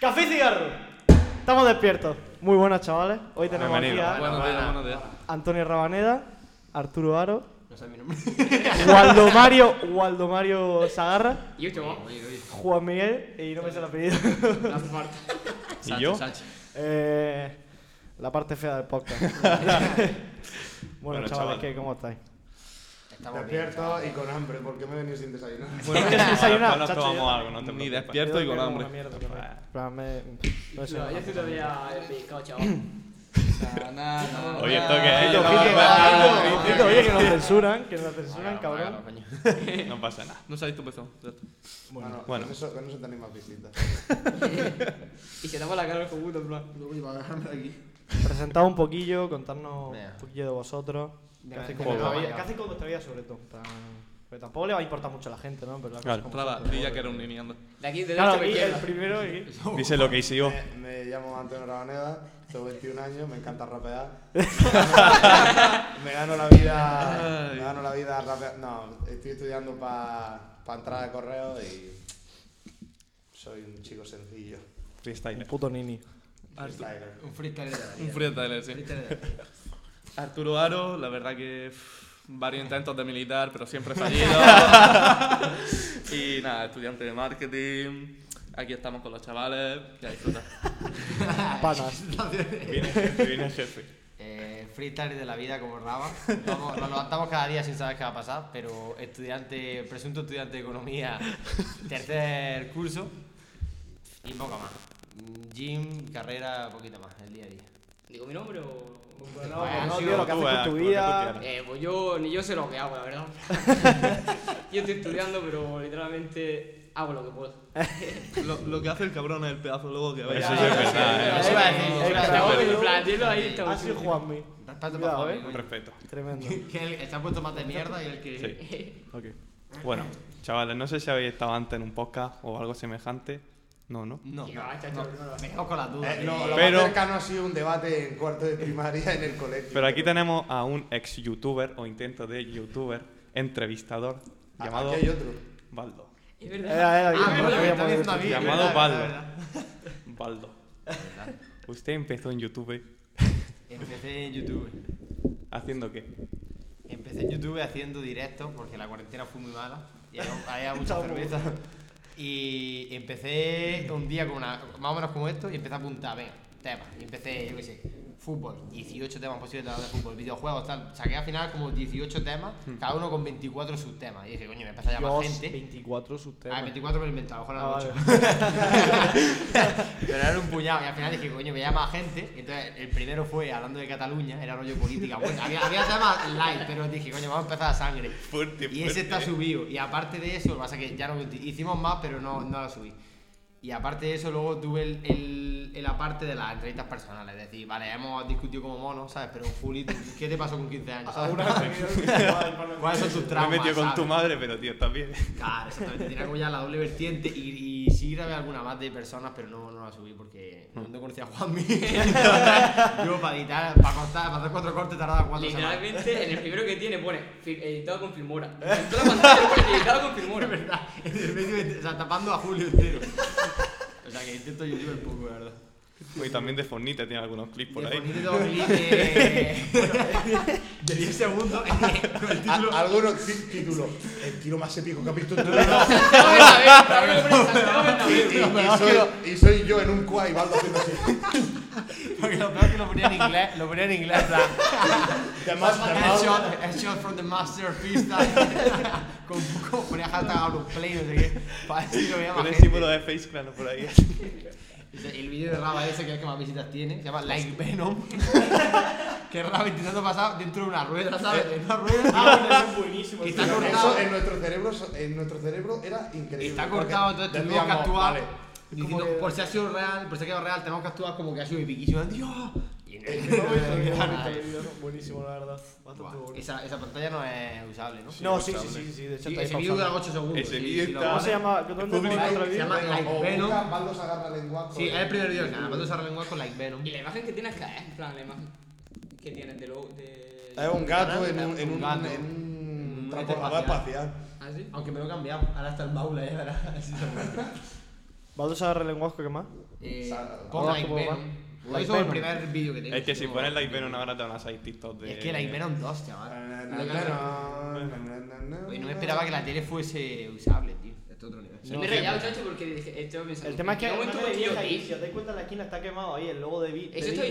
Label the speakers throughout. Speaker 1: Café y cigarro. Estamos despiertos. Muy buenas, chavales. Hoy tenemos
Speaker 2: Bienvenido.
Speaker 1: aquí a
Speaker 2: Bueno,
Speaker 3: Buenos días,
Speaker 2: bueno.
Speaker 3: buenos días.
Speaker 1: Antonio Rabaneda, Arturo Aro,
Speaker 3: No sabes mi nombre.
Speaker 1: Waldo Mario, Waldo Mario Sagarra,
Speaker 3: Y
Speaker 4: este
Speaker 3: yo, oye, oye.
Speaker 1: Juan Miguel y no me sé el apellido.
Speaker 3: No hace falta. Sánchez,
Speaker 2: yo?
Speaker 3: Sánchez.
Speaker 1: Eh, la parte fea del podcast. bueno,
Speaker 2: Bueno,
Speaker 1: chavales,
Speaker 2: chaval.
Speaker 1: ¿qué, ¿cómo estáis?
Speaker 3: Estamos bien.
Speaker 5: Despierto y con hambre, ¿por qué me he venido sin desayunar?
Speaker 1: Bueno,
Speaker 2: Ahora,
Speaker 1: desayunar,
Speaker 2: después nos
Speaker 1: chacho,
Speaker 2: tomamos
Speaker 1: yo-
Speaker 2: algo, no te
Speaker 3: Ni
Speaker 2: preocupes.
Speaker 1: yo
Speaker 3: despierto y
Speaker 1: dormí
Speaker 3: con
Speaker 1: como
Speaker 3: hambre.
Speaker 1: una mierda también. En plan, me- no sé,
Speaker 4: No, yo estoy todavía el pescado, chaval.
Speaker 2: Oye, esto
Speaker 1: Ojito,
Speaker 2: que es,
Speaker 1: ojito,
Speaker 2: no, no,
Speaker 1: ojito,
Speaker 2: no,
Speaker 1: ojito, Oye, que nos censuran, que nos censuran, cabrón.
Speaker 2: No pasa nada.
Speaker 3: No sabéis tu peso. ya está.
Speaker 5: Bueno,
Speaker 2: bueno.
Speaker 5: Con, eso, con eso tenéis más visitas.
Speaker 4: Y se tapa la cara el cobuto, en plan.
Speaker 3: Yo voy a bajarme de aquí.
Speaker 1: Presentad un poquillo, contadnos
Speaker 3: Venga.
Speaker 1: un poquillo de vosotros. ¿Qué
Speaker 3: Venga,
Speaker 1: hacéis con
Speaker 2: venga,
Speaker 1: vuestra
Speaker 2: venga.
Speaker 1: vida? ¿Qué hacéis con vuestra vida sobre todo? Tan- Porque tampoco le va a importar mucho a la gente, ¿no? Pero la cosa
Speaker 2: Claro.
Speaker 1: como
Speaker 3: Traba,
Speaker 1: son,
Speaker 3: di ya
Speaker 1: pero
Speaker 3: que era un
Speaker 1: bueno.
Speaker 3: nini, anda.
Speaker 4: De aquí, de
Speaker 1: Claro,
Speaker 4: derecha a
Speaker 1: aquí el
Speaker 4: izquierda.
Speaker 1: primero y...
Speaker 2: Dice lo que hice yo.
Speaker 5: Me, me llamo Antonio Rabaneda, tengo 21 años, me encanta rapear. me gano la vida. Me gano la vida rapeando. No, estoy estudiando para entrar a correo y. Soy un chico sencillo.
Speaker 1: Un
Speaker 2: Freestyler.
Speaker 1: puto nini.
Speaker 3: Ah,
Speaker 5: Freestyler.
Speaker 3: Un freestyler de Un freestyler, sí. Arturo Aro, la verdad que pff, varios intentos de militar, pero siempre fallido. y nada, estudiante de marketing. Aquí estamos con los chavales. Ya disfruta.
Speaker 1: Patas.
Speaker 2: Viene jefe, viene jefe.
Speaker 6: Eh, freestyle de la vida como Raba. Vamos, nos levantamos cada día sin saber qué va a pasar, pero estudiante, presunto estudiante de economía, tercer curso y poco más. Mm, Gym, carrera, poquito más, el día a día.
Speaker 4: Digo mi nombre o.
Speaker 1: Bueno,
Speaker 4: Bueno,
Speaker 1: no,
Speaker 4: sí,
Speaker 1: tío, lo que
Speaker 2: tú,
Speaker 1: haces con
Speaker 2: eh,
Speaker 1: tu
Speaker 2: lo que tú
Speaker 1: vida...
Speaker 2: quieras.
Speaker 4: Eh, pues yo ni yo sé lo que hago, la verdad. yo estoy estudiando, pero literalmente hago lo que puedo.
Speaker 3: Lo, lo que hace el cabrón es el pedazo luego que vaya.
Speaker 2: Eso sí es verdad,
Speaker 1: eh,
Speaker 6: Eso iba a decir,
Speaker 1: eh,
Speaker 6: eso iba a
Speaker 1: eh,
Speaker 6: decir.
Speaker 1: pero-
Speaker 4: En plan, dilo ahí, estamos.
Speaker 1: Ha sido Juanmi.
Speaker 6: Respeto
Speaker 1: Cuidado,
Speaker 6: para Juan,
Speaker 1: eh.
Speaker 2: Un
Speaker 6: amigo.
Speaker 2: respeto.
Speaker 1: Tremendo.
Speaker 6: Que él está puesto más de mierda y el que.
Speaker 2: Sí.
Speaker 1: Ok.
Speaker 2: Bueno, chavales, no sé si habéis estado antes en un podcast o algo semejante. No, no.
Speaker 6: No,
Speaker 4: Que
Speaker 6: no,
Speaker 4: va, chacho, no, no.
Speaker 6: me quedo con las dudas.
Speaker 5: Eh, no, lo
Speaker 2: Pero-
Speaker 5: más cercano ha sido un debate en cuarto de primaria en el colegio.
Speaker 2: Pero aquí tenemos a un ex youtuber o intento de youtuber entrevistador
Speaker 5: Ah,
Speaker 2: llamado
Speaker 5: Aquí hay otro.
Speaker 2: Baldo.
Speaker 4: Es
Speaker 1: Eh,
Speaker 4: verdad.
Speaker 1: eh,
Speaker 6: Ah,
Speaker 1: eh, eh,
Speaker 6: verdad, me está
Speaker 1: eh,
Speaker 6: diciendo a mí,
Speaker 2: Llamado
Speaker 6: verdad,
Speaker 2: Baldo.
Speaker 6: verdad, verdad.
Speaker 2: Baldo. Usted empezó en YouTube
Speaker 6: Empecé en YouTube.
Speaker 2: haciendo qué?
Speaker 6: Empecé en YouTube haciendo directos porque la cuarentena fue muy mala y había- había mucha
Speaker 1: Estaba muy
Speaker 6: cerveza. Y empecé un día con una, más o menos como esto y empecé a apuntar, venga, temas. Y empecé, yo qué sé, fútbol, 18 temas posibles de hablar de fútbol, videojuegos, tal. Saqué al final como 18 temas,
Speaker 1: Hmm.
Speaker 6: cada uno con 24 subtemas. Y dije, coño, me pasa a llamar
Speaker 1: Dios,
Speaker 6: gente.
Speaker 1: 24 subtemas.
Speaker 6: Ah, 24 me lo he inventado, ojo,
Speaker 1: Ah,
Speaker 6: eran 8. Pero era un puñado y al final dije, coño, me llama gente. Entonces el primero fue hablando de Cataluña, era rollo política. Bueno, había, había temas light, pero dije, coño, vamos a empezar a sangre.
Speaker 2: Fuerte,
Speaker 6: Y ese está
Speaker 2: fuerte.
Speaker 6: subido. Y aparte de eso, lo que pasa es que ya no hicimos más, pero no, no lo subí. Y aparte de eso, luego tuve el, el, el aparte de las entrevistas personales. Es decir, vale, hemos discutido como monos, ¿sabes? Pero Juli, ¿tú- ¿qué te pasó con 15 años? ¿sabes? ¿Cuáles son tus
Speaker 2: Me he
Speaker 6: traumas?
Speaker 2: metido con tu
Speaker 6: ¿sabes?
Speaker 2: madre, pero tío, también.
Speaker 6: Claro, exactamente. Tenía como ya la doble vertiente y, y sí grabé alguna más de personas, pero no, no la subí porque no conocía a Juanmi. Yo para editar, para cortar, para hacer cuatro cortes tardaba cuatro semanas.
Speaker 4: Literalmente, en el primero que tiene pone fil- editado con Filmora. En toda la pantalla pone editado con
Speaker 6: Es
Speaker 4: Filmora.
Speaker 6: verdad, en el medio, de- o sea, tapando a Julio entero. O sea, que intento yo un poco, la verdad.
Speaker 2: Hoy también de Fornite tiene algunos clips por
Speaker 6: De
Speaker 2: ahí.
Speaker 6: Juanito tengo clip de... de 10 segundos eh, con
Speaker 4: Ah,
Speaker 6: el título...
Speaker 5: A- algunos tí- títulos. El tiro más épico que has visto en tu vida.
Speaker 4: Estaba en la B, estaba en la B, estaba en la
Speaker 5: Y,
Speaker 4: B.
Speaker 5: y- y soy, y soy yo en un cuá y Baldo haciendo así.
Speaker 6: Porque lo peor es que lo ponía en inglés, lo ponía en inglés, en plan...
Speaker 5: The ma- the
Speaker 6: Headshot,
Speaker 5: ma-
Speaker 6: headshot from the masterpiece. tal. con poco ponía hashtag out of play, no sé qué. Para decir que me llama
Speaker 2: Con el
Speaker 6: gente.
Speaker 2: símbolo de Face Clan por ahí.
Speaker 6: Dice, El vídeo de Raba ese que es el que más visitas tiene, se llama Like Venom. que es Raba intentando pasar dentro de una rueda, ¿sabes? De una rueda.
Speaker 1: es buenísimo.
Speaker 6: que está
Speaker 5: Pero
Speaker 6: cortado. eh,
Speaker 5: Eso en nuestro cerebro, en nuestro cerebro era increíble.
Speaker 6: Está
Speaker 5: porque
Speaker 6: cortado, entonces tenemos que
Speaker 5: decíamos,
Speaker 6: actuar.
Speaker 5: vale,
Speaker 6: Diciendo,
Speaker 1: que-
Speaker 6: por si ha sido real, por si ha quedado real, tenemos que actuar como que ha sido epiquísimo. ¡Dios! Y no-
Speaker 1: Buenísimo, la verdad. Bastante
Speaker 6: Buah,
Speaker 1: bueno.
Speaker 6: Esa, esa pantalla no es usable, ¿no?
Speaker 1: No, sí, sí, sí, sí, de hecho
Speaker 6: Sí,
Speaker 1: está ahí
Speaker 6: ese vídeo dura
Speaker 1: pausado.
Speaker 6: 8 segundos.
Speaker 2: Ese
Speaker 6: sí,
Speaker 2: vídeo
Speaker 6: sí, lo
Speaker 2: está-
Speaker 1: ¿Cómo
Speaker 6: vale.
Speaker 1: se llama? ¿Dónde
Speaker 2: Public-
Speaker 1: podemos
Speaker 6: Se
Speaker 1: ver
Speaker 6: llama-
Speaker 5: venga,
Speaker 6: Like
Speaker 5: o
Speaker 6: Venom.
Speaker 5: busca, Baldo se agarra lenguaje.
Speaker 6: Sí, es el primer video que nada, mando usar lenguaje con like Venom.
Speaker 4: Y la imagen que tienes que es, en plan, la imagen que tienes de lo. De...
Speaker 5: Es un gato en un, en
Speaker 6: Un
Speaker 5: un,
Speaker 6: gato.
Speaker 5: en un
Speaker 6: Un
Speaker 5: transbordador
Speaker 6: espacial.
Speaker 5: espacial.
Speaker 4: ¿Ah, sí?
Speaker 6: Aunque me lo he cambiado, ahora está el baúl ahí, ahora.
Speaker 1: ¿Baldusa relenguasco qué más?
Speaker 6: Eh,
Speaker 7: Sa-
Speaker 6: con
Speaker 1: Hola,
Speaker 6: Like
Speaker 1: ¿cómo va?
Speaker 6: Venom. Eso
Speaker 1: Like
Speaker 6: es el
Speaker 1: Venom.
Speaker 6: primer vídeo que tengo.
Speaker 2: Es que si
Speaker 6: tío.
Speaker 2: pones Like Venom ahora te van a salir TikTok de...
Speaker 6: Es que Like Venom 2, chaval. Lo que- Oye,
Speaker 7: Oye,
Speaker 6: no me esperaba que la tele fuese usable, tío. Este otro nivel.
Speaker 1: No,
Speaker 4: me he rayado, chacho, porque dije, estaba pensando.
Speaker 1: El tema es que
Speaker 4: ¿en qué
Speaker 1: no
Speaker 4: momento
Speaker 1: te
Speaker 4: hemos
Speaker 1: dije
Speaker 4: tenido
Speaker 1: ahí,
Speaker 4: Disney?
Speaker 1: si os dais cuenta en la esquina está quemado ahí el logo de Beat.
Speaker 4: Eso estoy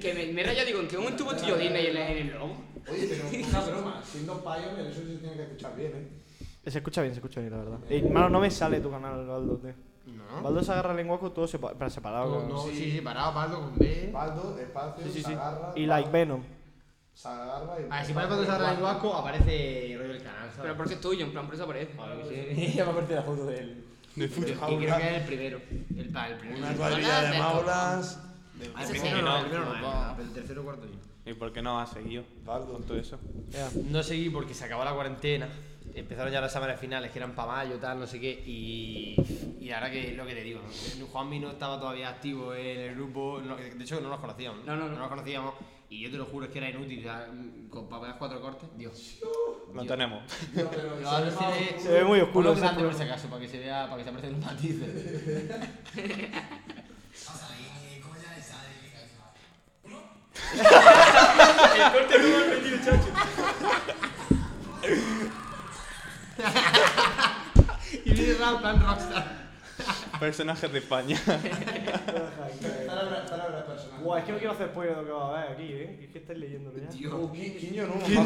Speaker 4: que me, me he rayado, digo, ¿en qué momento hemos tenido Disney en, la- en el logo?
Speaker 7: pero una broma, siendo Pioneer, eso se tiene que escuchar bien, ¿eh?
Speaker 1: Se escucha bien, se escucha bien, la verdad. Y, Eh, mano, no me sale tu canal, Baldo, tío.
Speaker 6: No.
Speaker 1: Baldo se agarra el lenguaje todo sepa- pero separado.
Speaker 6: ¿Ah? No,
Speaker 1: claro.
Speaker 6: no, sí, sí, parado, parado con B.
Speaker 7: Baldo, espacio,
Speaker 1: Sí, sí,
Speaker 7: se
Speaker 1: sí.
Speaker 7: agarra.
Speaker 1: Y Like Venom.
Speaker 7: Se agarra y.
Speaker 1: Ah,
Speaker 6: A ver, si para cuando se agarra el guasco aparece el rollo del canal, ¿sabes?
Speaker 4: Pero porque es tuyo, en plan, por eso aparece.
Speaker 6: Ah, yo qué sé. Ya me aparece la foto de él.
Speaker 2: De
Speaker 6: Y
Speaker 2: fútbol.
Speaker 6: creo que es el primero. El, pa- el primero.
Speaker 7: Una cuadrilla de maulas. de-
Speaker 6: Ah,
Speaker 4: Ese
Speaker 6: el
Speaker 4: sí.
Speaker 6: primero no, el
Speaker 2: No,
Speaker 6: primero
Speaker 2: no,
Speaker 6: no, el tercero o cuarto yo.
Speaker 2: ¿Y por qué no has seguido
Speaker 7: Baldo,
Speaker 2: con todo eso?
Speaker 1: Ya.
Speaker 6: No seguí porque se acabó la cuarentena. Empezaron ya las semanas finales que eran para mayo, tal, no sé qué. Y, y ahora que lo que te digo, ¿no? Juanmi no estaba todavía activo en el grupo. no, de hecho, no nos conocíamos.
Speaker 4: No, no, no.
Speaker 6: nos conocíamos. Y yo te lo juro, es que era inútil. o sea, mm, con papeles cuatro cortes, Dios.
Speaker 2: Lo tenemos.
Speaker 7: Tío,
Speaker 6: Yo
Speaker 7: pero se
Speaker 6: ahora
Speaker 7: ve más
Speaker 6: sí le-
Speaker 1: Se ve muy oscuro
Speaker 6: Ponlo
Speaker 1: ese
Speaker 6: grande por
Speaker 1: programa.
Speaker 6: si acaso, para que se vea, para que se aprecie los matices.
Speaker 4: El corte no me ha metido, chacho.
Speaker 6: y viene Raúl, plan rockstar.
Speaker 2: Personajes de España.
Speaker 7: Palabras, palabras personales.
Speaker 1: Guau, es que no quiero hacer spoiler de lo que va a haber aquí, ¿eh? Es que estáis leyéndolo ya.
Speaker 6: Tío.
Speaker 7: Qui- Quiño no.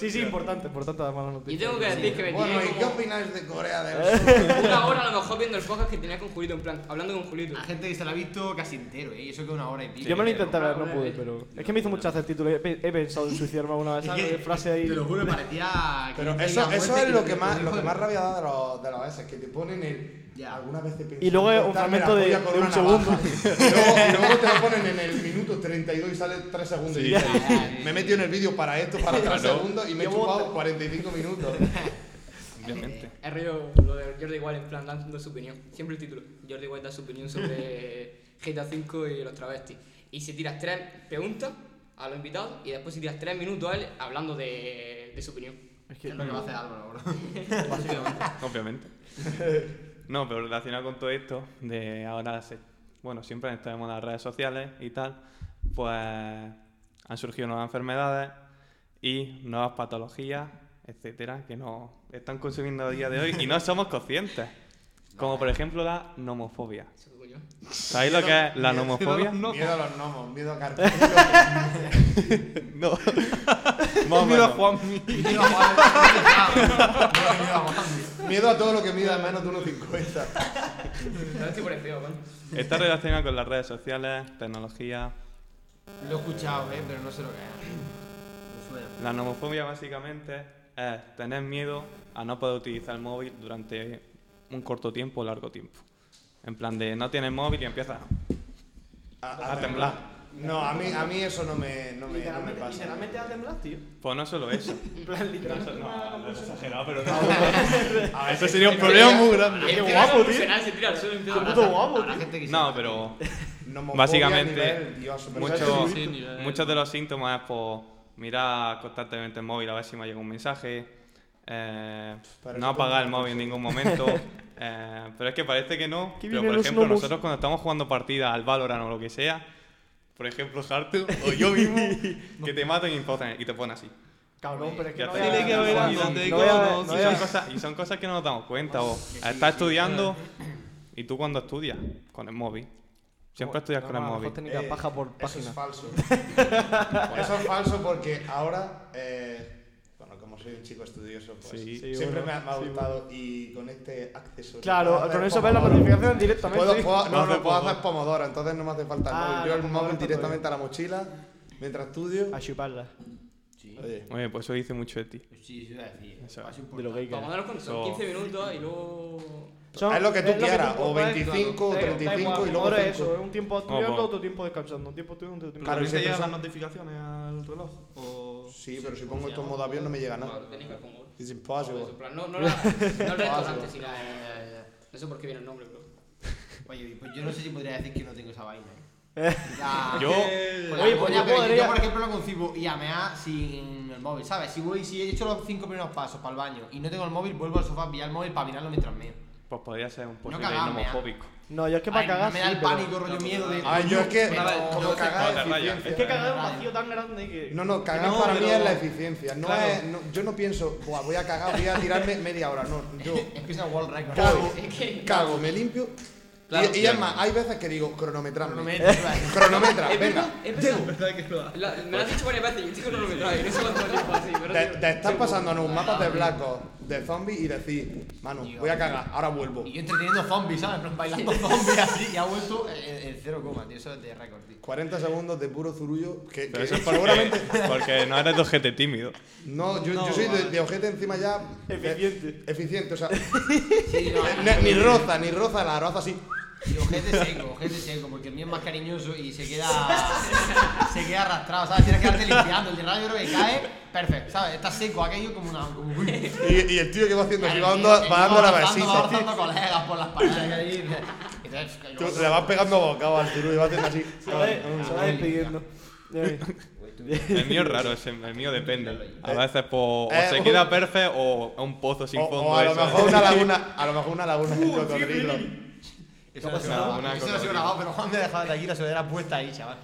Speaker 1: Sí, sí, importante, importante además la
Speaker 4: Yo
Speaker 1: noticia.
Speaker 4: tengo que decir que me
Speaker 7: Bueno, ¿y
Speaker 4: tiré
Speaker 7: qué
Speaker 4: como
Speaker 7: opináis de Corea del Sur?
Speaker 4: una hora a lo mejor viendo el podcast que tenía con Julito, en plan, hablando con Julito.
Speaker 6: La gente que se la ha visto casi entero, ¿eh? Y Eso que una hora y pico.
Speaker 1: Yo me lo
Speaker 6: Pero-
Speaker 1: intenté ver, no
Speaker 4: Una
Speaker 1: pude,
Speaker 4: vez.
Speaker 1: pero. Es que me hizo mucha hacer título. He, pe- he pensado en suicidarme alguna vez.
Speaker 6: Es
Speaker 1: ¿sabes?
Speaker 6: que-
Speaker 1: Qué frase ahí.
Speaker 6: Te lo juro, me parecía. que
Speaker 7: Pero
Speaker 6: tenía
Speaker 7: eso,
Speaker 6: muerte
Speaker 7: eso es
Speaker 6: y
Speaker 7: lo
Speaker 6: te-
Speaker 7: que
Speaker 6: te
Speaker 7: más, lo
Speaker 6: dijo
Speaker 7: que
Speaker 6: de-
Speaker 7: más rabia da de, los- de las veces, que te ponen el.
Speaker 6: Ya.
Speaker 7: Algunas veces piensas,
Speaker 1: Y luego es un
Speaker 7: cortarme la
Speaker 1: fragmento de-
Speaker 7: polla con
Speaker 1: de un
Speaker 7: una navaja.
Speaker 1: segundo.
Speaker 7: Y luego, y luego te lo ponen en el minuto 32 y sale 3 segundos. y dices,
Speaker 6: sí.
Speaker 7: me he metido en el vídeo para esto, para 3
Speaker 2: Claro.
Speaker 7: segundos y me he
Speaker 1: Yo
Speaker 7: chupado
Speaker 1: voto.
Speaker 7: 45 minutos.
Speaker 2: Obviamente.
Speaker 4: Es rollo lo de Jordi Wild en plan dando su opinión. Siempre el título. Jordi Wild da su opinión sobre GTA V y los travestis. Y si tiras tres preguntas a los invitados y después si tiras tres minutos a él hablando de, de su opinión.
Speaker 1: Es que
Speaker 6: Es lo que va a hacer Álvaro, bro. Básicamente.
Speaker 2: Obviamente. No, pero relacionado con todo esto, de ahora, se- bueno, siempre han estado de moda las redes sociales y tal, pues han surgido nuevas enfermedades y nuevas patologías, etcétera, que nos están consumiendo a día de hoy y no somos conscientes. Como por ejemplo la nomofobia.
Speaker 4: Eso que coño.
Speaker 2: ¿Sabéis lo que es la nomofobia?
Speaker 7: Miedo a los gnomos, miedo a carpinteros.
Speaker 2: No. Más o menos.
Speaker 6: Mira, Juan, mira, Juan. Mira, Juan.
Speaker 7: miedo a todo lo que mida menos de 1,50.
Speaker 4: No estoy por el feo, coño.
Speaker 2: Está relacionado con las redes sociales, tecnología.
Speaker 6: Lo he escuchado, eh, pero no sé lo que es. Me suena.
Speaker 2: La nomofobia básicamente es tener miedo a no poder utilizar el móvil durante un corto tiempo o largo tiempo. En plan de no tienes móvil y empiezas.
Speaker 7: A,
Speaker 2: A temblar.
Speaker 7: No, a mí, a mí eso no me, no me, no me
Speaker 1: Literalmente,
Speaker 7: pasa.
Speaker 1: literalmente va a temblar, tío.
Speaker 2: Pues no solo eso.
Speaker 1: En plan,
Speaker 2: No,
Speaker 1: literalmente.
Speaker 2: so-
Speaker 1: una
Speaker 2: no, no es
Speaker 1: convulsión.
Speaker 2: exagerado, pero no. Eso sería un problema
Speaker 7: sería-
Speaker 2: muy grande.
Speaker 1: Qué
Speaker 4: Empieza
Speaker 1: guapo,
Speaker 4: a
Speaker 1: tío.
Speaker 4: convulsionar, se tira al suelo y empieza a
Speaker 1: Qué
Speaker 4: hablar.
Speaker 1: puto guapo,
Speaker 6: Habrá
Speaker 1: tío.
Speaker 6: gente que se-
Speaker 2: No, pero
Speaker 7: Nomofobia
Speaker 2: Básicamente,
Speaker 7: a nivel Dios, pero
Speaker 2: mucho-
Speaker 7: ¿sabes?
Speaker 8: Sí, ¿eh? nivel.
Speaker 2: muchos de los síntomas es por mirar constantemente el móvil a ver si me llega un mensaje. eh,
Speaker 7: Pero
Speaker 2: no
Speaker 7: eso
Speaker 2: apagar el
Speaker 7: tengo
Speaker 2: móvil en ningún momento. eh, pero es que parece que no.
Speaker 1: Que
Speaker 2: Pero
Speaker 1: vienen
Speaker 2: por
Speaker 1: los
Speaker 2: ejemplo,
Speaker 1: lobos.
Speaker 2: nosotros cuando estamos jugando partidas al Valorant o lo que sea, por ejemplo, Hartu o yo mismo, que te matan y impoten- y te ponen así.
Speaker 1: Cabrón, pero es que
Speaker 2: Ya
Speaker 1: no
Speaker 2: te
Speaker 1: voy a-
Speaker 2: digo. Tiene que
Speaker 1: no
Speaker 2: ver
Speaker 1: voy a-
Speaker 2: algo
Speaker 1: no
Speaker 2: de
Speaker 1: voy a-
Speaker 8: conos,
Speaker 1: no
Speaker 2: Y
Speaker 1: voy
Speaker 2: son,
Speaker 1: a-
Speaker 2: cosas, y son cosas que no nos damos cuenta. O estás estudiando y tú cuando estudias con el móvil. Siempre estudias
Speaker 1: No,
Speaker 2: con el
Speaker 1: a lo mejor
Speaker 2: móvil.
Speaker 1: técnica
Speaker 7: Eh,
Speaker 1: paja por
Speaker 7: Eso
Speaker 1: página.
Speaker 7: es falso. eso es falso porque ahora, eh, bueno, como soy un chico estudioso, pues
Speaker 2: Sí.
Speaker 1: Sí,
Speaker 7: siempre
Speaker 1: bueno,
Speaker 7: me ha, me ha
Speaker 1: sí,
Speaker 7: gustado y con este accesorio.
Speaker 1: Claro,
Speaker 7: puedo hacer
Speaker 1: con eso ves la
Speaker 7: pomodoro.
Speaker 1: notificación directamente.
Speaker 7: Puedo-
Speaker 1: sí.
Speaker 7: puedo- no,
Speaker 2: Hace
Speaker 7: no, puedo
Speaker 2: pomodoro.
Speaker 7: hacer pomodoro, entonces no me hace falta el
Speaker 1: Ah,
Speaker 7: móvil. Yo
Speaker 1: la
Speaker 7: el
Speaker 1: pomodoro
Speaker 7: móvil
Speaker 1: está
Speaker 7: directamente a la mochila mientras estudio.
Speaker 1: A chuparla.
Speaker 7: Oye,
Speaker 2: Oye, pues eso dice mucho de ti.
Speaker 6: Sí, sí, iba a decir.
Speaker 2: Eso,
Speaker 6: Más importante.
Speaker 1: De lo gay que
Speaker 4: Vamos a
Speaker 1: es.
Speaker 4: dar cuantos son
Speaker 2: So-
Speaker 4: 15 minutos y luego.
Speaker 1: Son-
Speaker 7: es lo que tú quieras, o
Speaker 1: puedes-
Speaker 7: 25 o
Speaker 1: Da igual,
Speaker 7: 35 y luego
Speaker 1: ahora es
Speaker 7: 5.
Speaker 1: eso, es un tiempo
Speaker 2: No,
Speaker 1: estudiando,
Speaker 2: pues-
Speaker 1: otro tiempo descansando, un tiempo estudiando, otro tiempo
Speaker 7: Claro,
Speaker 8: ¿También te
Speaker 7: siempre
Speaker 8: llegan
Speaker 7: son-
Speaker 8: las notificaciones al reloj? O...
Speaker 7: Sí, pero si pongo esto en modo avión no me llega nada.
Speaker 4: Tenéis que ver cómo-
Speaker 7: It's
Speaker 4: todo eso,
Speaker 7: impossible.
Speaker 4: en plan, No, no, la- no el restaurante, sino.
Speaker 6: Ya, ya, ya.
Speaker 4: No sé por qué viene el nombre, bro.
Speaker 6: Oye, pues yo no sé si podría decir que no tengo esa vaina. ¿eh? La-
Speaker 2: Yo-
Speaker 6: Con la
Speaker 1: Oye, pues
Speaker 6: polla,
Speaker 1: yo
Speaker 6: pero
Speaker 1: podría-
Speaker 6: yo, por ejemplo, no concibo IAMEA sin el móvil, ¿sabes? Si voy, si he hecho los cinco primeros pasos para el baño y no tengo el móvil, vuelvo al sofá a pillar el móvil para mirarlo mientras meo.
Speaker 2: Pues podría ser un posible
Speaker 6: cagamos,
Speaker 2: nomofóbico.
Speaker 1: No, yo es que
Speaker 6: Ay,
Speaker 1: para cagar.
Speaker 6: no me da
Speaker 1: sí,
Speaker 6: el
Speaker 1: pero-
Speaker 6: pánico, rollo miedo de.
Speaker 7: Ay, yo es que.
Speaker 6: Pero-
Speaker 7: no, como
Speaker 6: no,
Speaker 7: cagar
Speaker 2: no, te rayas.
Speaker 7: eficiencia.
Speaker 1: Es que cagar es un vacío tan grande que.
Speaker 7: No, no, cagar
Speaker 9: No,
Speaker 7: para mí
Speaker 9: pero-
Speaker 7: es la eficiencia. No
Speaker 9: Claro.
Speaker 7: es, no- yo no pienso, "Buah, voy a cagar, voy a tirarme media hora. No, yo
Speaker 6: Empieza World Record.
Speaker 7: cago,
Speaker 4: Es que-
Speaker 7: cago, me limpio. Y-
Speaker 9: Claro,
Speaker 7: y, es
Speaker 9: claro.
Speaker 7: más, hay veces que digo, cronometrame.
Speaker 6: Cronometra, claro.
Speaker 7: cronometra,
Speaker 4: Es
Speaker 7: venga.
Speaker 4: verdad, es verdad.
Speaker 9: ¿Verdad que lo hace?
Speaker 4: La- me lo has dicho varias veces y estoy con el trae, no sé cuánto tiempo así, pero.
Speaker 7: Te,
Speaker 4: sí.
Speaker 7: te estás pasando en un mapa de blancos, de zombies y decís, mano, voy a cagar, ahora vuelvo.
Speaker 6: Y yo entreteniendo zombies, ¿sabes? En plan, Bailando zombies así y ha vuelto el, el 0, tío. Eso es de récord, tío.
Speaker 7: 40 segundos de puro zurullo que,
Speaker 2: Pero
Speaker 7: que
Speaker 2: eso es
Speaker 7: seguramente.
Speaker 2: porque, porque no eres de ojete tímido.
Speaker 7: No, yo, yo soy de, de ojete encima ya. de- Eh,
Speaker 1: Eficiente.
Speaker 7: eficiente, o sea.
Speaker 6: Sí, no,
Speaker 7: ne- ni roza, ni roza, la roza así.
Speaker 6: Y ojete seco, ojete seco, porque el mío es más cariñoso y se queda. se queda arrastrado, ¿sabes? Tienes que quedarte limpiando. El de radio yo creo que cae, perfecto, ¿sabes? Está seco aquello como una. Como, uy.
Speaker 7: Y, y el tío que va haciendo así, va dando,
Speaker 6: El
Speaker 7: va
Speaker 6: tío
Speaker 7: dando la
Speaker 6: avanzando, Va
Speaker 7: besita.
Speaker 6: avanzando colegas por las paredes que hay. Entonces,
Speaker 7: Tú le vas pegando bocado al zurullo y va haciendo así.
Speaker 1: Se va,
Speaker 7: eh,
Speaker 1: de- se va despidiendo. Eh, Ya ves.
Speaker 2: El mío es raro, ese- el mío depende. A veces pues, o
Speaker 7: Eh,
Speaker 2: se
Speaker 7: o-
Speaker 2: queda perfe o un pozo sin
Speaker 7: O,
Speaker 2: fondo.
Speaker 7: o a lo
Speaker 2: eso,
Speaker 7: mejor
Speaker 2: ¿eh?
Speaker 7: una laguna, a lo mejor una laguna de cocodrilo.
Speaker 6: Eso no se
Speaker 2: Una-
Speaker 6: grabó,
Speaker 2: una
Speaker 6: eso no se
Speaker 2: cocodrilo.
Speaker 6: grabó, pero Juan me dejaba de aquí la sudadera puesta ahí, chaval.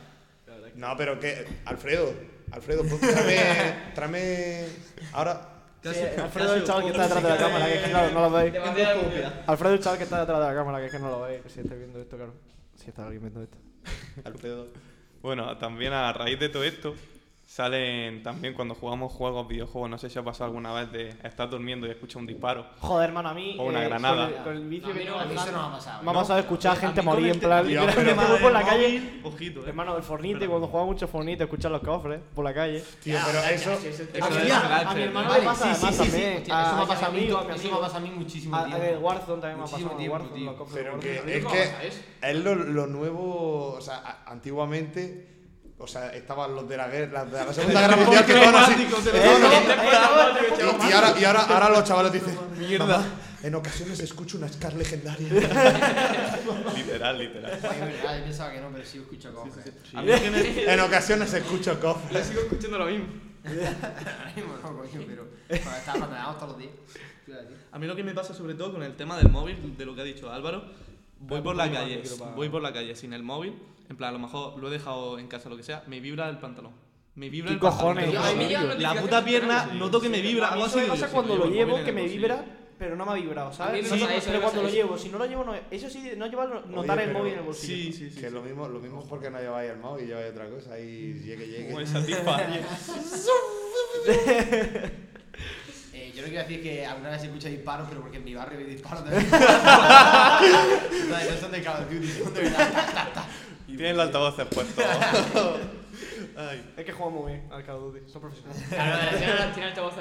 Speaker 7: No, pero que. Alfredo, Alfredo, pues, tráeme. tráeme. Ahora.
Speaker 1: Sí, Alfredo es el chaval que está detrás de la cámara, que es que claro, no lo veis. Alfredo es el chaval que está detrás de la cámara, que es que no lo veis. Si estáis viendo esto, claro. Si está alguien viendo esto.
Speaker 7: Alfredo.
Speaker 2: Bueno, también a raíz de todo esto, salen también cuando jugamos juegos, videojuegos, no sé si ha pasado alguna vez de estar durmiendo y escuchas un disparo.
Speaker 1: Joder, hermano, a mí.
Speaker 2: O una
Speaker 1: eh,
Speaker 2: granada.
Speaker 1: Con el, con el vicio
Speaker 4: No, a
Speaker 1: que
Speaker 4: mí no,
Speaker 1: tengo,
Speaker 4: a
Speaker 6: Eso
Speaker 4: mí
Speaker 6: no
Speaker 1: hermano,
Speaker 6: me ha pasado.
Speaker 1: me ha pasado a escuchar
Speaker 9: A
Speaker 1: gente
Speaker 9: mí con
Speaker 1: morir
Speaker 9: el
Speaker 1: en plan.
Speaker 9: tema-
Speaker 1: Literalmente
Speaker 9: Pero
Speaker 1: voy por la
Speaker 9: del
Speaker 1: calle.
Speaker 9: móvil, Ojito, eh.
Speaker 1: Hermano, el Fornite, cuando jugaba mucho Fornite, escuchar los cofres por la calle.
Speaker 7: Tío, pero eso. Ah,
Speaker 1: A mi,
Speaker 9: era
Speaker 1: hermano- Ah, a
Speaker 9: gacho,
Speaker 1: mi hermano
Speaker 6: Vale,
Speaker 1: le pasa
Speaker 6: sí, sí,
Speaker 1: además
Speaker 6: sí, sí.
Speaker 1: también.
Speaker 6: Hostia, eso me ha pasado a mí,
Speaker 1: amigo, Ah, eh,
Speaker 6: eso me ha pasado a mí muchísimo
Speaker 1: A- a
Speaker 6: tiempo.
Speaker 1: ver, Warzone también me ha pasado.
Speaker 6: Muchísimo
Speaker 1: a
Speaker 6: tiempo,
Speaker 1: Warzone,
Speaker 6: tío.
Speaker 1: los cofres de
Speaker 7: Pero
Speaker 1: Warzone.
Speaker 7: que es
Speaker 4: ¿Cómo
Speaker 7: que
Speaker 4: sabes?
Speaker 7: es lo, lo nuevo, o sea, a- antiguamente, o sea, estaban los de la guerra, de la Segunda Guerra Mundial que estaban así.
Speaker 9: Climáticos, de
Speaker 7: que estaban así.
Speaker 1: Eh, eh, eh,
Speaker 7: Y, y ahora, y ahora, ahora los chavales dicen, "Mamá, en ocasiones escucho una Scar legendaria.
Speaker 2: Literal, literal.
Speaker 6: Sí, es verdad, yo pensaba que no, pero sí escucho cofres.
Speaker 9: A mí que me-
Speaker 7: En ocasiones escucho cofres.
Speaker 4: Yo sigo escuchando lo mismo.
Speaker 6: Ahora mismo no, coño, pero. Cuando estaba patinado todos los días. Tío, tío.
Speaker 9: A mí lo que me pasa sobre todo con el tema del móvil, de lo que ha dicho Álvaro,
Speaker 1: Ah,
Speaker 9: voy por la calle, voy por la calle sin el móvil, en plan a lo mejor lo he dejado en casa lo que sea, me vibra el pantalón. Me vibra
Speaker 1: ¿Qué
Speaker 9: el pantalón.
Speaker 1: cojones?
Speaker 9: Yo,
Speaker 1: Ay, me
Speaker 4: llegan
Speaker 9: La puta
Speaker 4: notificaciones.
Speaker 9: pierna, noto que me vibra,
Speaker 1: A mí
Speaker 9: algo así.
Speaker 1: eso me
Speaker 9: digo,
Speaker 1: pasa
Speaker 9: sí,
Speaker 1: cuando lo
Speaker 9: el móvil
Speaker 1: llevo,
Speaker 9: en
Speaker 1: que
Speaker 9: el
Speaker 1: me
Speaker 9: bolsillo.
Speaker 1: vibra, pero no me ha vibrado,
Speaker 4: A mí
Speaker 1: ¿sabes?
Speaker 4: me
Speaker 1: Sí,
Speaker 4: pasa eso,
Speaker 1: pero
Speaker 4: me
Speaker 1: cuando
Speaker 4: pasa
Speaker 1: lo
Speaker 4: eso.
Speaker 1: llevo, si no lo llevo, no, eso sí, no llevarlo, notar el
Speaker 7: pero-
Speaker 1: móvil en el
Speaker 9: Sí,
Speaker 1: bolsillo.
Speaker 9: sí, sí.
Speaker 7: que lo mismo, lo mismo es porque no lleváis el móvil, lleváis otra cosa y llegue,
Speaker 2: Como
Speaker 7: llegue.
Speaker 2: esa tipa.
Speaker 6: Eh, yo no quiero decir que alguna vez se escucha disparos, pero porque en mi barrio hay disparos también. no son de Call of Duty, son de verdad.
Speaker 2: Tienes los altavoces puestos.
Speaker 1: Es que juegan muy bien al Call of Duty, son profesionales.
Speaker 4: Claro, la señora tiene altavoz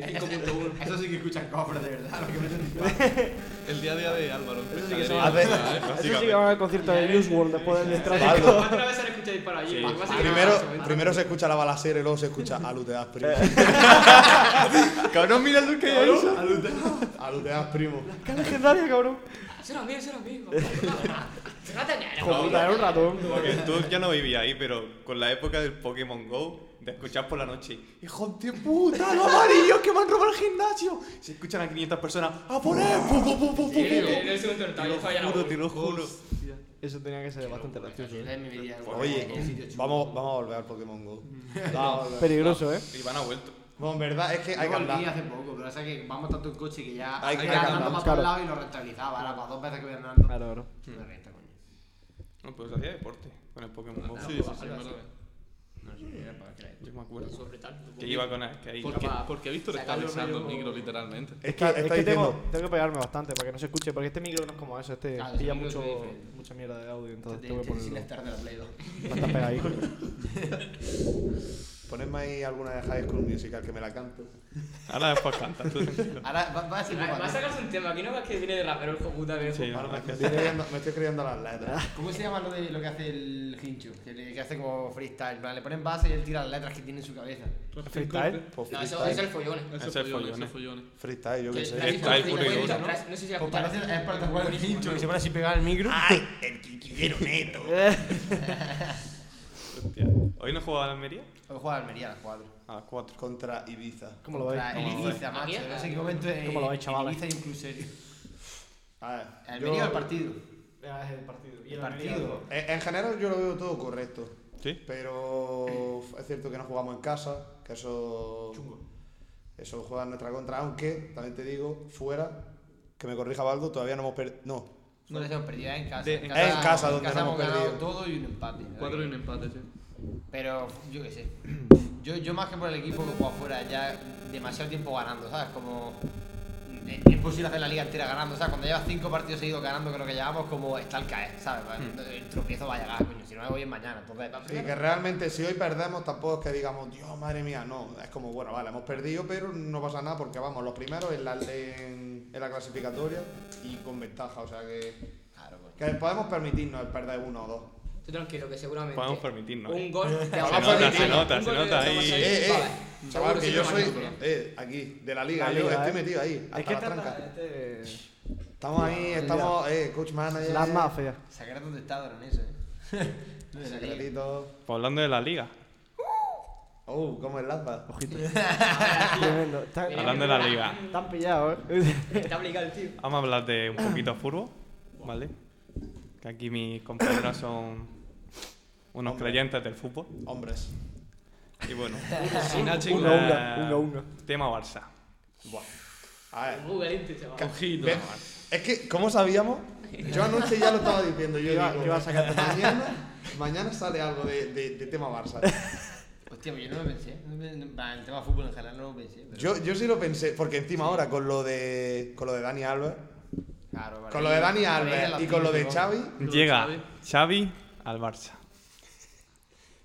Speaker 4: 5.1.
Speaker 6: Eso sí que escuchan cofres, de verdad. Lo que me dicen disparos.
Speaker 9: El día a día de Álvaro.
Speaker 1: Eso sí que se
Speaker 9: pescadería,
Speaker 1: va a hacer.
Speaker 9: ¿verdad, eh?
Speaker 1: Eso sí que van al concierto de Newsworld después del destrato.
Speaker 7: Algo.
Speaker 4: ¿Cuántas veces han escuchado disparar allí? Ah,
Speaker 2: Sí.
Speaker 4: Lo que pasa es que
Speaker 7: Primero,
Speaker 4: no, no,
Speaker 7: primero se escucha la balacera y luego se escucha Alu te das primo.
Speaker 2: Cabrón, mira lo que hay ahí.
Speaker 7: Alu te das primo.
Speaker 1: ¡Qué legendaria, cabrón!
Speaker 4: Eso era mío, eso era mío. Se va a tener,
Speaker 1: Joder, puta, era un ratón.
Speaker 2: Porque tú ya no vivías ahí, pero con la época del Pokémon GO, de escuchar por la noche, hijo de puta, los amarillos que me han robado el gimnasio. Se escuchan a 500 personas, a poner, pu, pu, pu, pu, pu,
Speaker 4: Sí, en
Speaker 2: pu.
Speaker 4: el- en el segundo
Speaker 2: Te
Speaker 4: entorno,
Speaker 2: lo
Speaker 4: yo estaba ya en la
Speaker 2: juro, te
Speaker 4: boca.
Speaker 2: lo juro.
Speaker 1: Eso tenía que ser bastante gracioso,
Speaker 6: Esa
Speaker 1: ¿eh?
Speaker 6: es mi vida.
Speaker 7: Oye,
Speaker 6: En un sitio chulo.
Speaker 7: vamos, vamos a volver al Pokémon GO. Vamos a volver.
Speaker 1: Peligroso, ¿eh?
Speaker 2: Iván ha vuelto.
Speaker 7: Bueno, en verdad es que hay
Speaker 6: Yo
Speaker 7: que
Speaker 6: volví
Speaker 7: andar.
Speaker 6: hace poco, pero pasa que vamos tanto en coche que ya.
Speaker 7: Hay que
Speaker 6: andando
Speaker 7: andar,
Speaker 6: más por
Speaker 1: claro. Hmm.
Speaker 6: un lado y lo rentabilizaba. Ahora, para dos veces que voy andando.
Speaker 1: Claro, claro.
Speaker 6: Me renta, coño.
Speaker 2: No, pues hacía deporte con el Pokémon GO.
Speaker 9: Sí, sí, sí, es verdad.
Speaker 6: No sé, era para creer.
Speaker 2: Yo me acuerdo.
Speaker 4: Sobre tal, supongo.
Speaker 2: Que iba con él, que ahí.
Speaker 9: Porque,
Speaker 4: capaz.
Speaker 9: porque Víctor está
Speaker 4: Sacarle un
Speaker 9: besando el
Speaker 4: rollo-
Speaker 9: micro literalmente.
Speaker 1: Es que,
Speaker 7: Está-
Speaker 1: es
Speaker 7: está
Speaker 1: que tengo,
Speaker 7: diciendo-
Speaker 1: tengo que pegarme bastante para que no se escuche, porque este micro no es como eso, este
Speaker 6: Claro,
Speaker 1: pilla
Speaker 6: este micro
Speaker 1: mucho,
Speaker 6: es diferente.
Speaker 1: mucha mierda de audio, entonces
Speaker 6: Este-
Speaker 1: tengo que
Speaker 6: este es el
Speaker 1: ponerlo
Speaker 6: estar de la Play 2.
Speaker 1: bastante pegadito.
Speaker 7: Ponedme ahí alguna de High School Musical que me la canto.
Speaker 2: Ahora después canta, tú tranquilo.
Speaker 6: Ahora va, va a ser ¿eh?
Speaker 4: Va va a
Speaker 6: papá.
Speaker 4: sacarse un tema, aquí no ves que viene de rapero el hijo puta que
Speaker 2: Sí, la
Speaker 7: Ahora me,
Speaker 2: verdad que sí.
Speaker 7: estoy creyendo, me estoy creyendo las letras.
Speaker 6: ¿Cómo se llama lo, de, lo que hace el Hinchu? Que, le- que hace como freestyle. en plan, Le ponen base y él tira las letras que tiene en su cabeza.
Speaker 1: Freestyle.
Speaker 7: Pues
Speaker 4: No, eso, eso es el
Speaker 7: freestyle.
Speaker 4: follón.
Speaker 10: Eso
Speaker 2: Ese
Speaker 10: es follones,
Speaker 2: follones.
Speaker 10: eso es follones.
Speaker 7: Freestyle, yo qué
Speaker 4: Que-
Speaker 7: sé.
Speaker 4: la has
Speaker 2: Está
Speaker 4: visto en
Speaker 2: ahí
Speaker 4: la
Speaker 2: puro y
Speaker 4: cuenta
Speaker 2: duro,
Speaker 4: atrás, No sé si la
Speaker 6: Pues parece, es para tal cual el Hinchu, que se
Speaker 4: Buenísimo,
Speaker 6: pone así pegado al micro.
Speaker 2: Hostia. ¿Hoy no jugaba a la Almería?
Speaker 6: Hoy juega Almería a las 4.
Speaker 2: A las 4.
Speaker 7: Contra Ibiza.
Speaker 1: ¿Cómo lo veis?
Speaker 6: Contra el
Speaker 2: ¿Cómo lo
Speaker 6: Ibiza,
Speaker 4: veis?
Speaker 6: macho. No sé en qué momento es.
Speaker 1: ¿Cómo lo veis, chavales?
Speaker 6: Ibiza y un club serio.
Speaker 7: A ver,
Speaker 6: Almería
Speaker 7: yo-
Speaker 6: al partido.
Speaker 1: Es el partido.
Speaker 6: El partido.
Speaker 7: En en general yo lo veo todo correcto.
Speaker 2: ¿Sí?
Speaker 7: Pero es cierto que no jugamos en casa, que eso. Eso juega en nuestra contra, aunque también te digo, fuera, que me corrija Baldo, todavía no hemos perdido. No,
Speaker 6: No les hemos perdido en casa.
Speaker 10: De-
Speaker 6: en
Speaker 10: en
Speaker 6: casa,
Speaker 7: casa donde no hemos
Speaker 6: ganado
Speaker 7: perdido.
Speaker 6: todo y un empate.
Speaker 10: Cuatro y un empate, sí.
Speaker 6: Pero yo qué sé. Yo, yo más que por el equipo que juega afuera, ya demasiado tiempo ganando, ¿sabes? Como. Es es imposible hacer la liga entera ganando, ¿sabes? Cuando llevas cinco partidos seguidos ganando, que lo que llevamos como está al caer, ¿sabes? Pues,
Speaker 10: Hmm.
Speaker 6: El tropiezo va a llegar, coño, si no me voy en mañana, entonces.
Speaker 7: Sí, que realmente si hoy perdemos tampoco es que digamos, Dios, madre mía, no. Es como, bueno, vale, hemos perdido, pero no pasa nada porque vamos, los primeros en la, en, en la clasificatoria y con ventaja. O sea que,
Speaker 6: Claro, coño.
Speaker 7: que podemos permitirnos el perder uno o dos.
Speaker 4: Tú tranquilo, que seguramente.
Speaker 2: Podemos permitirnos,
Speaker 4: Un
Speaker 2: eh.
Speaker 4: gol. te
Speaker 7: nota,
Speaker 4: vamos a permitir.
Speaker 7: se
Speaker 2: nota,
Speaker 4: Un
Speaker 2: se
Speaker 4: gol de
Speaker 2: nota
Speaker 4: Tomás
Speaker 2: ahí.
Speaker 4: Sánchez,
Speaker 7: Eh, eh, chaval,
Speaker 4: vale. Seguro
Speaker 7: que
Speaker 4: sí
Speaker 7: yo
Speaker 4: lo
Speaker 7: soy,
Speaker 4: marcamos, ¿no?
Speaker 7: eh, aquí, de la liga,
Speaker 1: La
Speaker 7: yo
Speaker 1: liga,
Speaker 7: estoy
Speaker 1: eh.
Speaker 7: metido ahí, hasta
Speaker 1: Es que
Speaker 7: la
Speaker 1: esta,
Speaker 7: tranca.
Speaker 1: este...
Speaker 6: Eh,
Speaker 7: Estamos ahí, estamos, eh, coach manager.
Speaker 1: Las mafias.
Speaker 6: Sacar donde está Don eso, ¿eh? Lo de la liga.
Speaker 7: secretitos.
Speaker 2: Pues hablando de la liga.
Speaker 7: Oh, cómo es Laza.
Speaker 1: Ojito. Tremendo.
Speaker 9: Eh,
Speaker 1: Están,
Speaker 4: Mira,
Speaker 2: Hablando de
Speaker 4: mira,
Speaker 2: la
Speaker 4: mira.
Speaker 2: liga.
Speaker 1: están pillados, eh.
Speaker 4: Está obligado el tío.
Speaker 2: Vamos a hablar de un poquito de fútbol, ¿vale? Que aquí mis compañeros son unos
Speaker 7: Hombre.
Speaker 2: creyentes del fútbol.
Speaker 7: Hombres.
Speaker 2: Y bueno,
Speaker 10: Final, chicos.
Speaker 1: Uno, una,
Speaker 2: eh,
Speaker 1: uno, uno.
Speaker 2: Tema Barça.
Speaker 7: Buah. A ver.
Speaker 4: Un caliente, chaval.
Speaker 10: Ojito.
Speaker 7: Ve- Es que, ¿cómo sabíamos? Yo anoche ya lo estaba diciendo. Yo
Speaker 1: Yo iba-
Speaker 7: digo,
Speaker 1: yo iba a sacar-
Speaker 7: mañana, mañana sale algo de, de- de tema Barça.
Speaker 6: Hostia, pues yo no lo pensé. No me- no- bah, el tema de fútbol en general no lo pensé. Pero...
Speaker 7: Yo, yo sí lo pensé, porque encima ahora con lo de, con lo de Dani Alves,
Speaker 6: Claro, vale.
Speaker 7: con lo de Dani
Speaker 6: Vale,
Speaker 7: Alves
Speaker 6: las
Speaker 7: y con lo de
Speaker 6: pinzas,
Speaker 7: Xavi,
Speaker 2: Llega
Speaker 10: Xavi.
Speaker 2: Xavi al Barça.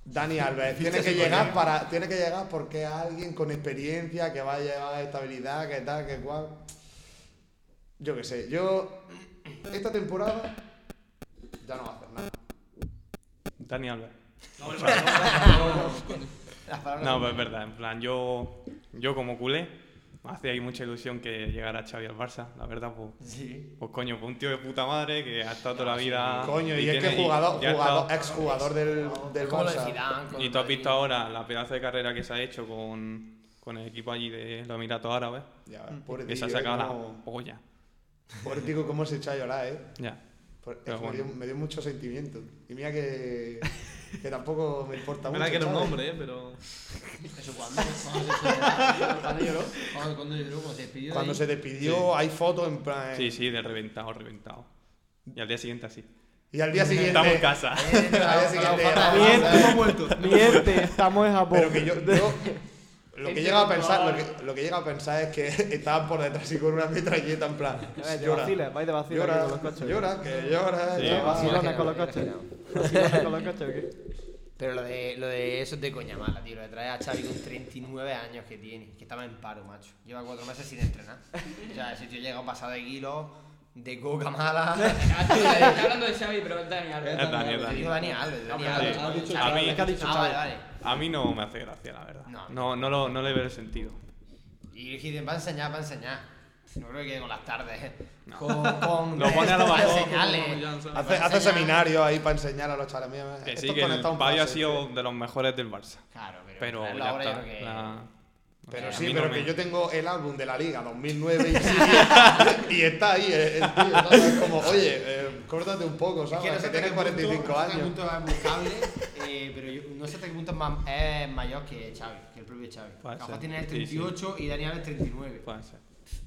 Speaker 7: Dani Alves tiene que
Speaker 6: su
Speaker 7: llegar
Speaker 6: colega.
Speaker 7: para, tiene que llegar porque es alguien con experiencia que va a llevar estabilidad, que tal, que cual. Yo qué sé, yo esta temporada ya no va a hacer nada.
Speaker 2: Dani Alves.
Speaker 6: Las palabras
Speaker 2: No, pues es verdad, en plan, yo, yo como culé, me hacía ahí mucha ilusión que llegara Xavi al Barça, la verdad, pues,
Speaker 6: Sí.
Speaker 2: pues coño, pues un tío de puta madre que ha estado toda la vida...
Speaker 7: Coño, y, es
Speaker 2: tiene-
Speaker 7: que jugador,
Speaker 2: Ah, y ha
Speaker 7: jugador,
Speaker 2: estado-
Speaker 7: exjugador del, del
Speaker 6: Es como lo de
Speaker 7: Barça.
Speaker 6: Zidane, con
Speaker 2: Y tú has
Speaker 6: Madrid.
Speaker 2: visto ahora la pedazo de carrera que se ha hecho con, con el equipo allí de los Emiratos Árabes,
Speaker 7: Ya,
Speaker 6: Mm.
Speaker 7: ves, pobre
Speaker 2: que se ha
Speaker 7: tío, eh,
Speaker 2: sacado la
Speaker 7: cómo-
Speaker 2: polla.
Speaker 7: Pobre tío, cómo se echa a llorar, eh.
Speaker 2: Ya.
Speaker 7: Por- es
Speaker 2: Pero
Speaker 7: que me, dio,
Speaker 2: bueno.
Speaker 7: me dio mucho sentimiento. Y mira que, que tampoco me importa mucho.
Speaker 10: Verdad que era un
Speaker 7: ¿sabes?
Speaker 10: hombre, eh, pero.
Speaker 6: Eso cuando. Cuando lloró. Cuando- Cuando lloró, cuando se despidió.
Speaker 7: Cuando
Speaker 6: ahí.
Speaker 7: se despidió, hay fotos en plan.
Speaker 2: Sí, sí, de reventado, reventado. Y al día siguiente así.
Speaker 7: Y al día siguiente.
Speaker 2: Estamos en casa.
Speaker 6: Eh,
Speaker 7: Al día
Speaker 6: bravo,
Speaker 7: siguiente,
Speaker 6: bravo,
Speaker 7: ya,
Speaker 6: bravo,
Speaker 1: Bien.
Speaker 6: bravo.
Speaker 10: Hemos vuelto.
Speaker 1: Miente, estamos en Japón.
Speaker 7: Pero que yo. yo- lo que llega a pensar, lo que, lo que llega a pensar es que estaban por detrás y con una metralleta en plan.
Speaker 1: A ver, de
Speaker 7: llora,
Speaker 1: vaciles, vais de vaciles aquí
Speaker 7: llora,
Speaker 1: con los coches.
Speaker 7: llora, que llora.
Speaker 2: Sí,
Speaker 6: vacila.
Speaker 7: llora.
Speaker 1: Vacilones con los coches. Vacilones con los coches, ¿o qué?
Speaker 6: Pero lo de, lo de eso es de coña mala, tío. Lo de traer a Xavi con 39 años que tiene, que estaba en paro, macho. Lleva cuatro meses sin entrenar. O sea, ese tío llega pasado de kilos, de coca mala.
Speaker 4: Ah, tú, Está hablando de Xavi, pero es Dani Alves.
Speaker 2: Es Dani, es
Speaker 6: Te
Speaker 2: Dani.
Speaker 6: digo Dani Alves, Dani
Speaker 4: No, pero
Speaker 6: Alves.
Speaker 4: has dicho
Speaker 6: Xavi.
Speaker 2: Xavi. Es que has
Speaker 1: dicho
Speaker 6: Ah, vale,
Speaker 1: Xavi.
Speaker 6: vale.
Speaker 2: A mí no me hace gracia, la verdad.
Speaker 6: No.
Speaker 2: No, no, lo, no le veo el sentido.
Speaker 6: Y dije, va a enseñar, va a enseñar. No creo que quede con las tardes. Con, con
Speaker 2: Lo pone a lo
Speaker 6: con
Speaker 2: mejor.
Speaker 6: señales.
Speaker 7: Hace,
Speaker 6: Va a
Speaker 7: hace
Speaker 6: enseñar.
Speaker 7: seminarios ahí para enseñar a los chavales.
Speaker 2: Que
Speaker 7: Esto
Speaker 2: sí, que el
Speaker 7: conecta un
Speaker 2: Payo ha
Speaker 7: pase, tío.
Speaker 2: sido de los mejores del Barça.
Speaker 6: Claro, pero,
Speaker 2: Pero
Speaker 6: traerlo
Speaker 2: ya
Speaker 6: ahora
Speaker 2: está.
Speaker 6: yo creo que-
Speaker 2: la-
Speaker 7: Pero
Speaker 2: a
Speaker 7: sí,
Speaker 2: mí no
Speaker 7: pero
Speaker 2: me-
Speaker 7: que yo tengo el álbum de la Liga 2009 y, sigue- y está ahí. eh, el tío, ¿sabes? Es como, oye, eh, córtate un poco,
Speaker 6: Es
Speaker 7: ¿sabes?
Speaker 6: que
Speaker 7: Que,
Speaker 6: no sé hasta
Speaker 7: tiene
Speaker 6: qué punto-
Speaker 7: 45 años.
Speaker 6: No sé hasta qué punto es buscable, eh, pero yo, no sé hasta qué punto es, ma- es mayor que Xavi, que el propio Xavi.
Speaker 2: Puede
Speaker 6: Rafa
Speaker 2: ser.
Speaker 6: tiene el
Speaker 2: Sí, sí.
Speaker 6: 38 y Dani Alves 39.
Speaker 2: Puede ser.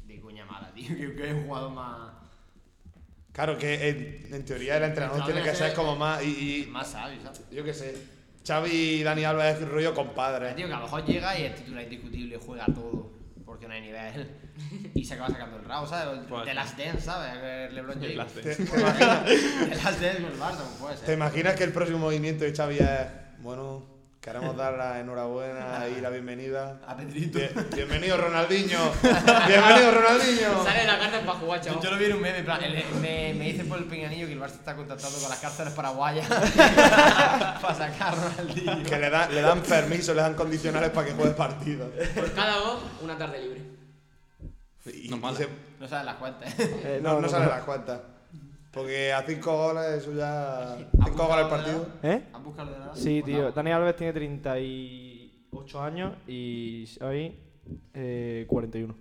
Speaker 6: De coña mala, tío, que, que es un jugador más,
Speaker 7: Claro que en, en teoría el entrenador tiene que ser como más. Y,
Speaker 6: más sabio, ¿sabes?
Speaker 7: y yo qué sé, Xavi y Dani Alves es
Speaker 6: Pero,
Speaker 7: rollo compadre.
Speaker 6: tío, que a lo mejor llega y es titular indiscutible, juega todo, porque no hay nivel. Y se acaba sacando el rabo, ¿sabes?
Speaker 2: Puede
Speaker 6: De
Speaker 2: ser.
Speaker 6: las Dance, ¿sabes? LeBron
Speaker 2: El
Speaker 6: James.
Speaker 2: Last
Speaker 7: ¿Te,
Speaker 2: Dance.
Speaker 7: te imaginas,
Speaker 6: De las Dance con el Barça, pues puede
Speaker 7: te
Speaker 6: ser.
Speaker 7: imaginas que el próximo movimiento de Xavi es. Bueno, Queremos dar la enhorabuena y la bienvenida.
Speaker 6: A Pedrito.
Speaker 7: Bien- bienvenido, Ronaldinho. Bienvenido, Ronaldinho.
Speaker 4: Sale de la carta para jugar, chaval.
Speaker 6: Yo lo vi en un meme, en plan, el- me, me dicen por el pinganillo que el Barça está contactando con las cárceles paraguayas para sacarlo al día.
Speaker 7: Que le, da- le dan permiso, le dan condicionales para que juegue partido.
Speaker 4: Por cada voz, una tarde libre.
Speaker 7: Y,
Speaker 2: No
Speaker 7: y
Speaker 2: mola.
Speaker 7: se-
Speaker 6: No sabes las cuentas. ¿eh?
Speaker 1: Eh,
Speaker 7: no, no sale las cuentas. Porque a 5 goles, eso ya. 5 goles al partido.
Speaker 1: ¿Eh?
Speaker 6: ¿Has buscado el ordenador?
Speaker 1: Sí,
Speaker 6: Pues
Speaker 1: tío.
Speaker 6: nada.
Speaker 1: Dani Alves tiene 38 años y hoy eh, 41.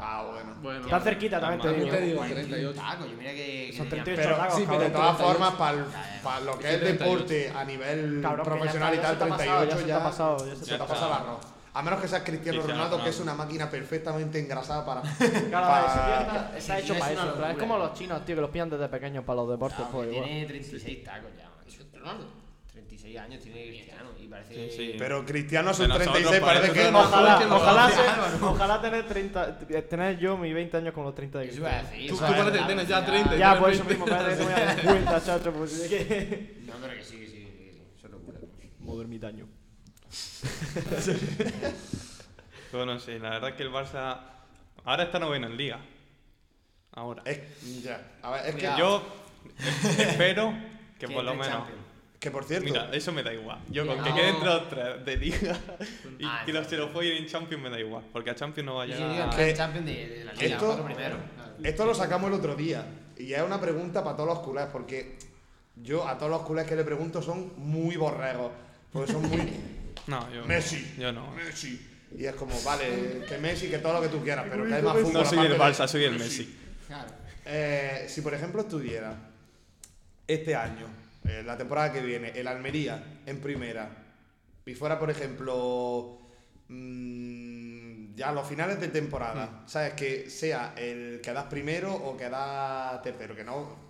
Speaker 7: Ah, bueno.
Speaker 11: Bueno,
Speaker 1: Está cerquita, también te
Speaker 11: Hermano,
Speaker 1: digo.
Speaker 12: Yo te digo,
Speaker 6: Cuarenta y
Speaker 12: 38.
Speaker 6: tacos, yo mira que... que
Speaker 1: Son
Speaker 6: tenía-
Speaker 1: 38
Speaker 7: Pero,
Speaker 1: tacos,
Speaker 12: sí,
Speaker 7: de
Speaker 1: cabrón.
Speaker 12: pero-
Speaker 7: todas formas, para lo que es
Speaker 11: 38.
Speaker 7: deporte a nivel
Speaker 1: Cabrón, que ya
Speaker 7: profesional y
Speaker 1: está-
Speaker 7: tal,
Speaker 1: ya se te ha pasado,
Speaker 7: 38
Speaker 1: ya se te ha
Speaker 7: ya.
Speaker 1: pasado, ya se te
Speaker 7: Se
Speaker 2: ha
Speaker 7: Pues te pasa
Speaker 2: pasado.
Speaker 7: el arroz. A menos que seas Cristiano
Speaker 2: Cristiano
Speaker 7: Ronaldo, que es
Speaker 2: Ronaldo.
Speaker 7: una máquina perfectamente engrasada para.
Speaker 1: Claro,
Speaker 7: para-
Speaker 1: ese tío está, está
Speaker 6: Ese
Speaker 1: hecho
Speaker 6: tío es
Speaker 1: para
Speaker 6: una
Speaker 1: eso. pero Es
Speaker 6: locura.
Speaker 1: como los chinos, tío, que los pillan desde pequeños para los deportes.
Speaker 6: Claro,
Speaker 1: pues,
Speaker 6: que
Speaker 1: igual.
Speaker 6: tiene 36 tacos ya, macho.
Speaker 4: Ronaldo.
Speaker 6: 36 años tiene Cristiano y parece...
Speaker 2: Sí, sí.
Speaker 7: Pero Cristiano a sus
Speaker 2: Pero nosotros
Speaker 7: 36 parece
Speaker 2: parece
Speaker 7: que.
Speaker 2: que
Speaker 7: no-
Speaker 1: Ojalá,
Speaker 11: joder, que no
Speaker 1: ojalá,
Speaker 11: lo
Speaker 1: se-
Speaker 6: Álvaro.
Speaker 1: ojalá tener, 30, t- tener yo mis 20 años con los 30 de
Speaker 6: Eso iba a
Speaker 1: Cristiano.
Speaker 6: decir.
Speaker 11: Tú- tú
Speaker 6: eso es,
Speaker 11: parece que
Speaker 6: claro,
Speaker 11: tienes ya
Speaker 6: ya-
Speaker 11: 30.
Speaker 1: Ya, pues, por eso mismo, parece que no me voy a dar cuenta, chacho, pues es que...
Speaker 6: No, pero que sí, que sí, que sí. Eso es locura.
Speaker 1: Modo ermitaño.
Speaker 2: Bueno, sí, la verdad es que el Barça ahora está noveno en Liga. Ahora.
Speaker 7: Es, ya. A ver, es que.
Speaker 2: Yo espero que
Speaker 6: Que
Speaker 2: por lo
Speaker 6: entre
Speaker 2: menos.
Speaker 6: Champions.
Speaker 7: Que por cierto.
Speaker 2: Mira, eso me da igual. Yo con que
Speaker 4: No.
Speaker 2: quede entre los tres de Liga y
Speaker 6: Ah,
Speaker 2: que los xerofobos en Champions me da igual. Porque a Champions no va a
Speaker 6: Y yo digo
Speaker 2: llegar.
Speaker 6: que
Speaker 7: Que-
Speaker 6: el champion de, de la liga,
Speaker 7: esto-
Speaker 6: cuatro primero.
Speaker 7: Esto lo sacamos el otro día. Y es una pregunta para todos los culés, porque yo a todos los culés que le pregunto son muy borregos. Porque son muy.
Speaker 2: No, yo.
Speaker 7: Messi.
Speaker 2: Yo no.
Speaker 7: Messi. Y es como, vale, que Messi, que todo lo que tú quieras, pero que hay más fútbol.
Speaker 2: No soy
Speaker 7: aparte
Speaker 2: del
Speaker 7: de-
Speaker 2: Barça, soy del Messi.
Speaker 6: Claro.
Speaker 7: Eh, si por ejemplo estuviera este año, eh, la temporada que viene, el Almería en primera, y fuera por ejemplo mm, ya a los finales de temporada,
Speaker 2: Hmm.
Speaker 7: ¿sabes? Que sea el que das primero o que das tercero, que no...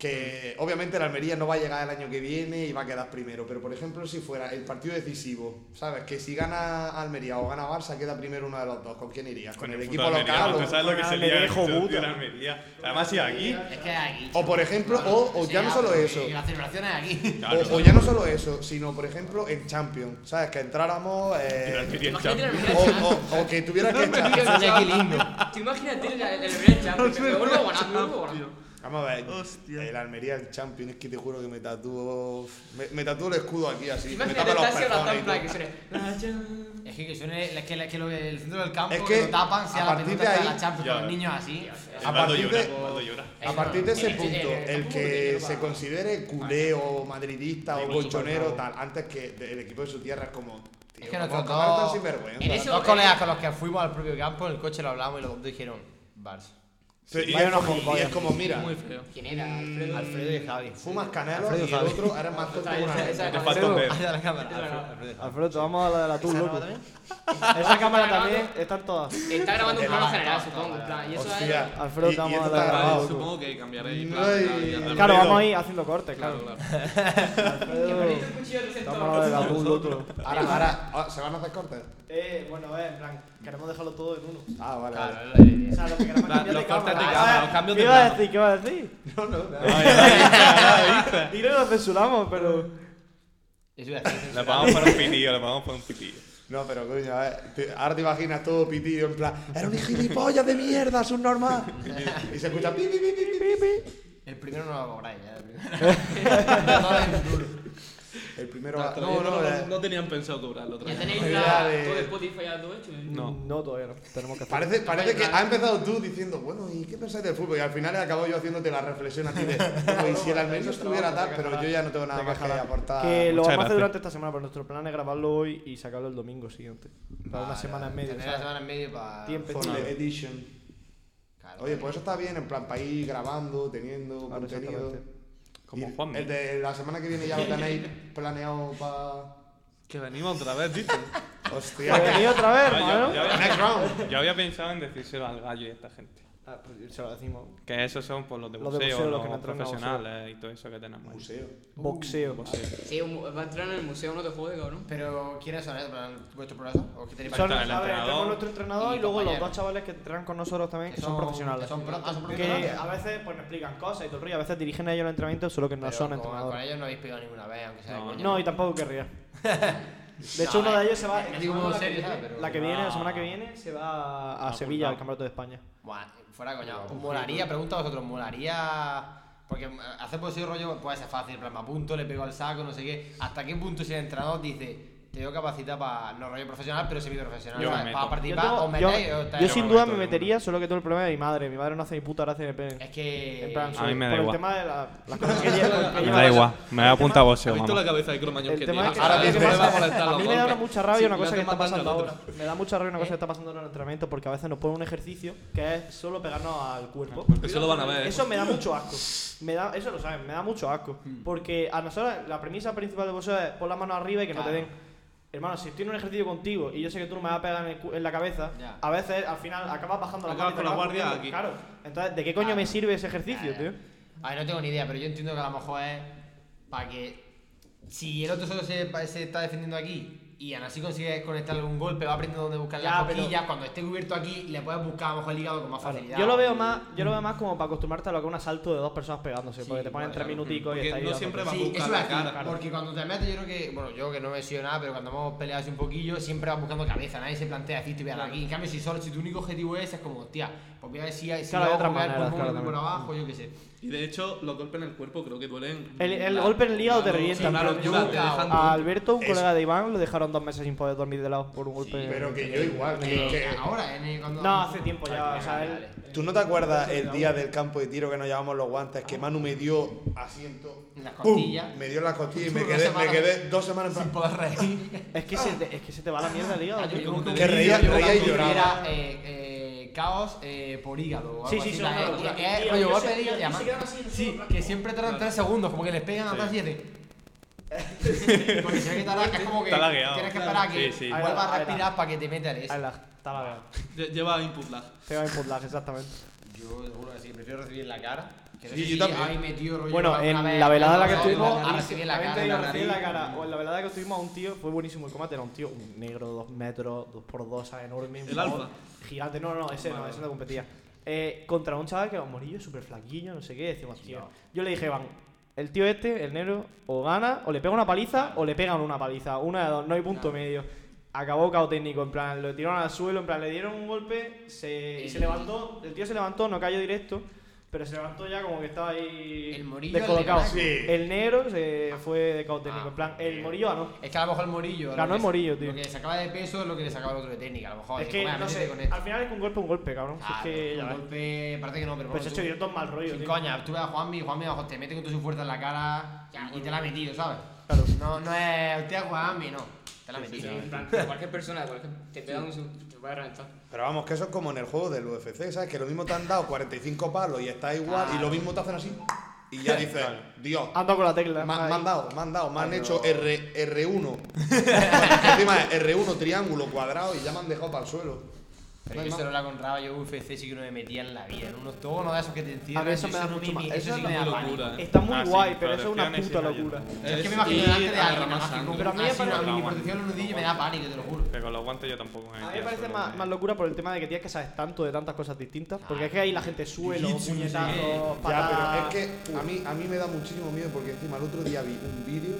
Speaker 7: Que
Speaker 2: Hmm.
Speaker 7: obviamente el Almería no va a llegar el año que viene y va a quedar primero, pero por ejemplo si fuera el partido decisivo, ¿sabes? Que si gana Almería o gana Barça queda primero uno de los dos, ¿con quién irías? ¿Con, el,
Speaker 2: puto
Speaker 7: equipo
Speaker 2: Almería,
Speaker 7: local?
Speaker 2: ¿Tú
Speaker 7: o-
Speaker 2: sabes lo que
Speaker 1: con
Speaker 2: se
Speaker 1: Almería,
Speaker 2: lía
Speaker 1: hijo
Speaker 2: esto, tío,
Speaker 1: puta.
Speaker 2: en Almería? Además, si aquí.
Speaker 7: Eh,
Speaker 6: Es que aquí.
Speaker 7: O, por ejemplo, o- o ya no solo
Speaker 6: pero
Speaker 7: eso.
Speaker 6: que La celebración es aquí.
Speaker 2: Claro.
Speaker 7: O, o ya no solo eso, sino por ejemplo en Champions, ¿sabes? Que entráramos.
Speaker 2: el
Speaker 7: eh,
Speaker 2: Almería en
Speaker 4: Imagínate el
Speaker 2: Champions.
Speaker 4: Real
Speaker 7: o,
Speaker 4: Champions.
Speaker 7: o- o que tuvieras que
Speaker 4: Tú
Speaker 7: echar.
Speaker 4: imagínate el- Tú imagínate el, el Real Champions. pero luego ganando, luego ganando.
Speaker 7: Vamos a ver.
Speaker 11: Hostia.
Speaker 7: El Almería, el Champions, es que te juro que me tatúo. Me, me tatúo el escudo aquí así. Me tapa
Speaker 4: Imagínate el
Speaker 7: los
Speaker 4: Tassi hablando
Speaker 7: pezones.
Speaker 4: en plan que suene. "La Champions".
Speaker 6: Es que, que suene, es que, es que lo, el centro del campo
Speaker 7: Es
Speaker 6: que,
Speaker 7: que
Speaker 6: lo tapan, sea
Speaker 7: a
Speaker 6: la
Speaker 7: partir
Speaker 6: pelota,
Speaker 7: de
Speaker 6: sea
Speaker 7: ahí-
Speaker 6: la Champions
Speaker 2: Ya
Speaker 6: con los
Speaker 2: ves.
Speaker 6: niños así.
Speaker 2: El
Speaker 7: A
Speaker 2: Ronaldo
Speaker 7: partir
Speaker 2: llora,
Speaker 7: de-
Speaker 2: el Ronaldo llora.
Speaker 7: A partir de ese
Speaker 4: Eh,
Speaker 7: punto,
Speaker 4: eh,
Speaker 7: el
Speaker 4: tampoco
Speaker 7: que
Speaker 4: te
Speaker 7: se
Speaker 4: quiero, va.
Speaker 7: considere culé o madridista o
Speaker 2: Digo,
Speaker 7: colchonero,
Speaker 2: superbravo.
Speaker 7: tal, antes que de- el equipo de su tierra es como. Tío,
Speaker 6: Es que
Speaker 7: ¿cómo
Speaker 6: nosotros
Speaker 7: acabar tan
Speaker 6: dos-
Speaker 7: sinvergüenza?
Speaker 4: en
Speaker 6: Los
Speaker 4: eso-
Speaker 6: dos colegas con los que fuimos al propio campo, en el coche lo hablamos y los dos dijeron Barça.
Speaker 7: Pero- y,
Speaker 1: Vaya
Speaker 7: es
Speaker 1: unos
Speaker 7: como, y es
Speaker 1: gilipollas.
Speaker 7: como, mira,
Speaker 11: muy feo.
Speaker 4: ¿Quién era? Alfredo.
Speaker 6: Mm, Alfredo y Javi.
Speaker 7: fumas canelo
Speaker 6: Alfredo
Speaker 7: y el
Speaker 6: Javi.
Speaker 7: otro eres más tonto
Speaker 4: Esa-
Speaker 7: que una
Speaker 4: esa- esa-
Speaker 2: Te
Speaker 7: leche.
Speaker 4: esa-
Speaker 2: falta un dedo.
Speaker 6: Ah, ya la cámara.
Speaker 4: Esa no.
Speaker 6: Alfredo- Alfredo y Javi.
Speaker 1: Alfredo, te vamos a la de la tú,
Speaker 6: ¿Esa no
Speaker 1: loco.
Speaker 6: va también?
Speaker 1: Esa cámara también, están todas.
Speaker 4: Está grabando un
Speaker 7: Ah,
Speaker 4: plano
Speaker 6: ah,
Speaker 4: general,
Speaker 6: ah,
Speaker 4: supongo. en plan, Y eso
Speaker 7: Hostia,
Speaker 4: es.
Speaker 1: Alfredo,
Speaker 7: y-
Speaker 1: te vamos
Speaker 7: y
Speaker 1: a
Speaker 7: esto
Speaker 1: dar-
Speaker 7: está grabado,
Speaker 11: Vale,
Speaker 7: tú.
Speaker 11: supongo que cambiaréis.
Speaker 7: No
Speaker 11: claro,
Speaker 7: hay-
Speaker 11: claro, ya, claro.
Speaker 1: Claro,
Speaker 7: Alfredo.
Speaker 1: vamos a ir haciendo cortes,
Speaker 11: Claro,
Speaker 1: claro.
Speaker 11: claro.
Speaker 1: Alfredo, te vamos a la de la tú, loco.
Speaker 7: Ahora, ahora, ahora, ¿se van a hacer cortes?
Speaker 1: Eh, bueno, eh, en plan, queremos dejarlo todo en uno.
Speaker 7: Ah, vale.
Speaker 6: Claro,
Speaker 7: vale.
Speaker 6: es la idea.
Speaker 1: O sea, lo que queremos es
Speaker 11: La-
Speaker 1: cambiar
Speaker 11: los
Speaker 1: de
Speaker 11: cortes de
Speaker 1: cámara.
Speaker 11: cámara,
Speaker 1: Ah,
Speaker 11: los cambios
Speaker 1: ¿Qué
Speaker 11: de
Speaker 1: iba a
Speaker 11: plano.
Speaker 1: decir? ¿Qué iba a decir? Dilo y lo censuramos, pero...
Speaker 6: Eso iba a decir.
Speaker 2: Le pagamos para un pitillo, le pagamos para un pitillo.
Speaker 7: No, pero coño, a ver, te- ahora te imaginas todo pitido en plan, era un gilipollas de mierda, es un normal. y se escucha pi, pi, pi, pi, pi, pi.
Speaker 6: El primero no lo cobráis, ya. El primero. Todo es duro.
Speaker 7: El primero va-
Speaker 11: Exacto,
Speaker 7: No,
Speaker 11: ellos
Speaker 7: no,
Speaker 11: no,
Speaker 7: eh,
Speaker 11: no tenían pensado cobrarlo otra
Speaker 4: Ya
Speaker 11: vez.
Speaker 4: tenéis
Speaker 7: Ya
Speaker 4: la,
Speaker 7: de-
Speaker 4: todo el Spotify ya todo hecho. eh.
Speaker 2: No.
Speaker 1: No, todavía no. Tenemos que hacer.
Speaker 7: Parece, parece que ha empezado tú diciendo, bueno, ¿y qué pensáis del fútbol? Y al final he acabado yo haciéndote la reflexión a ti de, "Bueno, y si el Almería estuviera tal, pero yo ya no tengo nada más que aportar.
Speaker 1: Que lo vamos a
Speaker 2: Muchas
Speaker 1: hacer
Speaker 2: gracias.
Speaker 1: durante esta semana, pero nuestro plan es grabarlo hoy y sacarlo el domingo siguiente. Para una
Speaker 6: Vale,
Speaker 1: semana en
Speaker 6: vale.
Speaker 1: medio.
Speaker 6: Tener
Speaker 1: ¿sabes?
Speaker 6: la semana en medio para.
Speaker 1: Tiempo.
Speaker 7: Full
Speaker 1: Claro.
Speaker 7: Edition.
Speaker 6: Claro.
Speaker 7: Oye, pues eso está bien, en plan, para ir grabando, teniendo
Speaker 1: Claro,
Speaker 7: contenido.
Speaker 1: exactamente.
Speaker 2: Como
Speaker 7: Y
Speaker 2: Juanmi.
Speaker 7: El de la semana que viene ya lo tenéis planeado para.
Speaker 11: Que venimos otra vez, dices.
Speaker 7: Hostia,
Speaker 1: Bienvenido otra vez,
Speaker 2: Ah, ya-
Speaker 1: hermano.
Speaker 2: ya-
Speaker 7: Next round.
Speaker 2: Yo había pensado en decírselo al gallo y a esta gente.
Speaker 1: Ah, pues se lo decimos.
Speaker 2: Que esos son por los de
Speaker 1: Los de
Speaker 2: boxeo,
Speaker 1: boxeo, los
Speaker 2: los
Speaker 1: que no entrenan
Speaker 2: profesionales y todo eso que tenemos. ahí.
Speaker 7: Museo.
Speaker 1: Uh. Boxeo.
Speaker 4: Sí, un- va a entrar en el museo, no te jode, cabrón.
Speaker 6: Pero, ¿quiénes son esos? plan, ¿Vuestros programas? ¿O qué tenéis
Speaker 2: Son-
Speaker 1: Son, a
Speaker 2: el
Speaker 1: ver,
Speaker 2: entrenador
Speaker 1: tenemos nuestro entrenador y,
Speaker 6: y
Speaker 1: luego los
Speaker 6: compañeros.
Speaker 1: dos chavales que entrenan con nosotros también, que, eh, son, profesionales.
Speaker 6: que Son pro- ah, son
Speaker 1: que
Speaker 6: profesionales.
Speaker 1: a veces pues nos explican cosas y todo el rollo, a veces dirigen ellos el entrenamiento, solo que no
Speaker 6: Pero
Speaker 1: son
Speaker 6: con- Con
Speaker 1: entrenadores.
Speaker 6: ellos no habéis pegado ninguna vez, aunque sea de
Speaker 2: No,
Speaker 6: coña.
Speaker 1: No, y tampoco querría. De hecho, uno de ellos se
Speaker 4: Ah,
Speaker 1: va.
Speaker 6: Es como
Speaker 1: la que
Speaker 6: serio,
Speaker 1: viene-
Speaker 6: ¿sabes? Pero-
Speaker 1: La que viene, la
Speaker 2: Ah.
Speaker 1: semana que viene, se va a
Speaker 2: Ah,
Speaker 1: Sevilla,
Speaker 2: pues,
Speaker 1: al Campeonato de España.
Speaker 6: Buah, fuera coña. Molaría, pregunta a vosotros, molaría. Porque eh, hacer por sí rollo puede ser fácil, en plan, me apunto, le pego al saco, no sé qué. ¿Hasta qué punto si el entrenador dice, te doy capacidad para no rollo profesional, pero semiprofesional?
Speaker 2: Yo me
Speaker 6: ¿sabes?
Speaker 2: meto.
Speaker 6: Para
Speaker 1: Yo,
Speaker 6: participar,
Speaker 1: tengo-
Speaker 6: os
Speaker 1: yo-
Speaker 6: metéis, os
Speaker 1: yo
Speaker 6: estáis-
Speaker 1: sin
Speaker 2: me
Speaker 1: duda
Speaker 2: meto
Speaker 1: me
Speaker 2: de una.
Speaker 1: metería, solo que todo el problema es mi madre. Mi madre no hace ni puta gracia de pene.
Speaker 6: Es que.
Speaker 1: En plan,
Speaker 2: A mí me da
Speaker 1: por el
Speaker 2: igual.
Speaker 1: tema de la, las cosas que ella- que
Speaker 2: Me
Speaker 1: ella-
Speaker 2: da igual, me voy a apuntar a
Speaker 3: ¿Has
Speaker 2: boxeo,
Speaker 3: visto la
Speaker 2: mamá.
Speaker 3: cabeza de cromañón
Speaker 1: El
Speaker 3: que
Speaker 1: tema
Speaker 3: tiene? Ah,
Speaker 1: es que
Speaker 3: Ahora
Speaker 1: a mí
Speaker 3: mismo
Speaker 1: me
Speaker 3: le va a
Speaker 1: da-
Speaker 3: molestar
Speaker 1: a
Speaker 3: los
Speaker 1: mí me da una
Speaker 3: golpes.
Speaker 1: mucha rabia
Speaker 3: Sí,
Speaker 1: una
Speaker 3: le
Speaker 1: cosa que
Speaker 3: hace
Speaker 1: está
Speaker 3: más daño
Speaker 1: pasando
Speaker 3: al
Speaker 1: ahora.
Speaker 3: otro.
Speaker 1: Me da mucha rabia una cosa
Speaker 3: Eh.
Speaker 1: que está pasando ahora en el entrenamiento porque a veces nos ponen un ejercicio que es solo pegarnos al cuerpo.
Speaker 3: Eso lo van a ver.
Speaker 1: Eso me da mucho asco. Me da, eso lo saben, me da mucho asco.
Speaker 3: Mm.
Speaker 1: Porque a nosotros la premisa principal de boxeo es pon las manos arriba y que no te
Speaker 6: Claro.
Speaker 1: den. Hermano, si estoy en un ejercicio contigo y yo sé que tú no me vas a pegar en, el cu- en la cabeza,
Speaker 6: Ya.
Speaker 1: a veces al final acabas bajando la
Speaker 3: Acabas
Speaker 1: cabeza.
Speaker 3: con la
Speaker 1: acabas
Speaker 3: guardia
Speaker 1: cogiendo-
Speaker 3: aquí.
Speaker 1: Claro. Entonces, ¿de qué coño
Speaker 6: Claro.
Speaker 1: me sirve ese ejercicio, tío?
Speaker 6: A ver, no tengo ni idea, pero yo entiendo que a lo mejor es para que. Si el otro solo se, pa- se está defendiendo aquí y aún así consigue conectarle un golpe, va aprendiendo dónde buscar
Speaker 1: Ya,
Speaker 6: las
Speaker 1: pero-
Speaker 6: coquillas, cuando esté cubierto aquí le puedes buscar a lo mejor el hígado con más facilidad.
Speaker 1: Yo lo veo
Speaker 6: Y-
Speaker 1: más, yo lo veo más como para acostumbrarte a lo que es un asalto de dos personas pegándose,
Speaker 6: Sí,
Speaker 1: porque te ponen
Speaker 6: puede
Speaker 1: tres
Speaker 6: ser.
Speaker 1: minuticos y
Speaker 3: Porque
Speaker 1: estáis
Speaker 3: no
Speaker 1: dándote.
Speaker 3: siempre vas a
Speaker 6: Sí,
Speaker 3: buscar
Speaker 6: eso es
Speaker 3: la
Speaker 6: así,
Speaker 3: cara.
Speaker 6: porque cuando te metes, yo creo que, bueno, yo que no me he sido nada, pero cuando hemos peleado así un poquillo, siempre vas buscando cabeza, nadie se plantea decir, te voy a dar aquí. En cambio, si solo, si tu único objetivo es, es como, hostia, pues voy a ver si hay, si
Speaker 1: Claro, hay
Speaker 6: hago
Speaker 1: otras
Speaker 6: con el
Speaker 1: maneras,
Speaker 6: pulmón
Speaker 1: claro,
Speaker 6: por
Speaker 1: también.
Speaker 6: abajo, yo qué sé.
Speaker 3: Y de hecho, los golpes en el cuerpo creo que duelen.
Speaker 1: El- el
Speaker 3: La-
Speaker 1: golpe en el hígado te
Speaker 3: la-
Speaker 1: revienta,
Speaker 3: sí, claro,
Speaker 1: pero-
Speaker 3: claro, te
Speaker 6: Yuca o-
Speaker 3: dejan-
Speaker 1: A Alberto, un
Speaker 7: Eso.
Speaker 1: colega de Iván, lo dejaron dos meses sin poder dormir de lado por un golpe.
Speaker 7: Pero que yo igual. que-
Speaker 6: Eh,
Speaker 7: que-
Speaker 6: ahora, en el- cuando...
Speaker 1: No, hace tiempo ya, o sea, él-
Speaker 6: vale.
Speaker 7: ¿Tú no te acuerdas el día del campo de tiro que nos llevamos los guantes? Que Manu me dio asiento.
Speaker 6: En las
Speaker 7: ¡pum!
Speaker 6: costillas.
Speaker 7: Me dio las costillas y me
Speaker 6: Dos
Speaker 7: quedé, me
Speaker 6: semanas.
Speaker 7: quedé dos semanas en
Speaker 6: Sin
Speaker 7: plan-
Speaker 6: poder reír.
Speaker 1: Es que, se te, es que se te va la mierda el
Speaker 6: Ah,
Speaker 1: hígado. tío.
Speaker 3: como
Speaker 7: Que reía,
Speaker 6: Yo
Speaker 7: reía y
Speaker 6: cuando tuviera,
Speaker 7: lloraba.
Speaker 6: eh, eh, caos eh, por hígado. o
Speaker 1: Sí,
Speaker 6: algo
Speaker 1: sí,
Speaker 6: así,
Speaker 1: sí,
Speaker 6: la-
Speaker 1: una locura.
Speaker 6: eh, eh,
Speaker 1: Tío,
Speaker 6: rollo,
Speaker 1: yo sé,
Speaker 6: golpe de
Speaker 1: tío,
Speaker 6: hígado,
Speaker 1: yo
Speaker 6: y además-
Speaker 1: se quedan así,
Speaker 6: Sí, que siempre tardan 3 segundos, como que les pegan atrás y es de- Porque se ve que tarda, que es como que
Speaker 2: Está lagueado.
Speaker 6: tienes que esperar a que
Speaker 2: Sí, sí.
Speaker 6: vuelvas
Speaker 1: Ahí va,
Speaker 6: a
Speaker 1: ahí
Speaker 6: respirar para que te metas en
Speaker 1: Ahí
Speaker 6: eso.
Speaker 1: la, está la vea.
Speaker 3: Lle- Lleva input lag.
Speaker 1: Te va a imputlar, exactamente.
Speaker 6: Yo seguro que sí, prefiero recibir en la cara. Que no
Speaker 7: Sí,
Speaker 6: sé
Speaker 7: yo
Speaker 6: si
Speaker 7: también.
Speaker 6: habéis metido rollo
Speaker 1: Bueno,
Speaker 6: alguna
Speaker 1: en
Speaker 6: vez
Speaker 1: la velada en la que
Speaker 6: algo,
Speaker 1: estuvimos,
Speaker 6: a recibir en la
Speaker 1: también
Speaker 6: cara,
Speaker 1: te digo,
Speaker 6: en la
Speaker 1: recibí en la
Speaker 6: nariz.
Speaker 1: cara. O en la velada que estuvimos a un tío, fue buenísimo el combate, era un tío, un negro, dos metros, dos por dos, ¿sabes? enorme. un
Speaker 3: ¿El
Speaker 1: pavo,
Speaker 3: alfa?
Speaker 1: Gigante, no, no, ese no, ese no competía. Eh, contra un chaval que era un morillo, súper flaquillo, no sé qué, decimos, tío. Yo le dije, Iván, el tío este, el negro, o gana, o le pega una paliza, o le pegan una paliza. Una de dos, no hay punto medio. Acabó cao técnico, en plan, lo tiraron al suelo, en plan, le dieron un golpe, se, y se
Speaker 6: El-
Speaker 1: levantó, el tío se levantó, no cayó directo, pero se levantó ya como que estaba ahí
Speaker 6: El morillo al
Speaker 1: descolocado.
Speaker 6: de
Speaker 7: Sí.
Speaker 1: El negro se fue de caos técnico.
Speaker 6: Ah,
Speaker 1: en plan, el Morillo ganó.
Speaker 6: Es que a lo mejor el morillo.
Speaker 1: Ganó
Speaker 6: lo que
Speaker 1: el Morillo,
Speaker 6: se-
Speaker 1: tío.
Speaker 6: Lo que le sacaba de peso es lo que le sacaba el otro de técnica, a lo mejor.
Speaker 1: es
Speaker 6: de,
Speaker 1: que,
Speaker 6: "Bueno,
Speaker 1: no
Speaker 6: métete
Speaker 1: sé,
Speaker 6: con esto".
Speaker 1: al final es que un golpe es un golpe, cabrón. Si
Speaker 6: Claro,
Speaker 1: es que, ya
Speaker 6: un
Speaker 1: ves. Pues
Speaker 6: golpe, parece que no, pero
Speaker 1: Pero se ha
Speaker 6: bueno,
Speaker 1: hecho
Speaker 6: tú-
Speaker 1: directo mal rollo,
Speaker 6: Sin
Speaker 1: tío.
Speaker 6: coña, tú ves a Juanmi y Juanmi ojo, te mete con toda su fuerza en la cara y, y te la ha metido, ¿sabes?
Speaker 1: Claro.
Speaker 6: No, no es, hostia, Juanmi, no. Te la ha metido.
Speaker 4: En plan, cualquier persona, cualquier, te pega un su- te puede reventar.
Speaker 7: Pero vamos, que eso es como en el juego del UFC, ¿sabes? Que lo mismo te han dado 45 palos y está igual
Speaker 6: Ah.
Speaker 7: y lo mismo te hacen así. Y ya dices, Dios,
Speaker 1: Ando con la tecla.
Speaker 7: me, me
Speaker 1: ahí.
Speaker 7: han dado, me han dado, me han
Speaker 6: Pero-
Speaker 7: hecho R, R1. Bueno, encima es R1, triángulo, cuadrado y ya me han dejado para el suelo.
Speaker 6: Pero
Speaker 7: No hay
Speaker 6: yo
Speaker 7: más.
Speaker 6: solo la compraba yo UFC sí que no me metía en la vida, en unos tonos de esos que te encierran.
Speaker 1: A ver, eso
Speaker 6: yo
Speaker 1: me da
Speaker 6: no
Speaker 1: mucho
Speaker 6: me-
Speaker 1: más-
Speaker 6: Eso
Speaker 1: eso
Speaker 6: sí
Speaker 1: es
Speaker 6: que me da
Speaker 3: una
Speaker 6: pánico.
Speaker 3: locura, eh.
Speaker 1: Está muy
Speaker 2: Ah, sí,
Speaker 1: guay, pero eso es una
Speaker 2: protecciones y
Speaker 1: puta
Speaker 2: rollo.
Speaker 1: locura.
Speaker 6: Es que me
Speaker 3: Es-
Speaker 6: imagino
Speaker 3: y
Speaker 6: delante de
Speaker 3: agarra
Speaker 6: alguien,
Speaker 3: más
Speaker 6: así,
Speaker 3: sangre.
Speaker 6: con
Speaker 1: Pero a mí me
Speaker 6: así,
Speaker 1: parece-
Speaker 6: una mini protección en un nudillo y me da pánico, te lo juro.
Speaker 2: Que con los guantes yo tampoco
Speaker 1: A
Speaker 2: me
Speaker 1: mí me
Speaker 2: metía,
Speaker 1: parece
Speaker 2: solo
Speaker 1: más,
Speaker 2: me-
Speaker 1: más locura por el tema de que tienes que sabes tanto de tantas cosas distintas. Porque es que ahí la gente suelo, puñetazos,
Speaker 7: Ya, pero
Speaker 1: patadas.
Speaker 7: es que a mí, a mí me da muchísimo miedo porque encima el otro día vi un vídeo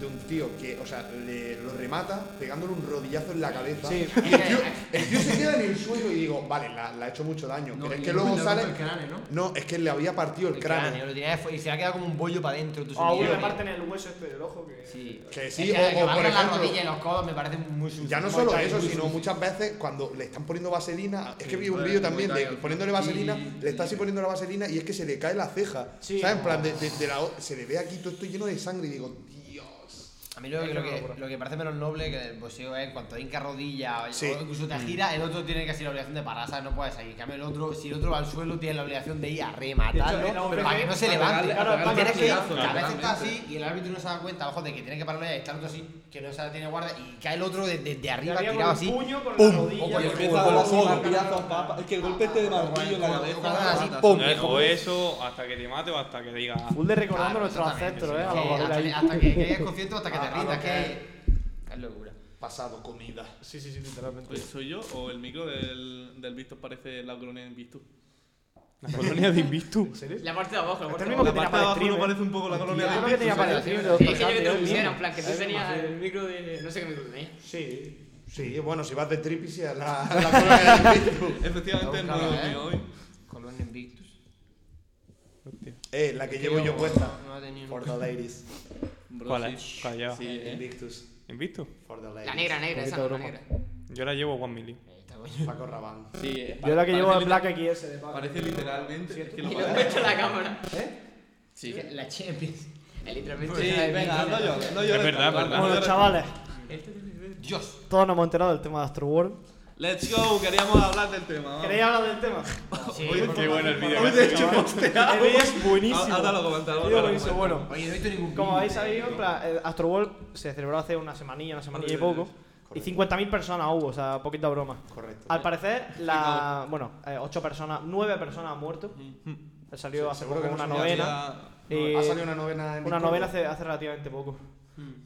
Speaker 7: de un tío que, o sea, le, lo remata pegándole un rodillazo en la cabeza.
Speaker 1: Sí.
Speaker 7: Y el tío, el tío se queda en el suelo y digo, vale, la- le ha hecho mucho daño.
Speaker 6: No,
Speaker 7: pero es
Speaker 6: y
Speaker 7: que
Speaker 6: le
Speaker 7: luego
Speaker 6: ha roto
Speaker 7: sale.
Speaker 6: el cráneo, ¿no?
Speaker 7: es que le había partido el,
Speaker 6: El
Speaker 7: cráneo.
Speaker 6: cráneo, lo tenía de fu- y se le ha quedado como un bollo para adentro. tú
Speaker 1: O a uno
Speaker 6: sentido,
Speaker 1: le
Speaker 6: tío.
Speaker 1: parten el hueso este del ojo. Ah, Que...
Speaker 6: Sí.
Speaker 7: Que
Speaker 6: Es
Speaker 7: sí, o-
Speaker 6: que
Speaker 7: o,
Speaker 6: valga
Speaker 7: por
Speaker 6: la
Speaker 7: ejemplo-
Speaker 6: rodilla y los codos me parece muy sucio.
Speaker 7: Ya no
Speaker 6: Muy
Speaker 7: solo
Speaker 6: tal,
Speaker 7: eso,
Speaker 6: muy
Speaker 7: sino
Speaker 6: sucio.
Speaker 7: muchas veces cuando le están poniendo vaselina, es que vi un
Speaker 3: bueno,
Speaker 7: vídeo también
Speaker 3: muy
Speaker 7: de
Speaker 3: bien.
Speaker 7: poniéndole vaselina,
Speaker 3: Sí,
Speaker 7: le está así
Speaker 3: sí.
Speaker 7: poniendo la vaselina y es que se le cae la ceja.
Speaker 1: Sí.
Speaker 7: ¿Sabes? En plan, de, de- de la o- se le ve aquí todo esto lleno de sangre y digo, Dios.
Speaker 6: A mí lo,
Speaker 1: Es
Speaker 6: lo
Speaker 1: una
Speaker 6: que,
Speaker 1: locura.
Speaker 6: lo que parece menos noble que del boxeo es en cuanto hinca rodilla o,
Speaker 5: Sí.
Speaker 6: o incluso te gira, el otro tiene casi la obligación de parar, ¿sabes? No puede salir. En cambio, el otro, si el otro va al suelo, tiene la obligación de ir a
Speaker 1: De hecho, en la
Speaker 6: rematarlo
Speaker 1: UFC,
Speaker 6: para que no se
Speaker 1: a
Speaker 6: levante.
Speaker 1: pegarle- claro,
Speaker 6: tienes
Speaker 1: al
Speaker 6: que ir,
Speaker 1: martillazo,
Speaker 6: que a veces está
Speaker 3: claramente.
Speaker 6: así y el árbitro no se da cuenta, ojo, de que tiene que pararlo ya y está el otro así, que no se la tiene guarda y cae el otro desde de, arriba
Speaker 1: Daría con
Speaker 6: tirado
Speaker 1: el
Speaker 6: así.
Speaker 1: puño, con la
Speaker 6: ¡Pum!
Speaker 1: rodilla,
Speaker 6: O
Speaker 1: con
Speaker 3: Pues
Speaker 1: el
Speaker 6: con el
Speaker 1: codo.
Speaker 6: codo,
Speaker 13: Empezaba así,
Speaker 6: o-
Speaker 13: martillazo, papa. Es que el golpe este de martillo en la
Speaker 6: Como-
Speaker 13: cabeza.
Speaker 6: como así,
Speaker 13: pata.
Speaker 6: ¡pum!
Speaker 2: Eh, O eso, hasta que te mate o hasta que diga.
Speaker 1: Full de recordando
Speaker 6: Claro,
Speaker 1: nuestros
Speaker 6: exactamente,
Speaker 1: ancestros, eh.
Speaker 6: Ah,
Speaker 1: A
Speaker 6: sí,
Speaker 1: los
Speaker 6: que
Speaker 1: gorilas
Speaker 6: hasta,
Speaker 1: ahí.
Speaker 6: que- hasta que llegues concierto, hasta que
Speaker 5: A-
Speaker 6: te
Speaker 5: a
Speaker 6: rindas,
Speaker 5: lo
Speaker 6: que es locura.
Speaker 5: Pasado comida.
Speaker 1: Sí, sí, sí, literalmente.
Speaker 3: Oye, Pues ¿Soy yo o el micro del, del Víctor parece la colonia del Víctor?
Speaker 2: La colonia de Invictus.
Speaker 1: ¿En serio?
Speaker 4: La parte de abajo, la
Speaker 1: Este
Speaker 4: parte
Speaker 1: es el
Speaker 4: de
Speaker 1: mismo
Speaker 4: abajo.
Speaker 1: que tenía
Speaker 3: La parte
Speaker 1: para
Speaker 3: de
Speaker 1: el
Speaker 3: abajo no
Speaker 1: stream, eh.
Speaker 3: parece un poco la colonia
Speaker 1: Yo
Speaker 3: del
Speaker 1: creo que
Speaker 3: Víctor.
Speaker 1: tenía para
Speaker 6: sí,
Speaker 1: decir
Speaker 6: sí,
Speaker 1: de
Speaker 6: sí.
Speaker 1: Doctor
Speaker 4: Es que yo te lo
Speaker 1: Hardy,
Speaker 4: pusiera,
Speaker 1: ¿eh?
Speaker 4: en plan, que tú
Speaker 1: ¿sabes?
Speaker 4: tenías el micro de. No sé qué micro tenías.
Speaker 1: Sí.
Speaker 5: Sí, bueno, si vas de tripis a la, a la cola del Bitcoin.
Speaker 3: Efectivamente, es
Speaker 6: Claro,
Speaker 3: nuevo
Speaker 6: ¿eh?
Speaker 3: mío hoy.
Speaker 6: Colonia Invictus.
Speaker 5: Eh, la que llevo yo puesta.
Speaker 6: No ha tenido
Speaker 5: For
Speaker 6: nunca.
Speaker 5: the ladies.
Speaker 3: Bro,
Speaker 2: ¿Cuál
Speaker 3: sí.
Speaker 2: es? ¿Cuál lleva?
Speaker 3: Sí, eh.
Speaker 5: Invictus.
Speaker 2: ¿Invictus?
Speaker 5: For the ladies.
Speaker 4: La negra, negra, esa,
Speaker 1: Poquito
Speaker 4: la
Speaker 1: broma.
Speaker 4: negra.
Speaker 2: Yo la llevo One Milli.
Speaker 6: Esta, coño.
Speaker 5: Paco Rabán.
Speaker 3: Sí, eh.
Speaker 1: Yo la que llevo
Speaker 3: Parece
Speaker 1: en
Speaker 3: li-
Speaker 1: Black aquí ese de pago. ¿Eh?
Speaker 3: Parece literalmente. es que
Speaker 4: Y
Speaker 3: lo
Speaker 4: lo he
Speaker 3: parece.
Speaker 4: puesto en la cámara.
Speaker 3: Sí.
Speaker 6: La Champions.
Speaker 4: El literalmente.
Speaker 3: Sí, venga, no llores, no llores.
Speaker 2: Es verdad,
Speaker 3: tanto,
Speaker 2: es verdad.
Speaker 3: no
Speaker 1: Bueno,
Speaker 3: llores
Speaker 1: chavales,
Speaker 6: Dios.
Speaker 1: todos nos hemos enterado del tema de Astroworld.
Speaker 3: tanto. Let's go, queríamos hablar del tema. vamos.
Speaker 1: ¿Queréis hablar del tema?
Speaker 6: Sí.
Speaker 2: Qué bueno el vídeo.
Speaker 3: Hoy, de hecho,
Speaker 1: El vídeo es buenísimo.
Speaker 3: Ahora lo comentamos.
Speaker 1: El vídeo
Speaker 3: ahora lo
Speaker 1: es buenísimo.
Speaker 3: comentamos.
Speaker 1: Bueno,
Speaker 6: Oye, no he visto ningún
Speaker 1: como
Speaker 6: vídeo.
Speaker 1: habéis sabido, en plan, el Astro World se celebró hace una semanilla, una semanilla y poco. Y 50.000 personas hubo, o sea, poquita broma.
Speaker 5: Correcto.
Speaker 1: Al parecer, la, bueno, 8 personas, 9 personas han muerto.
Speaker 6: Mm.
Speaker 1: Salió hace
Speaker 5: seguro
Speaker 1: poco
Speaker 5: que no
Speaker 1: una
Speaker 5: sabía
Speaker 1: novena.
Speaker 5: ha
Speaker 1: Eh,
Speaker 5: salido una novena en
Speaker 1: Una
Speaker 5: Discord.
Speaker 1: novela hace, hace relativamente poco.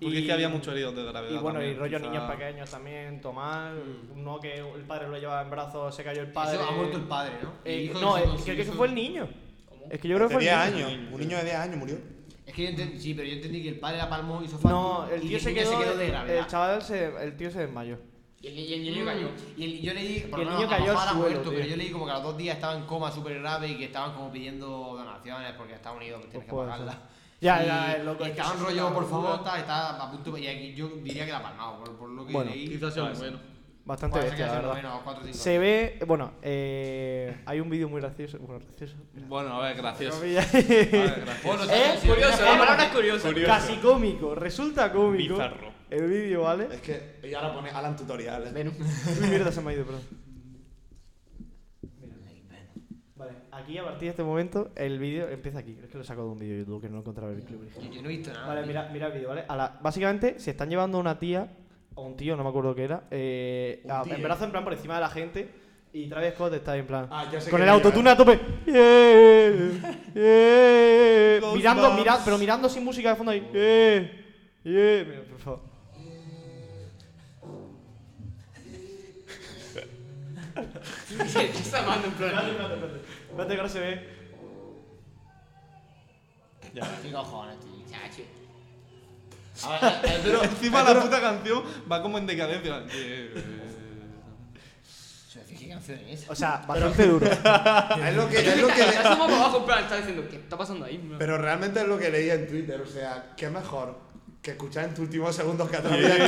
Speaker 3: Porque es que había muchos heridos de
Speaker 1: Y
Speaker 5: Pues
Speaker 3: gravedad.
Speaker 1: bueno, y
Speaker 3: también,
Speaker 1: rollo
Speaker 3: quizá.
Speaker 1: niños pequeños también, Tomás,
Speaker 6: Mm.
Speaker 1: uno que el padre lo llevaba en brazos, se cayó el padre.
Speaker 6: Eso ha muerto el padre, ¿no? El
Speaker 1: Eh,
Speaker 6: hijo
Speaker 1: no,
Speaker 6: de
Speaker 1: eh,
Speaker 6: su-
Speaker 1: creo que
Speaker 6: su-
Speaker 1: eso fue el niño.
Speaker 4: ¿Cómo?
Speaker 1: Es que yo creo que
Speaker 5: De
Speaker 1: fue
Speaker 5: 10
Speaker 1: el niño.
Speaker 5: años. Un niño de 10 años murió.
Speaker 6: Es que yo entendí, sí, pero yo entendí que el padre la palmó hizo falta.
Speaker 1: No, el tío se quedó,
Speaker 6: de
Speaker 1: el
Speaker 6: gravedad.
Speaker 1: chaval se, el tío se desmayó.
Speaker 4: Y el niño- y el niño cayó.
Speaker 5: Mm.
Speaker 6: Y el- yo leí, por
Speaker 1: Y el
Speaker 6: lo
Speaker 1: niño
Speaker 6: menos, a lo
Speaker 1: cayó al
Speaker 6: mejor ha
Speaker 1: suelo,
Speaker 6: muerto,
Speaker 1: tío.
Speaker 6: pero yo leí como que a los dos días estaba en coma súper grave y que estaban como pidiendo donaciones porque Estados Unidos pues, tienes que
Speaker 1: Pues puede
Speaker 6: pagarla.
Speaker 1: ser. Ya,
Speaker 6: Y-
Speaker 1: ya, es loco,
Speaker 6: y
Speaker 1: es que
Speaker 6: Estaban
Speaker 1: eso es
Speaker 6: rollo,
Speaker 1: una
Speaker 6: por
Speaker 1: locura.
Speaker 6: favor, está, está a punto. Y aquí yo diría que la ha palmado, por, por lo que
Speaker 1: Bueno.
Speaker 6: leí.
Speaker 3: Quizás sea muy bueno.
Speaker 1: Bastante
Speaker 6: Puede ser que
Speaker 1: bestia,
Speaker 6: haya
Speaker 1: la
Speaker 6: sido
Speaker 1: verdad.
Speaker 6: menos cuatro o cinco.
Speaker 1: Se ve, bueno, eh, hay un vídeo muy gracioso, bueno, gracioso. ¿Eh?
Speaker 3: Bueno, a ver, gracias. A ver,
Speaker 1: gracioso.
Speaker 3: gracias.
Speaker 4: Es curioso, la palabra es curiosa.
Speaker 1: eh, Casi cómico, resulta cómico.
Speaker 2: Bizarro.
Speaker 1: El vídeo, ¿vale?
Speaker 5: Es que. Y ahora pone Alan Tutorial.
Speaker 1: Uy, mierda, se me ha ido, perdón. Vale, aquí a partir de este momento el vídeo empieza aquí. Es que lo saco de un vídeo de YouTube que no encontraba el clip
Speaker 6: Yo,
Speaker 1: original.
Speaker 6: yo no he visto
Speaker 5: Ah,
Speaker 6: nada.
Speaker 1: Vale,
Speaker 6: tío.
Speaker 1: mira, mira el vídeo, ¿vale? A la- básicamente se están llevando a una tía o un tío, no me acuerdo qué era, eh,
Speaker 5: Un
Speaker 1: a-
Speaker 5: tío.
Speaker 1: en brazo en plan por encima de la gente y Travis Scott está ahí en plan
Speaker 5: Ah, ya sé
Speaker 1: con
Speaker 5: qué
Speaker 1: el
Speaker 5: vídeo,
Speaker 1: autotune
Speaker 5: eh.
Speaker 1: a tope. Yeah, yeah, yeah. mirando,
Speaker 3: Ghostbusters.
Speaker 1: mira, pero mirando sin música de fondo ahí. Yeah, yeah. Mira, por favor.
Speaker 4: Está amando en plan.
Speaker 1: Espérate que ahora se ve.
Speaker 6: Qué cojones, tío.
Speaker 4: Chacho.
Speaker 6: Ahora, eh,
Speaker 3: Pero encima la puta canción va como en decadencia. eh,
Speaker 6: eh, ¿Qué canción es esa?
Speaker 1: O sea, bastante duro.
Speaker 5: es lo que. Es lo que
Speaker 4: Está asomado para abajo, en plan, está diciendo, ¿qué está pasando ahí?
Speaker 5: pero realmente es lo que leía en Twitter. O sea, qué mejor que escuchar en tus últimos segundos que a Travis Scott. que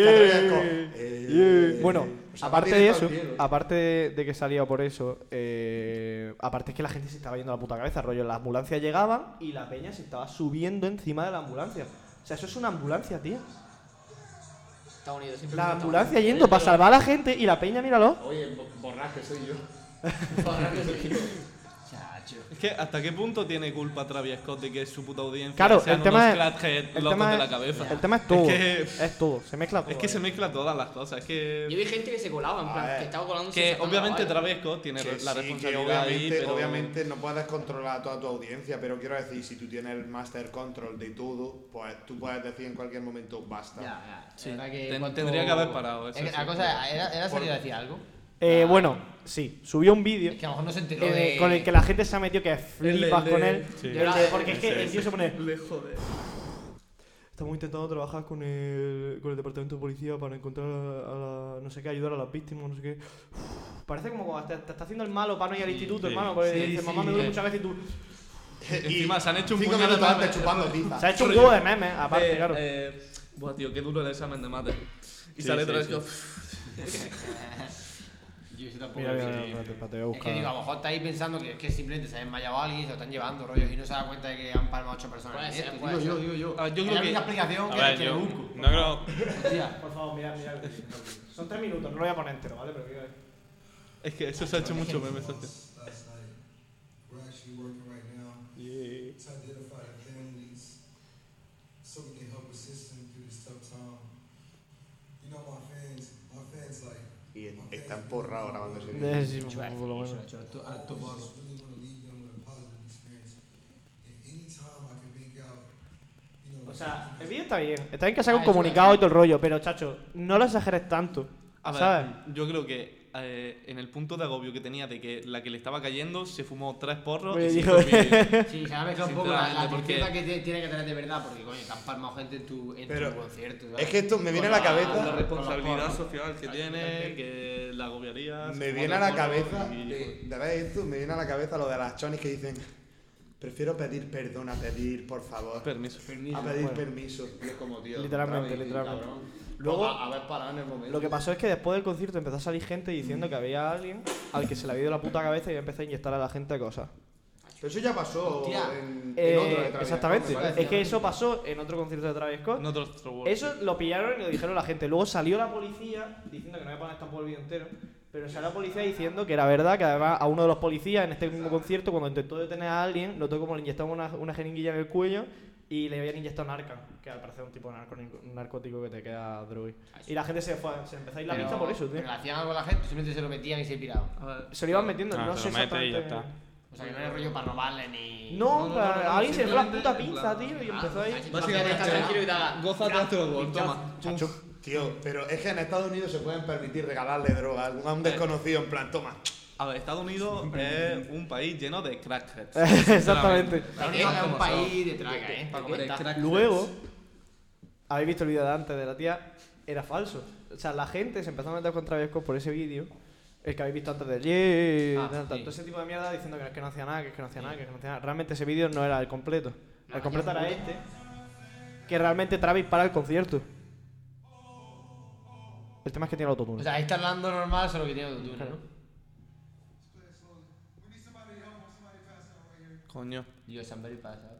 Speaker 5: a Travis Scott. Eh,
Speaker 1: Bueno,
Speaker 5: o sea, va
Speaker 1: aparte de
Speaker 5: directo
Speaker 1: eso,
Speaker 5: al cielo.
Speaker 1: aparte de, de que salía por eso, eh, aparte es que la gente se estaba yendo a la puta cabeza, rollo, la ambulancia llegaba y la peña se estaba subiendo encima de la ambulancia. O sea, eso es una ambulancia, tío.
Speaker 4: Estados Unidos, siempre.
Speaker 1: La ambulancia yendo para salvar a la gente y la peña, míralo.
Speaker 5: Oye, bo- borraje soy yo.
Speaker 6: Chacho.
Speaker 3: Es que hasta qué punto tiene culpa Travis Scott de que su puta audiencia
Speaker 1: Claro,
Speaker 3: sean
Speaker 1: el tema
Speaker 3: unos
Speaker 1: es-
Speaker 3: crackhead
Speaker 1: El
Speaker 3: locos
Speaker 1: tema,
Speaker 3: de la
Speaker 1: es,
Speaker 3: cabeza.
Speaker 1: el tema es todo. Es,
Speaker 3: que-
Speaker 1: todo, se mezcla todo.
Speaker 3: Es que se
Speaker 1: eh.
Speaker 3: mezclan todas las cosas. Es
Speaker 4: Yo
Speaker 3: que,
Speaker 4: vi gente que se colaba, en
Speaker 5: A
Speaker 4: plan,
Speaker 5: ver,
Speaker 4: que estaba colándose.
Speaker 3: que
Speaker 4: sacando la
Speaker 3: obviamente
Speaker 6: ¿eh?
Speaker 4: valla.
Speaker 3: Travis Scott tiene
Speaker 5: Que sí,
Speaker 3: la
Speaker 5: que
Speaker 3: responsabilidad
Speaker 5: obviamente,
Speaker 3: ahí, pero...
Speaker 5: obviamente no puedes controlar a toda tu audiencia, pero quiero decir, si tú tienes el master control de todo, pues tú puedes decir en cualquier momento basta.
Speaker 6: Ya, ya.
Speaker 3: Sí.
Speaker 6: Es verdad que
Speaker 3: Ten-
Speaker 6: cuando-
Speaker 3: tendría que haber parado eso,
Speaker 6: Es que la
Speaker 3: sí.
Speaker 6: cosa era, era salido a decir algo.
Speaker 1: Eh,
Speaker 6: Ah,
Speaker 1: bueno, sí, subió un vídeo.
Speaker 6: Es que a lo mejor no se enteró.
Speaker 1: eh,
Speaker 6: de-
Speaker 1: con el que la gente se ha metido que flipas
Speaker 3: de-
Speaker 1: con él.
Speaker 2: Sí.
Speaker 1: El de- porque es que
Speaker 2: Sí,
Speaker 1: el tío se pone.
Speaker 3: Le jode.
Speaker 1: Estamos intentando trabajar con el, con el departamento de policía para encontrar a la, no sé qué, ayudar a las víctimas, no sé qué. Uf, Parece como cuando te, te está haciendo el malo para no ir al instituto,
Speaker 2: sí.
Speaker 1: hermano, porque
Speaker 3: Sí,
Speaker 1: dices,
Speaker 3: sí,
Speaker 1: mamá me duele
Speaker 3: sí.
Speaker 1: muchas veces y tú...
Speaker 3: Encima se han hecho un
Speaker 5: Cinco
Speaker 3: puñado
Speaker 5: minutos
Speaker 3: de-
Speaker 5: antes chupando pizza.
Speaker 1: Se ha hecho un huevo de memes, aparte,
Speaker 3: Eh,
Speaker 1: claro.
Speaker 3: eh, buah, tío, qué duro el examen de mate. Y
Speaker 2: Sí,
Speaker 3: sale
Speaker 2: sí,
Speaker 3: Travis
Speaker 2: sí.
Speaker 3: Scott.
Speaker 6: Yo eso tampoco
Speaker 1: Mira,
Speaker 6: lo
Speaker 1: mira,
Speaker 6: sé.
Speaker 1: mira, espérate, espérate, voy a
Speaker 6: Es que digo, a
Speaker 1: buscar.
Speaker 6: lo mejor estáis pensando que es que simplemente se ha desmayado alguien y se lo están llevando, rollo, y no se da cuenta de que han palmado ocho personas. Eh,
Speaker 4: Puede
Speaker 6: en
Speaker 4: ser,
Speaker 6: esto.
Speaker 4: puede
Speaker 6: digo,
Speaker 4: ser.
Speaker 6: yo, digo yo.
Speaker 3: A ver, Ah, yo
Speaker 6: Es
Speaker 3: creo
Speaker 6: la
Speaker 3: que-
Speaker 6: misma explicación
Speaker 2: A
Speaker 6: que,
Speaker 2: ver,
Speaker 6: que
Speaker 2: yo
Speaker 6: busco.
Speaker 2: no creo.
Speaker 6: Hostia.
Speaker 1: Por favor, mirad, mirad. Son tres minutos, no lo voy a poner entero, ¿vale? Pero mira.
Speaker 3: Es que eso se ha hecho mucho meme socio.
Speaker 14: last night. We're actually working right now to identify the families so we can help assist them through this tough time. You know, my fans, my fans like,
Speaker 5: Y está emporrado grabando ese vídeo.
Speaker 1: Eh, sí, por lo menos.
Speaker 14: I just really want to leave them with a positive experience. And anytime I can make out, you know,
Speaker 1: O
Speaker 14: like,
Speaker 1: sea, el vídeo está bien. Está bien que saca
Speaker 6: Ah,
Speaker 1: un
Speaker 6: eso
Speaker 1: comunicado y
Speaker 6: es.
Speaker 1: todo el rollo, pero chacho, no lo exageres tanto.
Speaker 3: A ver,
Speaker 1: ¿Sabes?
Speaker 3: yo creo que eh, en el punto de agobio que tenía de que la que le estaba cayendo se fumó tres porros
Speaker 1: Oye,
Speaker 3: y se
Speaker 1: hijo
Speaker 3: hizo
Speaker 1: de-
Speaker 3: vídeo.
Speaker 6: Sí, se me ha mezclado un poco la, la
Speaker 3: Sinceramente,
Speaker 6: tristeza
Speaker 3: porque-
Speaker 6: que te- tiene que tener de verdad, porque coño, te han palmado gente en tu, en
Speaker 5: Pero-
Speaker 6: tu concierto. ¿sabes?
Speaker 5: Es que esto me viene a
Speaker 6: Con
Speaker 5: la cabeza.
Speaker 3: La
Speaker 6: con los
Speaker 3: responsabilidad
Speaker 6: porros.
Speaker 3: social que tiene, que la agobiaría. se
Speaker 5: Me
Speaker 3: fumó
Speaker 5: viene a la
Speaker 3: tres porros
Speaker 5: cabeza,
Speaker 3: y-
Speaker 5: de, de ver esto, me viene a la cabeza lo de las chonis que dicen, prefiero pedir perdón a pedir por favor,
Speaker 3: Permiso.
Speaker 5: a pedir permiso.
Speaker 6: Y es como, tío,
Speaker 1: Literalmente,
Speaker 6: grave,
Speaker 1: literalmente.
Speaker 6: cabrón.
Speaker 1: Luego-
Speaker 6: Pues, a, a ver, parado en el momento.
Speaker 1: Lo que pasó es que después del concierto empezó a salir gente diciendo que había alguien al que se le había ido la puta cabeza y empezó a inyectar a la gente cosas.
Speaker 5: Pero eso ya pasó
Speaker 6: Hostia.
Speaker 5: en, en
Speaker 1: Eh,
Speaker 5: otro de Travis
Speaker 1: exactamente.
Speaker 5: Scott, me parece.
Speaker 1: es que eso pasó en otro concierto de Travis Scott.
Speaker 3: No te lo trobo.
Speaker 1: Eso lo pillaron y lo dijeron a la gente. Luego salió la policía diciendo que no voy a poner tampoco el vídeo entero. Pero salió la policía diciendo que era verdad, que además a uno de los policías en este mismo concierto, cuando intentó detener a alguien, notó como le inyectaban una, una jeringuilla en el cuello y le habían inyectado narcan, que al parecer es un tipo de narco- narcótico que te queda droid. Y la gente se fue, se empezó a ir la
Speaker 6: Pero-
Speaker 1: pista por eso, tío.
Speaker 6: Pero hacían algo a la gente, simplemente se lo metían y se piraban.
Speaker 3: A ver,
Speaker 1: Se lo iban metiendo,
Speaker 2: Ah,
Speaker 1: no sé
Speaker 2: se lo mete y ya
Speaker 1: exactamente.
Speaker 2: está.
Speaker 6: O sea, que no era rollo para robarle ni.
Speaker 1: No,
Speaker 3: No, no,
Speaker 1: pero
Speaker 3: no, no,
Speaker 1: alguien se le fue la
Speaker 3: simplemente,
Speaker 1: puta
Speaker 3: en
Speaker 1: pinza,
Speaker 3: plan,
Speaker 1: tío, y
Speaker 6: Ah,
Speaker 1: empezó ahí.
Speaker 6: así,
Speaker 3: Básicamente,
Speaker 6: está tranquilo y te haga-
Speaker 3: Gózate este gol, toma.
Speaker 1: Chacho.
Speaker 5: Tío, pero es que en Estados Unidos se pueden permitir regalarle droga a un desconocido en plan, toma.
Speaker 3: A ver, Estados Unidos es un país lleno de crackheads.
Speaker 1: Eh. Exactamente.
Speaker 6: Estados Unidos es un país de traga, eh.
Speaker 3: Para comer
Speaker 6: Está-
Speaker 3: crackheads.
Speaker 1: Luego, habéis visto el vídeo de antes de la tía, era falso. O sea, la gente se empezó a meter contra Travis Scott por ese vídeo, el que habéis visto antes de ayer,
Speaker 6: Ah,
Speaker 1: tal, tal,
Speaker 6: sí.
Speaker 1: todo ese tipo de mierda diciendo que no, es que no hacía nada, que es que no hacía nada, que es que no hacía nada. Realmente ese vídeo no era el completo.
Speaker 6: Ah,
Speaker 1: El completo era este, que realmente Travis para el concierto. El tema es que tiene el autotune.
Speaker 6: O sea, ahí está hablando normal, solo que tiene autotune, ¿no?
Speaker 3: Coño.
Speaker 6: Yo, Samberry pasa.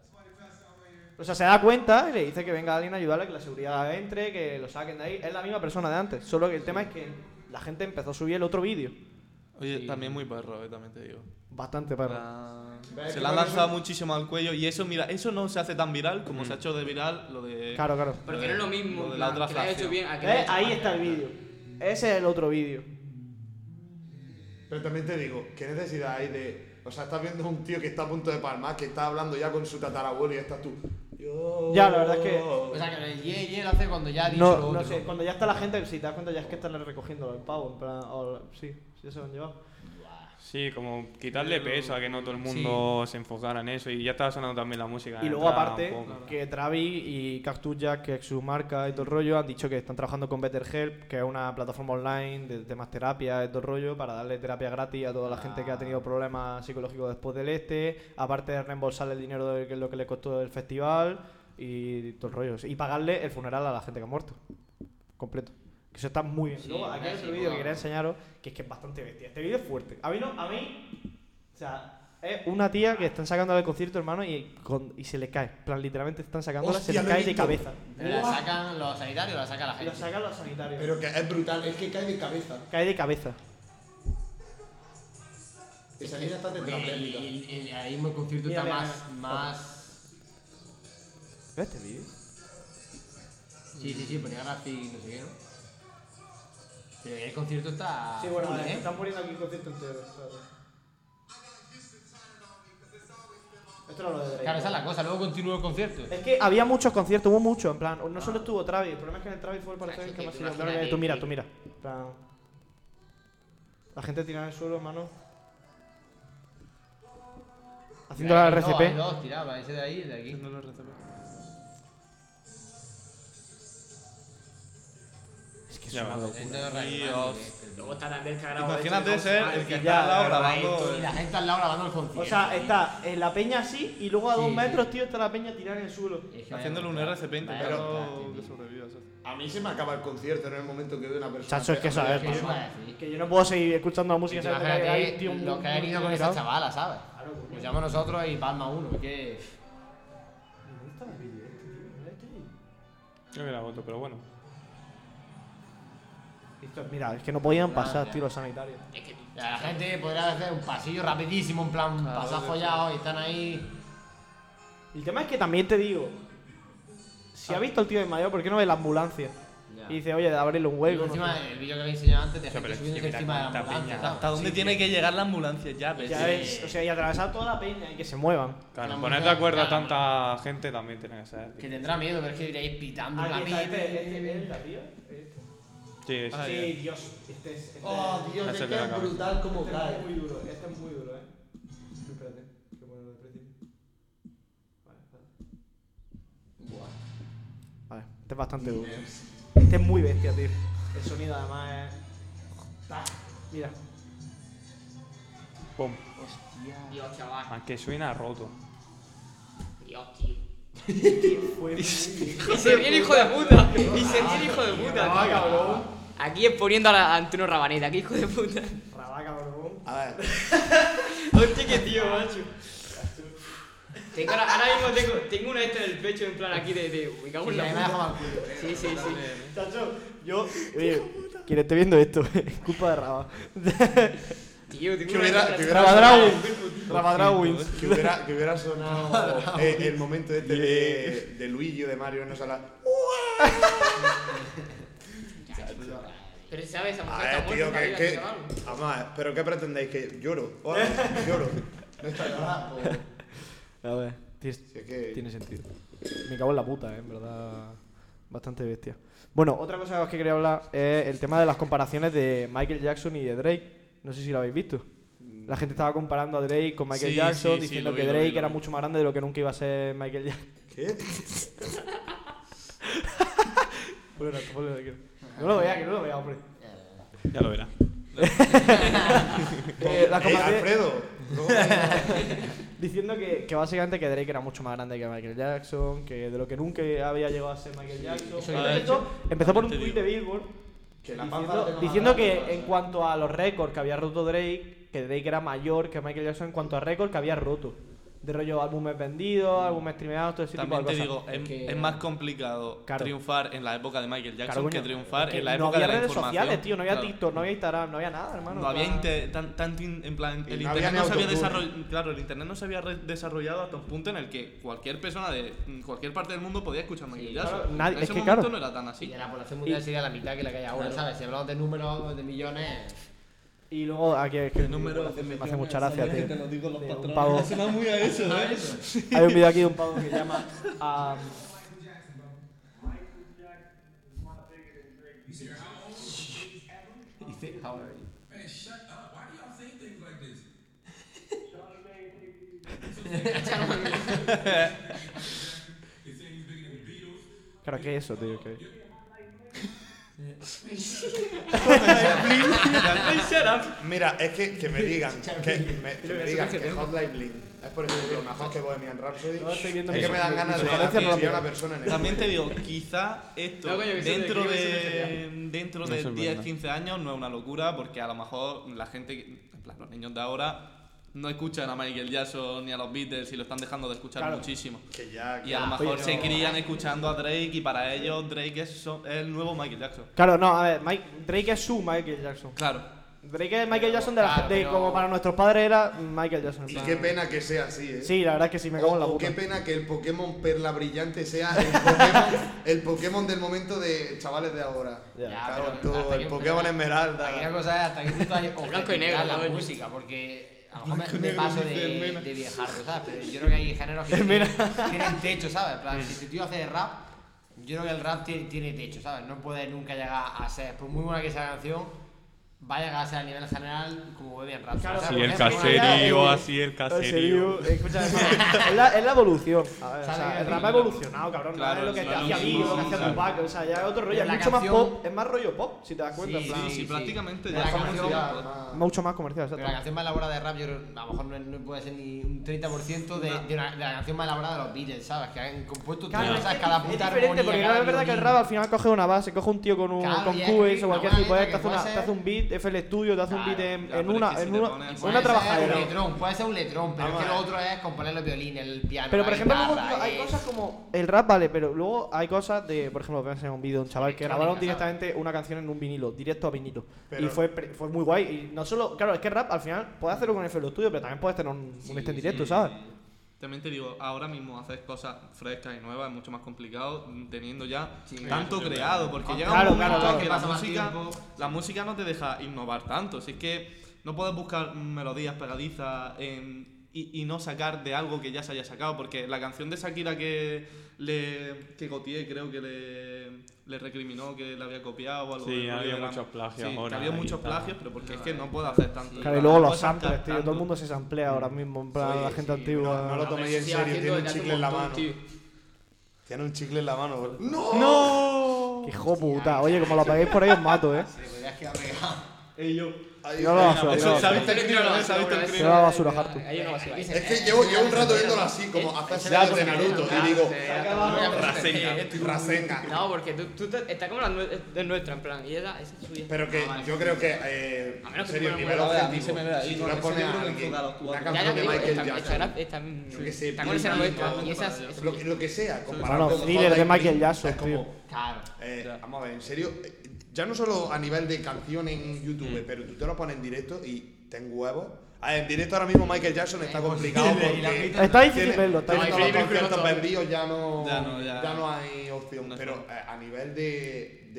Speaker 1: O sea, se da cuenta y le dice que venga alguien a ayudarle, que la seguridad entre, que lo saquen de ahí. Es la misma persona de antes, solo que el tema es que la gente empezó a subir el otro vídeo.
Speaker 3: Oye, también muy perro, eh, también te digo.
Speaker 1: Bastante para.
Speaker 3: Ah,
Speaker 5: ¿Ves
Speaker 3: se
Speaker 5: que
Speaker 3: la ha
Speaker 5: por
Speaker 3: lanzado muchísimo al cuello y eso, mira, eso no se hace tan viral como se ha hecho de viral lo de...
Speaker 1: Mm. Claro, claro.
Speaker 4: Porque no es lo mismo
Speaker 3: Lo de
Speaker 4: en
Speaker 3: la
Speaker 4: plan,
Speaker 3: otra
Speaker 4: que le haya hecho
Speaker 3: facción.
Speaker 4: bien a que le haya
Speaker 1: ¿Ves?
Speaker 4: hecho
Speaker 1: Eh, Ahí
Speaker 4: mal.
Speaker 1: está el vídeo. Ese es el otro vídeo.
Speaker 5: Pero también te digo, ¿qué necesidad hay de.? O sea, estás viendo a un tío que está a punto de palmar, que está hablando ya con su tatarabuelo y estás tú. Yo...
Speaker 1: Ya, la verdad es que-
Speaker 6: O sea, que el ye ye lo hace cuando ya ha dicho
Speaker 1: No,
Speaker 6: lo otro. Eh,
Speaker 1: no sé, cuando ya está la gente, si te das cuenta ya es que están recogiendo el pavo, en plan, o- sí, ya se lo han llevado.
Speaker 2: Sí, como
Speaker 1: Mm.
Speaker 2: quitarle peso a que no todo el mundo se enfocara en eso. Y ya estaba sonando también la música.
Speaker 1: Y
Speaker 2: en
Speaker 1: luego
Speaker 2: entrada
Speaker 1: aparte,
Speaker 2: un poco.
Speaker 1: que Travis y Cactus Jack, que es su marca y todo el rollo, han dicho que están trabajando con BetterHelp, que es una plataforma online de temas terapia y todo el rollo, para darle terapia gratis a toda la gente que ha
Speaker 2: Ah.
Speaker 1: tenido problemas psicológicos después del este, aparte de reembolsarle el dinero de lo que le costó el festival y todo el rollo. Y pagarle el funeral a la gente que ha muerto. Completo. Que eso está muy bien.
Speaker 6: Sí,
Speaker 1: Luego, aquí hay
Speaker 6: sí,
Speaker 1: otro vídeo que
Speaker 6: claro.
Speaker 1: quería enseñaros, que es que es bastante bestia. Este vídeo es fuerte. A mí no, a mí o sea, es una tía que están sacando del concierto, hermano, y, con- y se le cae. En plan, literalmente están sacándola, se
Speaker 5: Hostia, lo
Speaker 1: le
Speaker 5: he
Speaker 1: cae de
Speaker 5: visto.
Speaker 1: cabeza.
Speaker 6: La sacan los sanitarios, la saca la
Speaker 1: Y lo
Speaker 6: gente.
Speaker 1: sacan los sanitarios.
Speaker 5: Pero que es brutal, es que cae de cabeza.
Speaker 1: Cae de cabeza.
Speaker 5: Esa niña está
Speaker 6: El-
Speaker 5: tetrapléjica.
Speaker 6: el- el- Ahí mismo el concierto
Speaker 1: Mira,
Speaker 6: está
Speaker 1: mira,
Speaker 6: más.
Speaker 1: mira.
Speaker 6: más...
Speaker 1: ¿Ves este vídeo?
Speaker 6: Sí, sí, sí, ponía Rafi y no sé qué, ¿no? Pero el concierto está.
Speaker 1: Sí, bueno,
Speaker 6: full,
Speaker 1: vale,
Speaker 6: ¿eh?
Speaker 1: están poniendo aquí el concierto entero. espérate. Esto no lo de Drake.
Speaker 6: Claro, esa es la cosa, luego continúa el concierto.
Speaker 1: Es que había muchos conciertos, hubo muchos, en plan, no solo estuvo Travis, el problema es que en el Travis fue el parecer
Speaker 4: Así
Speaker 1: el que
Speaker 4: que
Speaker 1: más
Speaker 4: tú
Speaker 1: se dio.
Speaker 4: imagínate
Speaker 1: Tú mira,
Speaker 4: que-
Speaker 1: tú mira. En plan, la gente tirada en el suelo, hermano. Haciendo la
Speaker 6: Pero
Speaker 1: RCP.
Speaker 6: hay dos, hay dos tirados, ese de ahí y el de aquí.
Speaker 3: No lo recibo.
Speaker 1: Es que
Speaker 6: que es
Speaker 2: Ya
Speaker 6: una
Speaker 2: ves.
Speaker 6: locura.
Speaker 2: Dios.
Speaker 4: Luego está también que ha grabado esto y
Speaker 2: Imagínate
Speaker 4: dijo,
Speaker 2: ser
Speaker 4: "Madre
Speaker 2: el que
Speaker 4: mía".
Speaker 2: está al lado
Speaker 6: Y
Speaker 2: grabando.
Speaker 6: la gente al lado grabando el concierto.
Speaker 1: O sea, está en la peña así y luego a dos
Speaker 6: Sí, sí.
Speaker 1: metros, tío, está la peña tirada en el suelo.
Speaker 2: Haciéndole un RCP intentando que sobreviva. ¿sabes?
Speaker 5: A mí se me acaba el concierto en el momento que veo una persona.
Speaker 1: Chacho, es que
Speaker 5: pegando
Speaker 1: sabes,
Speaker 5: de
Speaker 1: tío.
Speaker 5: palo.
Speaker 1: Que yo no puedo seguir escuchando la música. ¿sabes? Tengo que
Speaker 6: Imagínate
Speaker 1: ir, tío,
Speaker 6: lo
Speaker 1: un-
Speaker 6: que ha venido con esa
Speaker 1: ¿sabes?
Speaker 6: chavala, ¿sabes? Nos llama a nosotros y palma uno. es que
Speaker 1: este,
Speaker 2: Creo que era otro, pero bueno.
Speaker 1: Este, Esto- Mira, es que no podían
Speaker 6: Claro,
Speaker 1: pasar,
Speaker 6: ya.
Speaker 1: tío, los sanitarios.
Speaker 4: Es que
Speaker 6: la gente podría hacer un pasillo rapidísimo, en plan, pasar follados y están ahí.
Speaker 1: El tema es que también te digo, si ha visto el tío desmayado, ¿por qué no ve la ambulancia?
Speaker 6: Ya.
Speaker 1: Y dice, oye, abrirle un
Speaker 6: Y
Speaker 1: hueco. no
Speaker 6: encima,
Speaker 1: sé.
Speaker 6: el vídeo que habéis enseñado antes de
Speaker 2: pero
Speaker 6: gente
Speaker 2: es que
Speaker 6: subiendo
Speaker 2: mira
Speaker 6: encima de la
Speaker 2: cuánta
Speaker 6: ambulancia.
Speaker 2: peña.
Speaker 6: ¿sabes?
Speaker 3: ¿Hasta dónde tiene que llegar la ambulancia? Ya ves.
Speaker 1: Ah, Ya ves, o sea, y atravesar toda la peña y que se muevan.
Speaker 2: Claro,
Speaker 6: La
Speaker 2: poner de
Speaker 6: mujer,
Speaker 2: acuerdo a
Speaker 6: claro.
Speaker 2: tanta gente también tiene que ser.
Speaker 6: Que tendrá miedo, pero es que iréis pitando
Speaker 1: Aquí
Speaker 6: la
Speaker 1: está,
Speaker 6: pista.
Speaker 1: este, este, este, tío, este.
Speaker 2: Sí, sí.
Speaker 3: Ah,
Speaker 1: Sí, Dios, este es. Este
Speaker 13: Oh, Dios, es
Speaker 2: Ese
Speaker 13: que
Speaker 2: te lo
Speaker 13: es
Speaker 2: acabo.
Speaker 13: brutal como
Speaker 1: Este es
Speaker 13: cae.
Speaker 1: muy duro, este es muy duro, eh. Espérate, que ponerlo al principio. Vale, vale. Vale, este es bastante duro. Este es muy bestia, tío. El sonido además es. Ta, Mira.
Speaker 2: Pum.
Speaker 4: Dios, chaval.
Speaker 2: Aunque suena roto.
Speaker 4: Dios, tío.
Speaker 1: Fue muy- Ah,
Speaker 4: Y se viene hijo de puta. Y se viene hijo de puta, tío. Aquí exponiendo a, la- a Antonio Rabaneta, que hijo de puta.
Speaker 1: Rabá, cabrón.
Speaker 5: A ver,
Speaker 4: Hostia, qué tío, macho. Tengo ahora, ahora mismo tengo, tengo una esta en el pecho, en plan aquí de. de me cago en
Speaker 6: Y
Speaker 4: la
Speaker 6: ahí me deja
Speaker 4: puta.
Speaker 6: mal culo.
Speaker 4: Sí, sí, sí.
Speaker 1: Chacho, yo. Oye, quien esté viendo esto, es culpa de Rabá.
Speaker 4: Tío, tengo
Speaker 5: Que
Speaker 4: una
Speaker 5: hubiera-
Speaker 4: esta-
Speaker 5: que hubiera-
Speaker 1: Rabadrawin. Rabadrawins.
Speaker 5: que hubiera, que hubiera sonado eh, el momento este de, de Luigi o de Mario en esa la.
Speaker 4: Pero sabes, esa
Speaker 5: A
Speaker 4: mujer está
Speaker 5: ver, tío,
Speaker 4: muerta,
Speaker 5: que.
Speaker 4: está
Speaker 5: que
Speaker 4: viva, chaval.
Speaker 5: además, ¿pero qué pretendéis? Que lloro. Hola, lloro. No está llorando. pues,
Speaker 1: A ver, tienes-
Speaker 5: Si es que.
Speaker 1: Tiene sentido. Me cago en la puta, ¿eh? en verdad. Bastante bestia. Bueno, otra cosa de la que quería hablar es el tema de las comparaciones de Michael Jackson y de Drake. No sé si lo habéis visto. La gente estaba comparando a Drake con Michael
Speaker 3: Sí,
Speaker 1: Jackson,
Speaker 3: sí, sí,
Speaker 1: diciendo
Speaker 3: lo vi,
Speaker 1: que
Speaker 3: lo vi,
Speaker 1: Drake
Speaker 3: lo
Speaker 1: era
Speaker 3: vi.
Speaker 1: mucho más grande de lo que nunca iba a ser Michael Jackson.
Speaker 5: ¿Qué?
Speaker 1: Bueno, tampoco lo quiero. No lo vea, que no lo vea, hombre.
Speaker 2: Ya lo verás.
Speaker 1: Eh, las
Speaker 5: Ey,
Speaker 1: comparaciones-
Speaker 5: Alfredo. luego me-
Speaker 1: Diciendo que, que básicamente que Drake era mucho más grande que Michael Jackson, que de lo que nunca había llegado a ser Michael Jackson.
Speaker 6: eso
Speaker 1: Todo
Speaker 3: ya lo he
Speaker 1: esto
Speaker 3: hecho.
Speaker 1: empezó por un
Speaker 3: También
Speaker 1: tweet
Speaker 3: te
Speaker 1: de Billboard
Speaker 5: Que la panza la
Speaker 1: diciendo,
Speaker 5: tengo
Speaker 1: diciendo
Speaker 5: más grande,
Speaker 1: que en cuanto a los récords que había roto Drake, que Drake era mayor que Michael Jackson en cuanto a récords que había roto. De rollo álbumes vendidos, álbumes streameados, todo ese
Speaker 3: Mm. También
Speaker 1: tipo
Speaker 3: te
Speaker 1: de cosas.
Speaker 3: digo, es,
Speaker 6: que-
Speaker 3: es más complicado
Speaker 1: Claro.
Speaker 3: triunfar en la época de Michael
Speaker 1: Claro,
Speaker 3: Jackson que
Speaker 1: coño,
Speaker 3: triunfar
Speaker 1: es que
Speaker 3: en la
Speaker 1: no
Speaker 3: época
Speaker 1: había
Speaker 3: de la
Speaker 1: redes
Speaker 3: información.
Speaker 1: sociales, tío, no había
Speaker 3: Claro.
Speaker 1: TikTok, no había Instagram, no había nada, hermano.
Speaker 3: No había
Speaker 1: Claro.
Speaker 3: inte- tan, tanto in- en plan
Speaker 5: Y
Speaker 3: el
Speaker 5: no había
Speaker 3: internet no se había
Speaker 5: autotune.
Speaker 3: desarrollado claro el internet no se había re- desarrollado hasta un punto en el que cualquier persona de mm, cualquier parte del mundo podía escuchar Michael
Speaker 6: Sí,
Speaker 3: Jackson
Speaker 1: claro, nadie-
Speaker 3: en
Speaker 1: es
Speaker 3: ese
Speaker 1: que,
Speaker 3: momento
Speaker 1: claro.
Speaker 3: no era tan
Speaker 6: Y
Speaker 3: así
Speaker 6: de la población mundial sería la mitad que la que hay ahora, ¿sabes? Si hablamos de números, pues, de millones.
Speaker 1: Y luego, aquí es que
Speaker 3: El número
Speaker 1: me hace-
Speaker 3: de
Speaker 1: me hace mucha gracia,
Speaker 13: Que
Speaker 1: tío.
Speaker 13: te lo digo los
Speaker 1: De un
Speaker 13: patrones.
Speaker 1: pavo.
Speaker 13: Me suena muy a eso, ¿eh?
Speaker 1: Hay un vídeo aquí de un pavo que llama um, a.
Speaker 14: Man, shut up. Why do y'all say things like this? They say he's bigger than the Beatles.
Speaker 1: Claro, ¿qué es eso, tío? ¿Qué-
Speaker 5: Mira, es que, que me digan, que me, que me digan que Hotline Bling es por ejemplo mejor que Bohemian Rhapsody.
Speaker 1: No, estoy viendo
Speaker 5: es que
Speaker 1: mis-
Speaker 5: me dan ganas
Speaker 1: mis
Speaker 5: de
Speaker 1: sugerencias no las
Speaker 5: acuchillar a
Speaker 1: veo.
Speaker 5: una persona en el
Speaker 3: también te digo quizá esto
Speaker 4: No, coño, que eso es
Speaker 3: dentro
Speaker 4: de- que
Speaker 3: de dentro
Speaker 2: No
Speaker 3: de
Speaker 2: es verdad.
Speaker 3: 10 15 años no es una locura porque a lo mejor la gente que- en plan, los niños de ahora no escuchan a Michael Jackson ni a los Beatles y lo están dejando de escuchar
Speaker 1: Claro.
Speaker 3: muchísimo
Speaker 5: Que ya, que
Speaker 3: y a lo
Speaker 1: Ya,
Speaker 3: mejor
Speaker 1: pero-
Speaker 3: se crían escuchando a Drake y para ellos Drake es, so- es el nuevo Michael Jackson
Speaker 1: Claro, no, a ver, Mike, Drake es su Michael Jackson.
Speaker 3: Claro.
Speaker 1: Drake es Michael Jackson de la
Speaker 6: Claro,
Speaker 1: gente,
Speaker 6: pero-
Speaker 1: como para nuestros padres era Michael Jackson. en
Speaker 5: Y
Speaker 1: plan.
Speaker 5: qué pena que sea así, eh.
Speaker 1: Sí, la verdad es que sí, me
Speaker 5: O-
Speaker 1: cago en la
Speaker 5: o
Speaker 1: puta.
Speaker 5: qué pena que el Pokémon Perla Brillante sea el Pokémon, el Pokémon del momento de chavales de ahora.
Speaker 1: Ya,
Speaker 5: Claro,
Speaker 6: pero
Speaker 5: tú,
Speaker 6: hasta
Speaker 5: el
Speaker 6: que-
Speaker 5: Pokémon
Speaker 6: Aquí la
Speaker 5: Esmeralda.
Speaker 6: cosa es hasta qué punto hay
Speaker 4: Blanco y negro,
Speaker 6: objetividad en la
Speaker 4: ¿no?
Speaker 6: música, porque a lo mejor me, me paso de, de viejardo, ¿sabes? Pero yo creo que hay géneros que
Speaker 1: Mira.
Speaker 6: tienen, tienen techo, ¿sabes? En plan, si este tío hace rap, yo creo que el rap tiene, tiene techo, ¿sabes? No puede nunca llegar a ser, por muy buena que sea la canción, va a llegar a ser a nivel general como bebé en rato.
Speaker 1: Claro,
Speaker 6: ¿sabes?
Speaker 1: sí,
Speaker 2: Si
Speaker 6: Porque
Speaker 2: el
Speaker 6: es una-
Speaker 2: caserío,
Speaker 1: eh,
Speaker 2: así el caserío.
Speaker 1: serio, escucha, eso, es, la, es la evolución. A ver, o
Speaker 6: Sale
Speaker 1: sea, el
Speaker 6: ahí,
Speaker 1: rap ha
Speaker 6: claro.
Speaker 1: evolucionado, cabrón.
Speaker 3: Claro,
Speaker 1: no es lo que
Speaker 3: claro,
Speaker 1: hacía
Speaker 3: sí,
Speaker 1: Big, lo que
Speaker 3: sí,
Speaker 1: hacía
Speaker 3: sí.
Speaker 1: Tupac, o sea, ya es otro rollo. Es
Speaker 6: la
Speaker 1: mucho más
Speaker 6: canción-
Speaker 1: pop, es más rollo pop, si te das cuenta. en plan,
Speaker 3: sí, prácticamente
Speaker 6: Pero
Speaker 3: ya
Speaker 6: la
Speaker 3: somos
Speaker 6: canción-
Speaker 3: ya,
Speaker 1: Mucho más comercial, exacto.
Speaker 6: Pero la canción más elaborada de rap, yo creo, a lo mejor no, es- no puede ser ni un 30% de, de, una- de la canción más elaborada de los Beatles, ¿sabes? Que han compuesto
Speaker 1: Claro,
Speaker 6: todas,
Speaker 1: es
Speaker 6: ¿sabes?
Speaker 1: que
Speaker 6: Cada
Speaker 1: es
Speaker 6: puta
Speaker 1: diferente
Speaker 6: armonía,
Speaker 1: porque no
Speaker 6: cada
Speaker 1: es verdad que el
Speaker 6: violín.
Speaker 1: rap al final coge una base, coge un tío con un
Speaker 6: Claro,
Speaker 1: con
Speaker 6: y es
Speaker 1: cubes
Speaker 6: una
Speaker 1: o cualquier
Speaker 6: buena
Speaker 1: tipo de esto, hace,
Speaker 6: letra
Speaker 1: una,
Speaker 6: que puede
Speaker 1: te hace
Speaker 6: ser-
Speaker 1: un beat, FL Studio, te hace un beat
Speaker 6: Claro,
Speaker 1: en,
Speaker 3: ya,
Speaker 1: en
Speaker 3: pero es
Speaker 1: una,
Speaker 3: que si
Speaker 1: en
Speaker 3: te
Speaker 1: una,
Speaker 3: pones-
Speaker 1: en
Speaker 3: puede
Speaker 1: una
Speaker 6: Puede ser
Speaker 1: trabajadera.
Speaker 6: un letrón, puede ser un letrón, pero es
Speaker 7: Vamos
Speaker 6: que
Speaker 7: a
Speaker 6: lo
Speaker 7: ver.
Speaker 6: otro es componer los violines, el piano,
Speaker 1: Pero
Speaker 6: la
Speaker 1: por ejemplo, luego
Speaker 6: guitarra,
Speaker 1: hay
Speaker 6: es-
Speaker 1: cosas como el rap vale, pero luego hay cosas de, por ejemplo, voy a enseñar un vídeo de un chaval que grabaron
Speaker 6: Electrónica, ¿sabes?
Speaker 1: directamente una canción en un vinilo, directo a vinilo.
Speaker 7: Pero-
Speaker 1: y fue, pre- fue muy guay. Y no solo, claro, es que el rap al final puedes hacerlo con FL Studio, pero también puedes tener un, un este en directo, ¿sabes?
Speaker 3: También te digo, ahora mismo hacer cosas frescas y nuevas es mucho más complicado mm, teniendo ya
Speaker 6: Sí,
Speaker 3: tanto
Speaker 6: claro.
Speaker 3: creado, porque llega
Speaker 1: Claro,
Speaker 3: un momento
Speaker 1: claro, claro.
Speaker 3: que la
Speaker 6: Pasa más
Speaker 3: música,
Speaker 6: tiempo.
Speaker 3: la música no te deja innovar tanto, si es que no puedes buscar melodías pegadizas en- y, y no sacar de algo que ya se haya sacado, porque la canción de Shakira que, le, que Gautier creo que le, le recriminó que la había copiado o algo
Speaker 2: Sí,
Speaker 3: del rollo
Speaker 2: ha habido
Speaker 3: de la-
Speaker 2: muchos plagios
Speaker 3: Sí, que
Speaker 2: ahora
Speaker 3: ha habido
Speaker 2: y
Speaker 3: muchos
Speaker 2: tal.
Speaker 3: plagios, pero porque es que no puedo hacer tanto.
Speaker 1: Claro, y luego
Speaker 3: No
Speaker 1: los
Speaker 3: puedes sacar
Speaker 1: samples, tío. Todo el
Speaker 3: tanto.
Speaker 1: mundo se samplea ahora mismo, en plan,
Speaker 6: Sí,
Speaker 1: la gente
Speaker 6: sí,
Speaker 1: antigua.
Speaker 7: No lo
Speaker 6: Hombre,
Speaker 7: toméis
Speaker 6: eso
Speaker 7: en
Speaker 6: sí,
Speaker 7: serio,
Speaker 6: haciendo
Speaker 7: tiene un
Speaker 6: desde hace
Speaker 7: chicle en la
Speaker 6: montón,
Speaker 7: mano.
Speaker 6: tío.
Speaker 7: Tiene un chicle en la mano, boludo.
Speaker 2: ¡No!
Speaker 1: Qué hijo puta. Oye, como lo peguéis por ahí os mato, eh.
Speaker 6: Te podrías quedar pegado.
Speaker 1: Yo lo basura,
Speaker 3: eso
Speaker 1: yo lo
Speaker 3: se ha
Speaker 1: basura.
Speaker 3: visto en crimen, ¿eh? Se ha visto en
Speaker 1: Yo lo basura, Hartu.
Speaker 4: Ahí hay una basura.
Speaker 7: Este Es que llevo, llevo un rato viéndolo así, como hace señas de Naruto, y digo, Rasengan.
Speaker 4: Ah, No, porque tú, tú te- estás como la nue- de nuestra, en plan, y esa, esa es suya.
Speaker 7: Pero que yo creo que, eh,
Speaker 4: A menos
Speaker 7: en
Speaker 4: que
Speaker 7: serio,
Speaker 4: te
Speaker 7: nivel
Speaker 3: pongas- a
Speaker 7: objetivo,
Speaker 3: mí se me ve ahí,
Speaker 7: si tú
Speaker 3: con
Speaker 7: le
Speaker 3: ese
Speaker 7: pones a
Speaker 3: libro
Speaker 7: alguien
Speaker 3: enfocado, tú
Speaker 7: una
Speaker 3: haces.
Speaker 4: ya, ya
Speaker 7: canción
Speaker 4: te
Speaker 7: de
Speaker 4: digo,
Speaker 7: Michael
Speaker 4: está, está,
Speaker 7: Jackson,
Speaker 4: está, está,
Speaker 7: Yo qué sé,
Speaker 4: está con ese
Speaker 7: Billie
Speaker 4: nuestro,
Speaker 7: Jean,
Speaker 4: y esa es-
Speaker 3: Jean.
Speaker 7: lo, que- lo que sea, comparado
Speaker 1: Bueno,
Speaker 7: con
Speaker 1: thriller de
Speaker 7: Hotline
Speaker 1: Michael
Speaker 7: Bling,
Speaker 1: Jackson,
Speaker 7: es
Speaker 1: tío.
Speaker 7: como,
Speaker 6: Claro.
Speaker 7: eh, vamos a ver, en serio, eh, ya no solo a nivel de canción en YouTube, pero tú te lo pones en directo y ten huevos. A ver, en directo ahora mismo Michael Jackson está complicado
Speaker 6: Y la
Speaker 7: porque...
Speaker 6: mitad-
Speaker 1: Está difícil
Speaker 7: Tiene-
Speaker 1: verlo, está
Speaker 7: tiene
Speaker 1: difícil
Speaker 7: todos los
Speaker 1: verlo.
Speaker 7: conciertos vendidos, ya no,
Speaker 3: Ya no, ya-
Speaker 7: no hay opción.
Speaker 3: No
Speaker 7: pero
Speaker 3: está.
Speaker 7: eh, a nivel de,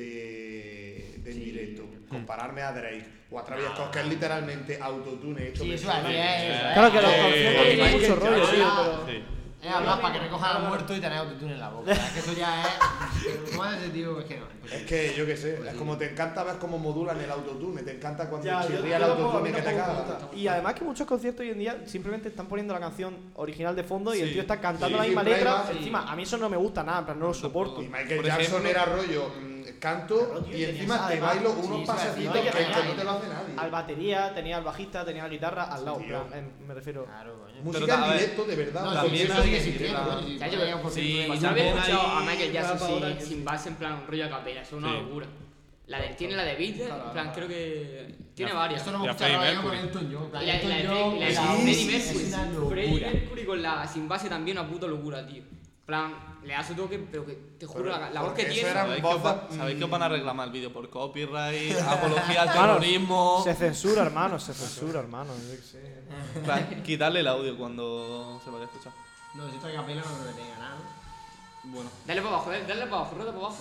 Speaker 7: de, de en directo, compararme a Drake o a Travis Scott, que es literalmente autotune hecho
Speaker 6: Sí, eso
Speaker 7: personal.
Speaker 6: es, es, es.
Speaker 1: Claro que los
Speaker 2: Eh,
Speaker 1: conciertos
Speaker 2: eh,
Speaker 1: tienen mucho
Speaker 7: Michael
Speaker 1: rollo,
Speaker 7: Jackson.
Speaker 1: tío,
Speaker 6: Ah,
Speaker 1: pero.
Speaker 2: Sí.
Speaker 6: Es hablar para que recojan al muerto y tener autotune en la boca. Es que eso ya es. ¿Cómo es ese tío? Es que no.
Speaker 7: Es que yo qué sé, es como te encanta ver cómo modulan el autotune, te encanta cuando
Speaker 1: Ya, yo-
Speaker 7: chirría
Speaker 1: yo
Speaker 7: el
Speaker 1: no puedo,
Speaker 7: autotune
Speaker 1: yo
Speaker 7: que
Speaker 1: no
Speaker 7: te
Speaker 1: puedo
Speaker 7: cagas.
Speaker 1: cantar. Y además que muchos conciertos hoy en día simplemente están poniendo la canción original de fondo y el
Speaker 3: Sí.
Speaker 1: tío está cantando
Speaker 7: Sí,
Speaker 1: la misma
Speaker 7: sin
Speaker 1: letra.
Speaker 7: playback.
Speaker 1: Encima, a mí eso no me gusta nada, pero no lo soporto.
Speaker 7: Y Michael
Speaker 3: Por
Speaker 7: Jackson
Speaker 3: ejemplo-
Speaker 7: era rollo mm, canto
Speaker 1: Claro, tío,
Speaker 7: y
Speaker 1: tenías
Speaker 7: encima te
Speaker 1: además-
Speaker 7: bailo
Speaker 1: sí,
Speaker 7: unos
Speaker 1: sí,
Speaker 7: pasecitos
Speaker 1: sí,
Speaker 7: que,
Speaker 1: sí,
Speaker 7: esto
Speaker 1: sí.
Speaker 7: no te lo hace
Speaker 1: Al
Speaker 7: nadie.
Speaker 1: batería, tenía al bajista, tenía la guitarra al lado.
Speaker 7: tío.
Speaker 1: pero, em, me refiero.
Speaker 6: Claro, coño.
Speaker 7: Música
Speaker 3: Pero, a
Speaker 7: en
Speaker 3: ver,
Speaker 7: directo, de verdad.
Speaker 6: No,
Speaker 7: un
Speaker 6: también
Speaker 3: también
Speaker 6: eso
Speaker 7: concierto
Speaker 6: sigue
Speaker 3: hay-
Speaker 6: existiendo,
Speaker 3: la-
Speaker 6: coño.
Speaker 4: Ya yo veía un
Speaker 3: Sí,
Speaker 4: concierto de
Speaker 3: y
Speaker 4: Yo había
Speaker 3: también
Speaker 4: escuchado
Speaker 3: hay
Speaker 4: a Michael Jackson
Speaker 15: rap ahora
Speaker 4: sin,
Speaker 15: que
Speaker 4: sin base, en plan rollo a capella, eso es una
Speaker 2: Sí.
Speaker 4: locura. La de, tiene la de Beatles, en plan, creo que. Tiene varias.
Speaker 6: Eso lo hemos
Speaker 2: Ya
Speaker 6: escuchado
Speaker 2: Freddie
Speaker 6: yo con
Speaker 2: Mercury.
Speaker 6: Elton John.
Speaker 4: La,
Speaker 6: La
Speaker 4: la,
Speaker 6: Elton
Speaker 4: la,
Speaker 6: John,
Speaker 4: la- la-
Speaker 6: la-
Speaker 4: Freddie
Speaker 6: es
Speaker 4: Mercury.
Speaker 6: una
Speaker 4: Freddie
Speaker 6: locura.
Speaker 4: Mercury con la sin base también una puta locura, tío. En plan, le da su toque, pero que te juro, la, la voz
Speaker 7: porque
Speaker 4: que
Speaker 7: eso
Speaker 4: tiene.
Speaker 7: era-
Speaker 3: ¿Sabéis que, os va-
Speaker 7: Bofa-
Speaker 3: sabéis que os van a reclamar el vídeo por copyright, apología al
Speaker 1: Claro,
Speaker 7: Ah.
Speaker 3: terrorismo?
Speaker 1: Se censura, hermano, se censura, hermano. yo qué sé.
Speaker 3: En plan, Quitarle el audio cuando se vaya a escuchar.
Speaker 6: No, si esto de capela no lo tenía nada. ¿no?
Speaker 3: Bueno,
Speaker 4: Dale para abajo, dale, dale para abajo, rota para abajo.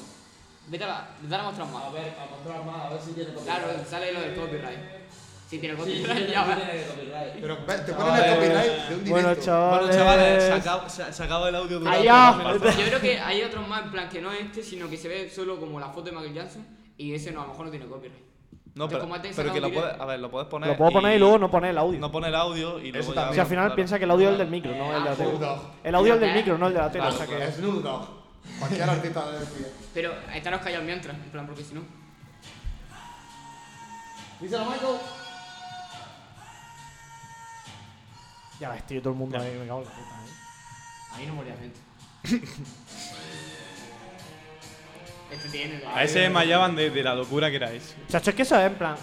Speaker 4: Vete a la, dale a mostrar más.
Speaker 15: ver, a mostrar más, a ver si tiene copyright.
Speaker 4: Claro, sale lo del copyright. Si tiene copyright, ya va.
Speaker 15: copyright.
Speaker 7: Pero ve, te ponen el copyright de un
Speaker 1: Bueno,
Speaker 7: directo.
Speaker 1: chavales.
Speaker 3: bueno chavales, se acaba, se- se acaba el audio durante
Speaker 1: Allá.
Speaker 3: dos minutos.
Speaker 4: Yo creo que hay otros más, en plan, que no es este, sino que se ve solo como la foto de Michael Jackson. Y ese no, a lo mejor no tiene copyright.
Speaker 3: No, pero,
Speaker 4: Como te
Speaker 3: pero que
Speaker 4: saca
Speaker 3: lo
Speaker 4: un
Speaker 3: puedes,
Speaker 4: directo.
Speaker 3: a ver, lo puedes poner.
Speaker 1: Lo puedo poner y luego no poner el audio.
Speaker 3: No pone el audio y luego.
Speaker 1: si al final piensa que el audio es el del micro, no el de la
Speaker 7: Snoop
Speaker 1: tele.
Speaker 7: Dogg.
Speaker 1: El audio es el del
Speaker 4: Claro,
Speaker 1: micro, no el de la tele. O sea que.
Speaker 7: Es Snoop Dogg. Cualquier artista de
Speaker 4: Pero estaros callados mientras, en plan, porque si no.
Speaker 7: Díselo, Michael.
Speaker 1: Ya ves, tío, todo el mundo ahí, me cago en la puta, eh.
Speaker 4: Ahí no moría gente. este tiene la.
Speaker 2: A ese desmayaban de, de la locura que erais.
Speaker 1: Chacho, es que eso es en plan.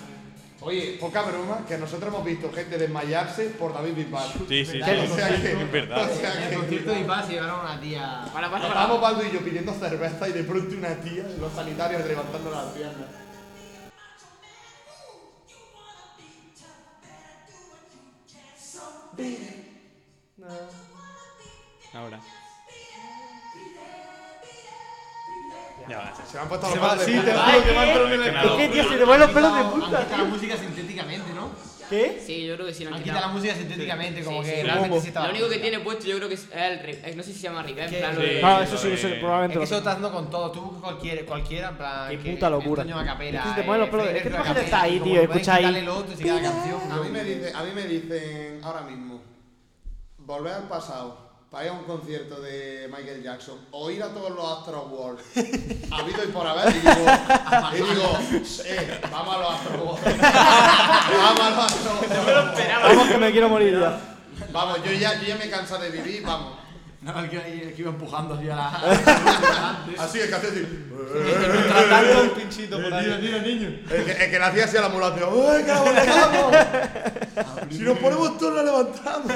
Speaker 7: Oye, poca broma, que nosotros hemos visto gente desmayarse por David Bisbal.
Speaker 2: Sí, sí, sí.
Speaker 7: O sea que-
Speaker 2: Es verdad.
Speaker 7: O sea
Speaker 6: En el
Speaker 7: que-
Speaker 6: concierto de Iba se llevaron a una tía.
Speaker 4: Para, para, para.
Speaker 7: Estábamos Baldu y yo pidiendo cerveza y de pronto una tía, los sanitarios levantando las piernas.
Speaker 2: Ahora. Ya ves.
Speaker 7: Se me han puesto los
Speaker 3: Se va-
Speaker 7: pelos de
Speaker 3: sí, te
Speaker 7: punta.
Speaker 3: juro que me han entrado en el
Speaker 2: Es que me ha
Speaker 1: Es
Speaker 2: dado-
Speaker 1: que, tío, se te van los pelos de
Speaker 6: Han
Speaker 1: punta.
Speaker 6: quitado la música sintéticamente, ¿no?
Speaker 1: ¿Qué?
Speaker 4: Sí, yo creo que sí, la
Speaker 6: Han
Speaker 4: han
Speaker 6: quitado la
Speaker 4: quitado.
Speaker 6: música sintéticamente, como
Speaker 4: Sí,
Speaker 6: que
Speaker 4: sí.
Speaker 6: realmente sí estaba.
Speaker 4: Lo único que tiene puesto yo creo que es el... re- eh, No sé si se llama reverb, en plan lo
Speaker 2: Sí.
Speaker 4: de-
Speaker 1: Claro, eso sí, eso
Speaker 2: Eh,
Speaker 6: Es
Speaker 1: probablemente
Speaker 6: que
Speaker 1: lo
Speaker 6: eso lo está haciendo con todo. Tú buscas cualquiera, cualquiera en plan.
Speaker 1: Qué
Speaker 6: que
Speaker 1: puta locura.
Speaker 6: Antonio Acapela,
Speaker 1: Es que te ponen los pelos de- es que te
Speaker 6: Freddy
Speaker 1: imaginas
Speaker 6: Acapela,
Speaker 1: ahí,
Speaker 6: eh, como
Speaker 1: tío,
Speaker 6: que puedes
Speaker 1: escucha ahí.
Speaker 6: quitarle el otro y se queda la canción.
Speaker 7: A mí, me dice, a mí me dicen ahora mismo, volver al pasado para ir a un concierto de Michael Jackson o ir a todos los Astro World, habido y por haber, y digo, y digo, eh, vamos a los Astro World, vamos a los Astro World.
Speaker 1: Vamos que me quiero morir ya.
Speaker 7: Vamos, yo ya, yo ya me he cansado de vivir, vamos.
Speaker 6: No, el que, el que iba empujando así a la.
Speaker 7: Así el que hacía así, eh,
Speaker 3: Tratando un pinchito por ahí.
Speaker 7: el que, el que le hacía así a la ambulancia, ¡ay, que la levantamos! Si nos ponemos todos, la levantamos.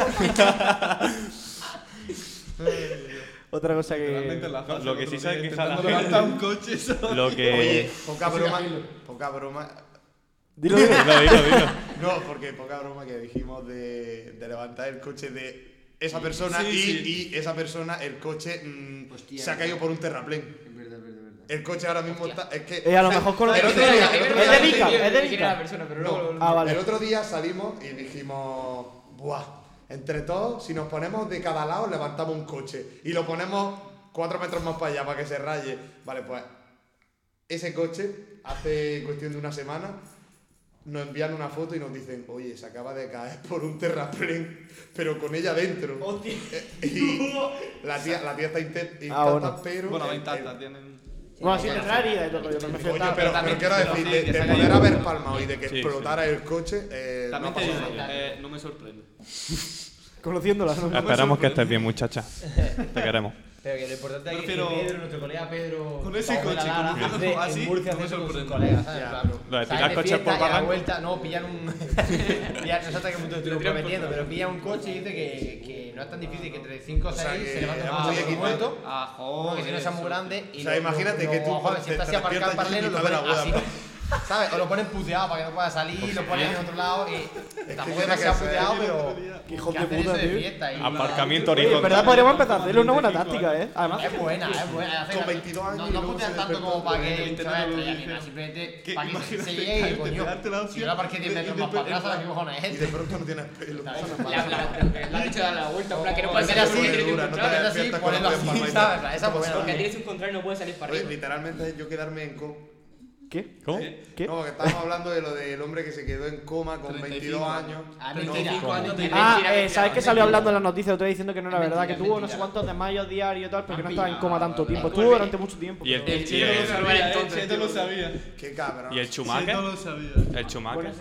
Speaker 1: Otra cosa
Speaker 3: Realmente
Speaker 1: Eh, que.
Speaker 3: la fase
Speaker 2: lo que
Speaker 3: el otro
Speaker 2: sí se
Speaker 3: día,
Speaker 2: queja la
Speaker 3: intentando
Speaker 2: gente.
Speaker 3: levantar un coche, eso.
Speaker 2: Lo
Speaker 1: Eh,
Speaker 7: Oye,
Speaker 2: que.
Speaker 7: poca broma, poca broma.
Speaker 1: Dilo, dilo.
Speaker 2: Dilo, dilo, dilo.
Speaker 7: No, porque poca broma que dijimos de, de levantar el coche de esa persona
Speaker 3: sí,
Speaker 7: y,
Speaker 3: sí. eh.
Speaker 7: y esa persona, el coche mm,
Speaker 6: Hostia.
Speaker 7: se ha caído por un terraplén.
Speaker 6: Es verdad, es verdad, es verdad.
Speaker 7: El coche ahora mismo
Speaker 4: Hostia.
Speaker 7: está. Es que.
Speaker 1: Eh, a lo mejor con
Speaker 7: El otro día, el otro
Speaker 1: Es
Speaker 7: día-
Speaker 1: de Nica, es de
Speaker 4: Ni siquiera
Speaker 1: Nica.
Speaker 4: la persona, pero
Speaker 7: No.
Speaker 4: luego lo-
Speaker 1: Ah,
Speaker 7: el
Speaker 1: vale.
Speaker 7: otro día salimos y dijimos. Buah, entre todos, si nos ponemos de cada lado, levantamos un coche y lo ponemos cuatro metros más para allá para que se raye. Vale, pues. Ese coche, hace cuestión de una semana, nos envían una foto y nos dicen, oye, se acaba de caer por un terraplén, pero con ella dentro. Eh, y la tía, la tía está inte- intacta,
Speaker 1: bueno.
Speaker 7: pero...
Speaker 3: Bueno,
Speaker 7: el-
Speaker 3: la
Speaker 7: el-
Speaker 3: ventana tienen.
Speaker 1: Bueno, sí, tendrá herida y todo, yo me refiero.
Speaker 7: Coño, pero, pero quiero
Speaker 3: pero
Speaker 7: decir,
Speaker 3: sí,
Speaker 7: de, de
Speaker 3: que se haya
Speaker 7: poder
Speaker 3: ido.
Speaker 7: haber palmado y de que
Speaker 2: Sí,
Speaker 7: explotara el coche, eh, no ha
Speaker 3: También te
Speaker 7: pasado
Speaker 3: digo,
Speaker 7: nada.
Speaker 3: eh, no me sorprende.
Speaker 1: Conociéndola, ¿no?
Speaker 2: Esperamos que estés bien, muchacha. Te queremos.
Speaker 6: Pero que lo importante aquí es
Speaker 3: Prefiero-
Speaker 6: que Pedro, nuestro colega Pedro.
Speaker 3: Con ese
Speaker 6: Paola
Speaker 3: coche,
Speaker 6: Lara,
Speaker 3: conduciendo
Speaker 6: hace-
Speaker 7: Ah,
Speaker 3: así,
Speaker 6: en Murcia
Speaker 3: no me
Speaker 6: hace eso con sus
Speaker 3: sorprende.
Speaker 6: colegas, ¿sabes? En plan,
Speaker 2: Lo de
Speaker 6: salen
Speaker 2: tirar coches por
Speaker 6: fiesta y a la
Speaker 2: barranco.
Speaker 6: vuelta, no, pillan un. pillan, no sé hasta qué punto estoy
Speaker 4: tiran por
Speaker 6: prometiendo,
Speaker 4: fuera.
Speaker 6: pero pillan un coche y dice que, que no es tan difícil que entre 5 o
Speaker 7: sea,
Speaker 6: 6
Speaker 7: que
Speaker 6: se levanta
Speaker 7: hemos
Speaker 6: un coche
Speaker 7: muy
Speaker 6: por muerto.
Speaker 3: Ah,
Speaker 6: Como
Speaker 3: joder.
Speaker 6: que si no sea muy grande. Y
Speaker 7: O sea,
Speaker 6: lo-
Speaker 7: imagínate
Speaker 6: lo-
Speaker 7: que
Speaker 6: lo-
Speaker 7: tú
Speaker 6: joder, si
Speaker 7: te-
Speaker 6: está
Speaker 7: te
Speaker 6: así aparcado en
Speaker 7: despiertas y
Speaker 6: paralelo, lo
Speaker 7: mitad de
Speaker 6: ponen
Speaker 7: la pues.
Speaker 6: así.
Speaker 7: boda.
Speaker 6: ¿Sabes? O lo ponen puteado para que no pueda salir, lo ponen en otro lado. Y tampoco es
Speaker 7: tiene que
Speaker 6: demasiado
Speaker 7: ser.
Speaker 6: puteado, pero.
Speaker 1: Qué hijos
Speaker 6: que
Speaker 1: de
Speaker 6: hacer
Speaker 1: puta,
Speaker 6: eso de
Speaker 1: tío.
Speaker 6: fiesta y-
Speaker 2: Aparcamiento
Speaker 1: Oye, en verdad
Speaker 2: horizontal.
Speaker 1: podríamos empezar a hacerlo, una buena táctica, ¿eh? Además,
Speaker 6: Es buena, es buena. hace-
Speaker 7: Con 22 años y
Speaker 6: No, no
Speaker 7: luego
Speaker 6: putean
Speaker 7: se
Speaker 6: tanto
Speaker 7: despertó
Speaker 6: como para
Speaker 3: en el
Speaker 6: que se
Speaker 3: internet
Speaker 6: vaya a
Speaker 3: y luego
Speaker 6: estrellar ni
Speaker 3: dice,
Speaker 6: nada, simplemente
Speaker 3: que
Speaker 6: para que se
Speaker 3: imagínate,
Speaker 6: llegue y
Speaker 3: caerte,
Speaker 6: coño.
Speaker 3: pegarte la
Speaker 6: Si yo la parqué 10
Speaker 3: opción
Speaker 6: metros
Speaker 3: y
Speaker 6: más
Speaker 3: después-
Speaker 6: para atrás, ¿sabes qué cojones
Speaker 7: Y de
Speaker 6: es?
Speaker 7: pronto no tienes pelo.
Speaker 4: La, la, la, la dicho de la vuelta, en plan que no puede
Speaker 6: Poner
Speaker 4: salir
Speaker 6: así,
Speaker 4: porque tienes un
Speaker 7: dura, no te
Speaker 4: contrario.
Speaker 7: veas.
Speaker 6: así,
Speaker 7: despiertas
Speaker 6: ponelo
Speaker 7: con los pies
Speaker 6: así,
Speaker 7: para
Speaker 6: ¿sabes?
Speaker 7: atrás.
Speaker 6: Esa es
Speaker 7: Como
Speaker 6: buena.
Speaker 4: Porque
Speaker 6: también.
Speaker 4: tienes un contrario y no puedes salir para
Speaker 7: Oye,
Speaker 4: arriba.
Speaker 7: literalmente yo quedarme en coma.
Speaker 1: ¿qué?
Speaker 2: ¿Cómo?
Speaker 1: ¿Qué?
Speaker 7: No, que estábamos hablando de lo del hombre que se quedó en coma con 22
Speaker 3: 35.
Speaker 7: años.
Speaker 6: Ah,
Speaker 7: No,
Speaker 6: mentira.
Speaker 7: no,
Speaker 4: años de
Speaker 1: Ah, eh,
Speaker 4: mentira, mentira,
Speaker 1: ¿sabes que
Speaker 4: mentira.
Speaker 1: salió hablando en las noticias otra vez diciendo que no era
Speaker 6: Es
Speaker 1: verdad? Que
Speaker 6: mentira,
Speaker 1: tuvo
Speaker 6: es
Speaker 1: no sé
Speaker 6: mentira.
Speaker 1: cuántos desmayos diarios y tal, pero que no
Speaker 6: Han
Speaker 1: estaba en coma
Speaker 6: pillado,
Speaker 1: tanto
Speaker 6: vale,
Speaker 1: tiempo.
Speaker 4: vale.
Speaker 1: Estuvo durante mucho tiempo.
Speaker 2: Y el-
Speaker 1: pero-
Speaker 4: El
Speaker 2: Y
Speaker 4: chino no
Speaker 2: el-
Speaker 4: sabía entonces,
Speaker 3: Cheto
Speaker 4: tío.
Speaker 3: eh, lo sabía.
Speaker 7: Qué cabrón.
Speaker 2: ¿Y el
Speaker 3: Cheto
Speaker 2: Schumacher?
Speaker 3: lo sabía.
Speaker 2: El Schumacher.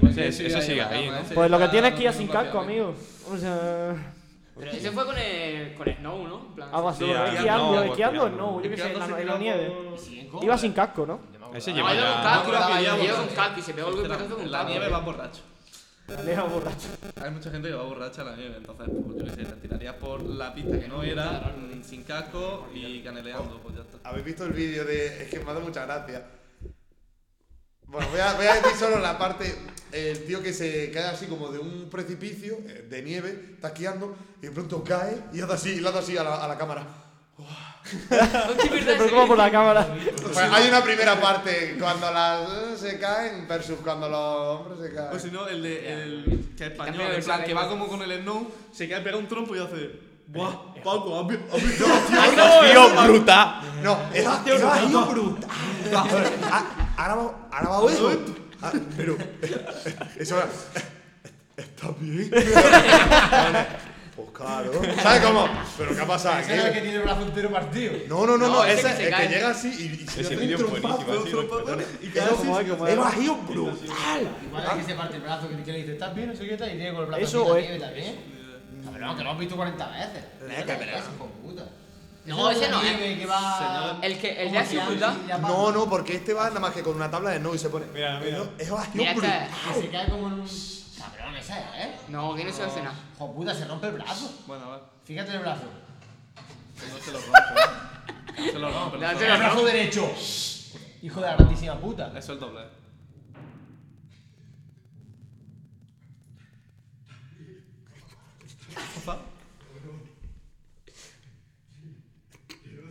Speaker 4: Nah,
Speaker 2: Ese, ese sigue ahí, ¿no?
Speaker 1: Pues lo que
Speaker 3: está
Speaker 1: tienes es que ir sin
Speaker 3: durmiendo
Speaker 1: casco,
Speaker 3: rápidamente.
Speaker 1: amigo. O sea.
Speaker 4: Pero ese fue con el, con el Snow, ¿no? En plan,
Speaker 1: Algo así.
Speaker 2: Sí,
Speaker 1: ¿no?
Speaker 2: ah,
Speaker 1: Esquiando,
Speaker 2: no,
Speaker 1: esquiando,
Speaker 2: esquiando.
Speaker 1: no. Yo qué sé, en la- en la nieve.
Speaker 6: ¿Siguen con-
Speaker 1: Iba sin casco, ¿no?
Speaker 2: Ese
Speaker 4: No,
Speaker 2: lleva
Speaker 4: iba con
Speaker 2: ya.
Speaker 4: casco,
Speaker 6: Ah,
Speaker 4: iba
Speaker 6: lleva
Speaker 4: con
Speaker 6: casco.
Speaker 4: casco y se pegó el golpetazo con
Speaker 3: La
Speaker 4: casco.
Speaker 3: nieve va borracho.
Speaker 1: Le iba borracho.
Speaker 3: Hay mucha gente que va borracha a la nieve, entonces, pues, yo qué sé, te tirarías por la pista que no era, mm, sin casco y caneleando, pues ya está.
Speaker 7: ¿Habéis visto el vídeo de.? Es que me hace mucha gracia. Bueno, voy a, voy a decir solo la parte. El tío que se cae así como de un precipicio eh, de nieve, está esquiando, y de pronto cae y hace así, y le hace así a la, a la cámara.
Speaker 4: Hostia, verdad,
Speaker 1: Se
Speaker 4: ese
Speaker 1: preocupa por la
Speaker 4: vídeo.
Speaker 1: cámara.
Speaker 7: Pues hay una primera parte cuando las eh, se caen versus cuando los hombres se caen.
Speaker 3: O si no, el de el que es español,
Speaker 4: También
Speaker 3: en plan,
Speaker 4: es-
Speaker 3: que va como con el snow, se cae, pega un trompo y hace. ¡Buah! Paco, has vi- has visto.
Speaker 2: ¡Tío, brutal!
Speaker 7: No, es acción brutal. Ah, Ahora va, ahora va eso. Ah, pero. Eso era. ¿Está bien? Pues claro. ¿Sabes cómo? ¿Pero qué ha pasado
Speaker 6: Ese es el que
Speaker 7: aquí?
Speaker 6: tiene el brazo entero partido.
Speaker 7: No, no, no, no,
Speaker 4: No, ese
Speaker 7: ese,
Speaker 4: que se
Speaker 7: el que
Speaker 4: cae.
Speaker 7: llega así y, y se
Speaker 2: Ese
Speaker 7: hace
Speaker 2: vídeo
Speaker 7: un
Speaker 2: es buenísimo,
Speaker 7: trompazo,
Speaker 2: así,
Speaker 7: trompazo, y
Speaker 1: Es
Speaker 7: cae así.
Speaker 1: como- es como-
Speaker 7: ¡Es bajío brutal!
Speaker 6: Igual es que se parte el brazo que que le dice, ¿estás bien? No sé qué tal. Y tiene con el brazo
Speaker 1: Eso
Speaker 6: así, la
Speaker 1: o es-
Speaker 6: nieve también. Cabrón, que lo has visto 40 veces.
Speaker 7: Eh, cabrón.
Speaker 6: Hijo de puta.
Speaker 4: No, ese no es.
Speaker 6: nieve que va-
Speaker 4: El que- el
Speaker 6: ¿Cómo
Speaker 4: de
Speaker 6: se llama?
Speaker 4: dificultad.
Speaker 6: Ya va-
Speaker 7: No, no, porque este va nada más que con una tabla de no y se pone.
Speaker 2: Mira, mira.
Speaker 7: "No, Es bajío
Speaker 4: Mira, este
Speaker 7: brutal.
Speaker 4: esta.
Speaker 6: Que se cae como en un. Cabrón, ese es, ¿eh?
Speaker 4: No, que no se hace nada.
Speaker 6: Hijo de puta, se rompe el brazo.
Speaker 3: Bueno, vale.
Speaker 6: Fíjate en el brazo.
Speaker 3: Que no se lo rompe. ¿eh? No se lo rompe.
Speaker 4: No,
Speaker 3: no
Speaker 4: se
Speaker 3: se
Speaker 4: lo
Speaker 3: lo
Speaker 6: El brazo derecho. Hijo de la grandísima puta.
Speaker 3: rompe. Eso es el doble. Opa.
Speaker 6: Pero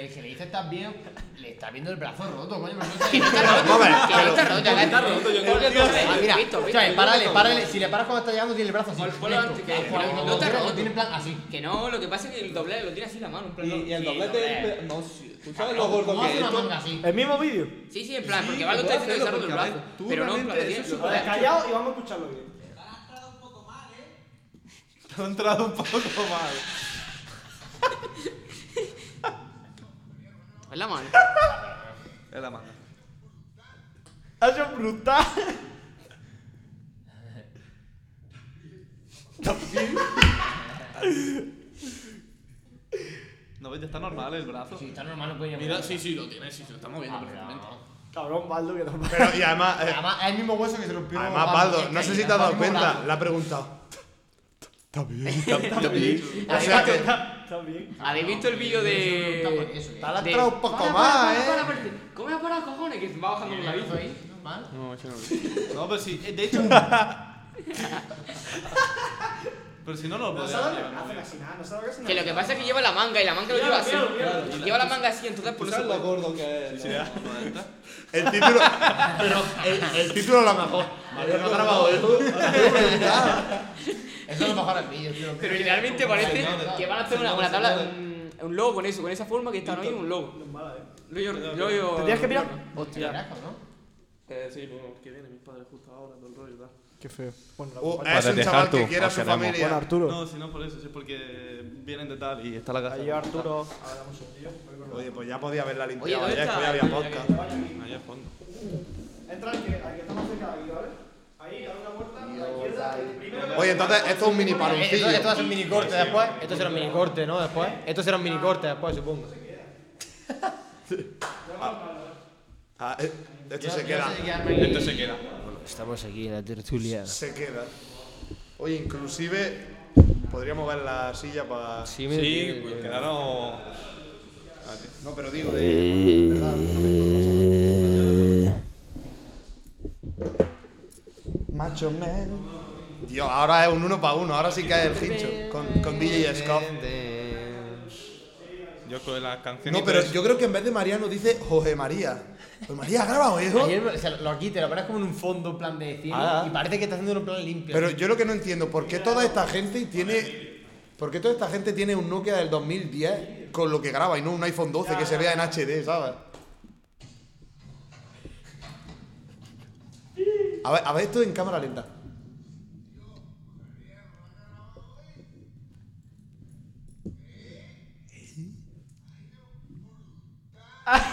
Speaker 6: el que le dices estás bien, le está viendo el brazo roto, coño. Pero no te...
Speaker 4: Que está roto, que está roto. Yo creo que no
Speaker 6: Ah, mira, escucha, párale, párale. Si le paras cuando está llegando, tiene el brazo así.
Speaker 4: Pon- ponlo
Speaker 6: recto.
Speaker 4: antes, que-
Speaker 6: Ah,
Speaker 4: que
Speaker 6: cuando-
Speaker 4: no
Speaker 6: cuando
Speaker 4: te
Speaker 6: lo
Speaker 4: roto.
Speaker 6: Tiene en plan así.
Speaker 4: Que no, lo que pasa es que el doblete lo tiene así en la mano. en plan,
Speaker 16: Y,
Speaker 4: no-
Speaker 16: y el
Speaker 4: sí,
Speaker 16: doblete. No, sí, tú sabes lo gordo
Speaker 6: ¿Cómo
Speaker 16: que
Speaker 6: hace
Speaker 16: es
Speaker 6: una
Speaker 16: esto.
Speaker 6: manga así?
Speaker 1: ¿El mismo vídeo?
Speaker 4: Sí, sí, en plan,
Speaker 16: Sí,
Speaker 4: porque
Speaker 16: que
Speaker 4: Valo está
Speaker 16: puede
Speaker 4: diciendo que se ha
Speaker 16: hacerlo,
Speaker 4: roto el
Speaker 16: porque, a
Speaker 4: brazo.
Speaker 16: ver, tú
Speaker 4: Pero no, en plan,
Speaker 16: realmente
Speaker 4: lo tiene-
Speaker 16: eso es
Speaker 4: lo-
Speaker 1: A ver, callado y vamos a escucharlo bien.
Speaker 3: Te ha entrado un poco mal.
Speaker 4: Es la mano.
Speaker 3: Es la manga.
Speaker 1: Ha sido brutal.
Speaker 3: No ves, ya está normal el brazo.
Speaker 6: Si está normal, no puede llamar.
Speaker 3: Mira, sí, sí, lo tiene, sí, se lo está moviendo
Speaker 6: Ah,
Speaker 3: perfectamente.
Speaker 6: pero-
Speaker 1: Cabrón, Baldo, que tampoco.
Speaker 7: Pero, y además, eh,
Speaker 6: Además, es el mismo hueso que se rompió.
Speaker 7: además Baldo, no sé si te has dado cuenta, le ha preguntado. Está bien, está bien. O sea que.
Speaker 1: Está bien.
Speaker 4: ¿Habéis visto el vídeo de.?
Speaker 7: Te ha lastrado un poco más, eh.
Speaker 4: ¿Cómo me ha parado cojones? Que va bajando con la bici.
Speaker 2: No, eso no lo
Speaker 3: No, pero sí, eh, de hecho. pero si no, no lo
Speaker 1: No
Speaker 3: podía
Speaker 1: se ha dado
Speaker 3: llevar,
Speaker 1: nada,
Speaker 3: ¿no?
Speaker 1: casi nada, no se ha dado casi nada.
Speaker 4: Que lo que pasa es que lleva la manga y la manga lo lleva así.
Speaker 1: míralo, míralo.
Speaker 4: Lleva la manga así, entonces
Speaker 16: Tú
Speaker 4: por eso. pues,
Speaker 16: sabes lo gordo que es. ¿no?
Speaker 7: El título. Pero el, el título a lo mejor.
Speaker 16: Yo no he grabado eso.
Speaker 6: Eso es lo mejor al vídeo, tío.
Speaker 4: Pero literalmente parece que van a hacer una, una tabla, un, un logo con eso, con esa forma que está hoy, un logo. Lo yo, lo yo,
Speaker 1: Tendrías que mirar.
Speaker 6: Hostia, ¿no?
Speaker 16: Eh, sí, bueno, que viene mis padres justo ahora, todo el rollo y tal.
Speaker 1: Qué feo. Bueno,
Speaker 7: Uh,
Speaker 1: Raúl,
Speaker 7: es un
Speaker 2: dejar
Speaker 7: chaval que
Speaker 2: tú,
Speaker 7: quiere a
Speaker 2: os
Speaker 7: su
Speaker 2: queremos.
Speaker 1: bueno,
Speaker 7: familia.
Speaker 1: Arturo.
Speaker 3: No, si no por eso, sí, porque vienen de tal y está la casa.
Speaker 1: Ahí va Arturo.
Speaker 7: Oye, pues ya podía haberla
Speaker 4: Oye,
Speaker 7: limpiado
Speaker 4: ¿dónde
Speaker 7: ayer, que hoy
Speaker 4: está?
Speaker 7: había podcast.
Speaker 3: Allá al fondo.
Speaker 1: Entra al que, al que está más cerca de aquí, ¿vale? Ahí, abre una puerta, a la izquierda. Primero que-
Speaker 7: Oye, entonces esto es un mini
Speaker 6: Esto,
Speaker 7: paloncillo.
Speaker 6: esto va a ser un mini corte después. Esto será un mini corte, ¿no? Después. Esto será un mini corte después, supongo.
Speaker 7: Ah, eh, esto se
Speaker 6: Yo no
Speaker 7: queda.
Speaker 6: sé quedarme aquí.
Speaker 3: Esto se queda.
Speaker 6: Estamos aquí en la tertulia.
Speaker 7: Se queda. Oye, inclusive podríamos ver la silla para.
Speaker 6: Sí,
Speaker 2: Sí, pues quedaron.
Speaker 7: No, pero digo de. Macho Man. Tío, ahora es un uno para uno, ahora sí que es el hincho. Con, con DJ Scott.
Speaker 2: Yo con las canciones.
Speaker 7: No, pero yo creo que en vez de Mariano dice José María. José María, graba eso.
Speaker 6: Ayer o sea, lo aquí te lo pones como en un fondo, en plan de cielo,
Speaker 7: Ah.
Speaker 6: y parece que está haciendo un plan limpio.
Speaker 7: Pero yo lo que no entiendo, ¿por qué toda esta gente tiene. ¿Por qué toda esta gente tiene un Nokia del 2010 con lo que graba y no un iPhone 12 que se vea en HD, ¿sabes? A ver, a ver esto en cámara lenta.
Speaker 6: Ah,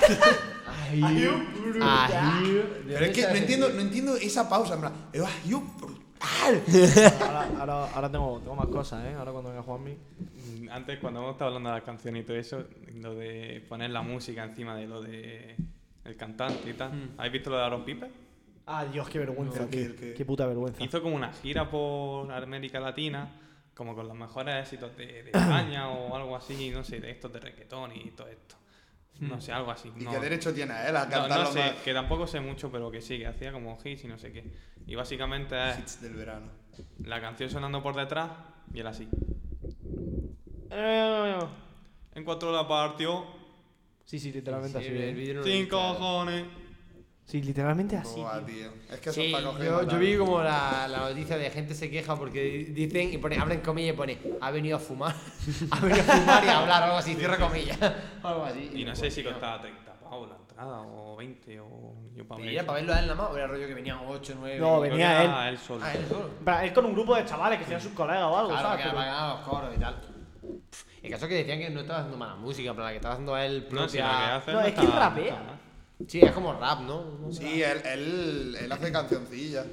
Speaker 6: Ají.
Speaker 7: Pero es que no entiendo, no entiendo esa pausa, en plan. "Eh, ah, yo brutal!
Speaker 1: Ahora, ahora, ahora tengo, tengo más cosas, ¿eh? Ahora cuando venga Juanmi.
Speaker 2: Mm, Antes, cuando hemos estado hablando de las canciones y todo eso, lo de poner la música encima de lo de. El cantante y tal. ¿Habéis visto lo de Aaron Piper?
Speaker 1: Ah, Dios, qué vergüenza,
Speaker 7: No,
Speaker 1: tío.
Speaker 7: el que-
Speaker 1: Qué puta vergüenza.
Speaker 2: Hizo como una gira por América Latina, como con los mejores éxitos de, de España o algo así, no sé, de estos de reggaetón y todo esto. No sé, algo así.
Speaker 7: ¿Y
Speaker 2: no-
Speaker 7: qué derecho tiene él a
Speaker 2: No,
Speaker 7: cantar
Speaker 2: no
Speaker 7: los
Speaker 2: sé,
Speaker 7: más
Speaker 2: que tampoco sé mucho, pero que sí, que hacía como hits y no sé qué. Y básicamente es
Speaker 7: hits del verano?
Speaker 2: la canción sonando por detrás y él así.
Speaker 1: Eh,
Speaker 2: En cuatro la partió,
Speaker 1: sí, sí, literalmente así. ¿eh?
Speaker 2: sin cojones.
Speaker 1: Sí, literalmente así.
Speaker 7: Buah, tío. Es que eso
Speaker 6: Sí,
Speaker 7: está
Speaker 6: yo,
Speaker 7: cogido. la-
Speaker 6: yo vi como la, la noticia de gente se queja porque di- dicen y pone, abren comillas y pone, ha venido a fumar, ha venido a fumar y a hablar, algo así, cierra comillas, algo así.
Speaker 2: Y no sé si
Speaker 6: contaba.
Speaker 2: costaba 30 pavos la entrada o 20 o yo para
Speaker 6: ¿Era para verlo a él nada más o era rollo que venían 8, 9?
Speaker 1: No, venía él.
Speaker 2: él solo.
Speaker 6: Ah, él solo.
Speaker 1: Pero es con un grupo de chavales que sean sus colegas o algo,
Speaker 6: Claro, para
Speaker 1: ¿sabes?
Speaker 6: que
Speaker 1: Pero-
Speaker 6: pagaban los coros y tal. Pff, El caso es que decían que no estaba haciendo mala música, pero la que estaba haciendo él propia...
Speaker 2: No, si la que hace
Speaker 1: No, es que
Speaker 2: está-
Speaker 1: rapea.
Speaker 2: está mal.
Speaker 6: Sí, es como rap, ¿no? No sé.
Speaker 7: Sí, él, él, él hace cancioncillas.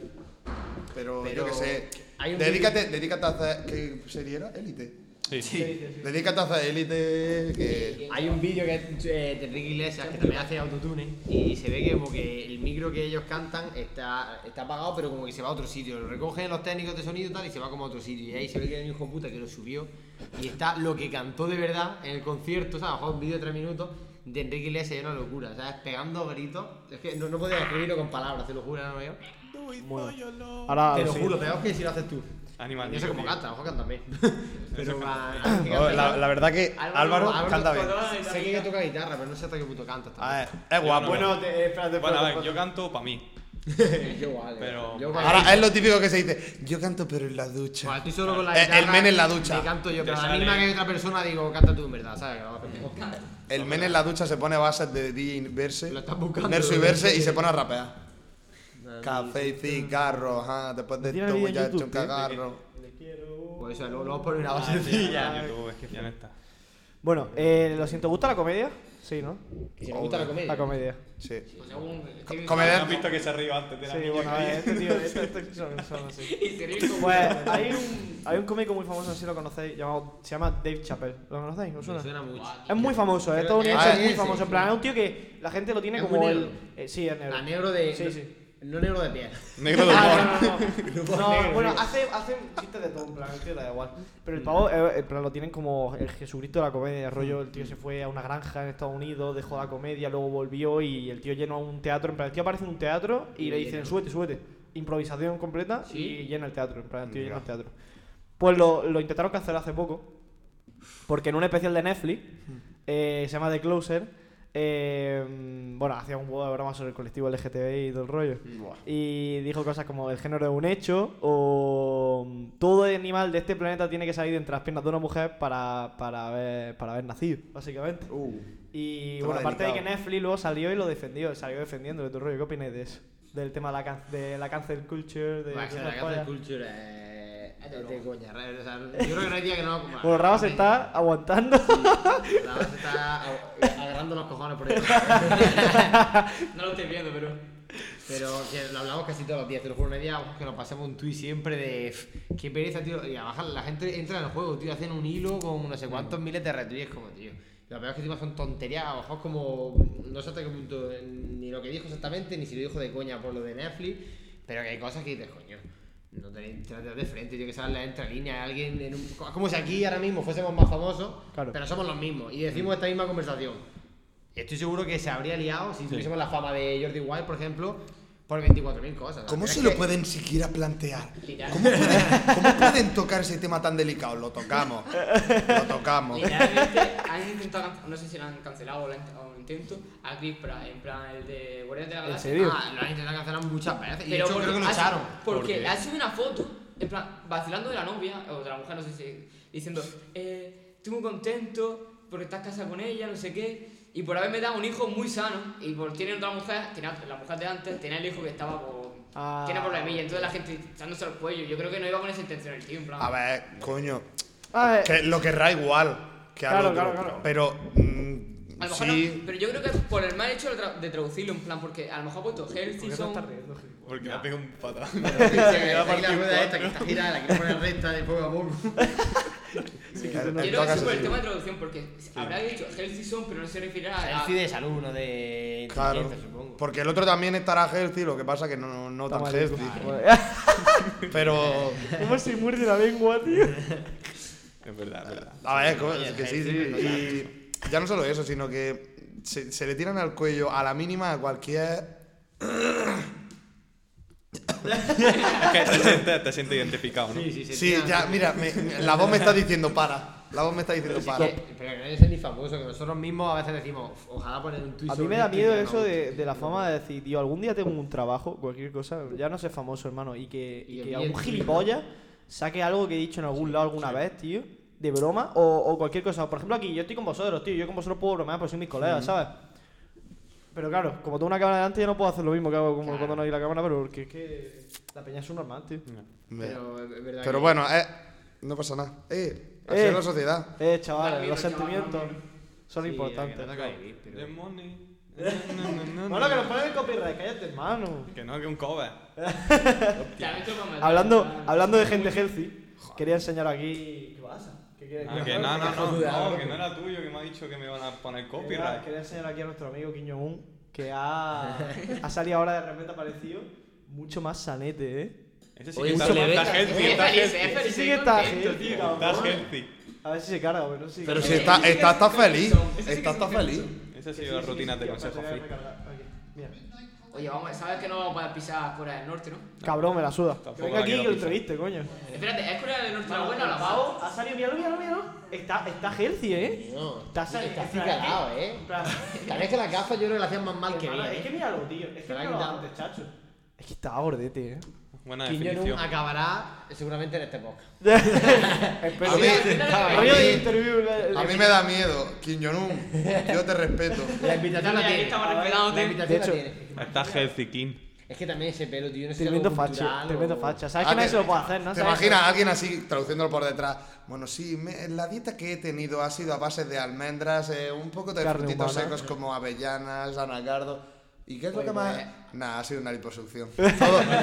Speaker 7: Pero,
Speaker 6: Pero
Speaker 7: yo qué sé.
Speaker 6: hay un
Speaker 7: Dedícate, dedícate a hacer. ¿Qué serie era? Élite.
Speaker 2: Sí.
Speaker 7: Dedícate a hacer élite. Que...
Speaker 6: Hay un vídeo que es eh, de Enrique Iglesias que también hace autotune y se ve que como que el micro que ellos cantan está, está apagado pero como que se va a otro sitio. Lo recogen los técnicos de sonido y tal y se va como a otro sitio. Y ahí se ve que hay un hijo de puta que lo subió y está lo que cantó de verdad en el concierto, o sea, a lo mejor un vídeo de tres minutos de Enrique Iglesias era una locura, ¿sabes? Pegando gritos. Es que no, no podía escribirlo con palabras, te lo juro, no veo.
Speaker 1: Ahora,
Speaker 6: Te lo
Speaker 5: Ah,
Speaker 1: sí.
Speaker 6: juro, peor que si lo haces tú.
Speaker 2: Animal
Speaker 6: Yo sé cómo
Speaker 2: tío.
Speaker 6: canta, a lo mejor canta bien. Pero va.
Speaker 5: No, la, la verdad que Álvaro, canta bien. Ah, eh,
Speaker 6: Sé que toca guitarra, pero no sé hasta qué punto canta.
Speaker 5: A ver, es guapo.
Speaker 1: Bueno, te- espérate,
Speaker 2: Bueno, a
Speaker 1: espérate,
Speaker 2: ver, yo canto para mí.
Speaker 6: yo igual.
Speaker 2: Pero-
Speaker 6: Yo cuando-
Speaker 7: eh,
Speaker 5: Ahora es lo típico que se dice, yo canto pero en la
Speaker 6: cuando
Speaker 5: ducha.
Speaker 6: estoy solo con la
Speaker 5: Eh,
Speaker 6: guitarra.
Speaker 5: el men en la ducha.
Speaker 6: Me canto yo,
Speaker 2: Te
Speaker 6: pero a la
Speaker 2: sale-
Speaker 6: misma que hay otra persona digo, canta tú en verdad, ¿sabes? Que lo vas a aprender.
Speaker 5: El men en la ducha se pone bases de DJ Verse,
Speaker 6: Lo estás buscando.
Speaker 5: Nerso y Verse y se pone a rapear. Café y cigarro, ajá, después de
Speaker 1: Tiene
Speaker 5: esto
Speaker 1: vídeo
Speaker 5: voy
Speaker 1: en
Speaker 5: a echar un
Speaker 1: YouTube, ¿eh?
Speaker 5: cagarro.
Speaker 6: Pues eso, luego luego poner una
Speaker 2: Ah,
Speaker 6: base
Speaker 2: sí,
Speaker 6: sencilla.
Speaker 2: ya, YouTube, es que ya no está.
Speaker 1: Bueno, eh, lo siento, ¿gusta la comedia? Sí, ¿no?
Speaker 6: Si me gusta la comedia.
Speaker 1: La comedia.
Speaker 5: Sí.
Speaker 4: O sea, un.
Speaker 5: Co-
Speaker 2: ¿No has
Speaker 5: Comedia.
Speaker 2: visto que se río antes de la
Speaker 1: Sí,
Speaker 2: niña
Speaker 1: bueno, a ver,
Speaker 2: que-
Speaker 1: este tío, este, este son, son así.
Speaker 4: Y se ríe como-
Speaker 1: Pues hay un, hay un cómico muy famoso, no sé si lo conocéis, llamado, se llama Dave Chappelle. ¿Lo conocéis? ¿Os
Speaker 6: Me
Speaker 1: suena?
Speaker 6: suena mucho.
Speaker 1: Es muy famoso, es estadounidense,
Speaker 5: Ah,
Speaker 1: es muy
Speaker 6: ese,
Speaker 1: famoso. En plan,
Speaker 6: sí. Ah,
Speaker 1: es un tío que la gente lo tiene
Speaker 6: Es muy
Speaker 1: como el.
Speaker 6: negro.
Speaker 1: eh, sí, es negro.
Speaker 6: La negro de.
Speaker 1: Sí, sí.
Speaker 6: No negro de piel.
Speaker 5: Negro de humor.
Speaker 1: Ah, no, no, no.
Speaker 6: Grupo
Speaker 1: No,
Speaker 6: negro,
Speaker 1: bueno,
Speaker 6: negro.
Speaker 1: hace, hace chistes de todo, en plan, el tío le da igual. Pero el pavo, eh, en plan, lo tienen como el Jesucristo de la comedia, rollo, el tío se fue a una granja en Estados Unidos, dejó la comedia, luego volvió y el tío llenó un teatro, en plan, el tío aparece en un teatro y le dicen, súbete, súbete. Improvisación completa y llena el teatro, en plan, el tío llena el teatro. Pues lo, lo intentaron cancelar hace poco, porque en un especial de Netflix, eh, se llama The Closer, eh, bueno, hacía un huevo de broma sobre el colectivo LGTBI y todo el rollo. Y dijo cosas como el género es un hecho o mm, todo animal de este planeta tiene que salir de entre las piernas de una mujer para, para, haber, para haber nacido, básicamente. y
Speaker 5: tema
Speaker 1: bueno, aparte de que
Speaker 5: delicado.
Speaker 1: Netflix luego salió y lo defendió, salió defendiendo de todo el rollo. ¿Qué opináis de eso? Del tema de la, can- de la cancel culture, de...
Speaker 6: Bueno, es que
Speaker 1: de
Speaker 6: la
Speaker 1: esas
Speaker 6: cancel
Speaker 1: pollas.
Speaker 6: culture eh, es de coña. ¿sabes? O sea, yo creo que no hay día que no.
Speaker 1: Bueno, Raba Pues se está aguantando.
Speaker 6: Raba se está a- agarrando los cojones por eso.
Speaker 4: No lo estoy viendo, pero.
Speaker 6: Pero que lo hablamos casi todos los días, te lo juro. Un día que nos pasamos un tuit siempre de. "Pff, Qué pereza, tío. Y abajo la gente entra en el juego, tío. Hacen un hilo con no sé cuántos miles de retweets, como, tío. Lo peor es que encima son tonterías. A lo mejor, como. No sé hasta qué punto. eh, Ni lo que dijo exactamente, ni si lo dijo de coña por lo de Netflix. Pero que hay cosas que dices, coño. No tenéis tratar de frente, tío, que saber la entrelínea. Alguien en un- es como si aquí ahora mismo fuésemos más famosos,
Speaker 1: Claro.
Speaker 6: pero somos los mismos. Y decimos esta misma conversación. Estoy seguro que se habría liado si tuviésemos la fama de Jordi Wild, por ejemplo, por 24.000 cosas.
Speaker 5: ¿Cómo
Speaker 6: Pero
Speaker 5: se
Speaker 6: es
Speaker 5: lo
Speaker 6: que-
Speaker 5: pueden siquiera plantear?
Speaker 4: Literal.
Speaker 5: ¿Cómo pueden, cómo pueden tocar ese tema tan delicado? Lo tocamos. Lo tocamos.
Speaker 4: Literalmente han intentado, can- no sé si lo han cancelado o lo han o lo intento, a Chris Pratt, en plan el de Guardianes de la Galaxia.
Speaker 1: serio?
Speaker 6: Ah, lo han intentado cancelar muchas veces. Y de
Speaker 4: Pero
Speaker 6: hecho, creo que lo
Speaker 4: ha-
Speaker 6: echaron.
Speaker 1: Ah,
Speaker 4: Porque ha sido una foto, en plan, vacilando de la novia, o de la mujer, no sé si, diciendo, eh, estoy muy contento porque estás casada con ella, no sé qué, y por haberme dado un hijo muy sano, y por tener otra mujer, tenía la mujer de antes, tenía el hijo que estaba por...
Speaker 1: Ah.
Speaker 4: Tiene problemilla, entonces la gente echándose al cuello. Yo creo que no iba con esa intención el tío, en plan.
Speaker 5: A ver, coño.
Speaker 1: A ver,
Speaker 5: Que lo querrá igual que al
Speaker 1: Claro,
Speaker 5: otro,
Speaker 1: claro, claro.
Speaker 5: Pero. mm,
Speaker 4: A lo mejor no,
Speaker 5: sí.
Speaker 4: pero yo creo que por el mal hecho de, tra- de traducirlo, en plan, porque a lo mejor ha puesto healthy
Speaker 1: ¿por qué te
Speaker 4: son.
Speaker 1: estás riendo, Gil?
Speaker 2: Porque la pego un pata.
Speaker 5: Eh,
Speaker 6: Sí, aquí la rueda esta que está girada, la que pone recta de fuego a poco.
Speaker 5: en- en
Speaker 4: Yo
Speaker 5: todo
Speaker 4: creo que es
Speaker 5: caso,
Speaker 4: por el
Speaker 5: sí.
Speaker 4: tema de traducción, porque habrá dicho healthy son, pero no se refiere
Speaker 1: Ah,
Speaker 4: a. a-
Speaker 6: Selfie de salud, no de.
Speaker 5: Claro.
Speaker 6: inteligencia, supongo.
Speaker 5: Porque el otro también estará healthy, lo que pasa que no, no tan
Speaker 1: Toma,
Speaker 5: healthy. Pero.
Speaker 1: ¿Cómo se muerde la lengua, tío?
Speaker 2: Es verdad, es verdad.
Speaker 5: A ver, co- es
Speaker 6: el
Speaker 5: que sí, sí.
Speaker 6: healthy,
Speaker 5: Y ya no solo eso, sino que se, se le tiran al cuello a la mínima a cualquier.
Speaker 2: Es que te sientes, te sientes identificado, ¿no?
Speaker 6: sí,
Speaker 5: Sí, ya, mira, me- me- la voz me está diciendo para. La voz me está diciendo para.
Speaker 6: Pero que no es ni famoso, que nosotros mismos a veces decimos, ojalá poner un tweet.
Speaker 1: A mí me da miedo eso de, de la fama de decir, tío, algún día tengo un trabajo, cualquier cosa, ya no sé famoso, hermano, y que, y
Speaker 6: Y el
Speaker 1: que
Speaker 6: día
Speaker 1: algún
Speaker 6: del
Speaker 1: gilipollas saque algo que he dicho en algún lado alguna vez, tío, de broma o, o cualquier cosa. Por ejemplo, aquí yo estoy con vosotros, tío, yo con vosotros puedo bromear porque soy mis colegas, ¿sabes? Pero claro, como tengo una cámara delante, yo no puedo hacer lo mismo que hago como cuando no hay la cámara, pero porque es que la peña es un normal, tío.
Speaker 6: Pero, es verdad
Speaker 5: Pero
Speaker 6: que-
Speaker 5: bueno, eh, no pasa nada. Eh, así
Speaker 1: Eh.
Speaker 5: es la sociedad.
Speaker 1: Eh, chavales,
Speaker 4: Mira,
Speaker 1: los
Speaker 4: chaval,
Speaker 1: sentimientos son
Speaker 6: sí,
Speaker 1: importantes.
Speaker 6: la que no te cae bien, pero-
Speaker 2: The money. Na, na, na, na, na.
Speaker 1: Bueno, que nos ponen el copyright, cállate, hermano.
Speaker 2: Que no, que un cover.
Speaker 4: Claramente lo van a meter,
Speaker 1: Hablando,
Speaker 4: en plan,
Speaker 1: hablando de gente healthy, quería enseñar aquí. ¿Qué pasa? ¿Qué quieres
Speaker 2: Ah, que no, no, no, no, que no era tuyo, que me ha dicho que me iban a poner
Speaker 1: Quería,
Speaker 2: copyright.
Speaker 1: quería enseñar aquí a nuestro amigo Kim Jong-un, que ha, ha salido ahora de repente aparecido mucho más sanete, ¿eh?
Speaker 2: Ese sí
Speaker 6: Oye,
Speaker 2: que está
Speaker 6: se le ve
Speaker 2: está
Speaker 6: la-
Speaker 2: healthy,
Speaker 4: Es
Speaker 2: está
Speaker 4: feliz, es
Speaker 2: healthy.
Speaker 4: feliz.
Speaker 1: Sí
Speaker 4: es
Speaker 1: que está
Speaker 4: contento,
Speaker 1: healthy,
Speaker 4: tío.
Speaker 1: cabrón.
Speaker 2: Está healthy.
Speaker 1: A ver si se carga, güey, no sé.
Speaker 5: Pero si
Speaker 4: Ese
Speaker 5: está,
Speaker 4: sí que
Speaker 5: está,
Speaker 4: es
Speaker 5: está
Speaker 4: healthy
Speaker 5: feliz.
Speaker 4: son, ese sí que
Speaker 5: Está,
Speaker 4: es
Speaker 5: está
Speaker 4: healthy
Speaker 5: feliz.
Speaker 4: son.
Speaker 2: Esa ha sido la rutina de consejo free.
Speaker 1: Mira.
Speaker 4: Oye, vamos, sabes que no vamos a poder pisar Corea del Norte, ¿no?
Speaker 1: Cabrón, me la suda.
Speaker 2: Tampoco
Speaker 1: Que venga aquí
Speaker 2: aquí
Speaker 1: y
Speaker 2: lo
Speaker 1: que lo
Speaker 2: pisa.
Speaker 1: entreviste, coño.
Speaker 4: Espérate, ¿es Corea del Norte la buena o la
Speaker 1: la
Speaker 4: pavo?
Speaker 1: pavo ha salido, míralo, míralo, míralo. Está, está healthy, eh.
Speaker 6: Tío,
Speaker 1: Está sal-
Speaker 6: está
Speaker 1: en plan,
Speaker 6: acicalado, eh.
Speaker 1: En plan,
Speaker 6: Tal vez que las gafas yo creo que le hacían más mal que bien.
Speaker 1: hermano, es que
Speaker 6: ¿eh?
Speaker 1: míralo, tío. Es que
Speaker 6: Te la ha
Speaker 1: míralo
Speaker 6: quitado.
Speaker 1: antes, chacho. Es que está gordete, eh.
Speaker 2: Buena
Speaker 6: Kim Jong-un
Speaker 2: Ah, definición.
Speaker 6: acabará seguramente en este podcast.
Speaker 1: Espero.
Speaker 7: A mí-
Speaker 1: Rollo de interview. la- la-
Speaker 7: A mí me da miedo, Kim Jong-un. Yo te respeto.
Speaker 6: La invitación la
Speaker 4: Mira,
Speaker 6: tiene.
Speaker 4: estamos respetados,
Speaker 6: La
Speaker 1: De
Speaker 4: tío.
Speaker 6: invitación la
Speaker 1: hecho-
Speaker 6: tiene.
Speaker 2: Está healthy Kim.
Speaker 6: Es que también ese pelo, tío, no sé si es algo
Speaker 1: Tremendo facha,
Speaker 6: cultural
Speaker 1: tremendo
Speaker 6: o-
Speaker 1: facha. Sabes que
Speaker 7: Ah,
Speaker 1: nadie
Speaker 7: te-
Speaker 1: se lo puede hacer, ¿no?
Speaker 7: ¿Te
Speaker 1: ¿Sabes?
Speaker 7: imaginas a alguien así, traduciéndolo por detrás? Bueno, sí, me- la dieta que he tenido ha sido a base de almendras, eh, un poco de
Speaker 1: Carne
Speaker 7: frutitos
Speaker 1: humana.
Speaker 7: secos como avellanas, anacardo. ¿Y qué es lo
Speaker 6: Oye,
Speaker 7: que más...?
Speaker 6: pues-
Speaker 1: eh.
Speaker 7: Nah, ha sido una liposucción. Todo,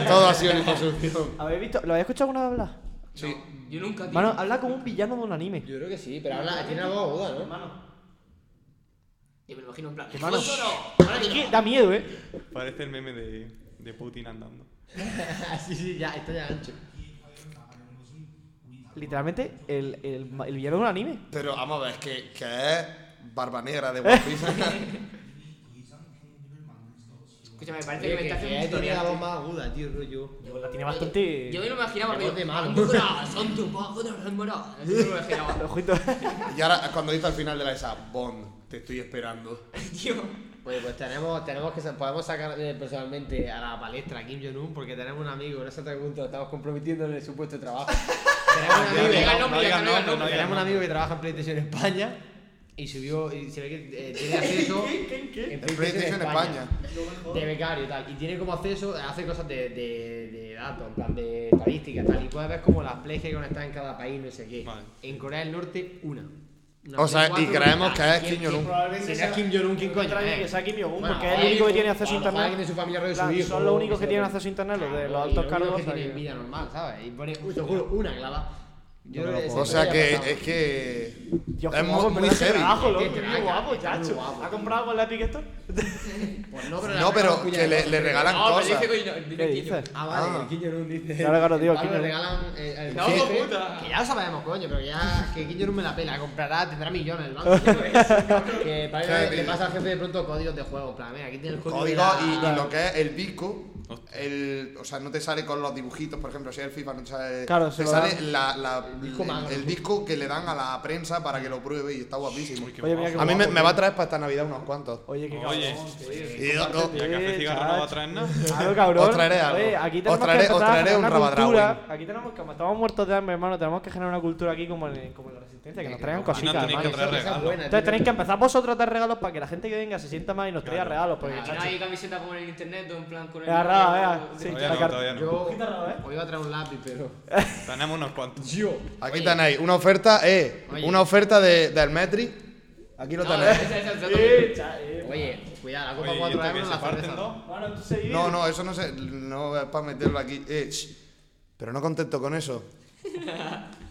Speaker 7: todo ha sido liposucción.
Speaker 1: ¿Habéis visto? ¿Lo habéis escuchado alguna vez hablar?
Speaker 7: Sí.
Speaker 4: Yo nunca, tío.
Speaker 1: Mano, habla como un villano de un anime.
Speaker 6: Yo creo que sí, pero habla, tiene algo aguda, ¿no?
Speaker 4: Yo me lo imagino en plan.
Speaker 1: Hermano.
Speaker 4: ¡Solo!
Speaker 1: Es que da miedo, eh.
Speaker 2: Parece el meme de, de Putin andando.
Speaker 6: Ah, sí, sí, ya, está ya ancho.
Speaker 1: Literalmente, el, el, ma- el villano de un anime.
Speaker 7: Pero vamos a ver, que, que es barba negra de One Piece.
Speaker 4: Escúchame, parece que
Speaker 6: Oye,
Speaker 4: me
Speaker 6: que,
Speaker 4: está haciendo un
Speaker 6: que tiene la
Speaker 4: tutorial.
Speaker 6: voz
Speaker 4: tío.
Speaker 6: más aguda, tío, rollo.
Speaker 1: Yo la tiene bastante.
Speaker 4: Yo me lo imaginaba
Speaker 6: La
Speaker 4: que
Speaker 6: voz de malo.
Speaker 4: son tus ojos de remora. Eso me lo imaginaba.
Speaker 1: Ojito.
Speaker 7: y ahora, cuando dice al final de la esa, Bond, te estoy esperando.
Speaker 4: Tío.
Speaker 6: Oye, pues tenemos, tenemos que sa- podemos sacar eh, personalmente a la palestra a Kim Jong-un porque tenemos un amigo, no se te pregunto, estamos comprometiendo en el supuesto trabajo. tenemos un
Speaker 4: No
Speaker 6: amigo,
Speaker 4: diga el nombre, ya
Speaker 2: digas
Speaker 4: que no diga el
Speaker 2: nombre,
Speaker 4: nombre.
Speaker 2: digas
Speaker 6: tenemos un amigo que trabaja en PlayStation España y subió, y se ve que eh, tiene acceso en
Speaker 7: PlayStation España.
Speaker 6: De becario y tal. Y tiene como acceso, hace cosas de, de, de datos, en plan de estadísticas tal. Y puedes ver como las plays que conectan en cada país, no sé qué.
Speaker 2: Vale.
Speaker 6: En Corea del Norte, una. Una
Speaker 7: O sea,
Speaker 6: Play
Speaker 7: y
Speaker 6: cuatro
Speaker 7: creemos
Speaker 6: tal.
Speaker 7: que es
Speaker 6: ¿Quién-
Speaker 7: Kim
Speaker 6: quién-
Speaker 7: Jong-un.
Speaker 6: Si no es Kim Jong-un, ¿quién coño
Speaker 1: Trae
Speaker 6: es?
Speaker 1: que sea Kim Jong-un,
Speaker 6: Bueno,
Speaker 1: porque es el
Speaker 6: ojalá
Speaker 1: único que tiene
Speaker 6: ojalá
Speaker 1: acceso a
Speaker 6: alguien
Speaker 1: internet.
Speaker 6: de su familia rollo
Speaker 1: Claro,
Speaker 6: su hijo,
Speaker 1: son los únicos
Speaker 6: no
Speaker 1: que
Speaker 6: sé,
Speaker 1: tienen
Speaker 6: pero-
Speaker 1: acceso a internet, los de
Speaker 6: Claro,
Speaker 1: los
Speaker 6: y
Speaker 1: altos
Speaker 6: únicos
Speaker 1: cargos,
Speaker 6: que
Speaker 1: o sea
Speaker 6: tienen
Speaker 1: que-
Speaker 6: vida normal, ¿sabes? Y pone, uy, te juro, una clavada. Yo creo que eso
Speaker 7: O sea
Speaker 6: ya
Speaker 7: que
Speaker 6: pasaba.
Speaker 7: es que.
Speaker 1: Dios,
Speaker 7: es
Speaker 1: qué guapo,
Speaker 7: muy, muy
Speaker 1: ¿verdad? Ese
Speaker 7: heavy.
Speaker 1: trabajo,
Speaker 6: Qué
Speaker 1: loco, qué
Speaker 6: traca,
Speaker 1: guapo,
Speaker 6: está muy
Speaker 1: chacho.
Speaker 6: guapo.
Speaker 1: ¿Ha comprado con la Epic esto?
Speaker 6: Pues no, pero, le
Speaker 7: No, pero
Speaker 6: regalan
Speaker 7: que le,
Speaker 6: cuña-
Speaker 7: le regalan
Speaker 4: No, pero
Speaker 7: cosas.
Speaker 4: dice que no.
Speaker 1: ¿Qué
Speaker 4: Dice que no.
Speaker 1: dices?
Speaker 6: Ah, vale,
Speaker 7: Ah.
Speaker 6: el Kim Jong-un dice.
Speaker 1: Ya le ganó, tío,
Speaker 6: el Pablo
Speaker 1: Kim
Speaker 6: le
Speaker 1: Jong-un.
Speaker 6: regalan. eh, el-
Speaker 4: No,
Speaker 6: sí,
Speaker 4: hijo
Speaker 6: sí,
Speaker 4: puta.
Speaker 6: Que ya lo sabemos, coño, pero que ya. Que Kim Jong-un me la pela, comprará, tendrá millones el banco. que para
Speaker 7: Claro,
Speaker 6: que le
Speaker 7: tío.
Speaker 6: pasa al jefe de pronto códigos de juego. En plan, mira, aquí tiene el código.
Speaker 7: Código
Speaker 6: de
Speaker 7: y,
Speaker 6: la-
Speaker 7: y lo que es el disco. El, o sea, no te sale con los dibujitos, por ejemplo, si es el FIFA, no te sale.
Speaker 1: Claro, se
Speaker 7: te
Speaker 1: lo
Speaker 7: sale
Speaker 1: dan.
Speaker 7: la- la-
Speaker 6: El
Speaker 7: el,
Speaker 6: disco magro.
Speaker 7: el disco que le dan a la prensa para que lo pruebe y está guapísimo.
Speaker 1: Oye, mira qué
Speaker 7: A mí me,
Speaker 1: guapo,
Speaker 7: me va a
Speaker 1: tío.
Speaker 7: traer para esta Navidad unos cuantos.
Speaker 1: Oye, qué cabrón.
Speaker 2: Oye,
Speaker 7: Y loco.
Speaker 2: ya que hace cigarro no va a traer nada.
Speaker 1: Claro, cabrón.
Speaker 7: Os traeré algo.
Speaker 1: Oye, aquí
Speaker 7: Os
Speaker 1: tenemos
Speaker 7: traeré-
Speaker 1: que
Speaker 7: os
Speaker 1: empezar a
Speaker 7: traeré
Speaker 1: generar
Speaker 7: un
Speaker 1: una cultura.
Speaker 7: Rabadrawin.
Speaker 1: Aquí tenemos que, como estamos muertos de hambre, hermano, tenemos que generar una cultura aquí como en, como en la resistencia, que nos traigan
Speaker 6: no
Speaker 1: cositas,
Speaker 2: tenéis que
Speaker 1: hermano.
Speaker 2: traer
Speaker 6: Esa es
Speaker 2: regalos.
Speaker 6: buena,
Speaker 1: Entonces
Speaker 6: tío.
Speaker 1: tenéis que empezar vosotros a dar regalos para que la gente que venga se sienta mal y nos traiga
Speaker 2: Claro.
Speaker 1: regalos, porque
Speaker 4: Aquí no
Speaker 1: chacho.
Speaker 4: hay camiseta como en el internet o en plan con el.
Speaker 1: Vea, Raba, vea. Sí,
Speaker 2: Todavía
Speaker 1: la
Speaker 2: no,
Speaker 1: car-
Speaker 2: todavía no.
Speaker 6: Yo.
Speaker 1: Qué tarrado, ¿eh?
Speaker 6: Hoy iba a traer un lápiz, pero.
Speaker 2: Tenemos unos cuantos.
Speaker 6: Yo.
Speaker 7: Aquí
Speaker 6: Oye,
Speaker 7: tenéis una oferta, eh.
Speaker 6: Oye.
Speaker 7: Una oferta de, del Metri. Aquí lo
Speaker 4: No,
Speaker 7: tenéis.
Speaker 4: esa- esa- esa-
Speaker 1: Eh, cha- eh.
Speaker 6: Oye, cuidado, la copa
Speaker 2: Oye, ¿y
Speaker 6: 4
Speaker 2: esto que
Speaker 6: euros
Speaker 2: se
Speaker 6: la
Speaker 2: parte
Speaker 6: cerveza.
Speaker 2: en dos?
Speaker 1: Mano, tú se vive.
Speaker 7: No, no, eso no se. No es para meterlo aquí. Eh, shh. pero no contento con eso.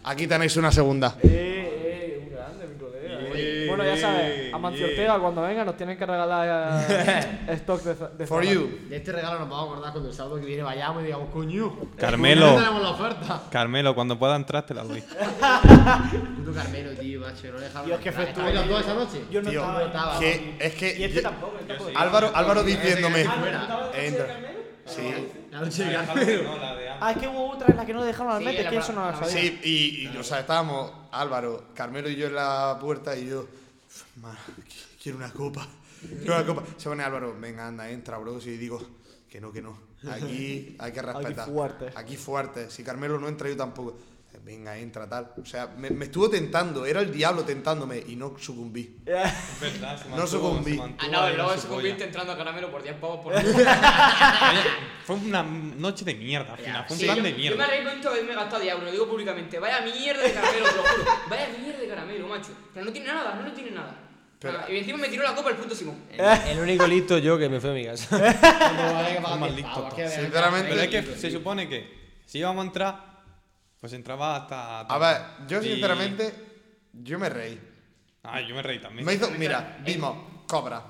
Speaker 7: Aquí tenéis una segunda.
Speaker 1: Eh, eh, un grande, mi colega. eh.
Speaker 2: Yeah,
Speaker 1: bueno, ya sabes,
Speaker 2: yeah.
Speaker 1: Amancio Ortega, cuando venga, nos tienen que regalar eh, stock de, za- de
Speaker 7: For
Speaker 1: Zara.
Speaker 7: you.
Speaker 6: De este regalo nos vamos a acordar cuando el sábado que viene vayamos y digamos, coño.
Speaker 2: Carmelo.
Speaker 6: No tenemos la oferta.
Speaker 2: Carmelo, cuando pueda entrar te la doy.
Speaker 6: Puto Carmelo, tío, macho, no dejaron.
Speaker 1: Dios, qué
Speaker 6: entrar.
Speaker 1: festuvo,
Speaker 6: ¿Estabais los dos
Speaker 1: tío.
Speaker 6: esa noche?
Speaker 1: Yo no
Speaker 7: Tío,
Speaker 1: estaba.
Speaker 6: estaba.
Speaker 7: que, es que.
Speaker 1: Y este
Speaker 7: yo-
Speaker 1: tampoco, él tampoco.
Speaker 7: Álvaro, Álvaro
Speaker 6: Yo sé que
Speaker 7: diciéndome.
Speaker 6: Ah, no,
Speaker 1: ¿Estaba en el coche de
Speaker 7: Entra.
Speaker 1: Carmelo?
Speaker 7: Sí.
Speaker 6: La noche de Carmelo.
Speaker 2: No, la de antes.
Speaker 1: Ah, es que hubo otra en la que no dejaron al
Speaker 6: Sí,
Speaker 1: Mete,
Speaker 6: la
Speaker 1: que eso no lo
Speaker 6: pra- la-
Speaker 1: sabía.
Speaker 7: Sí, y, y, o sea, estábamos Álvaro, Carmelo y yo en la puerta y yo, "Man, qu- quiero una copa, quiero una copa. Se pone Álvaro, venga, anda, entra, bro. Y digo, que no, que no. Aquí hay que respetar.
Speaker 1: fuerte.
Speaker 7: Aquí fuerte. Si Carmelo no entra, yo tampoco. Venga, entra, tal. O sea, me, me estuvo tentando, era el diablo tentándome y no sucumbí.
Speaker 2: Es verdad, se
Speaker 7: No
Speaker 2: mantuvo,
Speaker 7: sucumbí.
Speaker 2: se mantuvo
Speaker 4: Ah,
Speaker 2: ahí
Speaker 4: no,
Speaker 2: en
Speaker 4: luego
Speaker 2: su
Speaker 4: sucumbiste
Speaker 2: polla.
Speaker 4: entrando a caramelo por 10 pavos por Yo
Speaker 2: Fue una noche de mierda, al final. Fue un
Speaker 4: Sí,
Speaker 2: plan
Speaker 4: yo-
Speaker 2: de
Speaker 4: Yo me
Speaker 2: mierda.
Speaker 4: arrepiento de haberme gastado 10 euros, lo digo públicamente. Vaya mierda de caramelo, te lo juro. Vaya mierda de caramelo, macho. Pero no tiene nada, no lo tiene nada.
Speaker 7: Pero-
Speaker 4: Ah, y encima me tiró la copa el puto Simón.
Speaker 1: ¿Eh?
Speaker 17: El único listo yo que me fui a mi casa.
Speaker 6: No, hay que
Speaker 2: Más
Speaker 6: pagar diez
Speaker 2: listo,
Speaker 6: pavos,
Speaker 2: pa.
Speaker 6: que vean,
Speaker 7: Sinceramente-
Speaker 2: Pero es que
Speaker 6: tío.
Speaker 2: se supone que si íbamos a entrar, pues entraba hasta.
Speaker 7: A ver, yo
Speaker 2: Y-
Speaker 7: sinceramente, yo me reí.
Speaker 2: Ah, yo me reí también.
Speaker 7: Me hizo, mira, vimos, cobra.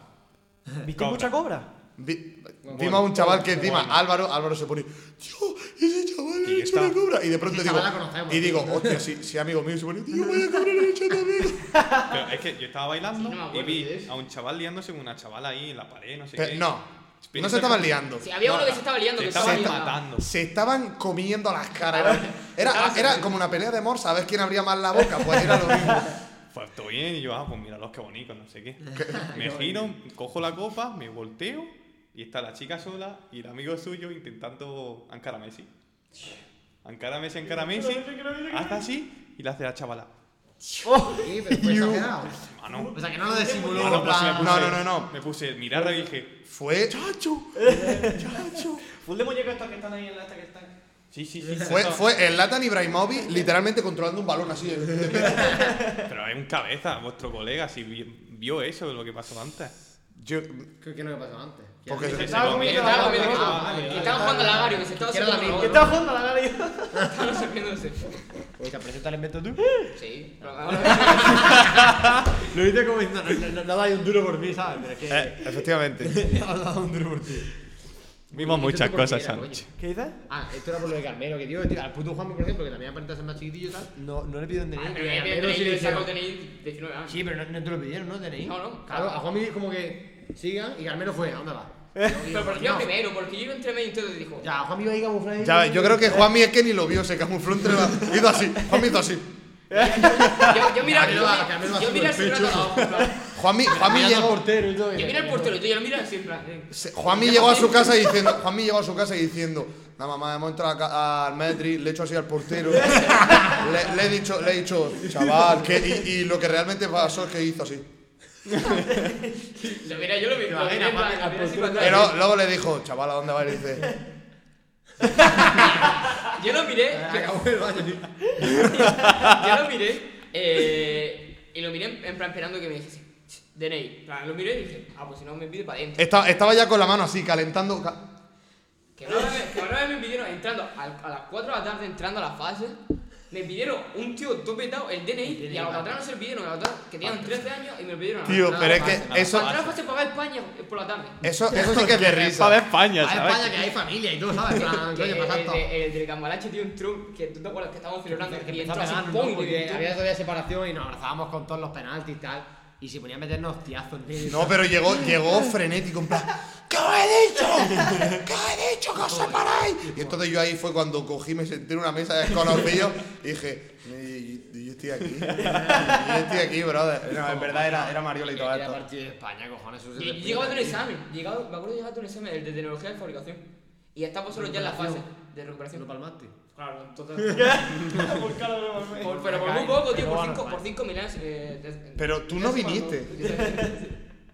Speaker 1: ¿Viste
Speaker 2: Cobra.
Speaker 1: mucha cobra?
Speaker 7: Vi- Vimos a un chaval que encima, Álvaro, Álvaro se pone, tío, ese chaval
Speaker 2: Y
Speaker 7: ha hecho una
Speaker 2: está.
Speaker 7: cobra. Y de pronto
Speaker 6: Ese
Speaker 7: digo,
Speaker 6: chaval la conocemos,
Speaker 7: y digo,
Speaker 6: tío.
Speaker 7: hostia, si, si amigo mío se pone, tío, voy a cobrar el hecho también.
Speaker 2: Pero es que yo estaba bailando
Speaker 6: Sí, no me
Speaker 2: y
Speaker 6: acuerdo de
Speaker 2: vi
Speaker 6: eso.
Speaker 2: a un chaval liándose con una chavala ahí en la pared, no sé
Speaker 7: Pero
Speaker 2: qué.
Speaker 7: no, No se estaban liando.
Speaker 4: Sí, había uno que se estaba liando, que estaba
Speaker 7: esta-
Speaker 4: animado.
Speaker 7: Se estaban comiendo las caras. Era, era, era como una pelea de morsa, a ver quién abría más la boca. Pues era lo mismo.
Speaker 2: Pues estoy bien y yo, ah, pues míralos qué bonitos, no sé qué. me giro, cojo la copa, me volteo y está la chica sola y el amigo suyo intentando ancar a Messi. Ancar a Messi, ancar a Messi, hace así y le hace la chavala.
Speaker 6: Sí, pero fue exagerado.
Speaker 2: Mano.
Speaker 6: O sea, que no lo disimuló,
Speaker 2: Mano,
Speaker 6: en
Speaker 2: pues,
Speaker 6: plan-
Speaker 2: me puse-
Speaker 6: No, no, no, no.
Speaker 2: Me puse, mirarla y dije,
Speaker 7: fue.
Speaker 2: ¡Chacho!
Speaker 1: ¡Chacho! Full de muñecos estos que están ahí en la esta que están.
Speaker 2: Sí, sí, sí.
Speaker 7: Fue, fue el Latan Ibrahimovic literalmente controlando un balón así. de- de- de-
Speaker 2: Pero es un cabeza, vuestro colega, si vi- vio eso, lo que pasó antes.
Speaker 7: Yo,
Speaker 6: Creo que no había pasado antes.
Speaker 2: Porque
Speaker 6: Que
Speaker 2: se-
Speaker 6: estaba
Speaker 2: se
Speaker 6: comiendo
Speaker 2: comía.
Speaker 6: la-
Speaker 2: Ah,
Speaker 6: que-
Speaker 2: vale,
Speaker 6: que-
Speaker 2: vale,
Speaker 6: que
Speaker 2: vale.
Speaker 6: estaba jugando al agario, que se estaba
Speaker 4: Que era la
Speaker 6: sorprendiendo.
Speaker 4: misma.
Speaker 1: ¿Qué estaba jugando a la gala yo?
Speaker 4: Estaba sorprendiéndose.
Speaker 18: Porque presenta el invento tú.
Speaker 4: Sí, pero
Speaker 18: Lo hice como diciendo, no, no, no dais un duro por mí, ¿sabes? Pero es que.
Speaker 7: Eh, efectivamente.
Speaker 18: No has dado un duro por ti.
Speaker 2: Vimos
Speaker 6: Esto
Speaker 2: muchas
Speaker 6: tú por
Speaker 2: cosas
Speaker 6: qué era,
Speaker 2: esa
Speaker 6: coño.
Speaker 2: noche.
Speaker 1: ¿Qué dices?
Speaker 6: Ah, esto era por lo de Carmelo, que digo, tío, al puto Juanma, por ejemplo, que también aparenta ser más chiquitillo y tal.
Speaker 18: No, no le piden
Speaker 4: Ah,
Speaker 18: dinero.
Speaker 4: pero ya
Speaker 6: Pero
Speaker 4: tenéis-
Speaker 6: sí le
Speaker 4: le sacó
Speaker 6: hicieron.
Speaker 4: tenéis 19 años.
Speaker 6: Sí, pero no, no te lo pidieron, ¿no? ¿Tenéis?
Speaker 4: No, no.
Speaker 6: Claro, a Juanmi como que sigan y Carmelo fue, ¿a dónde va?
Speaker 4: Pero por
Speaker 6: No.
Speaker 4: yo primero, porque yo iba entre medio y entonces dijo.
Speaker 6: Ya, Juanmi iba ahí camuflado.
Speaker 7: Ya ves, yo creo que Juanmi es que ni lo vio, se camufló entre la. Hizo así, Juanmi hizo así.
Speaker 4: Yo, yo mira,
Speaker 6: Carmelo
Speaker 4: yo,
Speaker 6: va- Carmelo va
Speaker 4: yo
Speaker 6: haciendo
Speaker 4: mira
Speaker 6: el
Speaker 4: el rato
Speaker 6: pecho.
Speaker 4: abajo, en plan,
Speaker 7: Juanmi, Juanmi llegó.
Speaker 18: portero y todo.
Speaker 4: Yo mira el portero, yo lo mira así en plan. eh.
Speaker 7: se- Juanmi llegó a su casa diciendo. Juanmi llegó a su casa diciendo. La mamá, hemos entrado a ca- al Metri, le he hecho así al portero. Le, le he dicho, le he dicho, chaval, que, y, y lo que realmente pasó es que hizo así.
Speaker 4: Lo mira, yo lo vi. Lo miré en plan, lo miré así para atrás.
Speaker 7: Pero luego le dijo, chaval, ¿a dónde vas? Y le dice,
Speaker 4: Yo lo miré.
Speaker 7: Ah,
Speaker 6: Acabó el baño, tío.
Speaker 4: Yo lo miré eh, y lo miré en- en plan esperando que me dijese DNI. En plan, Lo miré y dije, ah, pues si no me pide para adentro.
Speaker 7: Esta- estaba ya con la mano así, calentando. ca-
Speaker 4: Que una vez, que una vez me pidieron entrando al- a las 4 de la tarde, entrando a la fase, me pidieron un tío topetado el DNI, y a los atrás no se lo pidieron, a los atrás que tenían 13 años y me lo pidieron. a la-
Speaker 7: Ah, Tío,
Speaker 4: a la
Speaker 7: pero es
Speaker 4: fase.
Speaker 7: que eso-
Speaker 4: Para entrar a la fase para ver España eh, por la tarde.
Speaker 7: Eso, eso sí que es de risa.
Speaker 2: Para
Speaker 1: Ah,
Speaker 2: España,
Speaker 6: A España
Speaker 2: ¿sabes?
Speaker 6: que hay familia y todo, ¿sabes? En plan,
Speaker 4: Que
Speaker 6: Coño,
Speaker 4: el,
Speaker 6: pasa
Speaker 4: el,
Speaker 6: esto.
Speaker 4: de- el del cambalache, tío, entró, que tú te acuerdas eh, que estábamos celebrando,
Speaker 6: que
Speaker 4: y entró
Speaker 6: empezó a
Speaker 4: así,
Speaker 6: pegarnos,
Speaker 4: ¡pum!
Speaker 6: ¿no?
Speaker 4: y
Speaker 6: Porque
Speaker 4: entró.
Speaker 6: había todavía separación y nos abrazábamos con todos los penaltis y tal. Y se ponía a meternos hostiazos, tío.
Speaker 7: No, pero llegó, llegó frenético, en plan, ¿qué os he dicho? ¿Qué os he dicho? ¿Que os separáis? Y entonces yo ahí fue cuando cogí, me senté en una mesa de desconocidos y dije, "Yo- yo, yo estoy aquí, yo estoy aquí, brother. No, en verdad era, era Mariola y todo
Speaker 6: Era
Speaker 7: esto.
Speaker 6: partido de España, cojones. eso se
Speaker 4: Yo- yo
Speaker 6: respira,
Speaker 4: Llegaba de un
Speaker 6: tío.
Speaker 4: examen, llegaba, me acuerdo de llegar de un examen, el de tecnología de fabricación. Y estamos solo ya en la fase de
Speaker 6: Se lo
Speaker 4: recuperación.
Speaker 6: palmaste.
Speaker 4: Claro, total. Por- pero por muy poco, tío, por 5 por cinco millones. eh, de-
Speaker 7: Pero tú no viniste.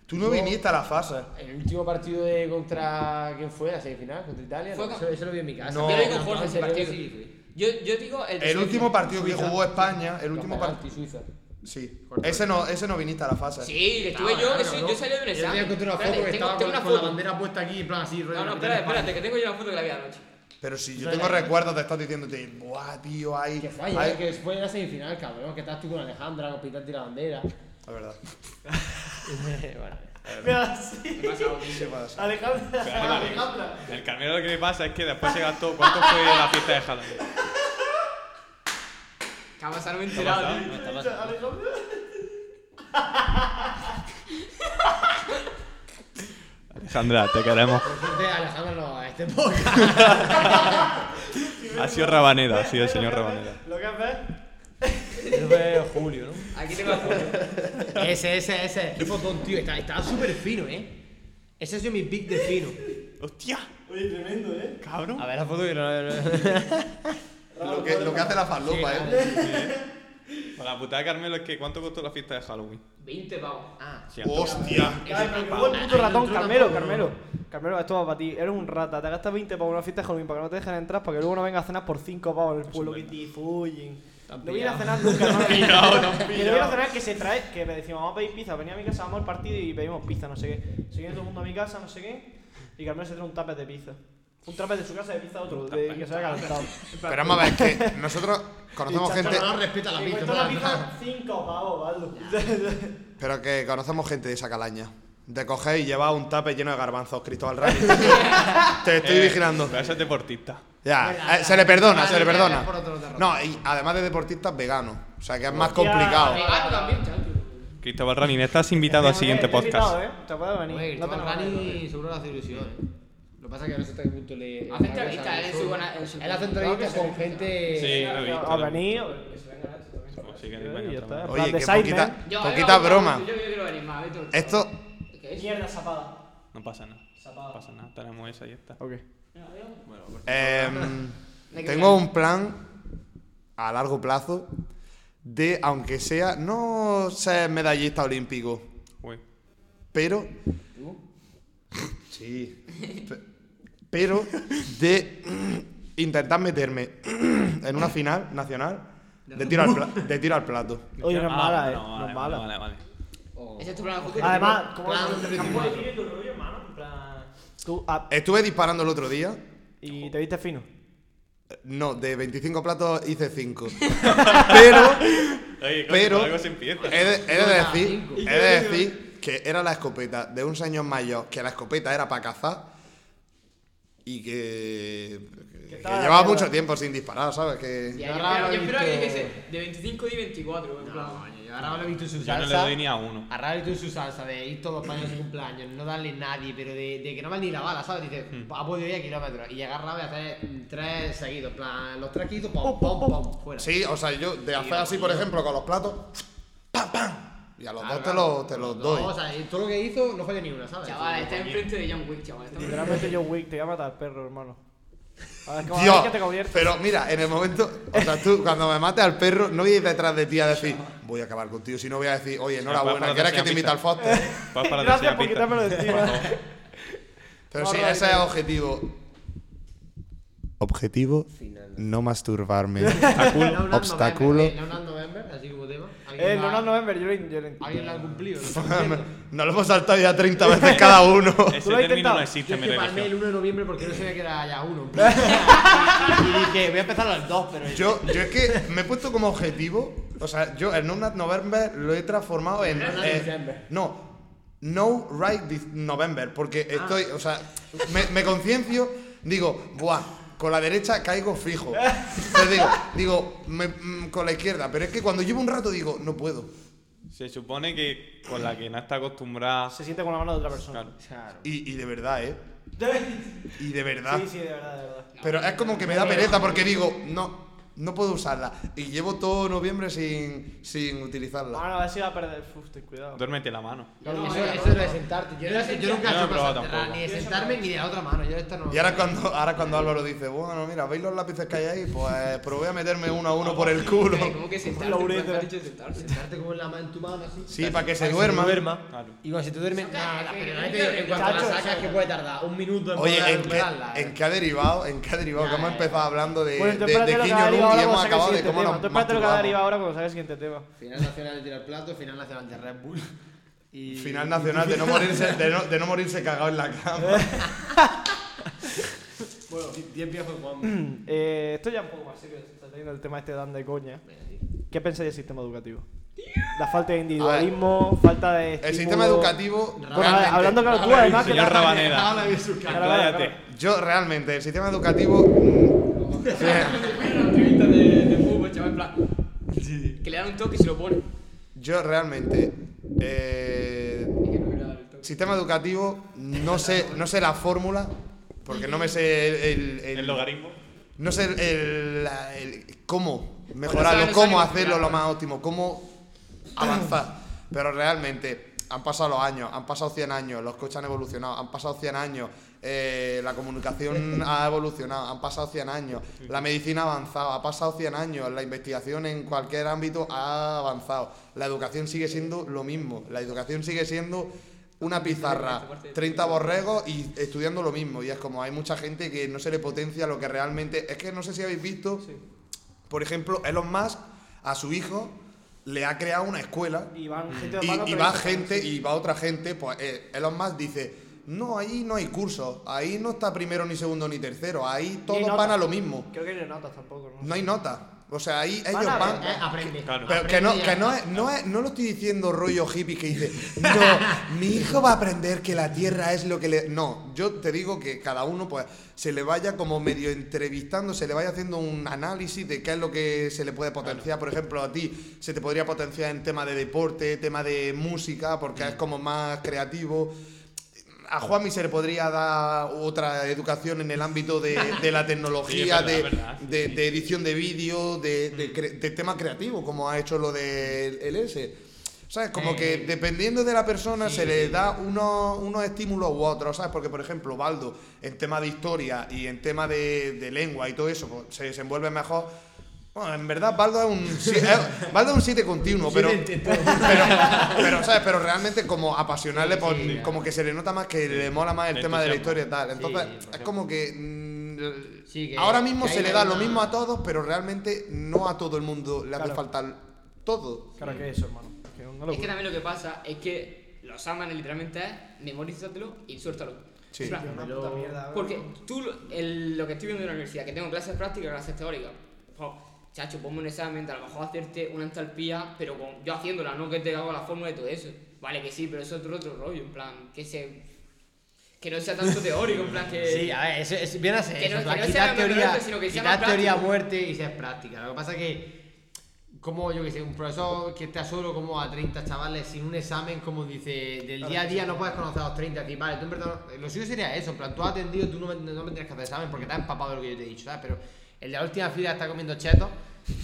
Speaker 7: Tú no viniste a la fase.
Speaker 18: El último partido de contra. ¿Quién fue? ¿La semifinal? ¿Contra Italia?
Speaker 4: Fue
Speaker 18: No,
Speaker 4: con-
Speaker 18: eso, eso lo vi en mi casa.
Speaker 7: No.
Speaker 4: yo le digo Jorge
Speaker 18: entonces
Speaker 4: ese partido.
Speaker 18: yo sí.
Speaker 4: Yo, yo digo el de
Speaker 7: El
Speaker 4: Suecia.
Speaker 7: último partido que jugó España, el
Speaker 18: Los
Speaker 7: último
Speaker 18: penaltis,
Speaker 7: partido.
Speaker 18: Suiza.
Speaker 6: Ah,
Speaker 7: Sí, ese no, ese no viniste a la fase.
Speaker 4: Sí, estuve
Speaker 6: No,
Speaker 4: yo,
Speaker 6: no,
Speaker 4: eso-
Speaker 6: no.
Speaker 4: yo salí de un
Speaker 6: Yo
Speaker 4: examen.
Speaker 6: había encontrado una foto
Speaker 4: Espérate,
Speaker 6: que
Speaker 4: tengo,
Speaker 6: estaba
Speaker 4: tengo
Speaker 6: con,
Speaker 4: una
Speaker 6: con la
Speaker 4: foto.
Speaker 6: bandera puesta aquí, en plan así, rollo.
Speaker 4: No, no,
Speaker 6: capitán de
Speaker 4: espérate, espérate,
Speaker 6: España.
Speaker 4: que tengo yo la foto que la vi anoche.
Speaker 7: Pero si yo tengo recuerdos de estar diciéndote, buah, tío, ahí.
Speaker 6: Que eh. fue ayer,
Speaker 7: ahí-
Speaker 6: que fue en la semifinal, cabrón. Que estás tú con Alejandra, con Pitante y la bandera.
Speaker 7: La verdad.
Speaker 1: Mira, sí.
Speaker 7: ¿Qué pasa?
Speaker 1: Alejandra. Alejandra.
Speaker 2: El Carmelo lo que le pasa es que después se gastó. ¿Cuánto fue la fiesta de Halloween?
Speaker 4: Jamás no me he enterado, tío.
Speaker 2: No está mal.
Speaker 1: Alejandra.
Speaker 2: Alejandra, te queremos.
Speaker 6: Por suerte, Alejandra no a este podcast.
Speaker 2: Ha sido Rabaneda, ha sido el señor Rabaneda.
Speaker 1: Lo que haces.
Speaker 18: Eso fue Julio, ¿no?
Speaker 4: Aquí tengo la foto.
Speaker 6: ese, ese, ese. Qué fotón, tío. Está- Estaba súper fino, eh. Ese ha sido mi pick de fino.
Speaker 2: ¡Hostia!
Speaker 1: Oye, tremendo, eh.
Speaker 2: ¡Cabrón!
Speaker 18: A ver la foto que no. no-
Speaker 7: Lo que, lo que hace la farlopa, eh.
Speaker 2: Para la putada de Carmelo es que ¿cuánto costó la fiesta de Halloween?
Speaker 4: 20 pavos.
Speaker 6: Ah,
Speaker 2: Sí,
Speaker 7: Hostia.
Speaker 1: Claro, que jugó el puto ratón, Carmelo, Carmelo. Carmelo, esto va para ti. Eres un rata. Te gastas 20 para una fiesta de Halloween para que no te dejen entrar para que luego no vengas a cenar por 5 pavos en el pueblo.
Speaker 2: Pues
Speaker 1: Que te fullen. No viene a cenar nunca, hermano. Que no viene a cenar que se trae. Que me decimos, vamos a pedir pizza. Venía a mi casa, vamos al partido y pedimos pizza, no sé qué. Se viene todo el mundo a mi casa, no sé qué. Y Carmelo se trae un tapete de pizza. Un tapete de su casa de pizza a otro, de, que se había calentado.
Speaker 7: Pero vamos a ver, que nosotros conocemos gente.
Speaker 6: no respeta la
Speaker 1: Y
Speaker 6: pista.
Speaker 1: cuesta la pizza 5 pavos, Baldo.
Speaker 7: Pero que conocemos gente de esa calaña. De coger y llevar un tape lleno de garbanzos, Cristóbal Rani. Te estoy
Speaker 2: Eh,
Speaker 7: vigilando.
Speaker 2: Pero eso es deportista.
Speaker 7: Ya, eh, se le perdona,
Speaker 6: Vale,
Speaker 7: se le
Speaker 6: venga,
Speaker 7: perdona.
Speaker 6: por otro derrota.
Speaker 7: No, y además de deportista, es vegano. O sea que es más
Speaker 1: Hostia.
Speaker 7: complicado.
Speaker 4: Vegano también, chaval.
Speaker 2: Cristóbal Ranin, estás invitado al siguiente
Speaker 1: Te he invitado,
Speaker 2: podcast.
Speaker 1: ¿eh? Te puedes venir.
Speaker 6: Oye,
Speaker 1: No te
Speaker 6: Cristóbal
Speaker 1: enojes, no te
Speaker 6: Rani
Speaker 1: enojes.
Speaker 6: seguro le hace ilusión, ¿eh? Lo que pasa es que no sé hasta qué punto le...
Speaker 4: Hace entrevistas, él en su buena- en su-
Speaker 6: Él hace entrevistas con gente...
Speaker 2: Sí, lo he visto.
Speaker 1: A venir.
Speaker 2: Así Pues que venga,
Speaker 1: ¿eh? ya
Speaker 2: otra vez.
Speaker 1: está.
Speaker 2: Oye,
Speaker 1: Plan de
Speaker 7: Oye, qué
Speaker 1: Sidemen.
Speaker 7: poquita,
Speaker 4: Yo-
Speaker 7: poquita
Speaker 4: yo-
Speaker 7: broma.
Speaker 4: Yo, yo quiero venir más, Beto.
Speaker 7: Esto,
Speaker 4: ¿Qué es?
Speaker 1: Mierda zapada.
Speaker 2: No pasa nada. No pasa nada. Tenemos esa y esta.
Speaker 1: Ok.
Speaker 7: Em, tengo un plan a largo plazo de, aunque sea, no ser medallista olímpico,
Speaker 2: Uy.
Speaker 7: pero... Sí. Pe- Pero de intentar meterme en una final nacional de tiro al, pla- de tiro al plato.
Speaker 1: Oye, no es
Speaker 2: Ah,
Speaker 1: mala, eh.
Speaker 2: bueno,
Speaker 1: No
Speaker 2: vale,
Speaker 1: es mala.
Speaker 2: Vale, vale.
Speaker 4: Ese
Speaker 6: este
Speaker 4: es tu plan de juego.
Speaker 1: Además, como campo de tiro y tu rollo, hermano. En plan. Tú, ah,
Speaker 7: Estuve disparando el otro día.
Speaker 1: y te viste fino.
Speaker 7: No, de 25 platos hice 5. pero...
Speaker 2: Oye, coño,
Speaker 7: Pero
Speaker 2: por algo se empieza.
Speaker 7: he de, he de
Speaker 6: Nada,
Speaker 7: decir,
Speaker 6: cinco.
Speaker 7: he de decir que era la escopeta de un señor mayor, que la escopeta era para cazar y que, que- que
Speaker 1: estaba
Speaker 7: llevaba
Speaker 1: de
Speaker 7: mucho
Speaker 1: acuerdo.
Speaker 7: tiempo sin disparar, ¿sabes? Que
Speaker 4: Tía, yo, espero, yo espero que dijese de 25 y 24, en
Speaker 6: No,
Speaker 4: plan.
Speaker 6: yo ahora lo he visto en su
Speaker 2: Yo no
Speaker 6: salsa. Ah,
Speaker 2: le doy ni a uno.
Speaker 6: A Rabbit en su salsa de ir todos los paños a su cumpleaños, no darle nadie, pero de, de que no van ni la bala, ¿sabes? Dice,
Speaker 7: Hmm.
Speaker 6: ha podido ir a kilómetros. Y llegar Rabbit a hacer mm, tres seguidos, en plan, los tres seguidos, pom, pom, pom, fuera.
Speaker 7: sí, o sea, yo de hacer así, por ejemplo, con los platos, ¡pam, pam! Y a los dos te los, te los doy.
Speaker 6: No, o sea, y todo lo que hizo no falló ni una, ¿sabes?
Speaker 4: Chaval, este está enfrente de John Wick, chaval. Está
Speaker 1: Literalmente yo Wick, te voy a matar, perro, hermano. A ver, ¿cómo- a ver
Speaker 7: Dios,
Speaker 1: que te conviertes.
Speaker 7: pero mira, en el momento, o sea, tú cuando me mates al perro, no voy a ir detrás de ti a decir, voy a acabar contigo, sino voy a decir, oye, enhorabuena,
Speaker 2: para
Speaker 7: ¿quieres que
Speaker 2: la
Speaker 7: te invite al
Speaker 2: tercera
Speaker 7: foster?
Speaker 2: Vas para la
Speaker 1: Gracias por
Speaker 2: tercera pista.
Speaker 1: quitármelo de encima.
Speaker 7: Pero
Speaker 1: No,
Speaker 7: sí,
Speaker 1: no,
Speaker 7: ese es
Speaker 1: no.
Speaker 7: objetivo. Objetivo, no masturbarme. Obstáculo.
Speaker 6: Leonard November, Eh, así como tema. ¿Alguien
Speaker 1: Eh,
Speaker 6: la-
Speaker 1: Lunar November, yo lo yo lo entiendo.
Speaker 6: ¿Alguien la ha cumplido? ¿no?
Speaker 7: Nos lo hemos saltado ya 30 veces cada uno.
Speaker 2: Ese
Speaker 1: ¿Tú lo has
Speaker 2: término
Speaker 1: intentado?
Speaker 2: no
Speaker 6: Yo
Speaker 2: existe
Speaker 6: es
Speaker 2: en mi
Speaker 6: que palmé el
Speaker 2: religión.
Speaker 6: 1 de noviembre porque no sabía que era ya uno. en plan. y, y dije, voy a empezar al 2, pero...
Speaker 7: Yo, yo es que me he puesto como objetivo. O sea, yo el No Nut November lo he transformado en.
Speaker 6: No Nut
Speaker 7: eh,
Speaker 6: December.
Speaker 7: no, No Right This November. Porque estoy. O sea, me, me conciencio, digo, buah. Con la derecha caigo fijo. Entonces digo, digo me- mm, con la izquierda. Pero es que cuando llevo un rato digo, no puedo.
Speaker 2: Se supone que con la que no está acostumbrada.
Speaker 1: Se siente con la mano de otra persona.
Speaker 2: Claro.
Speaker 7: Y, y de verdad, ¿eh? Y de verdad.
Speaker 1: Sí, sí, de verdad, de verdad.
Speaker 7: Pero es como que me da pereza porque digo, no, no puedo usarla. Y llevo todo noviembre sin, sin utilizarla.
Speaker 1: Bueno, a ver si va a perder. Uf, ten cuidado.
Speaker 2: Duérmete la mano.
Speaker 6: Claro,
Speaker 4: No,
Speaker 6: eso,
Speaker 4: yo no,
Speaker 6: eso
Speaker 4: no.
Speaker 6: de sentarte. Yo, no- yo
Speaker 2: Yo no
Speaker 6: nunca he
Speaker 2: he
Speaker 6: hecho
Speaker 2: probado
Speaker 6: cosas de
Speaker 2: tampoco.
Speaker 6: ni de sentarme ni de la otra mano. Yo esto no.
Speaker 7: Y ahora cuando, ahora cuando Álvaro dice, bueno, mira, ¿veis los lápices que hay ahí? Pues probé a meterme uno a uno por el culo.
Speaker 4: ¿Cómo que sentarse?
Speaker 1: Laurita.
Speaker 4: en plan, has dicho sentarse?
Speaker 6: sentarte como en, la, ma- en tu mano así.
Speaker 7: Sí, para que se duerma.
Speaker 2: Claro.
Speaker 6: Y cuando si tú duermes. Nada,
Speaker 4: que-
Speaker 6: pero no te digo, en cuanto la
Speaker 1: Chacho,
Speaker 6: sacas, que puede tardar un minuto en poder
Speaker 7: Oye, ¿en qué,
Speaker 6: recuperarla. ¿eh?
Speaker 7: en qué ha derivado? ¿En qué ha derivado? Que hemos empezado hablando de,
Speaker 1: eh. Bueno,
Speaker 7: de,
Speaker 1: tú
Speaker 7: de
Speaker 1: espérate lo que ha
Speaker 7: Quiño Luz
Speaker 1: derivado ahora cuando
Speaker 7: y hemos
Speaker 1: saque el
Speaker 7: acabado de
Speaker 1: siguiente
Speaker 7: cómo
Speaker 1: tema.
Speaker 7: nos
Speaker 1: Tú espérate lo que ha derivado
Speaker 7: masturbamos.
Speaker 1: ahora cuando saque el siguiente tema.
Speaker 6: Final nacional de tirar plato, final nacional de Red Bull. Y...
Speaker 7: Final nacional de no morirse, de no, de no morirse cagado en la cama.
Speaker 6: Bueno, 10 viejos jugando.
Speaker 1: Eh, esto ya un poco más serio, se está teniendo el tema este dan de coña. ¿Qué pensáis del sistema educativo? La falta de individualismo, falta de.
Speaker 7: El
Speaker 1: estímulo.
Speaker 7: sistema educativo.
Speaker 1: Bueno,
Speaker 7: realmente-
Speaker 1: hablando claro, tú además que.
Speaker 2: Señor
Speaker 1: te-
Speaker 2: Rabaneda.
Speaker 6: Ahora bien sus caras.
Speaker 1: Claro, claro,
Speaker 2: Cállate.
Speaker 1: claro.
Speaker 7: Yo realmente, el sistema educativo. mm, sí,
Speaker 4: Una entrevista de, de fútbol, chaval, en plan. Que le dan un toque y se lo pone.
Speaker 7: yo realmente. eh,
Speaker 4: Es que no quiero dar el toque.
Speaker 7: sistema educativo, no sé, no sé la fórmula, porque no me sé el. el-
Speaker 2: El logaritmo.
Speaker 7: No sé el, el- la- el- cómo
Speaker 4: Bueno,
Speaker 7: mejorarlo,
Speaker 4: no sabe- no
Speaker 7: cómo
Speaker 4: sabe
Speaker 7: hacerlo lo
Speaker 4: mejorar.
Speaker 7: más óptimo, cómo avanzar. Pero realmente han pasado los años, han pasado 100 años, los coches han evolucionado, han pasado 100 años, eh, la comunicación ha evolucionado, han pasado 100 años, la medicina ha avanzado, ha pasado 100 años, la investigación en cualquier ámbito ha avanzado, la educación sigue siendo lo mismo, la educación sigue siendo una pizarra, 30 borregos y estudiando lo mismo. Y es como hay mucha gente que no se le potencia lo que realmente. Es que no sé si habéis visto, por ejemplo, Elon Musk a su hijo le ha creado una escuela
Speaker 1: Y van gente de mano,
Speaker 7: Mm. y, y
Speaker 1: pero-
Speaker 7: va gente y va otra gente. Pues eh, Elon Musk dice: No, ahí no hay cursos, ahí no está primero, ni segundo, ni tercero, ahí todos
Speaker 1: nota.
Speaker 7: van a lo mismo.
Speaker 1: Creo que no hay notas tampoco, ¿no?
Speaker 7: No hay nota. O sea, ahí
Speaker 6: Van
Speaker 7: ellos
Speaker 6: a
Speaker 7: van.
Speaker 1: ¿eh?
Speaker 6: aprender, Eh, aprende.
Speaker 7: Pero
Speaker 6: Aprende
Speaker 7: que no,
Speaker 6: y
Speaker 7: que no,
Speaker 6: ya.
Speaker 7: es, no, es- no lo estoy diciendo rollo hippie que dice, no, mi hijo va a aprender que la tierra es lo que le. No, yo te digo que cada uno pues se le vaya como medio entrevistando, se le vaya haciendo un análisis de qué es lo que se le puede potenciar. Por ejemplo, a ti se te podría potenciar en tema de deporte, tema de música, porque es como más creativo. A Juanmi se le podría dar otra educación en el ámbito de, de la tecnología,
Speaker 2: Sí, es verdad,
Speaker 7: de,
Speaker 2: es verdad, sí, Mm.
Speaker 7: de- de edición de vídeo, de, de cre- de tema creativo, como ha hecho lo del LS. ¿Sabes? Como que
Speaker 2: Eh,
Speaker 7: dependiendo de la persona se le da unos, unos estímulos u otros, ¿sabes? Porque, por ejemplo, Baldo, en tema de historia y en tema de, de lengua y todo eso, pues, se desenvuelve mejor. Bueno, en verdad, Baldo es un, si- eh, Baldo es un 7 continuo, pero, pero, pero, ¿sabes? Pero realmente como apasionarle, pues, como que se le nota más que le mola más el
Speaker 6: Le
Speaker 7: tema de la historia
Speaker 6: entusiasma.
Speaker 7: y tal. Entonces,
Speaker 6: Sí,
Speaker 7: es como que... mm,
Speaker 6: que-
Speaker 7: ahora mismo
Speaker 6: que
Speaker 7: se
Speaker 6: hay
Speaker 7: le da lo
Speaker 6: una-
Speaker 7: mismo a todos, pero realmente no a todo el mundo le hace
Speaker 1: Claro.
Speaker 7: falta todo.
Speaker 1: Claro que eso, hermano. Que no lo-
Speaker 4: Es que también lo que pasa es que los aman literalmente es memorízatelo y suéltalo.
Speaker 7: Sí.
Speaker 4: En plan,
Speaker 1: Tío, una puta mierda,
Speaker 4: porque tú, lo- el- lo que estoy viendo en la universidad, que tengo clases prácticas, clases teóricas, jo, chacho, ponme un examen, de a lo mejor hacerte una entalpía, pero con, yo haciéndola, no que te hago la fórmula y todo eso. Vale, que sí, pero eso es otro, otro rollo, en plan, que se... Que no sea tanto teórico, en plan que...
Speaker 6: Sí, a ver, eso, eso viene a ser
Speaker 4: Que no-
Speaker 6: eso, en plan,
Speaker 4: que no sea
Speaker 6: quitar teoría,
Speaker 4: memorable, sino que sea
Speaker 6: quitar
Speaker 4: más
Speaker 6: teoría a
Speaker 4: práctico.
Speaker 6: muerte y ser práctica. Lo que pasa es que, como yo que sé, un profesor que está solo como a 30 chavales sin un examen, como dice, del día a día no puedes conocer a los 30. Ti, vale, tú en verdad, lo suyo sería eso, en plan, tú has atendido, tú no me, no me tienes que hacer examen porque te has empapado de lo que yo te he dicho, ¿sabes? Pero el de la última fila está comiendo chetos.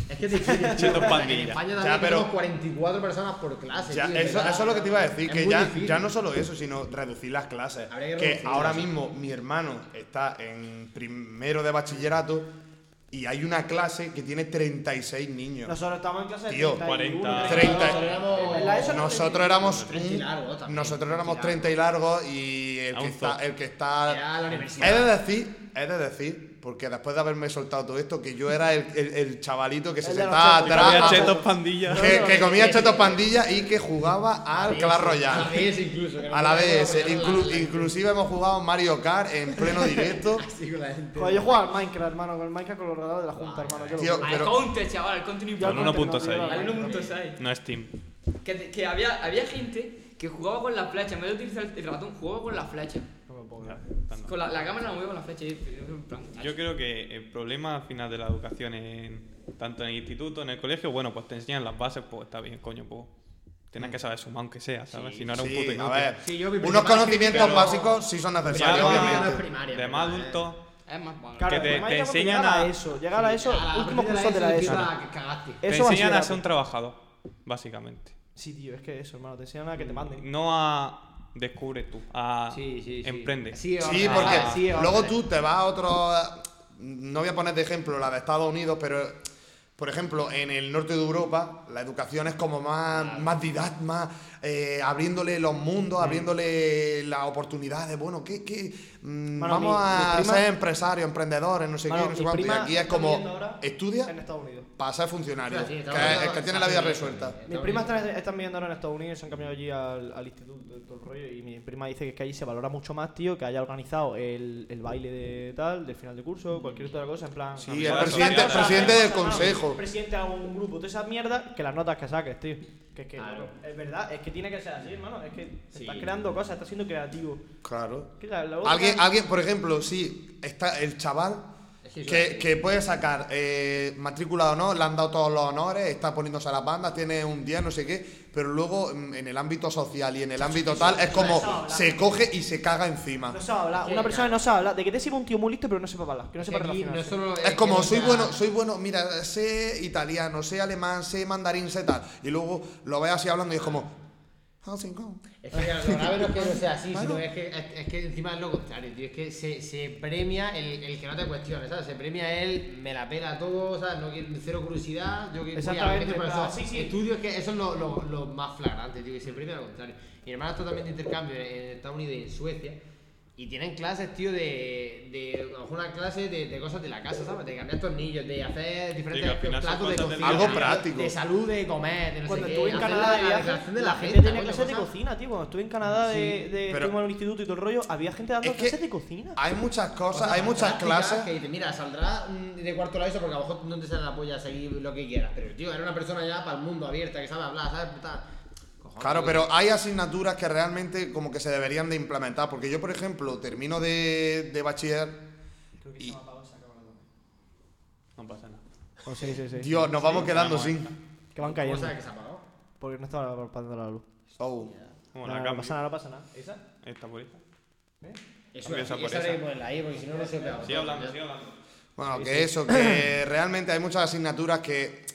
Speaker 6: Es que es difícil. tío,
Speaker 7: Chetos
Speaker 6: en
Speaker 7: pandilla.
Speaker 6: España
Speaker 7: Ya,
Speaker 6: también
Speaker 7: pero-
Speaker 6: tenemos 44 personas por clase.
Speaker 7: Ya,
Speaker 6: tío, en
Speaker 7: eso,
Speaker 6: verdad,
Speaker 7: eso es lo que te iba a decir,
Speaker 6: es
Speaker 7: que
Speaker 6: muy
Speaker 7: ya,
Speaker 6: difícil.
Speaker 7: ya no solo eso, sino reducir las clases.
Speaker 6: Habría que
Speaker 7: que
Speaker 6: reducirlas.
Speaker 7: ahora mismo mi hermano está en primero de bachillerato y hay una clase que tiene 36 niños.
Speaker 1: Nosotros estamos en clase de
Speaker 7: Tío,
Speaker 1: 31,
Speaker 7: 30.
Speaker 1: Nosotros éramos- En la ESO no
Speaker 7: Nosotros
Speaker 1: tenía-
Speaker 7: éramos.
Speaker 6: 30 y largo también,
Speaker 7: Nosotros éramos
Speaker 6: 30
Speaker 7: 30 y largos y el
Speaker 2: A
Speaker 7: que
Speaker 2: un
Speaker 7: está.
Speaker 2: zoco.
Speaker 7: El que está
Speaker 6: Era la
Speaker 7: He de
Speaker 6: universidad.
Speaker 7: decir, he de decir, porque después de haberme soltado todo esto, que yo era el, el- el chavalito que se
Speaker 1: El de los
Speaker 7: sentaba
Speaker 1: chetos.
Speaker 7: atrás.
Speaker 2: Había
Speaker 7: a-
Speaker 2: chetos pandilla.
Speaker 7: que, que comía
Speaker 6: Sí.
Speaker 7: chetos pandilla y que jugaba al Clash
Speaker 6: A la
Speaker 7: Royale.
Speaker 6: vez incluso. que
Speaker 7: A la
Speaker 6: no podemos
Speaker 7: vez,
Speaker 6: apoyarlo, la-
Speaker 7: inclusive hemos jugado Mario Kart en pleno directo.
Speaker 6: Así con la gente.
Speaker 1: Joder, yo jugaba al Minecraft, hermano, con el Minecraft con los ordenadores de la Junta, hermano. qué
Speaker 7: Tío,
Speaker 1: locura.
Speaker 4: Al
Speaker 7: pero-
Speaker 4: counter, chaval, al counter
Speaker 1: Yo al
Speaker 2: Con
Speaker 4: importante.
Speaker 1: Counter no,
Speaker 2: 1.6.
Speaker 1: yo
Speaker 4: Al
Speaker 1: al-
Speaker 4: 1.6.
Speaker 2: No es Steam.
Speaker 4: Que, te- que había, había gente que jugaba con la flecha, en vez de utilizar el ratón, jugaba con la flecha.
Speaker 2: Ya, tanto.
Speaker 4: Con la, la cámara la mueve con la flecha y y- en plan,
Speaker 2: Yo creo que el problema al final de la educación, en, tanto en el instituto, en el colegio, bueno, pues te enseñan las bases, pues está bien, coño, pues tienes que saber sumar aunque sea, ¿sabes? si no era un puto
Speaker 7: Sí, a
Speaker 2: inútil.
Speaker 7: ver,
Speaker 6: Sí, yo mi
Speaker 7: unos
Speaker 6: primaria,
Speaker 7: conocimientos
Speaker 6: pero-
Speaker 7: básicos sí son
Speaker 2: Ya
Speaker 7: necesarios,
Speaker 6: Primaria,
Speaker 2: más-
Speaker 6: no es
Speaker 7: obviamente.
Speaker 6: primaria,
Speaker 2: de
Speaker 6: pero,
Speaker 2: más
Speaker 6: eh.
Speaker 2: adultos,
Speaker 4: es más malo.
Speaker 1: Claro,
Speaker 2: que te-
Speaker 1: el Minecraft
Speaker 2: te
Speaker 1: cuando
Speaker 2: enseñan
Speaker 1: llegar
Speaker 2: a-
Speaker 1: eso, llegar a eso,
Speaker 6: A la
Speaker 1: últimos
Speaker 6: partir
Speaker 1: cursos de la ESO.
Speaker 6: significa que cagaste.
Speaker 1: Eso
Speaker 2: te enseñan a
Speaker 1: bachillerato.
Speaker 2: ser un trabajador, básicamente.
Speaker 1: Sí, tío, es que eso, hermano, te enseñan a que te manden.
Speaker 2: No a descubre tú, a emprende.
Speaker 7: Sí, porque
Speaker 2: Ah,
Speaker 7: luego tú te vas a otro. No voy a poner de ejemplo la de Estados Unidos, pero por ejemplo, en el norte de Europa, la educación es como más, más didact- más, eh, abriéndole los
Speaker 1: Mm.
Speaker 7: mundos, abriéndole las oportunidades. Bueno, ¿qué, qué? Mm,
Speaker 1: Bueno,
Speaker 7: vamos
Speaker 1: mi-
Speaker 7: a
Speaker 1: mi prima-
Speaker 7: ser empresarios, emprendedores, no sé
Speaker 1: Bueno,
Speaker 7: qué, no sé
Speaker 1: mi
Speaker 7: cuánto. Y
Speaker 1: prima
Speaker 7: aquí es
Speaker 1: está
Speaker 7: como,
Speaker 1: viviendo ahora En
Speaker 7: estudia
Speaker 1: Estados Unidos.
Speaker 7: para ser funcionario.
Speaker 6: Sí, sí,
Speaker 7: que
Speaker 6: está
Speaker 7: es,
Speaker 6: hablando-
Speaker 7: que tiene la vida
Speaker 6: está
Speaker 7: resuelta.
Speaker 6: bien.
Speaker 1: Mis primas están, están viviendo ahora en Estados Unidos, se han cambiado allí al, al instituto, todo el rollo, y mi prima dice que, es que allí se valora mucho más, tío, que haya organizado el, el baile de tal, del final de curso, cualquier otra cosa, en plan...
Speaker 7: Sí,
Speaker 1: una
Speaker 7: el
Speaker 1: mierda.
Speaker 2: presidente-
Speaker 1: O sea,
Speaker 7: presidente
Speaker 1: una
Speaker 7: del
Speaker 1: cosa, hermano, un
Speaker 7: consejo.
Speaker 1: Presidente a un grupo, toda esa mierda, que las notas que saques, tío. Que es que,
Speaker 6: Claro.
Speaker 1: loco, es verdad, es que tiene que ser así, hermano, es que te
Speaker 6: Sí.
Speaker 1: estás creando cosas, estás siendo creativo.
Speaker 7: Claro.
Speaker 1: Que la- la otra-
Speaker 7: Alguien, alguien, por ejemplo, sí, está el chaval
Speaker 6: Es que eso es
Speaker 7: que,
Speaker 6: así.
Speaker 7: que puede sacar eh, matrícula o no, le han dado todos los honores, está poniéndose a las bandas, tiene un día, no sé qué, pero luego mm, en el ámbito social y en el ámbito tal es como se coge y se caga encima.
Speaker 1: No sabe hablar,
Speaker 6: Sí,
Speaker 1: una persona
Speaker 6: claro.
Speaker 1: que no sabe hablar, de que te sirve un tío muy listo pero no sepa hablar, que no
Speaker 6: Es que
Speaker 1: sepa
Speaker 6: aquí
Speaker 1: relacionarse.
Speaker 6: no solo
Speaker 7: Es como,
Speaker 6: que
Speaker 7: soy
Speaker 6: sea-
Speaker 7: bueno, soy bueno, mira, sé italiano, sé alemán, sé mandarín, sé tal. Y luego lo ves así hablando y es como... "How's it going?".
Speaker 6: Es que lo grave no es que no sea así, sino es que, es, es que encima es lo contrario, tío. Es que se, se premia el, el que no te cuestione, ¿sabes? Se premia el me la pela todo, ¿sabes? No quiero cero curiosidad, yo quiero
Speaker 1: Exactamente,
Speaker 6: voy a ver qué
Speaker 1: está-
Speaker 6: profesor.
Speaker 1: sí, sí.
Speaker 6: Estudio es que eso es lo, lo- lo más flagrante, tío, que se premia lo contrario. Mi hermana está también de intercambio en Estados Unidos y en Suecia. Y tienen clases, tío, de. de a lo mejor una clase de, de cosas de la casa, ¿sabes? De cambiar tornillos, de hacer diferentes
Speaker 7: Sí, que al final son
Speaker 6: platos de
Speaker 7: cosas de
Speaker 6: cocina.
Speaker 7: la Algo
Speaker 6: de-
Speaker 7: práctico.
Speaker 6: De salud, de comer, de no
Speaker 1: Cuando
Speaker 6: sé
Speaker 1: estuve
Speaker 6: qué.
Speaker 1: en
Speaker 6: hacer
Speaker 1: Canadá de
Speaker 6: la,
Speaker 1: viaje,
Speaker 6: declaración de la gente.
Speaker 1: tenía
Speaker 6: coño,
Speaker 1: clases de
Speaker 6: cosas-
Speaker 1: cocina, tío. Cuando estuve en Canadá de,
Speaker 6: Sí.
Speaker 1: de
Speaker 7: Pero-
Speaker 1: estuvimos en un instituto y todo el rollo, había gente dando clases de cocina.
Speaker 7: Hay muchas cosas,
Speaker 6: cosas
Speaker 7: hay muchas
Speaker 6: Pues prácticas
Speaker 7: clases.
Speaker 6: Que dices, mira, saldrá mm, de cuarto lado eso porque a lo mejor no te sale la polla a seguir lo que quieras. Pero, tío, era una persona ya para el mundo abierta, que sabe hablar, sabe. puta- Cojones,
Speaker 7: Claro,
Speaker 6: tío.
Speaker 7: pero hay asignaturas que realmente como que se deberían de implementar. Porque yo, por ejemplo, termino de, de bachiller. y,
Speaker 2: No pasa nada.
Speaker 1: Oh, sí, sí, sí.
Speaker 7: Dios, nos vamos
Speaker 2: Sí,
Speaker 7: quedando
Speaker 2: vamos a
Speaker 7: sin.
Speaker 1: Que van
Speaker 6: ¿Cómo
Speaker 1: cayendo.
Speaker 6: sabes que se ha apagado?
Speaker 1: Porque no estaba pasando la luz.
Speaker 7: Oh.
Speaker 2: Como
Speaker 1: No,
Speaker 2: la
Speaker 1: no,
Speaker 2: cambio.
Speaker 1: pasa nada, no pasa nada. ¿Esa?
Speaker 2: Esta por esta.
Speaker 6: Eso,
Speaker 2: Empieza
Speaker 6: eso
Speaker 2: por
Speaker 6: habría
Speaker 2: esa.
Speaker 6: que ponerla ahí porque si no, no se pega.
Speaker 2: Sigue hablando, sigue hablando.
Speaker 7: Bueno, que eso, que realmente hay muchas asignaturas que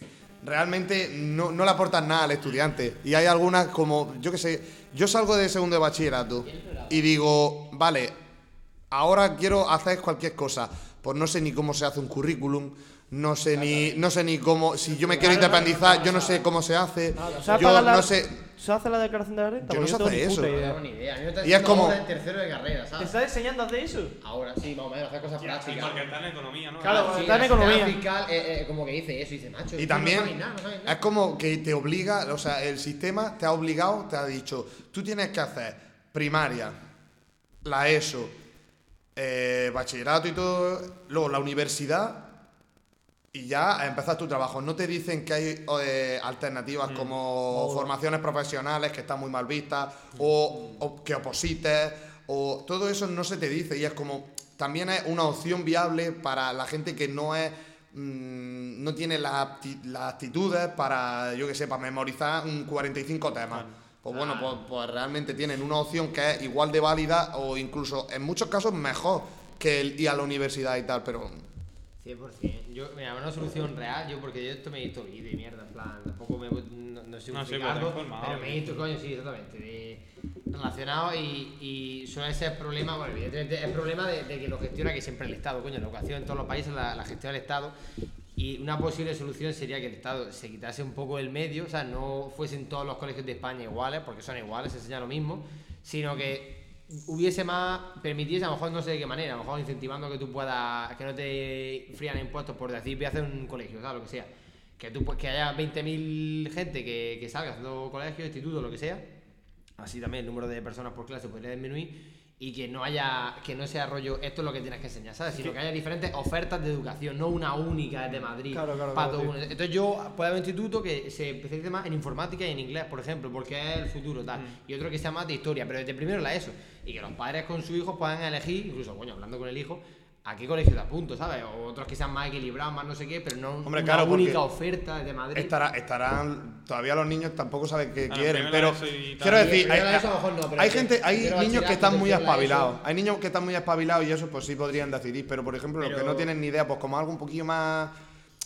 Speaker 7: realmente no, no le aportan nada al estudiante. Y hay algunas como, yo qué sé, yo salgo de segundo de bachillerato y digo, vale, ahora quiero hacer cualquier cosa. Pues no sé ni cómo se hace un currículum, no sé ni, no sé ni cómo, si yo me quiero independizar, yo no sé cómo se hace,
Speaker 1: ¿Sabes
Speaker 7: yo
Speaker 1: pagar la-
Speaker 7: no sé...
Speaker 1: ¿Sabes hacer la declaración de la renta?
Speaker 7: Yo no
Speaker 1: Porque
Speaker 7: sé
Speaker 1: tengo
Speaker 7: hacer
Speaker 1: ni puta
Speaker 7: eso.
Speaker 1: idea.
Speaker 6: No tengo ni idea. A mí me está
Speaker 7: Y es
Speaker 6: diciendo
Speaker 7: como-
Speaker 6: ahora en tercero de carrera,
Speaker 1: ¿Te
Speaker 6: ¿sabes?
Speaker 1: está enseñando a hacer eso?
Speaker 6: Ahora sí, más o menos, hacer cosas
Speaker 2: Y
Speaker 6: prácticas.
Speaker 2: porque está en economía, ¿no?
Speaker 1: Claro,
Speaker 6: Sí,
Speaker 1: está en
Speaker 6: la
Speaker 1: economía.
Speaker 6: sociedad fiscal, eh, eh, como que dice eso, dice macho.
Speaker 7: Y
Speaker 6: tú No
Speaker 7: también
Speaker 6: sabes nada, no sabes nada.
Speaker 7: es como que te obliga, o sea, el sistema te ha obligado, te ha dicho, tú tienes que hacer primaria, la ESO, eh, bachillerato y todo, luego la universidad y ya empezar tu trabajo. No te dicen que hay eh, alternativas como formaciones profesionales que están muy mal vistas o, o que oposites o todo eso no se te dice y es como también es una opción viable para la gente que no es mm, no tiene las apti- las aptitudes para yo que sé para memorizar un 45 temas. Pues bueno, pues, pues realmente tienen una opción que es igual de válida o incluso en muchos casos mejor que el ir a la universidad y tal, pero eh,
Speaker 6: 100%. Yo, mira, una solución real, yo porque yo esto me he visto vídeo y mierda, en plan, tampoco me, no, no soy un
Speaker 2: No, sí, pero te
Speaker 6: fricardo,
Speaker 7: pues,
Speaker 2: has informado,
Speaker 6: pero me he visto, coño, sí, exactamente, de- relacionado y, y suele ser problema, bueno, evidentemente es problema de, de que lo gestiona que siempre el Estado, coño, en la educación en todos los países la, la gestiona el Estado y una posible solución sería que el Estado se quitase un poco del medio, o sea, no fuesen todos los colegios de España iguales, porque son iguales, se enseña lo mismo, sino que hubiese más, permitiese, a lo mejor no sé de qué manera, a lo mejor incentivando que tú puedas, que no te frían impuestos por decir, voy a hacer un colegio, o sea, lo que sea. Que, tú, pues, que haya 20.000 gente que, que salga haciendo colegio, instituto, lo que sea. Así también el número de personas por clase podría disminuir y que no haya, que no sea rollo, esto es lo que tienes que enseñar, ¿sabes? Sino que haya diferentes ofertas de educación, no una única de Madrid.
Speaker 1: Claro, claro, claro,
Speaker 6: para todo
Speaker 1: tío.
Speaker 6: uno. Entonces yo puede haber un instituto que se especialice más en informática y en inglés, por ejemplo, porque es el futuro tal. Y otro que sea más de historia, pero desde primero la ESO. Y que los padres con sus hijos puedan elegir, incluso, coño, hablando con el hijo, a qué colegio te apunto, ¿sabes? O otros que sean más equilibrados, más no sé qué, pero no
Speaker 7: Hombre,
Speaker 6: una
Speaker 7: claro, porque
Speaker 6: única oferta de Madrid.
Speaker 7: Estará, estarán, todavía los niños tampoco saben qué
Speaker 2: Bueno,
Speaker 7: quieren,
Speaker 2: primero eso
Speaker 7: pero
Speaker 2: y tal.
Speaker 7: quiero
Speaker 6: Sí,
Speaker 7: decir, hay,
Speaker 6: primero eso a lo mejor no, pero
Speaker 7: hay
Speaker 6: que
Speaker 7: gente, hay
Speaker 6: primero
Speaker 7: niños que
Speaker 6: bachillerato,
Speaker 7: están muy
Speaker 6: tercero la ESO.
Speaker 7: espabilados, hay niños que están muy espabilados y eso pues sí podrían decidir, pero por ejemplo los que
Speaker 6: Pero-
Speaker 7: no tienen ni idea, pues como algo un poquillo más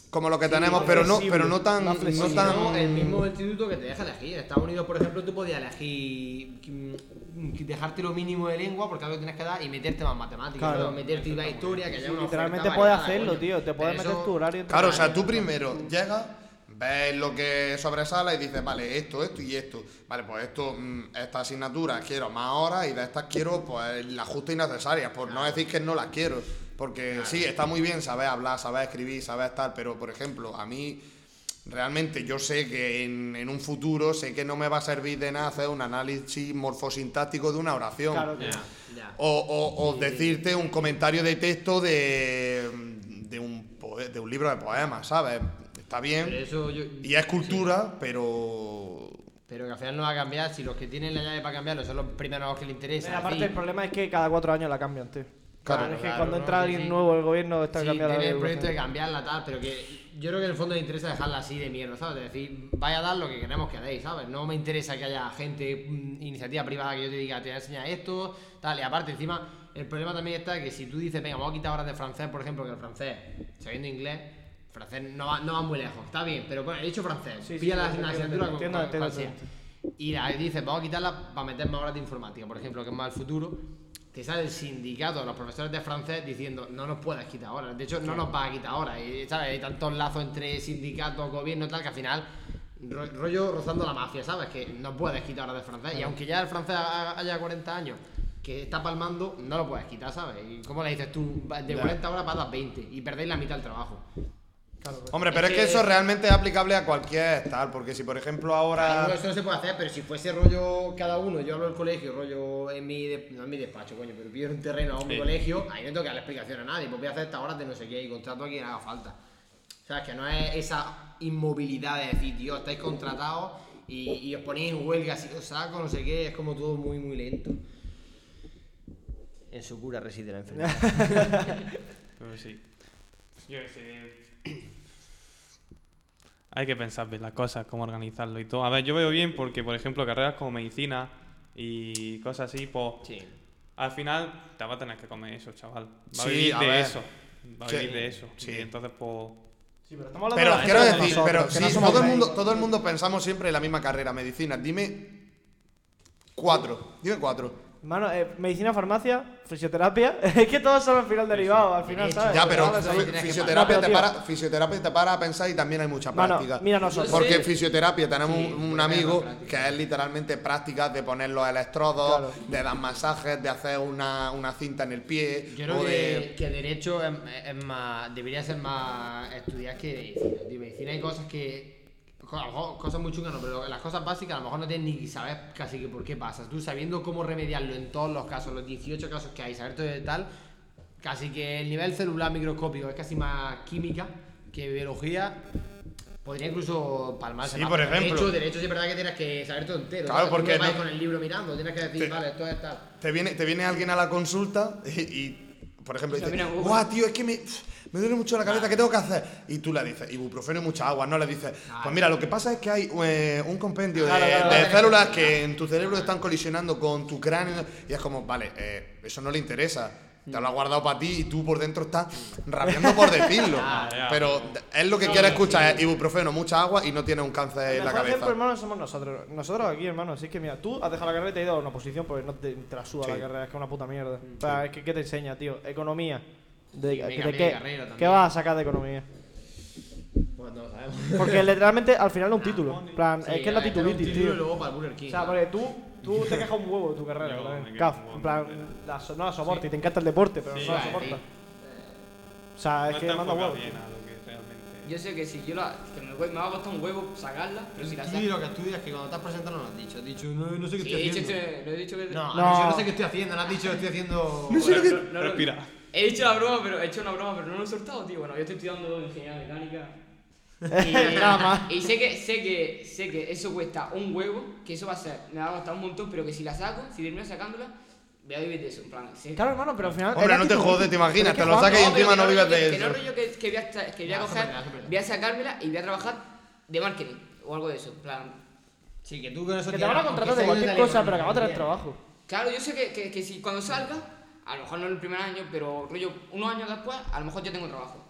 Speaker 7: como lo que tenemos, pero no,
Speaker 1: flexible,
Speaker 7: pero no tan,
Speaker 1: más
Speaker 7: no
Speaker 1: flexible.
Speaker 7: tan,
Speaker 6: No, el mismo instituto que te deja elegir. En Estados Unidos, por ejemplo, tú podías elegir mm, dejarte lo mínimo de lengua porque algo tienes que dar y meterte más matemáticas,
Speaker 1: Claro.
Speaker 6: luego meterte más historia, que haya
Speaker 1: Sí,
Speaker 6: una
Speaker 1: literalmente
Speaker 6: oferta
Speaker 1: puedes
Speaker 6: variada,
Speaker 1: hacerlo,
Speaker 6: coño.
Speaker 1: tío. Te puedes
Speaker 6: Pero
Speaker 1: meter
Speaker 6: eso-
Speaker 1: tu horario. en tu
Speaker 7: Claro, o sea,
Speaker 1: horario.
Speaker 7: tú primero llegas, ves lo que sobresala y dices, vale, esto, esto y esto. Vale, pues esto, mm, esta asignatura quiero más horas y de estas quiero pues las justas y necesarias, por no decir que no las quiero. Porque sí, está muy bien saber hablar, saber escribir, saber estar, pero por ejemplo, a mí realmente yo sé que en, en un futuro sé que no me va a servir de nada hacer un análisis morfosintáctico de una oración.
Speaker 1: Claro, tío.
Speaker 6: Ya, ya.
Speaker 7: O, o- o decirte un comentario de texto de, de, un, poe- de un libro de poemas, ¿sabes? Está
Speaker 6: Pero
Speaker 7: bien.
Speaker 6: eso yo-
Speaker 7: Y es cultura, pero...
Speaker 6: Pero que al final no va a cambiar. Si los que tienen la llave para cambiarlo son los primeros que les interesa.
Speaker 1: Mira, aparte,
Speaker 6: decir,
Speaker 1: el problema es que cada cuatro años la cambian, tío.
Speaker 7: Claro,
Speaker 1: es que
Speaker 6: claro,
Speaker 1: cuando
Speaker 6: no,
Speaker 1: entra
Speaker 6: sí,
Speaker 1: alguien
Speaker 6: sí.
Speaker 1: nuevo al gobierno, está
Speaker 6: Sí,
Speaker 1: cambiando la
Speaker 6: tiene el
Speaker 1: ley,
Speaker 6: proyecto de
Speaker 1: bro.
Speaker 6: cambiarla tal, pero que yo creo que en el fondo le interesa dejarla así de mierda, ¿sabes? De decir, vaya a dar lo que queremos que deis, ¿sabes? No me interesa que haya gente, mm, iniciativa privada que yo te diga, te voy a enseñar esto, tal, y aparte encima, el problema también está que si tú dices, venga, vamos a quitar horas de francés, por ejemplo, que el francés, sabiendo inglés, francés no va, no va muy lejos, está bien, pero bueno, he dicho francés,
Speaker 1: Sí, sí,
Speaker 6: pilla la,
Speaker 1: sí, entiendo,
Speaker 6: la asignatura con,
Speaker 1: entiendo,
Speaker 6: con-
Speaker 1: entiendo,
Speaker 6: cual sea.
Speaker 1: entiendo.
Speaker 6: Y ahí dices, vamos a quitarla para meter más horas de informática, por ejemplo, que es más el futuro. Te sale el sindicato de los profesores de francés diciendo, no nos puedes quitar horas. De hecho, no nos vas a quitar horas. Y, ¿sabes? Hay tantos lazos entre sindicato, gobierno, tal, que al final, ro- rollo rozando la mafia, ¿sabes? Que no puedes quitar horas de francés. Y aunque ya el francés ha- haya 40 años, que está palmando, no lo puedes quitar, ¿sabes? ¿Y ¿Cómo le dices tú? Va- De
Speaker 7: Ya.
Speaker 6: 40 horas vas a 20 y perdéis la mitad del trabajo.
Speaker 7: Hombre, pero es que eso realmente es aplicable a cualquier tal, porque si por ejemplo ahora...
Speaker 6: Claro, Eso no se puede hacer, pero si fuese rollo cada uno, yo hablo del colegio, rollo en mi, de- no en mi despacho, coño, pero pido un terreno a un
Speaker 7: Sí.
Speaker 6: colegio, ahí no tengo que darle explicación a nadie, pues voy a hacer estas horas de no sé qué y contrato a quien haga falta. O sea, es que no es esa inmovilidad de decir, tío, estáis contratados y, y os ponéis en huelga, si os saco, no sé qué, es como todo muy, muy lento. En su cura reside la enfermedad.
Speaker 2: Pero sí. Yo qué sé. Hay que pensar bien las cosas, cómo organizarlo y todo. A ver, yo veo bien porque, por ejemplo, carreras como medicina y cosas así, pues. Al final te va a tener que comer eso, chaval. Va a
Speaker 7: Sí,
Speaker 2: vivir
Speaker 7: a
Speaker 2: de
Speaker 7: ver.
Speaker 2: eso. Va a
Speaker 7: Sí.
Speaker 2: vivir de eso.
Speaker 7: Sí.
Speaker 2: Y entonces, pues.
Speaker 1: Sí, pero
Speaker 7: Pero quiero decir, pero
Speaker 1: que no
Speaker 7: sí,
Speaker 1: somos
Speaker 7: todo, el
Speaker 1: médicos.
Speaker 7: mundo, todo el mundo pensamos siempre en la misma carrera, medicina. Dime cuatro, dime cuatro.
Speaker 1: Mano, eh, medicina, farmacia, fisioterapia. es que todos son al final derivados, al final, ¿sabes?
Speaker 7: Ya, pero
Speaker 1: Derivados ahí.
Speaker 7: fi- fisioterapia,
Speaker 1: No,
Speaker 7: te
Speaker 1: pero,
Speaker 7: para,
Speaker 1: tío,
Speaker 7: fisioterapia te para a pensar y también hay mucha
Speaker 1: Mano,
Speaker 7: práctica.
Speaker 1: mira nosotros.
Speaker 7: Porque
Speaker 1: Sí.
Speaker 7: en fisioterapia tenemos
Speaker 1: Sí,
Speaker 7: un- un,
Speaker 1: porque
Speaker 7: amigo
Speaker 1: tenemos práctica.
Speaker 7: que es literalmente prácticas de poner los electrodos, de dar masajes, de hacer una, una cinta en el pie.
Speaker 6: Yo creo
Speaker 7: o de-
Speaker 6: que, que derecho es, es más, debería ser más estudiar que medicina. De medicina hay cosas que, co- a lo mejor cosas muy chungas no, pero las cosas básicas a lo mejor no tienes ni que saber casi que por qué pasa. Tú sabiendo cómo remediarlo en todos los casos, los 18 casos que hay, saber todo de tal, casi que el nivel celular microscópico es casi más química que biología. Podría incluso palmarse.
Speaker 7: Sí,
Speaker 6: más,
Speaker 7: por
Speaker 6: pero
Speaker 7: ejemplo.
Speaker 6: Derecho, derecho, sí es verdad que tienes que saber todo entero.
Speaker 7: Claro,
Speaker 6: ¿sabes? Tú
Speaker 7: porque
Speaker 6: no vas
Speaker 7: no-
Speaker 6: con el libro mirando, tienes que decir,
Speaker 7: Te-
Speaker 6: vale, esto es tal.
Speaker 7: Te viene, te viene alguien a la consulta y, y, por ejemplo,
Speaker 6: Y se
Speaker 7: dice,
Speaker 6: viene Google.
Speaker 7: guau, tío, es que me, me duele mucho la cabeza,
Speaker 6: Ah.
Speaker 7: ¿qué tengo que hacer? Y tú le dices, ibuprofeno y mucha agua, no le dices, pues mira, lo que pasa es que hay eh, un compendio de,
Speaker 6: Ah. Claro, claro,
Speaker 7: de
Speaker 6: claro.
Speaker 7: células que en tu cerebro están colisionando con tu cráneo y es como, vale, eh, eso no le interesa. Te lo ha guardado para ti y tú por dentro estás rabiando por decirlo.
Speaker 6: Ah, ya.
Speaker 7: Pero es lo que quiere escuchar, es ibuprofeno, mucha agua y no tiene un cáncer en la
Speaker 1: mejor ejemplo,
Speaker 7: cabeza.
Speaker 1: hermano, somos nosotros. Nosotros aquí, hermano. Así que, mira, tú has dejado la carrera y te has ido a una posición porque no te, te la suda
Speaker 7: Sí.
Speaker 1: la carrera. Es que es una puta mierda. O sea, es que, ¿qué te enseña, tío? Economía. ¿De,
Speaker 6: me
Speaker 1: de
Speaker 6: cambié de carrera
Speaker 1: qué?
Speaker 6: también.
Speaker 1: ¿Qué vas a sacar de economía?
Speaker 6: Pues no lo sabemos.
Speaker 1: Porque literalmente al final es un título. En plan,
Speaker 6: Sí,
Speaker 1: es que es la
Speaker 6: este era un
Speaker 1: titulitis,
Speaker 6: título
Speaker 1: tío.
Speaker 6: y luego para el Burger King,
Speaker 1: o sea,
Speaker 6: claro.
Speaker 1: porque tú, tú te quejas un huevo de tu carrera. también. Caf, en plan, la so- no la soporta y te encanta el deporte, pero
Speaker 4: Sí,
Speaker 1: no la
Speaker 4: sí.
Speaker 1: soporta. O sea, es
Speaker 2: no
Speaker 1: que
Speaker 2: está
Speaker 1: manda
Speaker 2: enfocado
Speaker 1: huevo.
Speaker 2: bien a lo que realmente.
Speaker 4: Yo sé que si yo la. que me, me va a costar un huevo sacarla, pero si la saco.
Speaker 6: Sí, lo que estudias que cuando te has presentado no lo has dicho. Has dicho, no, no sé qué
Speaker 4: Sí,
Speaker 6: estoy
Speaker 4: he dicho
Speaker 6: haciendo.
Speaker 4: este- no he dicho que.
Speaker 6: No, no. yo no sé qué estoy haciendo, no has dicho estoy haciendo.
Speaker 4: No sé lo que-
Speaker 2: Re- re- Respira.
Speaker 4: He hecho la broma, pero he hecho una broma, pero no lo he soltado, tío. Bueno, yo estoy estudiando ingeniería mecánica.
Speaker 1: Nada más.
Speaker 4: Y, y sé que sé que sé que eso cuesta un huevo, que eso va a ser, me va a costar un montón, pero que si la saco, si termino sacándola, voy a vivir de eso, en plan. sé-
Speaker 1: Claro, hermano, pero al final.
Speaker 7: Hombre,
Speaker 1: era
Speaker 7: no te
Speaker 1: titulitis.
Speaker 7: jodes, te
Speaker 1: Pero
Speaker 7: imaginas,
Speaker 1: es
Speaker 7: te lo
Speaker 1: que, Juan,
Speaker 7: sacas y
Speaker 4: No, pero
Speaker 7: encima
Speaker 4: que
Speaker 7: no
Speaker 4: rollo
Speaker 7: vives de
Speaker 4: que- Que no
Speaker 7: eso.
Speaker 4: rollo que, que voy a, estar- que voy a
Speaker 6: Ya,
Speaker 4: coger,
Speaker 6: súper, ya, súper.
Speaker 4: voy a sacármela y voy a trabajar de marketing o algo de eso, en plan.
Speaker 6: Sí, que tú con eso
Speaker 1: Que te van a contratar de cualquier cosa, pero que va a tener trabajo.
Speaker 4: Claro, yo sé que, que, que si cuando salga, a lo mejor no en el primer año, pero rollo unos años después, a lo mejor yo tengo trabajo.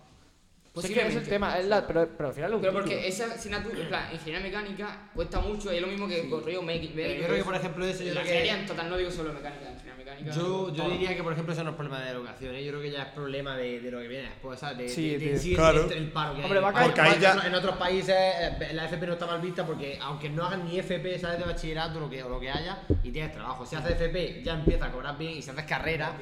Speaker 1: Pues sí, que es el tema, es la, pero, pero al final es un
Speaker 4: Pero
Speaker 1: título.
Speaker 4: porque esa asignatura, en plan, ingeniería mecánica cuesta mucho, y es lo mismo que con rollo making.
Speaker 6: Pero yo creo que, por ejemplo, eso yo
Speaker 4: La
Speaker 6: creo que-
Speaker 4: ingeniería en total, no digo solo mecánica, ingeniería mecánica.
Speaker 6: Yo, yo
Speaker 4: todo.
Speaker 6: diría que, por ejemplo, eso no es problema de la educación, ¿eh? yo creo que ya es problema de, de lo que viene después, ¿sabes? De,
Speaker 1: Sí,
Speaker 6: de- de-
Speaker 1: tío.
Speaker 6: sí,
Speaker 1: Claro.
Speaker 6: el, el paro que
Speaker 1: Hombre,
Speaker 6: hay.
Speaker 1: va a caer-
Speaker 6: Porque
Speaker 1: va a
Speaker 6: en
Speaker 1: caer-
Speaker 6: otro- en otros países eh, la FP no está mal vista porque, aunque no hagas ni FP, ¿sabes? De bachillerato lo que, o lo que haya, y tienes trabajo. Si haces FP, ya empiezas a cobrar bien, y si haces carrera,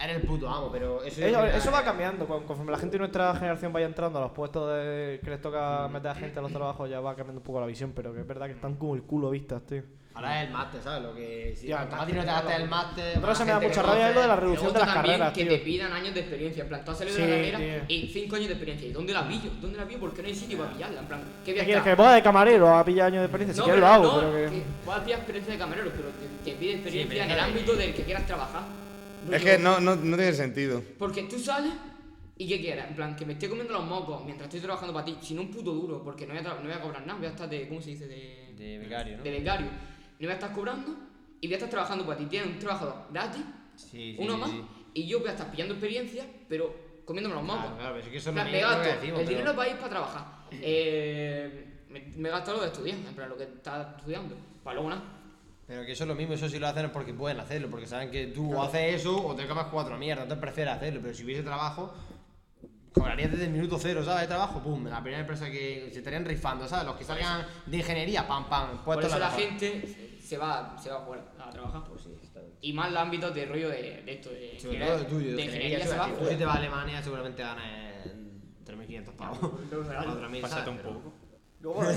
Speaker 6: eres el puto amo, pero eso yo
Speaker 1: Eso,
Speaker 6: creo que-
Speaker 1: Eh, eso va cambiando, con- conforme la gente de nuestra generación vaya entrando a los puestos de- que les toca meter a gente a los trabajos, ya va cambiando un poco la visión, pero que es verdad que están como el culo vistas, tío.
Speaker 6: Ahora es el máster, ¿sabes? Lo que. Si
Speaker 1: Ya,
Speaker 6: a
Speaker 1: el
Speaker 6: ti no te
Speaker 1: máster,
Speaker 6: gastas el
Speaker 1: claro.
Speaker 6: máster.
Speaker 1: Otra
Speaker 6: más
Speaker 1: cosa que me da
Speaker 6: gente
Speaker 1: mucha
Speaker 6: que
Speaker 1: rabia es lo de la
Speaker 6: conoces.
Speaker 4: Luego
Speaker 1: reducción de las
Speaker 4: también
Speaker 1: carreras,
Speaker 4: que
Speaker 1: tío.
Speaker 4: te pidan años de experiencia, en plan, tú has salido de
Speaker 1: Sí,
Speaker 4: la carrera
Speaker 1: tío.
Speaker 4: y 5 años de experiencia, ¿y dónde la pillo? ¿Dónde la pillo? Porque no hay sitio para pillarla, en plan, ¿qué voy a
Speaker 1: ¿Qué quieres?
Speaker 4: estar?
Speaker 1: Que me ponga de camarero a pillar años de experiencia, si quieres lo hago, pero que...
Speaker 4: Vas a pillar experiencia de camarero, pero te, te pide experiencia en el
Speaker 6: pero-
Speaker 4: ámbito del que quieras trabajar.
Speaker 7: Es que no, no, no tiene sentido.
Speaker 4: Porque tú sales y ¿qué quieres? En plan, que me esté comiendo los mocos mientras estoy trabajando para ti, sin un puto duro, porque no voy a, tra- no voy a cobrar nada, voy a estar de, ¿cómo se dice? De,
Speaker 6: De becario, ¿no?
Speaker 4: de becario. No voy a estar cobrando y voy a estar trabajando para ti. Tienes un trabajador gratis,
Speaker 6: Sí, sí,
Speaker 4: uno
Speaker 6: sí,
Speaker 4: más,
Speaker 6: sí.
Speaker 4: y yo voy a estar pillando experiencia, pero comiéndome los mocos.
Speaker 6: Claro, claro, pero es que eso
Speaker 4: En
Speaker 6: no
Speaker 4: plan,
Speaker 6: es
Speaker 4: me
Speaker 6: lo que
Speaker 4: gasto,
Speaker 6: decimos,
Speaker 4: el
Speaker 6: pero-
Speaker 4: dinero va a ir para trabajar. Eh, me, me gasto lo de estudiar, en plan, lo que estás estudiando, para luego nada.
Speaker 6: Pero que eso es lo mismo, eso sí lo hacen es porque pueden hacerlo, porque saben que tú
Speaker 4: Claro.
Speaker 6: o haces eso o te comas cuatro mierdas, entonces prefieres hacerlo, pero si hubiese trabajo, cobraría desde el minuto cero, ¿sabes? De trabajo, pum, la primera empresa que se estarían rifando, ¿sabes? Los que salgan de ingeniería, pam, pam,
Speaker 4: Por
Speaker 6: puestos
Speaker 4: eso
Speaker 6: en
Speaker 4: la
Speaker 6: Pues mejor. Pues
Speaker 4: gente se va, se va fuera a trabajar. Y más los ámbitos de rollo de, de esto, de,
Speaker 6: Sobre
Speaker 4: de-
Speaker 6: todo el tuyo,
Speaker 4: de ingeniería se va
Speaker 6: Tú si te vas a Alemania seguramente ganas 3.500 pavos. Cuatro mil,
Speaker 2: Pásate
Speaker 6: ¿sabes?
Speaker 2: un
Speaker 6: Pero-
Speaker 2: poco.
Speaker 1: Luego, luego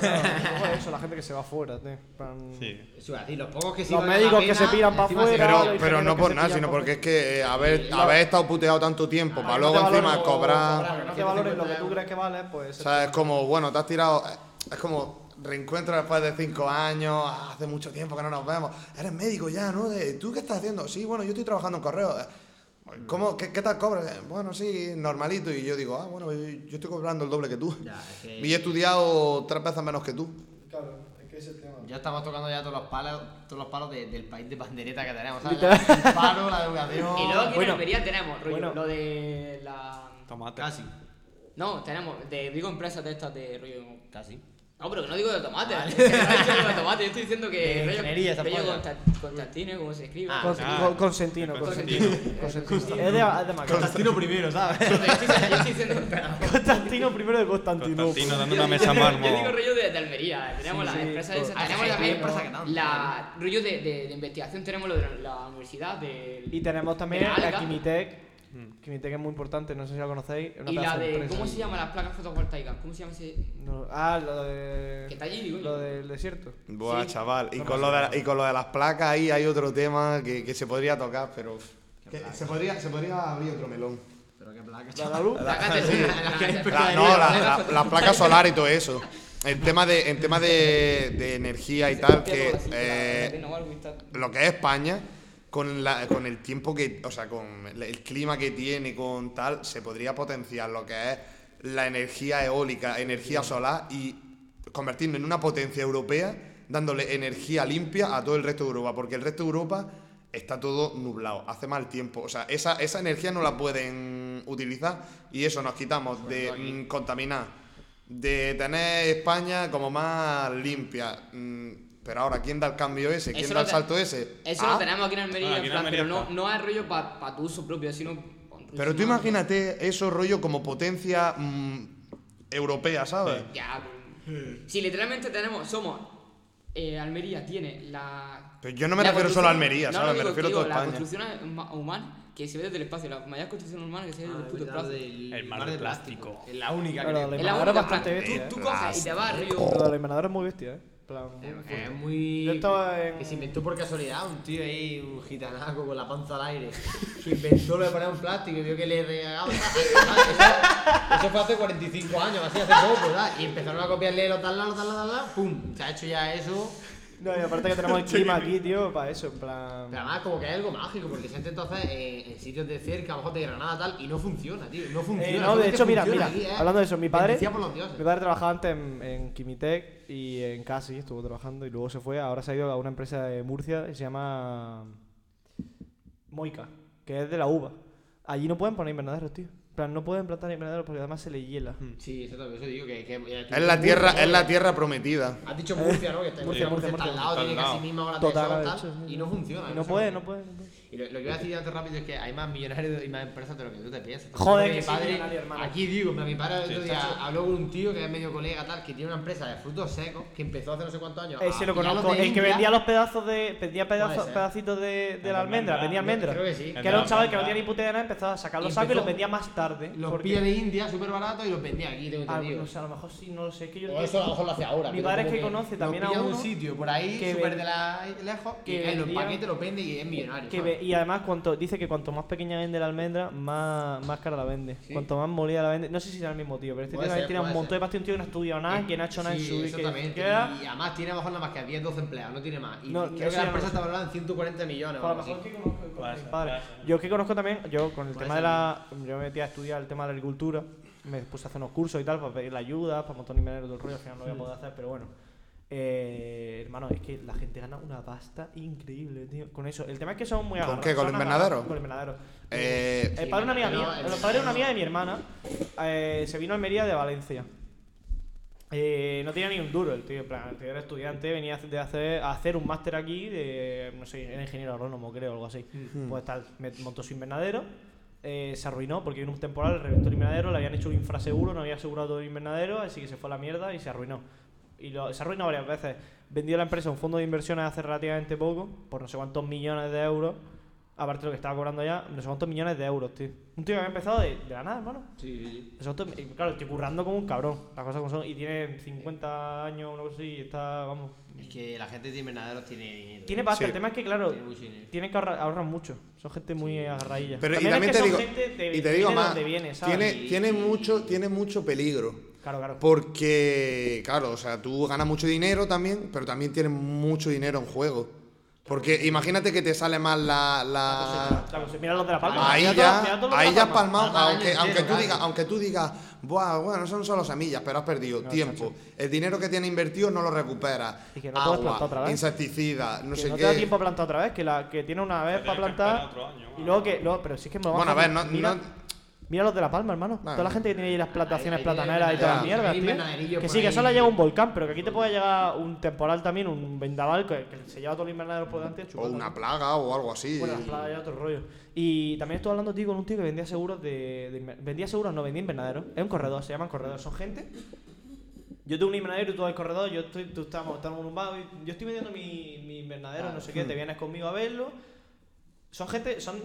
Speaker 1: eso, la gente que se va fuera, tío. Plan-
Speaker 6: Eso iba a decir, los pocos que sí
Speaker 1: Los
Speaker 6: valen la
Speaker 1: médicos que
Speaker 6: pena,
Speaker 1: se piran para
Speaker 6: encima se
Speaker 1: afuera,
Speaker 6: ganan-
Speaker 1: los
Speaker 7: Pero, pero
Speaker 1: ingenieros
Speaker 7: no
Speaker 1: que
Speaker 7: por
Speaker 1: se
Speaker 7: nada,
Speaker 1: pillan
Speaker 7: sino
Speaker 1: por-
Speaker 7: porque es que eh, haber, haber estado puteado tanto tiempo para luego
Speaker 1: Ah, no te
Speaker 7: encima
Speaker 1: valoran,
Speaker 7: cobrar.
Speaker 1: No te valoren lo que tú crees que vale,
Speaker 7: O
Speaker 1: pues.
Speaker 7: sea, es como, bueno, te has tirado. eh, Es como reencuentro después de cinco años, ah, hace mucho tiempo que no nos vemos. Eres médico ya, ¿no? De- ¿Tú qué estás haciendo? Sí, bueno, yo estoy trabajando en correo. eh. ¿Cómo? ¿Qué, qué tal cobras? "Eh, Bueno, sí, normalito. Y yo digo, ah, bueno, yo yo estoy cobrando el doble que tú.
Speaker 6: que-
Speaker 7: Y he estudiado tres veces menos que tú.
Speaker 1: Claro, es que ese tema.
Speaker 6: Ya estamos tocando ya todos los palos, todos los palos de- del país de bandereta que tenemos, ¿sabes? El paro, la educación.
Speaker 4: Y luego aquí en Almería tenemos, rollo,
Speaker 6: bueno.
Speaker 4: lo de la.
Speaker 2: Tomate.
Speaker 6: Casi.
Speaker 4: No, tenemos, de- digo empresas de estas de rollo.
Speaker 6: Casi.
Speaker 4: No, pero que no digo de tomate. que no he dicho lo de tomate, yo estoy diciendo que.
Speaker 6: De
Speaker 4: rollo-
Speaker 6: ingeniería, esa
Speaker 4: rollo
Speaker 6: polla.
Speaker 4: Constan- Constantino, ¿cómo se escribe?
Speaker 1: Con- con- Consentino,
Speaker 4: Consentino.
Speaker 1: Consentino. Consentino. Es de, es de Macarena.
Speaker 6: primero, ¿sabes?
Speaker 1: Constantino primero de Constantino.
Speaker 2: Constantino dando una mesa mármol.
Speaker 4: Yo digo rollo de, de Almería, tenemos
Speaker 1: Sí,
Speaker 4: las
Speaker 1: sí,
Speaker 4: empresas
Speaker 1: todo.
Speaker 4: esas,
Speaker 1: Ah,
Speaker 4: tenemos
Speaker 1: sí,
Speaker 4: también
Speaker 1: hay empresas que dan.
Speaker 4: la rollo de, de, de investigación, tenemos lo de la universidad, del-
Speaker 1: Y tenemos también
Speaker 4: de
Speaker 1: la
Speaker 4: Alga,
Speaker 1: Quimitec. Quimitec es muy importante, no sé si la conocéis. es una
Speaker 4: y la
Speaker 1: pedazo
Speaker 4: de,
Speaker 1: empresa.
Speaker 4: ¿cómo se llama las placas fotovoltaicas? ¿Cómo se llama ese?
Speaker 1: No, ah, lo de.
Speaker 4: Que está allí, digo
Speaker 1: Lo
Speaker 4: yo.
Speaker 1: del desierto.
Speaker 7: Buah,
Speaker 4: Sí.
Speaker 7: chaval. Y
Speaker 1: No
Speaker 7: con,
Speaker 1: pasa
Speaker 7: lo de,
Speaker 1: nada.
Speaker 7: la- y con lo de las placas ahí hay otro tema que, que se podría tocar, pero. Que se, podría, se podría abrir otro melón.
Speaker 6: Pero qué placa,
Speaker 1: La luz.
Speaker 7: La- no, la- la- las placas solares y todo eso. En tema de, en tema de, de energía y tal, que eh, lo que es España, con, la- con el tiempo que, o sea, con el- el clima que tiene, con tal, se podría potenciar lo que es la energía eólica, energía solar y convertirnos en una potencia europea dándole energía limpia a todo el resto de Europa, porque el resto de Europa está todo nublado, hace mal tiempo, o sea, esa, esa energía no la pueden utilizar y eso nos quitamos de mm, contaminar de tener España como más limpia. Mm, Pero ahora, ¿quién da el cambio ese? ¿Quién
Speaker 4: Eso
Speaker 7: da
Speaker 4: lo
Speaker 7: el
Speaker 4: te-
Speaker 7: salto ese?
Speaker 4: Eso
Speaker 7: Ah,
Speaker 4: lo tenemos aquí en Almería,
Speaker 2: Ah, aquí
Speaker 4: en
Speaker 2: en
Speaker 4: plan,
Speaker 2: Almería
Speaker 4: pero no,
Speaker 2: está.
Speaker 4: no es rollo para tu uso propio, sino... con rollo
Speaker 7: Pero tú
Speaker 4: más-
Speaker 7: imagínate eso rollo como potencia mm, europea, ¿sabes?
Speaker 4: Ya, pero- si literalmente tenemos, somos... eh, Almería tiene la
Speaker 7: Pero yo no me
Speaker 4: La
Speaker 7: refiero solo a
Speaker 4: construcción-
Speaker 7: Almería,
Speaker 4: no,
Speaker 7: ¿sabes?
Speaker 4: no,
Speaker 7: me
Speaker 4: digo,
Speaker 7: refiero a
Speaker 4: digo,
Speaker 7: toda
Speaker 4: La
Speaker 7: España.
Speaker 4: construcción huma- humana que se ve desde el espacio, la mayor construcción humana que se
Speaker 1: Ah,
Speaker 4: ve desde el puto espacio.
Speaker 6: El
Speaker 2: mar de plástico.
Speaker 6: Es la única que
Speaker 1: Pero
Speaker 6: tenemos.
Speaker 1: la
Speaker 4: Es la
Speaker 1: invernadora es
Speaker 4: única
Speaker 1: bastante
Speaker 4: plan-
Speaker 1: bestia.
Speaker 4: Tú,
Speaker 1: ¿eh?
Speaker 4: tú coges y te vas, río.
Speaker 1: Lo de la invernadora es muy bestia, ¿eh? Plan, muy fuerte.
Speaker 6: Es muy.
Speaker 1: Yo estaba en-
Speaker 6: Que se inventó por casualidad un tío ahí, un gitanaco con la panza al aire. Se inventó lo de poner un plástico y vio que le regalaban. Eso, eso fue hace 45 años, así hace poco, ¿verdad? Y empezaron a copiarle lo tal, lo tal, lo tal, lo tal, pum. Se ha hecho ya eso.
Speaker 1: No, y aparte que tenemos el clima aquí, tío, para eso, en plan.
Speaker 6: Pero además, ah, como que es algo mágico, porque se intentó hacer en, en sitios de cerca, a lo mejor de Granada tal, y no funciona, tío. No funciona.
Speaker 1: Eh, no, de
Speaker 6: solamente
Speaker 1: hecho, mira, mira,
Speaker 6: funciona aquí, ¿eh?
Speaker 1: hablando de eso, mi padre,
Speaker 6: Bendecida por los dioses.
Speaker 1: mi padre trabajaba antes en, en Quimitec y en Casi, estuvo trabajando y luego se fue, ahora se ha ido a una empresa de Murcia que se llama Moica, que es de la uva. Allí no pueden poner invernaderos, tío. En plan, no pueden plantar invernaderos porque además se le hiela.
Speaker 6: Sí, eso también, eso digo que. que-
Speaker 7: Es la tierra, es la tierra prometida.
Speaker 6: Has dicho Murcia, ¿no? Que está
Speaker 1: Murcia, Murcia,
Speaker 6: Murcia, está al
Speaker 1: Murcia.
Speaker 6: lado,
Speaker 2: Está al
Speaker 6: tiene casi
Speaker 2: lado.
Speaker 6: misma hora de
Speaker 1: Total,
Speaker 6: sol,
Speaker 1: de
Speaker 6: tal,
Speaker 1: hecho, sí,
Speaker 6: y no funciona.
Speaker 1: Y no
Speaker 6: sé
Speaker 1: puede,
Speaker 6: cómo.
Speaker 1: no puede, no puede.
Speaker 6: Y lo, lo que voy a decir antes rápido es que hay más millonarios y más empresas de lo que tú te piensas.
Speaker 1: Joder,
Speaker 6: Mi
Speaker 1: que sí, millonario, hermano.
Speaker 6: Aquí digo, pero mi padre el otro
Speaker 2: Sí,
Speaker 6: día
Speaker 2: chacho.
Speaker 6: habló con un tío que es medio colega tal, que tiene una empresa de frutos secos que empezó hace no sé cuántos años.
Speaker 1: Ese
Speaker 6: a
Speaker 1: lo
Speaker 6: pillar los
Speaker 1: conozco,
Speaker 6: de
Speaker 1: el que
Speaker 6: India.
Speaker 1: vendía los pedazos de. Vendía pedazos,
Speaker 6: ser.
Speaker 1: pedacitos de, de la almendra,
Speaker 2: almendra,
Speaker 1: vendía almendras.
Speaker 6: creo que sí.
Speaker 1: Que era un chaval que no tenía ni puta idea, de nada, empezaba a sacar
Speaker 6: Y
Speaker 1: los sacos y
Speaker 6: empezó-
Speaker 1: los vendía más tarde.
Speaker 6: Los
Speaker 1: porque-
Speaker 6: pilla de India súper barato y los vendía aquí, tengo
Speaker 1: Ah,
Speaker 6: entendido.
Speaker 1: no sé, a lo mejor sí, no lo sé. es que yo-
Speaker 6: o eso a lo mejor lo hace ahora.
Speaker 1: Mi
Speaker 6: pero
Speaker 1: padre es
Speaker 6: como
Speaker 1: que conoce
Speaker 6: lo
Speaker 1: también a
Speaker 6: pilla en
Speaker 1: uno
Speaker 6: un sitio por ahí,
Speaker 1: que
Speaker 6: súper
Speaker 1: ven-
Speaker 6: de la, lejos,
Speaker 1: que
Speaker 6: que en los
Speaker 1: vendía-
Speaker 6: paquetes los vende y es millonario.
Speaker 1: Que
Speaker 6: ¿sabes?
Speaker 1: ve- y además cuanto dice que cuanto más pequeña vende la almendra, más, más cara la vende. Cuanto más molida la vende. No sé si será el mismo tío, pero este
Speaker 6: Puede
Speaker 1: tío también
Speaker 6: ser,
Speaker 1: tiene un
Speaker 6: puede
Speaker 1: montón
Speaker 6: ser. Eh,
Speaker 1: de pastillas, un tío que no ha estudiado nada, que no ha hecho nada en
Speaker 6: Sí,
Speaker 1: su vida. Que,
Speaker 6: exactamente.
Speaker 1: que era-
Speaker 6: Y además tiene a lo mejor nada más que 10, 12 empleados, no tiene más. Y
Speaker 1: No,
Speaker 6: creo
Speaker 1: eso
Speaker 6: que
Speaker 1: ya
Speaker 6: la
Speaker 1: no lo sé.
Speaker 6: empresa está valorada en 140 millones. o
Speaker 1: a lo
Speaker 6: algo así.
Speaker 1: mejor que conozco con mi padre. Yo es que conozco también, yo con el tema de la. Yo me metí a estudiar el tema de la agricultura, me puse a hacer unos cursos y tal, para pedir la ayuda, para montar mineros del rollo, al final no lo voy a poder hacer, pero bueno. Eh, hermano, es que la gente gana una pasta increíble, tío. Con eso. El tema es que son muy
Speaker 7: ¿Con
Speaker 1: agarrados,
Speaker 7: qué? ¿Con
Speaker 1: son
Speaker 7: los
Speaker 1: agarrados,
Speaker 7: invernaderos?
Speaker 1: Con los invernaderos.
Speaker 7: Eh,
Speaker 1: El padre de una amiga
Speaker 6: no,
Speaker 1: mía,
Speaker 6: el-
Speaker 1: el padre de una amiga de mi hermana, eh, se vino a Almería de Valencia. Eh, no tenía ni un duro el tío, en plan, el tío era estudiante, venía a hacer- de hacer, a hacer un máster aquí de, no sé, era ingeniero agrónomo, creo, algo así. Pues tal, me montó su invernadero, eh, se arruinó porque vino un temporal, reventó el invernadero, le habían hecho un infraseguro, no había asegurado todo el invernadero, así que se fue a la mierda y se arruinó. Y lo- se arruinó varias veces. Vendió la empresa a un fondo de inversiones hace relativamente poco, por no sé cuántos millones de euros, aparte de lo que estaba cobrando ya, no sé cuántos millones de euros, tío. Un tío que había empezado de, de la nada, hermano.
Speaker 19: Sí,
Speaker 1: Eso esto- y claro, estoy currando como un cabrón, las cosas como son, y tiene 50 años o algo así, y está, vamos.
Speaker 6: Es que la gente de invernaderos tiene dinero.
Speaker 1: Tiene pasta,
Speaker 6: Sí.
Speaker 1: el tema es que, claro,
Speaker 6: Tiene mucho dinero.
Speaker 1: tienen que ahorrar, ahorran mucho. Son gente muy agarradilla.
Speaker 7: Pero y
Speaker 1: es
Speaker 7: también
Speaker 1: que
Speaker 7: te
Speaker 1: son
Speaker 7: digo,
Speaker 1: gente de-
Speaker 7: y te
Speaker 1: viene
Speaker 7: digo
Speaker 1: de
Speaker 7: más,
Speaker 1: donde viene, ¿sabes?
Speaker 7: tiene, tiene mucho, tiene mucho peligro.
Speaker 1: Claro, claro.
Speaker 7: Porque, claro, o sea, tú ganas mucho dinero también, pero también tienes mucho dinero en juego. Porque imagínate que te sale mal la. la-
Speaker 1: Claro, mira los de la palma.
Speaker 7: ahí
Speaker 1: mira todo- mira
Speaker 7: ya,
Speaker 1: todo lo de
Speaker 7: ahí
Speaker 1: La
Speaker 7: ya has
Speaker 1: Palma.
Speaker 7: palmado,
Speaker 1: Palma
Speaker 7: aunque,
Speaker 1: año
Speaker 7: aunque,
Speaker 1: entero,
Speaker 7: tú
Speaker 1: claro.
Speaker 7: digas, aunque tú digas, Buah, bueno, son solo semillas, pero has perdido tiempo. El dinero que tienes invertido no lo recuperas.
Speaker 1: Y que no puedes plantar otra
Speaker 7: Agua,
Speaker 1: vez.
Speaker 7: insecticida, no
Speaker 1: que
Speaker 7: sé
Speaker 1: no
Speaker 7: qué.
Speaker 1: te da tiempo a plantar otra vez, que, la, que tiene una vez para plantar. y luego que. luego- pero si es que me lo
Speaker 7: Bueno, a
Speaker 1: bajan,
Speaker 7: ver, no-
Speaker 1: Mira,
Speaker 7: no-
Speaker 1: mira los de La Palma, hermano. Toda la gente que tiene ahí las plantaciones
Speaker 6: ahí tiene
Speaker 1: plataneras y todas las
Speaker 6: vernaderillo,
Speaker 1: mierdas,
Speaker 6: ahí
Speaker 1: tío.
Speaker 6: vernaderillo
Speaker 1: Que
Speaker 6: por
Speaker 1: sí, que
Speaker 6: ahí.
Speaker 1: solo llega un volcán, pero que aquí te puede llegar un temporal también, un vendaval que, que se lleva todo el invernadero por delante.
Speaker 7: O
Speaker 1: chupando.
Speaker 7: una plaga o algo así.
Speaker 1: Bueno, las playas otro rollo. Y también estoy hablando, tío, con un tío que vendía seguros de. de inver- vendía seguros, no, vendía invernadero. Es un corredor, se llaman corredores. Son gente. Yo tengo un invernadero y tú al corredor, yo estoy, tú estamos, estamos en un bar, y yo estoy vendiendo mi, mi invernadero,
Speaker 7: Claro.
Speaker 1: no sé qué,
Speaker 7: Hmm.
Speaker 1: te vienes conmigo a verlo. Son gente, son.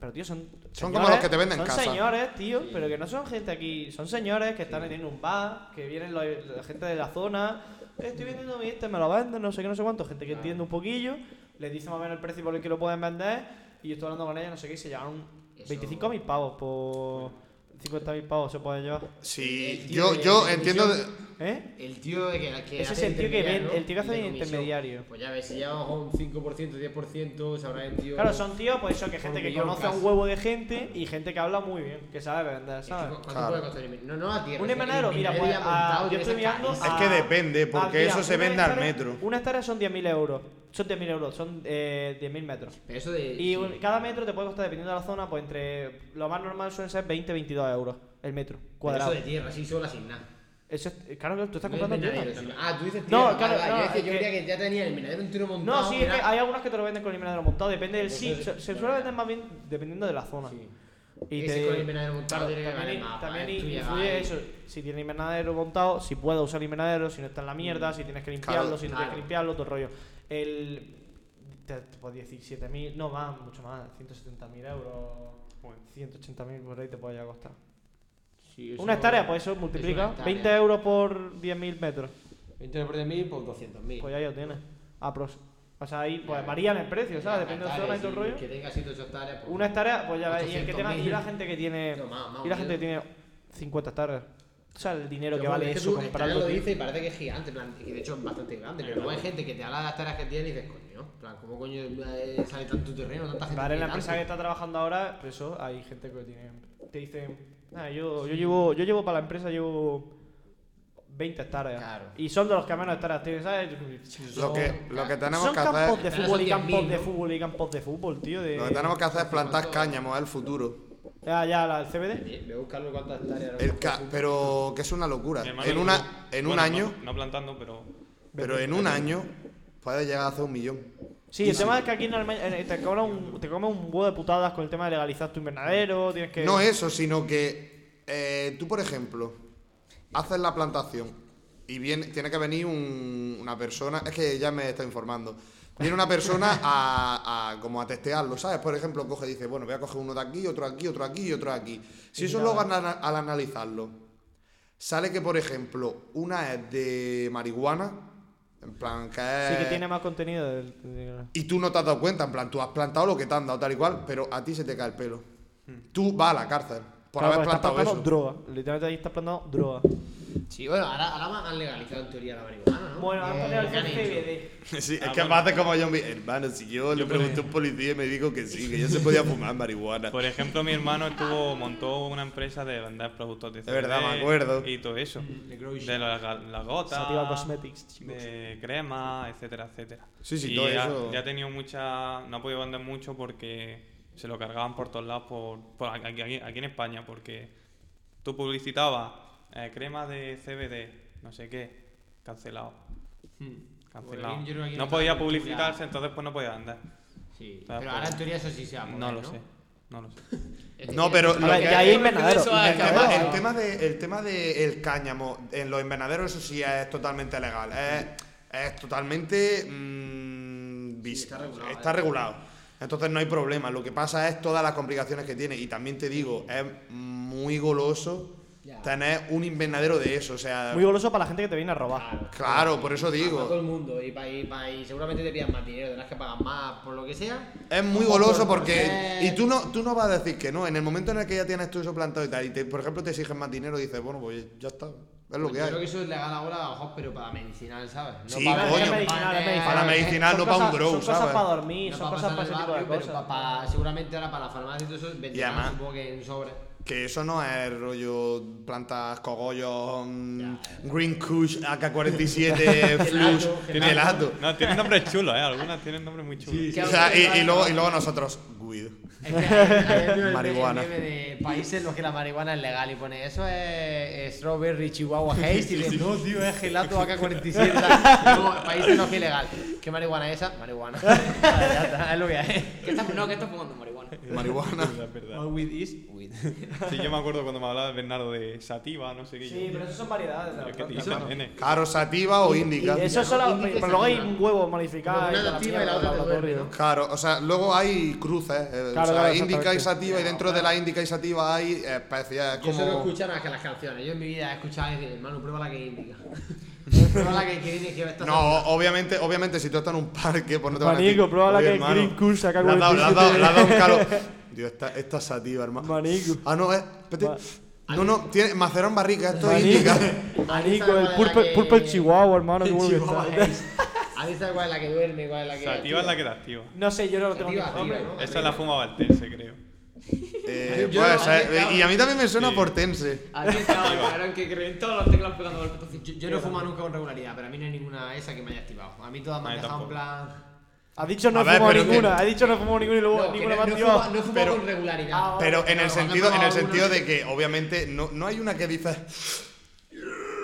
Speaker 1: Pero tío, son.
Speaker 7: Son como los que te venden
Speaker 1: son
Speaker 7: casa.
Speaker 1: señores, tío, pero que no son gente aquí. Son señores que están en un bar, que vienen los- la gente de la zona. "Eh, Estoy vendiendo mi este, me lo venden, no sé qué, no sé cuánto. Gente que entiende un poquillo. Les dice más o menos el precio por el que lo pueden vender. Y yo estoy hablando con ellos, no sé qué, y se llevaron 25.000 pavos por. 50.000 pavos se pueden llevar.
Speaker 7: Sí,
Speaker 6: tío yo- de-
Speaker 7: eh,
Speaker 6: yo de entiendo de-
Speaker 1: ¿Eh?
Speaker 6: El tío de que, que
Speaker 1: Ese
Speaker 6: hace
Speaker 1: es el tío que
Speaker 6: intermediario,
Speaker 1: ven- el tío que
Speaker 6: y
Speaker 1: hace
Speaker 6: de
Speaker 1: de
Speaker 6: comisión.
Speaker 1: intermediario.
Speaker 6: Pues ya ves, si lleva un 5%, 10%, se habrá vendido.
Speaker 1: Claro, son tíos, pues eso, que
Speaker 6: por
Speaker 1: gente
Speaker 6: un
Speaker 1: que
Speaker 6: millón
Speaker 1: conoce a un
Speaker 6: casi.
Speaker 1: huevo de gente y gente que habla muy bien, que sabe vender, ¿sabes?
Speaker 6: ¿Cuánto puede costar el invernadero? No, no, a tierra.
Speaker 1: Un invernadero, mira, pues a- yo estoy mirando.
Speaker 7: Es que depende, porque Eh, eso se vende al metro.
Speaker 1: Ah, Una hectárea son 10.000 euros. Son 10.000 euros, son eh, 10.000 metros.
Speaker 6: Pero eso de-
Speaker 1: y
Speaker 6: sí.
Speaker 1: un- cada metro te puede costar, dependiendo de la zona, pues entre. Lo más normal suelen ser 20-22 euros el metro cuadrado.
Speaker 6: Cuadrado. Eso de tierra, sí, sola sin nada.
Speaker 1: Eso es- eh, claro que tú estás
Speaker 6: No es
Speaker 1: comprando
Speaker 6: invernadero,
Speaker 1: tierra.
Speaker 6: sino- Ah, tú dices tierra.
Speaker 1: No, claro,
Speaker 6: Ah,
Speaker 1: no,
Speaker 6: yo, decía,
Speaker 1: es
Speaker 6: yo
Speaker 1: que-
Speaker 6: creía que ya tenía el invernadero entero montado.
Speaker 1: No, sí, es que hay algunos que te lo venden con el invernadero montado, depende del
Speaker 6: Pues
Speaker 1: sí.
Speaker 6: eso-
Speaker 1: Se, se suele vender más bien dependiendo de la zona. Y
Speaker 6: Ese con el invernadero montado tiene que
Speaker 1: también,
Speaker 6: valer más,
Speaker 1: también
Speaker 6: ¿vale? Tú llegas
Speaker 1: influye
Speaker 6: ahí.
Speaker 1: eso. Si tiene invernadero montado, si puedes usar el invernadero, si no está en la mierda,
Speaker 6: Mm.
Speaker 1: si tienes que
Speaker 6: Claro,
Speaker 1: limpiarlo, si no tienes que
Speaker 6: claro.
Speaker 1: limpiarlo, todo el rollo. El. te- te- Pues 17.000, no más, mucho más, 170.000 euros, 180.000 por ahí te puede llegar a costar.
Speaker 19: eso-
Speaker 1: una hectárea, pues eso
Speaker 19: es una
Speaker 1: multiplica,
Speaker 19: hectárea.
Speaker 1: 20 euros por 10.000 metros.
Speaker 19: 20 por 10.000 por 200.000.
Speaker 1: Pues ya lo tienes. Aprox. O sea, ahí pues varían el precio, ¿sabes? Depende de la zona y todo el rollo.
Speaker 6: Que tenga 7 8 hectáreas. pues,
Speaker 1: Una hectárea, pues ya ves, y el que
Speaker 6: 800.000.
Speaker 1: tenga, y la gente que tiene,
Speaker 6: No, más, más,
Speaker 1: y la
Speaker 6: más.
Speaker 1: gente que tiene 50 hectáreas. O sea, el dinero que
Speaker 6: Pero este bueno,
Speaker 1: vale
Speaker 6: es que
Speaker 1: eso
Speaker 6: tú, hectárea
Speaker 1: comprarlo.
Speaker 6: lo
Speaker 1: tío.
Speaker 6: dices y parece que es gigante, en plan, y de hecho es bastante grande, pero luego hay gente que te habla de las tareas que tiene y dices, coño, en plan, ¿cómo coño eh, sale tanto terreno, tanta gente?
Speaker 1: Vale, en la
Speaker 6: tiene
Speaker 1: empresa que
Speaker 6: tanto?
Speaker 1: está trabajando ahora, pues eso, hay gente que tiene, te dicen, "Ah, yo, yo llevo, yo llevo para la empresa llevo 20 hectáreas. Y son de los que menos hectáreas tienen, ¿sabes?
Speaker 7: Lo que- lo que tenemos
Speaker 1: son
Speaker 7: que
Speaker 1: campos
Speaker 7: hacer-
Speaker 1: de
Speaker 7: Son
Speaker 1: fútbol y campos
Speaker 7: 10.000,
Speaker 1: de
Speaker 7: ¿no?
Speaker 1: fútbol y campos de fútbol, tío. De...
Speaker 7: Lo que tenemos que hacer es plantar cáñamo, es el futuro.
Speaker 1: Ya, ya, la, el CBD.
Speaker 6: Voy a buscarlo cuántas hectáreas.
Speaker 7: El ca- pero que es una locura.
Speaker 2: Mi hermano
Speaker 7: En, una,
Speaker 2: tuvo-
Speaker 7: en un
Speaker 2: bueno,
Speaker 7: año,
Speaker 2: No, no plantando, pero.
Speaker 7: pero en un año, puedes llegar a hacer un millón.
Speaker 1: Sí, el
Speaker 7: Easy.
Speaker 1: tema es que aquí en Almería, eh, te cobran un, te comes un huevo de putadas con el tema de legalizar tu invernadero, tienes que...
Speaker 7: No eso, sino que eh, tú, por ejemplo, haces la plantación y viene, tiene que venir un- una persona, es que ya me está informando. Viene una persona a, a- como a testearlo, ¿sabes? Por ejemplo, coge y dice, bueno, voy a coger uno de aquí, otro aquí, otro aquí y otro aquí. Si eso luego al, ana- al analizarlo, sale que, por ejemplo, una es de marihuana, en plan que es...
Speaker 1: Sí, que tiene más contenido. del- del-
Speaker 7: Y tú no te has dado cuenta, en plan, tú has plantado lo que te han dado, tal y cual, pero a ti se te cae el pelo. Tú vas a la cárcel por
Speaker 1: Claro,
Speaker 7: haber
Speaker 1: porque estás
Speaker 7: plantado eso.
Speaker 1: plantando droga. Literalmente ahí estás plantando droga.
Speaker 6: Sí, bueno, ahora, ahora van a legalizar en teoría la marihuana, ¿no?
Speaker 1: Bueno, han
Speaker 6: Eh,
Speaker 1: planeado
Speaker 6: ¿qué han
Speaker 1: el
Speaker 6: hecho?
Speaker 1: CBD.
Speaker 7: Sí, es que me hace como yo, mi hermano, si yo, le pregunté a un policía y me dijo que sí, que yo se podía fumar marihuana.
Speaker 2: Por ejemplo, mi hermano estuvo montó una empresa de vender productos de
Speaker 7: Es verdad,
Speaker 2: CBD
Speaker 7: me acuerdo.
Speaker 2: Y todo eso.
Speaker 4: Mm,
Speaker 6: de grow
Speaker 2: De las la
Speaker 1: Sativa
Speaker 2: gotas,
Speaker 1: Cosmetics, chicos.
Speaker 2: de crema, etcétera, etcétera.
Speaker 7: Sí, sí,
Speaker 2: y
Speaker 7: todo
Speaker 2: ha-
Speaker 7: eso.
Speaker 2: Ya ha tenido mucha... No ha podido vender mucho porque se lo cargaban por todos lados, por, por aquí, aquí- aquí en España, porque tú publicitabas eh, crema de CBD, no sé qué, cancelado. Cancelado.
Speaker 6: Bueno, Hmm. yo creo que aquí
Speaker 2: no
Speaker 6: está
Speaker 2: podía
Speaker 6: la cultura.
Speaker 2: publicitarse, entonces pues no podía vender.
Speaker 6: Sí,
Speaker 2: Entonces,
Speaker 6: pero
Speaker 2: pues,
Speaker 6: Ah, ahora en teoría eso sí se va a
Speaker 2: No
Speaker 6: mover,
Speaker 2: lo
Speaker 6: ¿no?
Speaker 2: sé, no lo sé.
Speaker 7: No, pero
Speaker 1: A ver, ya hay invernaderos,
Speaker 7: El tema,
Speaker 1: invernaderos.
Speaker 7: el tema de, el tema de el cáñamo en los invernaderos, eso sí es totalmente legal. Es, es totalmente mm, vis- está,
Speaker 6: ¿eh?
Speaker 7: regulado, Entonces no hay problema. Lo que pasa es todas las complicaciones que tiene. Y también te digo, es muy goloso tener un invernadero de eso. O sea,
Speaker 1: Muy goloso para la gente que te viene a robar.
Speaker 7: claro, por eso
Speaker 6: Para
Speaker 7: digo.
Speaker 6: todo el mundo. Y, pa- y, pa- y seguramente te pidan más dinero, tendrás que pagar más por lo que sea.
Speaker 7: Es muy
Speaker 6: Ojo,
Speaker 7: goloso
Speaker 6: por- por
Speaker 7: porque.
Speaker 6: ser-
Speaker 7: Y tú no, tú no vas a decir que no. En el momento en el que ya tienes todo eso plantado y tal, y te- por ejemplo te exigen más dinero, dices, bueno, pues ya está. Es lo
Speaker 6: Yo
Speaker 7: que hay.
Speaker 6: creo que eso es legal ahora, a lo mejor, pero para medicinal, ¿sabes?
Speaker 7: Sí,
Speaker 6: para
Speaker 7: coño. Para medicinal, no
Speaker 6: Son
Speaker 7: para un
Speaker 6: cosas-
Speaker 7: grow,
Speaker 6: son
Speaker 7: ¿sabes?
Speaker 6: cosas
Speaker 1: para dormir,
Speaker 6: No
Speaker 1: son
Speaker 6: para
Speaker 1: cosas para
Speaker 6: pasar
Speaker 1: ese
Speaker 6: el
Speaker 1: tipo de
Speaker 6: barrio, pero
Speaker 1: cosas.
Speaker 6: pa- pa- seguramente ahora para la farmacia y todo eso venderán,
Speaker 7: además-
Speaker 6: supongo que en sobre.
Speaker 7: Que eso no es rollo plantas, cogollos, mm, Green Kush, AK-47, Flush,
Speaker 2: Tiene-
Speaker 7: helado.
Speaker 2: No, tienen nombres chulos, ¿eh? Algunas tienen nombres muy chulos.
Speaker 7: O sea, y, y luego, y luego nosotros, weed.
Speaker 6: Es que hay- hay un
Speaker 7: Marihuana.
Speaker 6: meme de países en los que la marihuana es legal y pone eso es eh, strawberry, chihuahua, haze y dice, no tío, es gelato AK-47 no, países en los que es legal ¿qué marihuana es esa? marihuana Ya está, es lo que hay
Speaker 4: ¿Qué estás, no, ¿qué estás fumando? Marihuana.
Speaker 7: Marihuana.
Speaker 2: Es verdad. Sí, yo me acuerdo cuando me hablaba Bernardo de sativa, no sé qué.
Speaker 1: Sí,
Speaker 2: yo-
Speaker 1: pero eso son variedades de la
Speaker 2: Pero es que te
Speaker 1: planta.
Speaker 2: dicen, nene.
Speaker 7: Caro, sativa o índica.
Speaker 1: Y eso es solo.
Speaker 6: Índice
Speaker 1: Pero luego hay
Speaker 6: sativa.
Speaker 1: un huevo modificado.
Speaker 6: Una
Speaker 1: la
Speaker 6: activa y la
Speaker 1: mierda,
Speaker 6: otra te
Speaker 1: laboratorio.
Speaker 6: duerme, ¿no?
Speaker 7: Claro, o sea, luego hay cruces. eh,
Speaker 1: Claro,
Speaker 7: o sea,
Speaker 1: claro,
Speaker 7: índica y
Speaker 1: exactamente.
Speaker 7: sativa, y dentro de la índica y sativa hay especies.
Speaker 6: Yo solo
Speaker 7: como.
Speaker 6: escuchar que las canciones. Yo en mi vida he escuchado y decir, hermano, prueba la que indica. prueba la que, que dice que esta
Speaker 7: No, obviamente, obviamente, si tú estás en un parque, pues no te van a
Speaker 1: Manico,
Speaker 7: decir.
Speaker 1: prueba la
Speaker 7: "Oye,
Speaker 1: que
Speaker 7: hermano,
Speaker 1: Green Kush saca
Speaker 7: Le has dado, le has dado-
Speaker 1: 47".
Speaker 7: le has dado un calor. Dios, esta, esta es sativa, hermano.
Speaker 1: Manico.
Speaker 7: Ah, no, eh, espérate. No, no, tiene macerón barrica, esto es
Speaker 1: Manico.
Speaker 7: índica.
Speaker 1: Manico,
Speaker 6: Ahí
Speaker 1: el
Speaker 6: está la
Speaker 1: purple,
Speaker 6: que-
Speaker 1: purple chihuahua, hermano. qué bueno que
Speaker 6: Chihuahua
Speaker 1: está.
Speaker 6: es. A mí sabe cuál es la que duerme, cuál es la que.
Speaker 2: Sativa es la que te activa.
Speaker 1: No sé, yo no lo tengo ni
Speaker 6: Sativa,
Speaker 1: nombre.
Speaker 6: tío, ¿no?
Speaker 2: Esa la fuma Valtense, creo.
Speaker 7: Eh,
Speaker 6: Yo-
Speaker 7: puede ser.
Speaker 6: yo-
Speaker 7: Y a mí también me suena
Speaker 2: Sí.
Speaker 7: portense.
Speaker 4: Aquí está, cabrón, que creen todas las teclas pegando al petazo.
Speaker 6: Yo, yo no fumo nunca con regularidad, pero a mí no hay ninguna esa que me haya activado. A mí todas me
Speaker 2: A
Speaker 6: han
Speaker 2: mí
Speaker 6: dejado
Speaker 2: tampoco.
Speaker 6: en plan.
Speaker 1: Ha dicho no
Speaker 7: A
Speaker 1: he
Speaker 7: ver,
Speaker 1: fumado
Speaker 7: pero que-
Speaker 1: ninguna. Ha dicho no he fumado ninguna y luego
Speaker 6: No, que
Speaker 1: ninguna
Speaker 6: no,
Speaker 1: me ha
Speaker 6: no he
Speaker 1: activado.
Speaker 6: fumado- no he fumado con regularidad.
Speaker 7: Pero en
Speaker 6: Claro,
Speaker 7: el
Speaker 6: cuando
Speaker 7: sentido, en
Speaker 6: probaba
Speaker 7: el sentido
Speaker 6: una-
Speaker 7: de que, obviamente, no, no hay una que dices.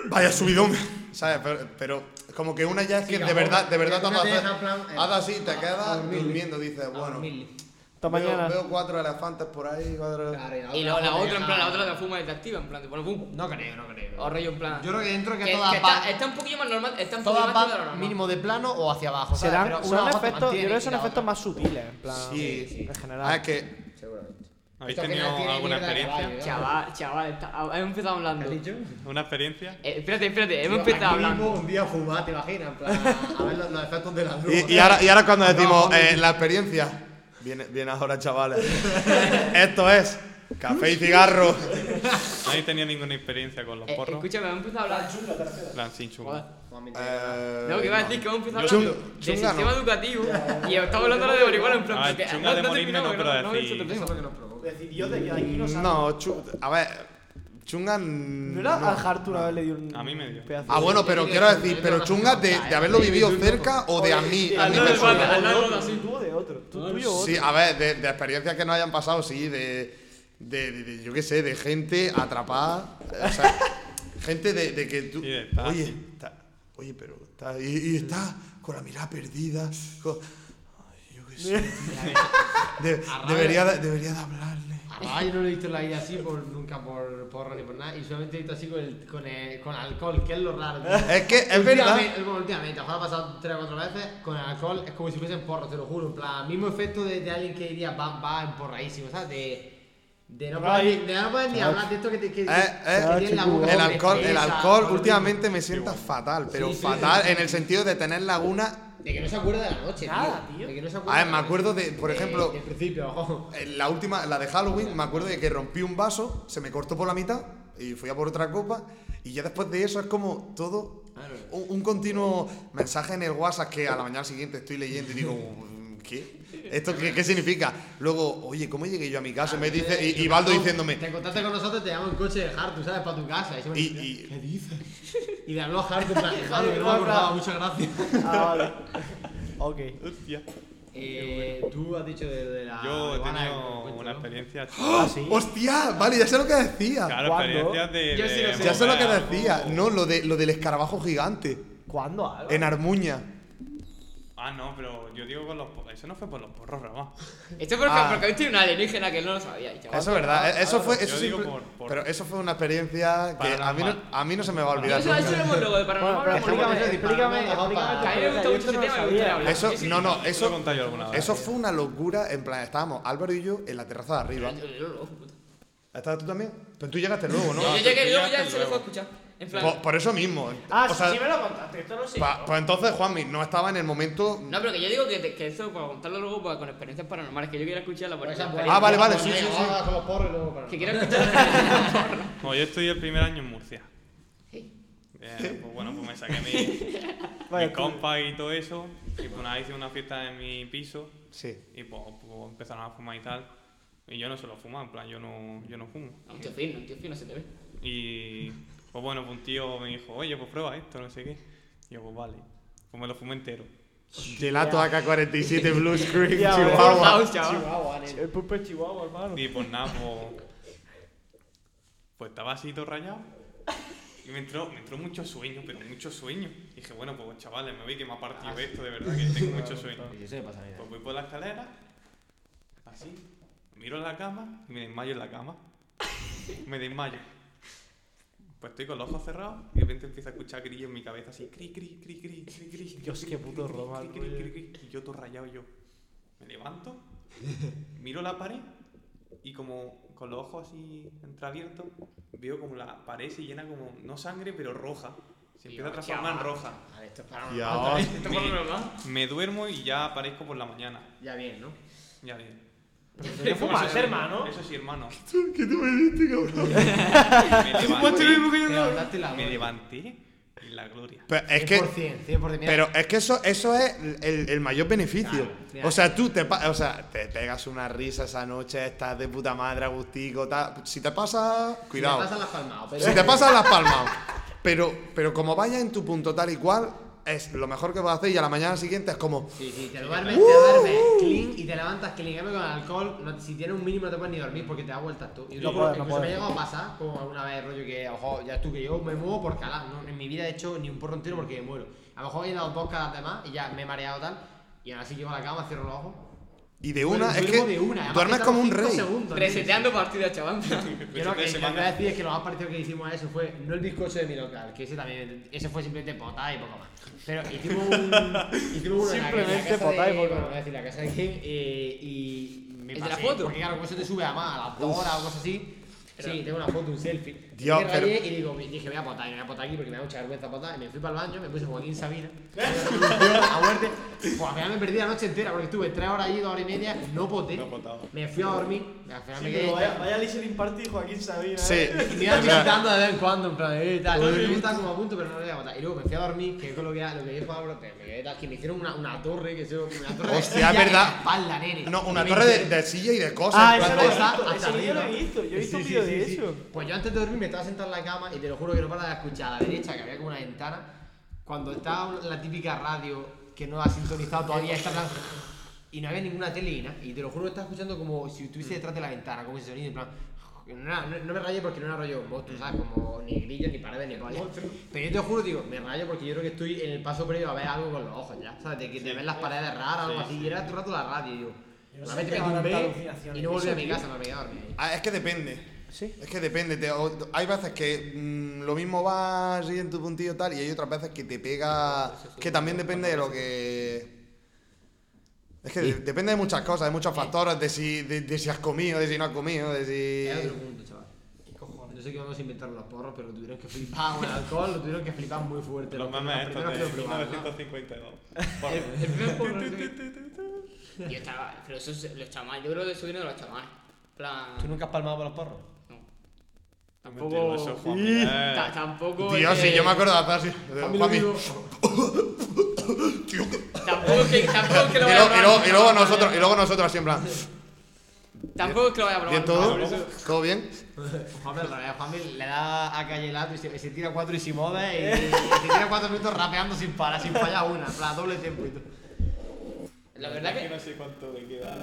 Speaker 7: Vaya subidón. ¿Sabes? Pero, pero como que una ya es que de
Speaker 6: cabrón.
Speaker 7: verdad, de verdad te
Speaker 6: Una
Speaker 7: hace.
Speaker 6: te deja en plan, eh,
Speaker 7: Haz así, te
Speaker 6: a- a
Speaker 7: quedas
Speaker 6: dormir.
Speaker 7: durmiendo, dices,
Speaker 6: Ah,
Speaker 7: bueno.
Speaker 6: mil.
Speaker 1: Esta mañana.
Speaker 7: Veo, veo cuatro elefantes por ahí, cuatro.
Speaker 6: Claro,
Speaker 4: Y luego la otra, en plan, la otra te fuma y te activa, en plan, te pone pum.
Speaker 6: No creo, no creo.
Speaker 4: O rollo, en plan.
Speaker 6: Yo creo que dentro que
Speaker 4: que
Speaker 6: todas
Speaker 4: está,
Speaker 6: van-
Speaker 4: está un poquillo más normal, está un poquillo
Speaker 6: Todas
Speaker 4: más activa de lo
Speaker 6: van
Speaker 4: normal.
Speaker 6: mínimo de plano o hacia abajo. ¿sabes?
Speaker 1: Serán,
Speaker 6: Pero una
Speaker 1: son
Speaker 6: abajo te
Speaker 1: efectos, yo
Speaker 6: mantiene
Speaker 1: creo que
Speaker 6: y
Speaker 1: son
Speaker 6: la otra-
Speaker 1: efectos más sutiles, en plan,
Speaker 7: Sí,
Speaker 1: en general.
Speaker 7: Ah, es que
Speaker 6: Seguramente.
Speaker 2: ¿Habéis
Speaker 6: Esto al final
Speaker 2: tenido
Speaker 6: tiene
Speaker 2: alguna
Speaker 6: mierda de
Speaker 2: experiencia?
Speaker 6: caballo, ¿eh?
Speaker 4: Chaval, chaval, está- hemos empezado hablando.
Speaker 2: ¿Una experiencia?
Speaker 4: Eh, espérate, espérate, hemos
Speaker 6: Tío,
Speaker 4: empezado
Speaker 6: aquí mismo
Speaker 4: hablando.
Speaker 6: un día fumar, te imaginas, en plan, a ver los, los efectos de la droga.
Speaker 7: Y, y ahora, y ahora cuando
Speaker 6: Acá
Speaker 7: decimos
Speaker 6: abajo,
Speaker 7: eh, la experiencia, viene, viene ahora chavales. Esto es café y cigarro.
Speaker 2: ¿No habéis tenido ninguna experiencia con los
Speaker 4: Eh,
Speaker 2: porros?
Speaker 4: escúchame, hemos empezado a hablar.
Speaker 2: Plan, sin chungo.
Speaker 4: Joder.
Speaker 6: Fumamente.
Speaker 7: Eh,
Speaker 4: No, que iba a decir que hemos empezado a
Speaker 7: Yo
Speaker 4: hablar de-
Speaker 7: chungo-
Speaker 4: del
Speaker 7: chunga,
Speaker 4: sistema
Speaker 7: no.
Speaker 4: educativo y estamos hablando ahora de marihuana en plan.
Speaker 2: Ah,
Speaker 4: porque
Speaker 2: chunga de morirme no,
Speaker 4: terminamos,
Speaker 2: pero
Speaker 4: no, no,
Speaker 2: decir-
Speaker 4: eso te
Speaker 6: Eso
Speaker 4: pienso.
Speaker 6: fue lo que nos provocó.
Speaker 1: Decidió de que aquí no sabe.
Speaker 7: Eh, No, chu- a ver, chunga. mm,
Speaker 1: ¿No era
Speaker 7: no.
Speaker 1: al Hartu una vez le dio un
Speaker 2: A mí me dio.
Speaker 1: pedazo
Speaker 7: Ah,
Speaker 1: de-
Speaker 7: bueno, pero quiero decir, pero chunga de, de haberlo vivido cerca o de a mí, a
Speaker 4: Al
Speaker 7: mí
Speaker 4: lado del
Speaker 7: persona.
Speaker 4: bate, al lado del
Speaker 1: Tú
Speaker 7: Ah.
Speaker 4: bate, así.
Speaker 1: o de otro. Tú tuyo o otro.
Speaker 7: Sí, a ver, de, de experiencias que no hayan pasado, sí, de, de, de- de- yo qué sé, de gente atrapada, o sea, gente de, de que tú,
Speaker 2: Sí, de estar
Speaker 7: oye,
Speaker 2: así.
Speaker 7: está- oye, pero está, y, y está con la mirada perdida, con- ay, yo qué sé, de- debería, de- debería de hablarle.
Speaker 6: Ah, yo no lo he visto en la vida así, por, nunca por porro ni por nada, y solamente he visto así con, el, con, el, con alcohol, que es lo raro. tío.
Speaker 7: Es que es verdad.
Speaker 6: Últimamente, bueno, últimamente, ojalá ha pasado tres o cuatro veces, con el alcohol es como si fuesen porros, te lo juro, en plan, mismo efecto de, de alguien que diría va, va emporradísimo, ¿sabes? De, de no poder, ni- de no poder ni hablar de esto que te que, que-
Speaker 7: Eh,
Speaker 6: que
Speaker 7: eh,
Speaker 6: tiene en la boca
Speaker 7: el
Speaker 6: como
Speaker 7: alcohol, el
Speaker 6: espesa,
Speaker 7: alcohol
Speaker 6: por lo
Speaker 7: últimamente me sienta fatal, pero
Speaker 6: Sí, sí,
Speaker 7: fatal
Speaker 6: sí, sí.
Speaker 7: en el sentido de tener laguna.
Speaker 6: mismo. De que no se acuerda de la noche,
Speaker 1: Nada,
Speaker 6: tío.
Speaker 1: tío.
Speaker 6: De que no se acuerda
Speaker 7: A
Speaker 6: de
Speaker 7: ver, me
Speaker 6: la
Speaker 7: acuerdo
Speaker 6: noche.
Speaker 7: de, por
Speaker 6: De-
Speaker 7: ejemplo,
Speaker 6: del principio, ojo.
Speaker 7: En la última, la de Halloween, me acuerdo de que rompí un vaso, se me cortó por la mitad y fui a por otra copa. Y ya después de eso es como todo un, un continuo mensaje en el WhatsApp que a la mañana siguiente estoy leyendo y digo, "Mm, ¿qué? ¿Esto qué, qué significa? Luego, oye, ¿cómo llegué yo a mi casa? Y me dice, y, y Baldo diciéndome,
Speaker 6: Te encontraste con nosotros, te llamamos en coche de Hartu, ¿sabes? Para tu casa. Y, se me-
Speaker 7: y, y-
Speaker 6: y le habló a Hartu, en plan, "Hartu, que no me
Speaker 1: Joder,
Speaker 6: acordaba,
Speaker 1: no.
Speaker 6: muchas gracias.
Speaker 1: Ah, vale. Ok.
Speaker 2: Hostia.
Speaker 6: Eh, tú has dicho de, de la.
Speaker 4: Ah,
Speaker 6: ¿eh?
Speaker 2: Yo he
Speaker 6: marihuana,
Speaker 2: tenido
Speaker 6: que me cuento,
Speaker 2: una
Speaker 6: ¿no?
Speaker 2: experiencia
Speaker 1: Ah, sí.
Speaker 7: ¡Hostia! Vale, ya sé lo que decía.
Speaker 2: Claro,
Speaker 1: ¿Cuándo?
Speaker 2: experiencias de.
Speaker 4: Yo sí
Speaker 2: de
Speaker 4: lo sé.
Speaker 7: Ya sé lo que
Speaker 2: mover
Speaker 7: decía.
Speaker 2: algo.
Speaker 7: No, lo, de, lo del escarabajo gigante
Speaker 1: ¿Cuándo? Alba?
Speaker 7: en Armuña.
Speaker 2: Ah, no, pero yo digo con los porros. Eso no fue por los porros, Ramón.
Speaker 4: Esto es porque, porque habéis tenido una alienígena que no lo sabíais, chaval.
Speaker 7: Eso es verdad, eh, eso fue,
Speaker 2: Yo
Speaker 7: eso
Speaker 2: digo
Speaker 7: simple-
Speaker 2: por- por-
Speaker 7: pero eso fue una experiencia que a mí, no,
Speaker 2: Paranormal.
Speaker 7: a mí no se me va a olvidar.
Speaker 4: Eso, eso
Speaker 7: nunca.
Speaker 4: lo hemos luego de paranormal.
Speaker 1: Bueno,
Speaker 4: lo
Speaker 1: pero
Speaker 4: hemos
Speaker 1: explícame,
Speaker 4: luego.
Speaker 1: explícame, explícame tu
Speaker 4: A mí me gusta
Speaker 1: experiencia,
Speaker 4: mucho
Speaker 1: yo
Speaker 4: ese
Speaker 1: esto no lo
Speaker 4: tema, me gustaría
Speaker 1: sabía.
Speaker 4: hablar.
Speaker 7: Eso, no, no,
Speaker 2: Eso lo he
Speaker 7: eso,
Speaker 2: contado yo alguna vez.
Speaker 7: eso fue una locura. En plan, estábamos Álvaro y yo en la terraza de arriba. ¿Estabas tú también? Pero tú llegaste luego, ¿no?
Speaker 4: Yo llegué y luego ya
Speaker 2: Luego.
Speaker 4: se lo fue a escuchar. En plan,
Speaker 7: Por, por eso mismo.
Speaker 1: Ah,
Speaker 7: O
Speaker 1: sí,
Speaker 7: sea,
Speaker 1: sí me lo contaste, esto no sé.
Speaker 7: pa- pues entonces, Juanmi, no estaba en el momento.
Speaker 4: No, pero que yo digo que, te- que eso para contarlo luego pues, con experiencias paranormales, que yo quiero escucharla por esa
Speaker 7: Ah, vale, vale, sí, sí, sí.
Speaker 20: Ah, como porro y luego para.
Speaker 4: Que quiero escucharla.
Speaker 2: Como yo estudié el primer año en Murcia.
Speaker 4: Sí.
Speaker 2: Eh, pues bueno, pues me saqué mi,
Speaker 1: Vaya
Speaker 2: mi compa y todo eso. Y pues nada, hice una fiesta en mi piso.
Speaker 7: Sí.
Speaker 2: Y pues, pues empezaron a fumar y tal. Y yo no solo fumo, en plan, yo no, yo no fumo.
Speaker 4: Un tío fino, un tío fino se te ve.
Speaker 2: Y pues bueno, pues un tío me dijo, oye, pues prueba esto, no sé qué. Y yo, pues vale. Pues me lo fumé entero.
Speaker 7: Gelato AK-47 Blue Screen
Speaker 1: Ya, bueno.
Speaker 7: Chihuahua.
Speaker 4: Vamos, chaval.
Speaker 20: Chihuahua, nene.
Speaker 1: El pulpo es pues, chihuahua, hermano.
Speaker 2: Y pues nada, pues. Pues estaba así todo rayado. Y me entró, me entró mucho sueño, pero mucho sueño. Y dije, bueno, pues chavales, me voy que me ha partido esto, de verdad que tengo mucho sueño.
Speaker 20: Y eso me pasa a mí.
Speaker 2: Pues voy por la escalera, así, miro en la cama y me desmayo en la cama. Me desmayo. Pues estoy con los ojos cerrados y de repente empiezo a escuchar grillos en mi cabeza así, cri, cri, cri, cri, cri, cri.
Speaker 1: Dios,
Speaker 2: cri,
Speaker 1: qué
Speaker 2: cri,
Speaker 1: puto
Speaker 2: cri,
Speaker 1: Roma,
Speaker 2: cri, cri, cri, cri, Y yo todo rayado yo. Me levanto, miro la pared y como con los ojos así entreabiertos, veo como la pared se llena como, no sangre, pero roja. Se empieza a
Speaker 4: Dios,
Speaker 2: transformar en
Speaker 4: chaval.
Speaker 2: roja.
Speaker 6: Vale, esto es
Speaker 7: Ya,
Speaker 6: paranormal.
Speaker 7: hostia.
Speaker 4: ¿Esto
Speaker 2: Me-
Speaker 4: fue normal?
Speaker 2: Me duermo y ya aparezco por la mañana.
Speaker 6: Ya bien, ¿no?
Speaker 2: Ya bien.
Speaker 1: ¿Qué fumas, hermano?
Speaker 2: Eso sí, hermano.
Speaker 7: ¿Qué te metiste, cabrón?
Speaker 2: Me levanté,
Speaker 6: Te levantaste la
Speaker 2: me
Speaker 6: voz.
Speaker 2: levanté en la gloria.
Speaker 7: Pero es que,
Speaker 6: 100%, 100%. Mira,
Speaker 7: pero es que eso, eso es el, el mayor beneficio.
Speaker 6: Claro, mira.
Speaker 7: O sea, tú te, pa- o sea, te pegas una risa esa noche, estás de puta madre, agustico, tal. Si te pasa, cuidado.
Speaker 6: Te pasan las palmas, pero...
Speaker 7: Si te pasan las palmas. Pero, pero como vayas en tu punto tal y cual, es lo mejor que vas a hacer y a la mañana siguiente es como.
Speaker 6: Sí, sí, te duermes, te duermes
Speaker 7: Uh.
Speaker 6: clean y te levantas clean. En cambio, con alcohol, no- si tienes un mínimo no te puedes ni dormir porque te da vueltas tú. Y
Speaker 1: No
Speaker 6: incluso-
Speaker 1: puedes, no
Speaker 6: incluso me ha
Speaker 1: puedes.
Speaker 6: llegado a pasar, como alguna vez, rollo que, ojo, ya tú que yo me muevo por calar. ¿no? En mi vida he hecho ni un porro entero porque me muero. A lo mejor he dado dos cada demás y ya me he mareado tal. Y ahora sí llego a la cama, cierro los ojos.
Speaker 7: Y de una, es
Speaker 6: Duermo
Speaker 7: que
Speaker 6: de una, además
Speaker 7: duermes
Speaker 6: que
Speaker 7: como un
Speaker 6: tardo cinco
Speaker 7: rey.
Speaker 6: segundos,
Speaker 4: Reseteando partida, chaval.
Speaker 6: Yo lo que,
Speaker 2: Resetear
Speaker 6: lo que voy a
Speaker 2: semana.
Speaker 6: decir es que lo más parecido que hicimos a eso fue no el bizcocho de mi local, que ese también, ese fue simplemente potada y poco más. Pero hicimos un. hicimos uno
Speaker 1: Simplemente
Speaker 6: en la, en la casa
Speaker 1: potá y
Speaker 6: de-
Speaker 1: poco
Speaker 6: bueno,
Speaker 1: más.
Speaker 6: voy a decir, la casa de Kim eh, y. Me
Speaker 4: ¿El de
Speaker 6: pasé,
Speaker 4: la foto?
Speaker 6: Porque claro, como eso te sube a más, a las dos horas o cosas así. Sí, tengo una foto, un selfie.
Speaker 7: Dios,
Speaker 6: me
Speaker 7: pero-
Speaker 6: rayé y digo, me- dije, voy a potar, me voy a potar aquí porque me da mucha vergüenza potar. Y me fui para el baño, me puse Joaquín Sabina. a muerte. Pues al final me perdí la noche entera porque estuve tres horas allí, dos horas y media, no poté.
Speaker 2: No potaba.
Speaker 6: Me fui a dormir, al final
Speaker 1: Sí,
Speaker 6: me quedé.
Speaker 1: pero vaya, vaya listening party, Joaquín Sabina.
Speaker 7: Sí.
Speaker 1: ¿eh?
Speaker 6: Y me iba
Speaker 7: es verdad.
Speaker 6: visitando de vez en cuando, en plan, eh, tal. Yo me estaba como a punto, pero no lo iba a matar. Y luego me fui a dormir, que es lo que, lo que dijo Álvaro, pero me quedé tal, que me hicieron una, una torre, que se una torre
Speaker 7: Hostia,
Speaker 6: de silla
Speaker 7: es verdad.
Speaker 6: en la espalda, nene.
Speaker 7: No,
Speaker 6: Y
Speaker 7: una
Speaker 6: me
Speaker 7: torre de,
Speaker 6: hicieron-
Speaker 7: de silla y de cosas.
Speaker 1: Ah,
Speaker 7: en
Speaker 1: eso
Speaker 7: plan
Speaker 1: lo he
Speaker 7: de-
Speaker 1: visto,
Speaker 6: hasta
Speaker 1: ese vídeo lo he
Speaker 6: arriba.
Speaker 1: visto, yo he visto un
Speaker 6: Sí, sí,
Speaker 1: vídeo
Speaker 6: sí,
Speaker 1: de
Speaker 6: sí.
Speaker 1: eso.
Speaker 6: Pues yo antes de dormir me estaba sentado en la cama y te lo juro que no paraba de escuchar a la derecha, que había como una ventana, cuando estaba la típica radio que no ha sintonizado todavía, está en plan- y no había ninguna tele y nada, y te lo juro que estaba escuchando como si
Speaker 2: Mm.
Speaker 6: estuviese detrás de la ventana, como ese sonido, en plan... que No, era- no, no me rayé porque no era rollo
Speaker 2: Mm.
Speaker 6: monstruo, ¿sabes? Como ni grillos, ni paredes, ni coña. Pero yo te lo juro, digo, me rayo porque yo creo que estoy en el paso previo a ver algo con los ojos, ¿ya? ¿Sabes? De que te ven las paredes raras o algo así. Y era todo el rato la radio, y digo.
Speaker 1: no
Speaker 6: "Realmente
Speaker 1: sé si
Speaker 6: me
Speaker 1: te van a dar
Speaker 6: tumbé
Speaker 1: alucinaciones".
Speaker 6: y no volví a
Speaker 1: Eso,
Speaker 6: mi
Speaker 1: tío.
Speaker 6: casa, me voy a dormir.
Speaker 7: Ah, es que depende.
Speaker 1: Sí.
Speaker 7: Es que depende, te- o- hay veces que mm, lo mismo va así en tu puntillo tal y hay otras veces que te pega... que también depende de lo que... Es que de- depende de muchas cosas, de muchos factores, de si, de, de si has comido, de si no has comido, de
Speaker 6: Es otro
Speaker 7: si...
Speaker 6: punto, chaval. No sé qué vamos a inventar los porros, pero lo tuvieron que flipar con el alcohol, lo tuvieron que flipar muy fuerte.
Speaker 2: Los memes estos de
Speaker 6: primeros que lo probaron, ¿no?
Speaker 2: 1952. Por-
Speaker 4: El primer porro, no sé qué. Yo estaba, pero eso es los chamales, yo creo que eso viene de los chamales. En plan,
Speaker 20: ¿Tú nunca has palmado por los porros?
Speaker 4: no.
Speaker 2: Mentiroso,
Speaker 4: Tampoco.
Speaker 2: Juan,
Speaker 4: Ta-
Speaker 2: eh.
Speaker 4: Tampoco.
Speaker 7: Dios,
Speaker 4: eh,
Speaker 7: si yo me acuerdo de hacer así. de- Juanmi,
Speaker 4: Tampoco es que, tampoco es que
Speaker 7: Y
Speaker 4: lo vaya a
Speaker 7: luego- y
Speaker 4: probar.
Speaker 7: luego- y luego
Speaker 4: nunca,
Speaker 7: nosotros, y
Speaker 4: ¿vale?
Speaker 7: luego nosotros así en plan...
Speaker 4: Tampoco es que lo vaya a probar.
Speaker 7: ¿Bien
Speaker 4: nunca,
Speaker 7: todo?
Speaker 4: por eso-
Speaker 7: ¿Todo bien?
Speaker 6: Juanmi, al revés, Juanmi le da a calle Lato y se, se tira cuatro y se mueve y, y se tira cuatro minutos rapeando sin parar, sin fallar una, en plan, doble tiempo y todo.
Speaker 4: La verdad que.
Speaker 2: No sé cuánto me queda.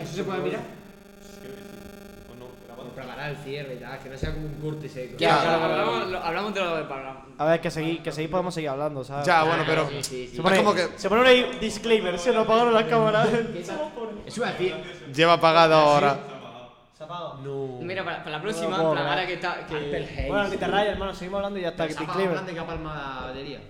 Speaker 6: ¿Eso se puede mirar?
Speaker 2: ¿O no? grabando.
Speaker 6: como Pues preparar el cierre y tal, que no sea como un corte seco.
Speaker 4: Ya, claro, hablamos, lo- hablamos de lo de Parra.
Speaker 1: A ver, que seguí, que seguí podemos seguir hablando, ¿sabes?
Speaker 7: Ah,
Speaker 4: Ya, bueno, pero- Sí, sí, sí.
Speaker 1: Se pone,
Speaker 4: es como
Speaker 1: se pone un disclaimer, se lo apagaron las cámaras.
Speaker 6: Eso iba a decir.
Speaker 7: Lleva apagada ahora.
Speaker 6: No.
Speaker 4: Mira, para, para la
Speaker 1: No
Speaker 4: próxima,
Speaker 1: lo puedo
Speaker 4: para ahora
Speaker 1: ver.
Speaker 4: que está. Que...
Speaker 1: Bueno, que te rayes, hermano, seguimos hablando y ya está, que
Speaker 6: Se ha
Speaker 1: disclaimer.
Speaker 6: grande que ha palmado la batería.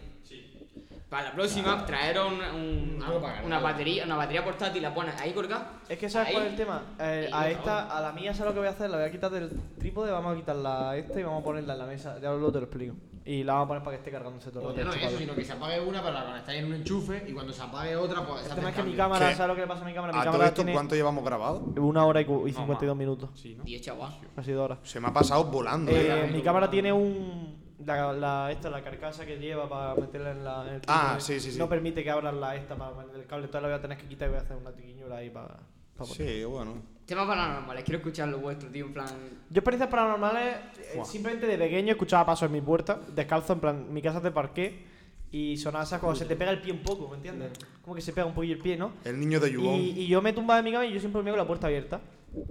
Speaker 4: Para la próxima, traeros una, un-
Speaker 6: Algo para
Speaker 4: una
Speaker 6: cargar.
Speaker 4: batería, una batería portátil, la pones ahí colgada.
Speaker 1: Es que sabes
Speaker 4: ahí,
Speaker 1: cuál es el tema. Eh,
Speaker 4: y
Speaker 1: a
Speaker 4: por
Speaker 1: esta, a la mía, ¿sabes lo que voy a hacer? La voy a quitar del trípode, vamos a quitarla a esta y vamos a ponerla en la mesa. Ya luego te lo explico. Y la vamos a poner para que esté cargándose todo
Speaker 6: O
Speaker 1: el
Speaker 6: ya
Speaker 1: rato.
Speaker 6: Pues no es eso,
Speaker 1: chaval.
Speaker 6: sino que se apague una para la conectar en un enchufe y cuando se apague otra, pues se
Speaker 1: tema
Speaker 6: hace
Speaker 1: es que mi
Speaker 6: cambio.
Speaker 1: cámara,
Speaker 7: ¿Qué?
Speaker 1: ¿sabes lo que le pasa a mi cámara? Mi
Speaker 7: ¿A todo
Speaker 1: cámara
Speaker 7: esto
Speaker 1: tiene
Speaker 7: cuánto llevamos grabado?
Speaker 1: una hora y, cu- y 52 minutos.
Speaker 4: Y echa guau.
Speaker 1: Casi dos horas.
Speaker 7: Se me ha pasado volando.
Speaker 1: Eh,
Speaker 7: ya.
Speaker 1: mi cámara tiene un. La, la- esta, la carcasa que lleva para meterla en, la, en el
Speaker 7: Ah,
Speaker 1: trípode.
Speaker 7: sí, sí, sí.
Speaker 1: No permite que abras la esta para meter el cable. Entonces la voy a tener que quitar y voy a hacer una tiquiñola ahí para. para poner.
Speaker 7: Sí, bueno.
Speaker 4: Temas paranormales, quiero escuchar lo vuestro, tío, en plan.
Speaker 1: Yo experiencias paranormales, eh,
Speaker 4: Buah.
Speaker 1: simplemente de pequeño escuchaba pasos en mi puerta, descalzo, en plan, mi casa es de parqué, y sonaba esas cuando se te pega el pie un poco, ¿me entiendes? Como que se pega un poquillo el pie, ¿no?
Speaker 7: El niño de Yubón.
Speaker 1: Y, y yo me tumbaba en mi cama y yo siempre dormía con la puerta abierta.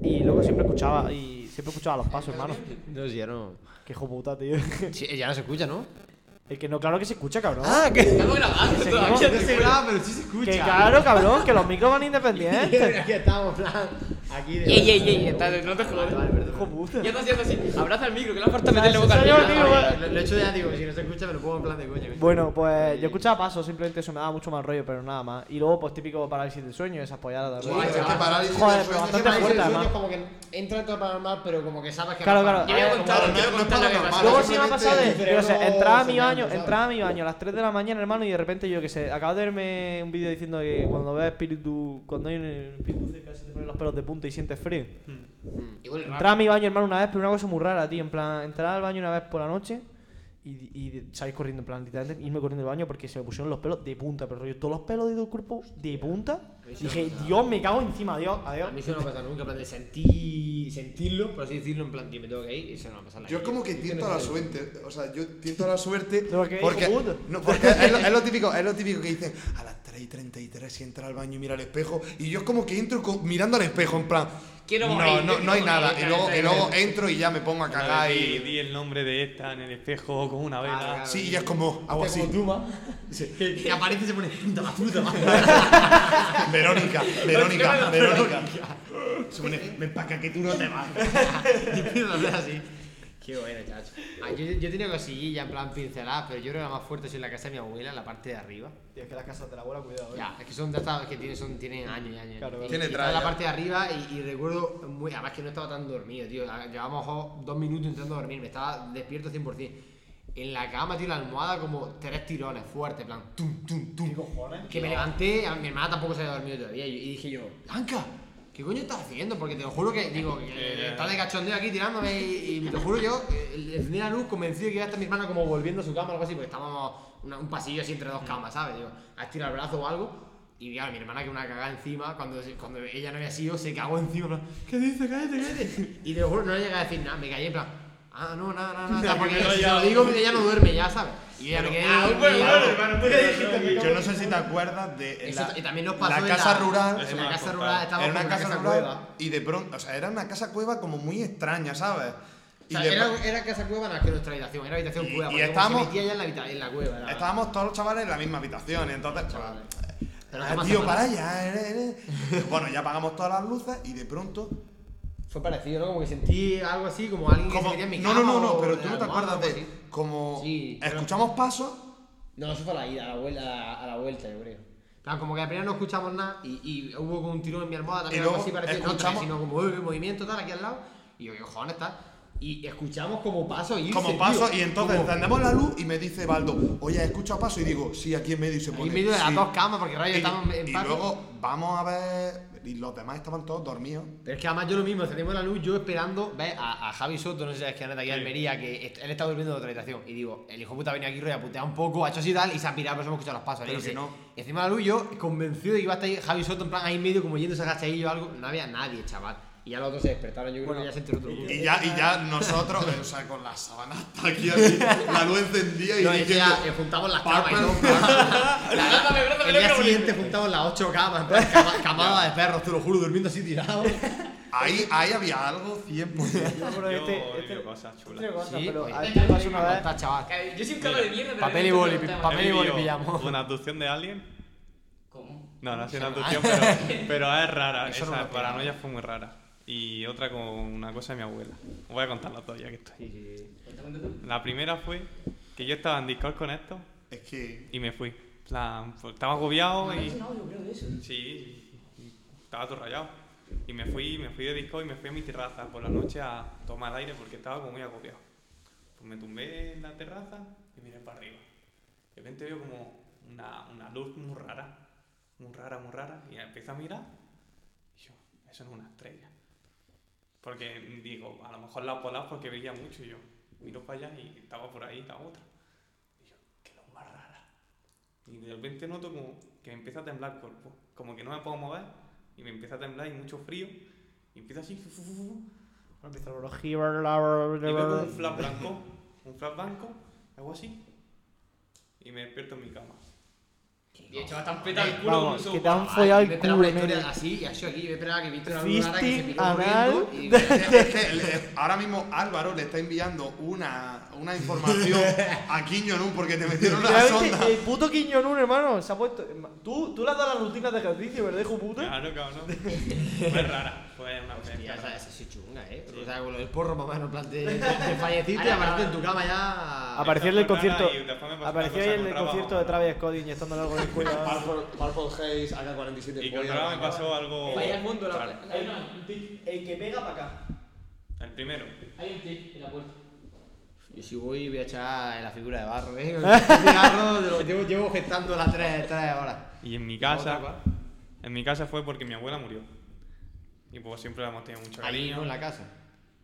Speaker 1: Y luego siempre escuchaba, y siempre escuchaba los pasos, hermano.
Speaker 6: No, si ya no.
Speaker 1: Qué hijo puta, tío.
Speaker 6: Sí, ya no se escucha, ¿no?
Speaker 1: El que no, claro que se escucha, cabrón.
Speaker 6: Ah, que- Estamos grabando
Speaker 1: Que se-
Speaker 6: todavía,
Speaker 1: que-
Speaker 6: no se graba, pero sí se escucha.
Speaker 1: Que claro, cabrón, que los micros van
Speaker 6: Pero
Speaker 1: independientes.
Speaker 6: aquí estamos, plan. Aquí de.
Speaker 4: Ey, ey, ey, está- no te jodas.
Speaker 1: Hijo puta.
Speaker 4: Ya está haciendo así. Abraza el micro, que le falta
Speaker 1: meterle se
Speaker 4: meterle
Speaker 1: boca
Speaker 4: boca
Speaker 1: al salió el micro. micro,
Speaker 6: Lo, lo he hecho de digo, si no se escucha me lo pongo en plan de coño.
Speaker 1: Bueno, pues yo escuchaba pasos, simplemente eso me daba mucho más rollo, pero nada más. Y luego, pues típico parálisis del sueño, esas polladas de
Speaker 6: Guau,
Speaker 1: rollo.
Speaker 6: chaval.
Speaker 1: Joder, pero bastante fuerte,
Speaker 6: Es
Speaker 1: además.
Speaker 6: como que entra en todo paranormal, pero como que sabes que
Speaker 1: Claro,
Speaker 6: no
Speaker 1: claro.
Speaker 6: paranormal.
Speaker 1: Luego sí me ha pasado de.
Speaker 6: Pero,
Speaker 1: Yo, o sea, entraba a mi
Speaker 6: señal,
Speaker 1: baño,
Speaker 6: ¿sabes?
Speaker 1: entraba a mi baño a las 3 de la mañana, hermano, y de repente yo que sé, acabo de verme un vídeo diciendo que cuando ves espíritu. Cuando hay un espíritu cerca se te ponen los pelos de punta y sientes frío. Entraba a mi baño, hermano, una vez, pero una cosa muy rara, tío. En plan, entrar al baño una vez por la noche y, y salir corriendo, en plan, literalmente irme corriendo del baño porque se me pusieron los pelos de punta, pero rollo, todos los pelos de todo el cuerpo de punta. Dije, Dios, me cago encima, adiós, adiós.
Speaker 6: A mí eso no me pasa nunca, en plan de sentir, sentirlo, por así decirlo, en plan, tío, me tengo que ir, eso no me pasa nada.
Speaker 7: Yo como que tiento a la suerte, o sea, yo tiento a la suerte
Speaker 1: qué,
Speaker 7: porque,
Speaker 1: hijo puta?
Speaker 7: no, porque es, lo, es lo típico, es lo típico que dicen a las 3 y 33 y entra al baño y mira al espejo y yo es como que entro co- mirando al espejo en plan
Speaker 4: Quiero
Speaker 7: no,
Speaker 4: morir,
Speaker 7: no,
Speaker 4: yo
Speaker 7: no hay
Speaker 4: quiero
Speaker 7: nada
Speaker 4: morir,
Speaker 7: y luego,
Speaker 4: claro,
Speaker 7: y luego
Speaker 4: claro.
Speaker 7: entro y ya me pongo a
Speaker 2: Una
Speaker 7: cagar
Speaker 2: vez Di,
Speaker 7: y...
Speaker 2: di el nombre de esta en el espejo con una vela.
Speaker 7: Sí, y es como, hago así.
Speaker 6: Que, que aparece y se pone puta la puta.
Speaker 7: Verónica, Verónica, Verónica.
Speaker 6: Se pone, me empaca que tú no te vas. y empieza a hablar así. Qué bueno, chacho. Ah, yo, yo tenía cosillilla en plan pinceladas, pero yo creo que la más fuerte es en la casa de mi abuela, en la parte de arriba.
Speaker 1: Tío, es que las casas de la abuela, cuidado, eh.
Speaker 6: Ya, es que son de estas que tienen, son, tienen años y años.
Speaker 1: Claro,
Speaker 6: y,
Speaker 7: Tiene
Speaker 6: y estaba
Speaker 7: tralla.
Speaker 6: en la parte de arriba y, y recuerdo muy. Además que no estaba tan dormido, tío. A- Llevábamos jo- dos minutos intentando dormir, me estaba despierto 100%. En la cama, tío, la almohada como tres tirones fuertes, en plan, tum, tum, tum. Que me levanté, a mi hermana tampoco se había dormido todavía. Y y dije yo, Blanca, ¿qué coño estás haciendo? Porque te lo juro que, digo, que estás de cachondeo aquí tirándome y, y te lo juro yo, eh, encendí la luz convencido que iba a estar mi hermana como volviendo a su cama o algo así, porque estábamos una- un pasillo así entre dos
Speaker 3: Mm.
Speaker 6: camas, ¿sabes? Digo, a estirar el brazo o algo. Y claro, mi hermana que una cagada encima, cuando, se- cuando ella no había sido, se cagó encima. en plan, ¿Qué dices? Cállate, cállate. Y te lo juro, no le llegué a decir nada, me callé en plan. Ah, no, nada, nada, nada.
Speaker 3: Ya,
Speaker 6: porque
Speaker 3: que me
Speaker 6: si
Speaker 3: he
Speaker 6: te lo
Speaker 3: rayado.
Speaker 6: digo, ella no duerme ya, ¿sabes? Y ella me quedé.
Speaker 3: Ah, bueno, bueno,
Speaker 6: dormida.
Speaker 3: hermano, ¿por qué dijiste que
Speaker 7: Yo no sé si te acuerdas de
Speaker 6: Eso
Speaker 7: la,
Speaker 6: t- y también nos
Speaker 7: la
Speaker 6: pasó en
Speaker 7: casa
Speaker 6: la-
Speaker 7: rural.
Speaker 6: en la casa rural estábamos
Speaker 7: Era
Speaker 6: como
Speaker 7: una
Speaker 6: en
Speaker 7: casa,
Speaker 6: casa
Speaker 7: rural
Speaker 6: cueva.
Speaker 7: y de pronto, o sea, era una casa cueva como muy extraña, ¿sabes?
Speaker 6: O
Speaker 7: Y
Speaker 6: sea,
Speaker 7: de pro-
Speaker 6: era, era casa cueva, no es que nuestra habitación, era habitación
Speaker 7: Y-
Speaker 6: cueva.
Speaker 7: y
Speaker 6: porque como
Speaker 7: estábamos-
Speaker 6: Se metía ya en la, habita- en la cueva. era-
Speaker 7: Estábamos todos los chavales en la misma habitación, y entonces, pues,
Speaker 6: Pero
Speaker 7: "Ah,
Speaker 6: ¿qué pasa,
Speaker 7: tío,
Speaker 6: hermano?
Speaker 7: para allá. eres- eres". bueno, ya apagamos todas las luces y de pronto.
Speaker 6: Fue parecido, ¿no? Como que sentí algo así, como alguien que se
Speaker 7: como-
Speaker 6: metía en mi
Speaker 7: no,
Speaker 6: cama.
Speaker 7: no, no, no,
Speaker 6: o
Speaker 7: pero
Speaker 6: de
Speaker 7: tú no
Speaker 6: la
Speaker 7: te
Speaker 6: almohada,
Speaker 7: acuerdas
Speaker 6: algo así.
Speaker 7: de. Como.
Speaker 6: Sí, pero-
Speaker 7: escuchamos pasos.
Speaker 6: No, eso fue a la ida, a la vuelta, a la vuelta, yo creo. Claro, como que al primero no escuchamos nada y, y hubo como un tirón en mi almohada
Speaker 7: Y
Speaker 6: también,
Speaker 7: luego
Speaker 6: algo así parecido, no
Speaker 7: escuchamos-
Speaker 6: otra vez, sino como "Eh, movimiento tal aquí al lado. Y yo, ¿qué cojones está? Y escuchamos como pasos irse,
Speaker 7: Como
Speaker 6: tío.
Speaker 7: pasos, y entonces
Speaker 6: Como-
Speaker 7: encendemos la luz y me dice Baldo, oye, ¿has escuchado pasos? Y digo, sí, aquí en medio y se
Speaker 6: Ahí
Speaker 7: pone.
Speaker 6: en medio de las
Speaker 7: "Sí".
Speaker 6: dos camas, porque rayos
Speaker 7: Y-
Speaker 6: estamos en
Speaker 7: Y
Speaker 6: paso.
Speaker 7: luego vamos a ver. Y los demás estaban todos dormidos.
Speaker 6: Pero es que además yo lo mismo, encendemos la luz, yo esperando, ¿ves? A, a Javi Soto, no sé si es que anda aquí en Almería, que est- él está durmiendo en otra habitación. Y digo, el hijo puta ha venido aquí, rollo, a putear un poco, ha hecho así y tal, y se ha pirado, pero se hemos escuchado los pasos.
Speaker 7: Pero
Speaker 6: Y
Speaker 7: que
Speaker 6: dice,
Speaker 7: no.
Speaker 6: Y encima de la luz, yo convencido de que iba a estar ahí Javi Soto, en plan ahí en medio, como yéndose a agachadillo o algo, no había nadie, chaval. Y ya los otros se despertaron, yo creo que ya se enteró todo el mundo.
Speaker 7: Y ya, y ya nosotros, o sea, con la sábana hasta aquí, así, la luz encendía y
Speaker 6: No, es que
Speaker 7: diciendo,
Speaker 6: ya eh, juntamos las camas y
Speaker 7: Párpado.
Speaker 6: todo. La- El día siguiente juntamos las ocho camas, en plan, cama- camada de perros, te lo juro, durmiendo así tirados.
Speaker 7: Ahí, ahí había algo 100%.
Speaker 1: Yo, pero este-
Speaker 2: Yo
Speaker 1: este-
Speaker 2: vivido cosas chulas.
Speaker 1: este cosa,
Speaker 6: Sí,
Speaker 1: pero
Speaker 6: oye.
Speaker 1: a mí me pasó una vez-
Speaker 6: Está chaval.
Speaker 4: Yo soy un cabrón de mierda, pero
Speaker 6: Papel y
Speaker 4: realmente
Speaker 6: boli,
Speaker 4: me gusta.
Speaker 6: papel y
Speaker 2: He
Speaker 6: boli
Speaker 2: vivido
Speaker 6: pillamos.
Speaker 2: ¿Una abducción de alguien?
Speaker 4: ¿Cómo?
Speaker 2: No, no ha sido una abducción, pero, pero es rara.
Speaker 6: ah. Eso no
Speaker 2: Esa
Speaker 6: lo
Speaker 2: paranoia fue muy rara. Y otra con una cosa de mi abuela. Os voy a contar las dos ya que estoy.
Speaker 4: Cuéntame tú.
Speaker 2: La primera fue que yo estaba en Discord con esto
Speaker 7: Es que.
Speaker 2: y me fui. En plan, pues, estaba agobiado
Speaker 4: Ah,
Speaker 2: y...
Speaker 4: es un audio, creo, de eso.
Speaker 2: Sí, sí. estaba todo rayado. Y me fui, me fui de disco y me fui a mi terraza por la noche a tomar aire porque estaba como muy agobiado. Pues me tumbé en la terraza y miré para arriba. De repente veo como una, una luz muy rara, muy rara, muy rara, y empiezo a mirar y yo, eso no es una estrella. Porque digo, a lo mejor la volado porque veía mucho y yo miro para allá y estaba por ahí la otra. Y yo, qué luz más rara. Y de repente noto como que me empieza a temblar el cuerpo. Como que no me puedo mover y me empieza a temblar y mucho frío. Y empieza así. fu, fu, fu, fu,
Speaker 1: Empieza el olor, giver, labra,
Speaker 2: Y veo como
Speaker 1: labra.
Speaker 2: un flash blanco. Un flash blanco. Algo así. Y me despierto en mi cama.
Speaker 4: Y el chaval tan petado el culo como un
Speaker 1: Vamos, que te han
Speaker 4: sopa.
Speaker 1: follado
Speaker 6: Yo me
Speaker 1: el
Speaker 6: esperaba
Speaker 1: culo,
Speaker 6: una historia
Speaker 1: nene.
Speaker 6: así y así aquí. Yo me esperaba que viste una luz rara que se
Speaker 1: Fisting,
Speaker 6: picó corriendo
Speaker 1: anal.
Speaker 6: y digo,
Speaker 7: Es que le- ahora mismo Álvaro le está enviando una, una información a Quiñonú porque te metieron la sonda.
Speaker 1: Literalmente, el puto Quiñonún, hermano, se ha puesto. Tú, tú le has dado las rutinas de ejercicio, ¿verdad, hijo puta?
Speaker 2: Claro, Ah, cabrón. Fue rara. Fue una
Speaker 6: Hostia,
Speaker 2: mezcla
Speaker 6: esa,
Speaker 2: rara.
Speaker 6: esa sí es chunga, eh. O sea, con lo del porro, mamá, no plan de, de falleciste y apareciste en tu cama ya.
Speaker 2: Apa-
Speaker 1: Apareció en el
Speaker 2: Esta fue rara
Speaker 1: concierto.
Speaker 2: y después me pasó
Speaker 1: Apareció
Speaker 2: una
Speaker 1: ahí en
Speaker 2: cosa con
Speaker 1: el
Speaker 2: Rafa,
Speaker 1: concierto de
Speaker 2: vamos.
Speaker 1: Travis Scott inyectándole algo en el cuello.
Speaker 13: Purple Haze, AK-47.
Speaker 2: Y con
Speaker 13: polla,
Speaker 2: Raba me
Speaker 13: mamá.
Speaker 2: pasó algo.
Speaker 4: Vaya al mundo la
Speaker 2: raro.
Speaker 4: Hay una-
Speaker 1: El que pega para acá.
Speaker 2: El primero.
Speaker 4: Hay un tic en la puerta.
Speaker 6: Yo si voy, voy a echar la figura de barro, eh. Barro, de lo- llevo, llevo gestando las tres, tres horas.
Speaker 2: Y en mi
Speaker 6: Otra,
Speaker 2: casa.
Speaker 6: ¿cuál?
Speaker 2: En mi casa fue porque mi abuela murió. Y pues siempre la hemos tenido mucho
Speaker 6: Ahí,
Speaker 2: cariño.
Speaker 6: ¿no? En la casa.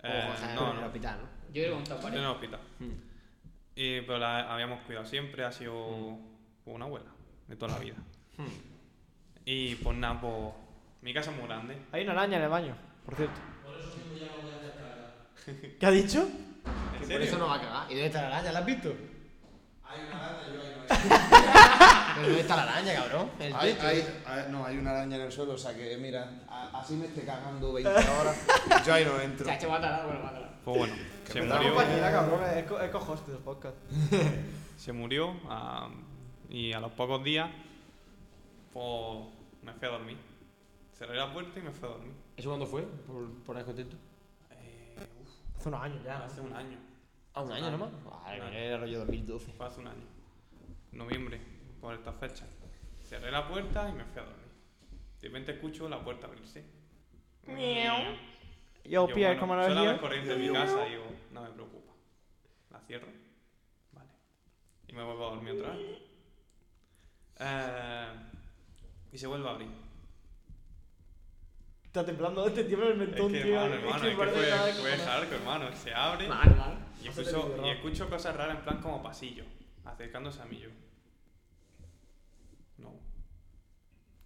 Speaker 2: Eh,
Speaker 6: o, o sea,
Speaker 2: no,
Speaker 6: en el
Speaker 2: no.
Speaker 6: hospital, ¿no?
Speaker 4: Yo he contado
Speaker 2: Yo
Speaker 4: varias.
Speaker 2: en el hospital. Y, pero la habíamos cuidado siempre, ha sido una abuela de toda la vida. Y pues nada, pues, mi casa es muy grande.
Speaker 1: Hay una araña en el baño, por cierto. ¿Qué ha dicho?
Speaker 2: ¿En
Speaker 6: Por eso
Speaker 2: serio?
Speaker 6: no va a cagar. ¿Y dónde está la araña? ¿La has visto?
Speaker 14: Hay una banda, yo hay una
Speaker 6: Pero ¿dónde está la araña, cabrón? El
Speaker 5: Hay,
Speaker 6: techo.
Speaker 5: hay, a- no, hay una araña en el suelo, o sea que mira, a- así me esté cagando 20 horas.
Speaker 7: Yo ahí no entro.
Speaker 4: Chacho, mátala, bueno, mátala.
Speaker 2: Pues bueno, se murió,
Speaker 1: compañera, cabrón, es co- es co-host del podcast.
Speaker 2: se murió ah, y a los pocos días pues me fui a dormir. Cerré la puerta y me fui a dormir.
Speaker 6: ¿Eso cuándo fue? Por, por ahí contento.
Speaker 2: Eh, uf,
Speaker 1: Hace unos años ya.
Speaker 2: hace un año.
Speaker 6: Ah, un año nomás. Vale,
Speaker 2: Un
Speaker 6: mira, era rollo 2012.
Speaker 2: Fue hace un año, noviembre, por esta fecha. Cerré la puerta y me fui a dormir. De repente escucho la puerta abrirse. Miau.
Speaker 1: Yo,
Speaker 2: Yo,
Speaker 1: Pierre,
Speaker 2: bueno,
Speaker 1: ¿cómo
Speaker 2: suena
Speaker 1: lo
Speaker 2: la corriente en mi casa, digo, no me preocupa. La cierro. Vale. Y me vuelvo a dormir otra vez. Eh, y se vuelve a abrir.
Speaker 1: Está temblando, te tiembla el
Speaker 2: Es
Speaker 1: mentón,
Speaker 2: que,
Speaker 1: tío.
Speaker 2: hermano, hermano, es que
Speaker 1: parece cada
Speaker 2: fue,
Speaker 1: vez
Speaker 2: fue
Speaker 1: como-
Speaker 2: hardcore, hermano. Se abre.
Speaker 4: Vale, vale.
Speaker 2: Y
Speaker 1: Pásate
Speaker 2: escucho,
Speaker 1: el
Speaker 2: y
Speaker 1: video.
Speaker 2: escucho cosas raras en plan como pasillo, acercándose a mí yo. No.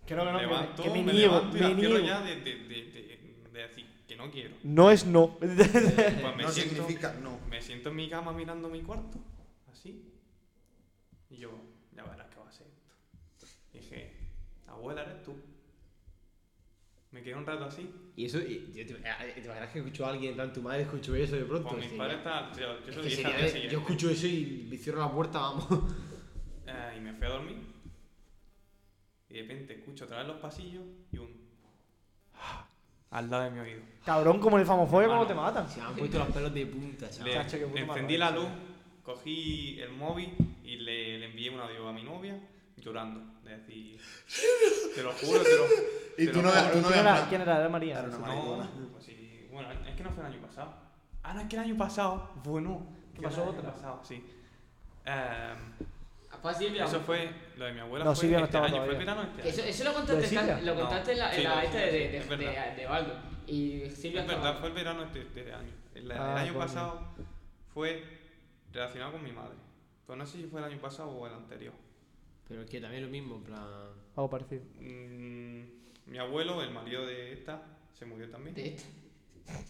Speaker 1: Que no, que no, que me-
Speaker 2: levanto,
Speaker 1: que me
Speaker 2: me
Speaker 1: niego,
Speaker 2: levanto y
Speaker 1: me
Speaker 2: la cierro
Speaker 1: niego.
Speaker 2: ya de, de, de, de, de decir que no quiero.
Speaker 1: No es no.
Speaker 2: Pues me
Speaker 7: no
Speaker 2: siento-
Speaker 7: significa no.
Speaker 2: Me siento en mi cama mirando mi cuarto, así. Y yo, ya verás qué va a ser esto. Dije, abuela, eres tú. Me quedé un rato así.
Speaker 6: Y eso, y, yo te, eh, te imaginas que escuchó a alguien, en plan tu madre escuchó eso de pronto.
Speaker 2: Pues mis
Speaker 6: Sí,
Speaker 2: padres
Speaker 6: ya.
Speaker 2: estaban. Yo, yo
Speaker 6: Es
Speaker 2: se lo
Speaker 6: que
Speaker 2: dije
Speaker 6: sería
Speaker 2: al día
Speaker 6: de-
Speaker 2: siguiente.
Speaker 6: yo escucho eso y me cierro la puerta, vamos.
Speaker 2: Eh, y me fui a dormir. Y de repente escucho otra vez los pasillos y un. ¡ah! Al lado de mi oído.
Speaker 1: Cabrón, como en el famofolio,
Speaker 2: Hermano.
Speaker 1: cómo te matan.
Speaker 6: Se me han puesto los pelos de punta, chaval.
Speaker 2: Le
Speaker 1: Chacho, qué puto
Speaker 2: encendí la
Speaker 1: marrón,
Speaker 2: luz, cogí el móvil y le, le envié un audio a mi novia llorando. De decir, te lo juro, te lo
Speaker 7: Y
Speaker 2: te
Speaker 7: tú
Speaker 2: lo
Speaker 7: no
Speaker 2: juro".
Speaker 7: veas, tú no
Speaker 1: ¿Quién era?
Speaker 7: veas.
Speaker 1: ¿Quién era? Era María.
Speaker 7: Era una
Speaker 1: sí.
Speaker 7: María. Maricona.
Speaker 2: No, pues sí. Bueno, es que no fue el año pasado. Ah, no, es que el año pasado. Bueno,
Speaker 1: ¿Qué
Speaker 2: que
Speaker 1: pasó
Speaker 2: el año
Speaker 1: otra?
Speaker 2: pasado, sí. Em,
Speaker 4: Fue así, mira.
Speaker 2: eso fue lo de mi abuela.
Speaker 1: No,
Speaker 2: fue
Speaker 1: Silvia no
Speaker 2: este
Speaker 1: estaba
Speaker 2: año, fue
Speaker 1: todavía.
Speaker 2: verano este
Speaker 4: Que Eso,
Speaker 2: año.
Speaker 4: eso lo contaste, en
Speaker 1: ¿Lo de
Speaker 4: ca-
Speaker 1: Silvia?
Speaker 4: lo contaste en la, en
Speaker 2: Sí,
Speaker 4: la
Speaker 2: lo de
Speaker 4: esta de,
Speaker 2: Silvia,
Speaker 4: de,
Speaker 2: es
Speaker 4: de,
Speaker 2: verdad.
Speaker 4: de Baldo. Y Silvia
Speaker 2: Es verdad,
Speaker 4: estaba-
Speaker 2: fue el verano este, este año. El, el
Speaker 1: Ah,
Speaker 2: año
Speaker 1: coño.
Speaker 2: pasado fue relacionado con mi madre. Pero no sé si fue el año pasado o el anterior.
Speaker 6: Pero es que también es lo mismo, en plan.
Speaker 1: Algo parecido.
Speaker 2: Mm, mi abuelo, el marido de esta, se murió también.
Speaker 4: de esta.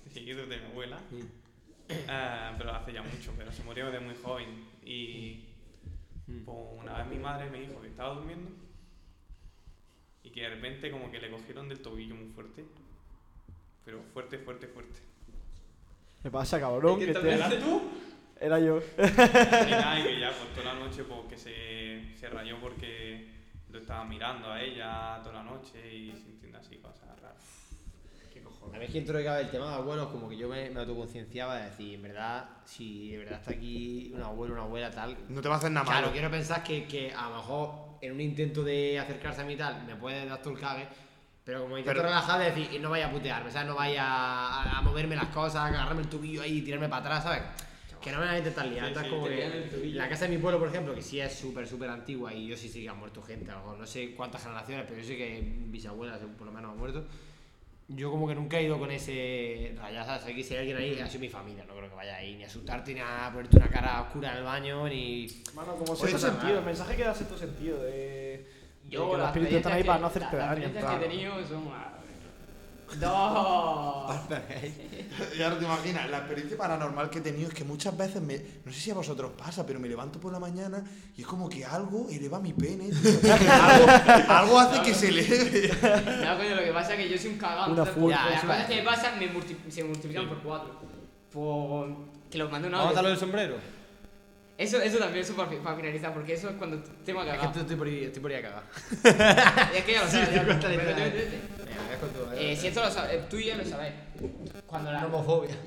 Speaker 2: seguido de mi abuela. Ah, pero hace ya mucho, pero se murió de muy joven. Y pues, una vez mi madre me dijo que estaba durmiendo y que de repente como que le cogieron del tobillo muy fuerte. Pero fuerte, fuerte, fuerte.
Speaker 1: ¿Qué pasa, cabrón?
Speaker 2: ¿Quién
Speaker 1: Que
Speaker 2: te- eras tú?
Speaker 1: Era yo.
Speaker 2: Y nada, y que ya pues toda la noche pues que se, se rayó porque lo estaba mirando a ella toda la noche y sintiendo así cosas raras.
Speaker 6: ¿Qué cojones? A mí es que introducaba el tema de abuelos, como que yo me, me autoconcienciaba de decir, en verdad, si de verdad está aquí un abuelo, una abuela, tal.
Speaker 7: No te va a hacer nada
Speaker 6: Claro,
Speaker 7: malo.
Speaker 6: quiero pensar que, que a lo mejor en un intento de acercarse a mí y tal, me puede dar todo el cague. Pero como intento
Speaker 7: Pero-
Speaker 6: relajar, de decir, no vaya a putearme, ¿sabes? No vaya a, a moverme las cosas, a agarrarme el tubillo ahí y tirarme para atrás, ¿sabes? Que no me van a intentar liar.
Speaker 20: Sí,
Speaker 6: entonces
Speaker 20: sí,
Speaker 6: como
Speaker 20: te
Speaker 6: que
Speaker 20: lian el tubillo.
Speaker 6: la casa de mi pueblo, por ejemplo, que sí es súper, súper antigua y yo sí sé que han muerto gente, a lo mejor no sé cuántas generaciones, pero yo sé que bisabuelas por lo menos han muerto. Yo como que nunca he ido con ese rayado, ¿sabes? Aquí si hay alguien ahí, ha sido mi familia, no creo que vaya ahí ni a asustarte, ni a ponerte una cara oscura en el baño, ni...
Speaker 1: Mano, como sexto sentido, Pues el mensaje que da sexto sentido. De, de que los
Speaker 4: las
Speaker 1: espíritus están ahí
Speaker 4: experiencias
Speaker 1: para no
Speaker 4: que-
Speaker 1: hacerte
Speaker 4: las-
Speaker 1: daño.
Speaker 4: Las
Speaker 1: en plan.
Speaker 4: experiencias que he tenido son... ah, Dos.
Speaker 7: ya no te imaginas, la experiencia paranormal que he tenido es que muchas veces me. No sé si a vosotros pasa, pero me levanto por la mañana y es como que algo eleva mi pene. tío. algo, algo hace que se eleve.
Speaker 4: No, coño, lo que pasa es que yo soy un cagado.
Speaker 7: Una
Speaker 4: entonces,
Speaker 7: full.
Speaker 4: ya, Las
Speaker 7: Ya,
Speaker 4: cosas
Speaker 7: ya.
Speaker 4: que me pasan me multi- se multiplican por cuatro. Por... Que los mando una
Speaker 21: ¿Vamos a darle el sombrero?
Speaker 4: Eso, eso también es para, para finalizar, porque eso es cuando tengo que cagar.
Speaker 6: Es que estoy por ahí, estoy por ahí a cagar.
Speaker 4: es que ya lo
Speaker 6: Sí,
Speaker 4: sabes.
Speaker 6: te
Speaker 4: ya lo-
Speaker 6: cuesta la
Speaker 4: pero
Speaker 6: idea.
Speaker 4: yo- yo-
Speaker 6: Venga, me dejo tú,
Speaker 4: Eh,
Speaker 6: eh.
Speaker 4: si esto lo sabes, eh, tú y yo lo sabéis. Cuando la...
Speaker 6: Homofobia.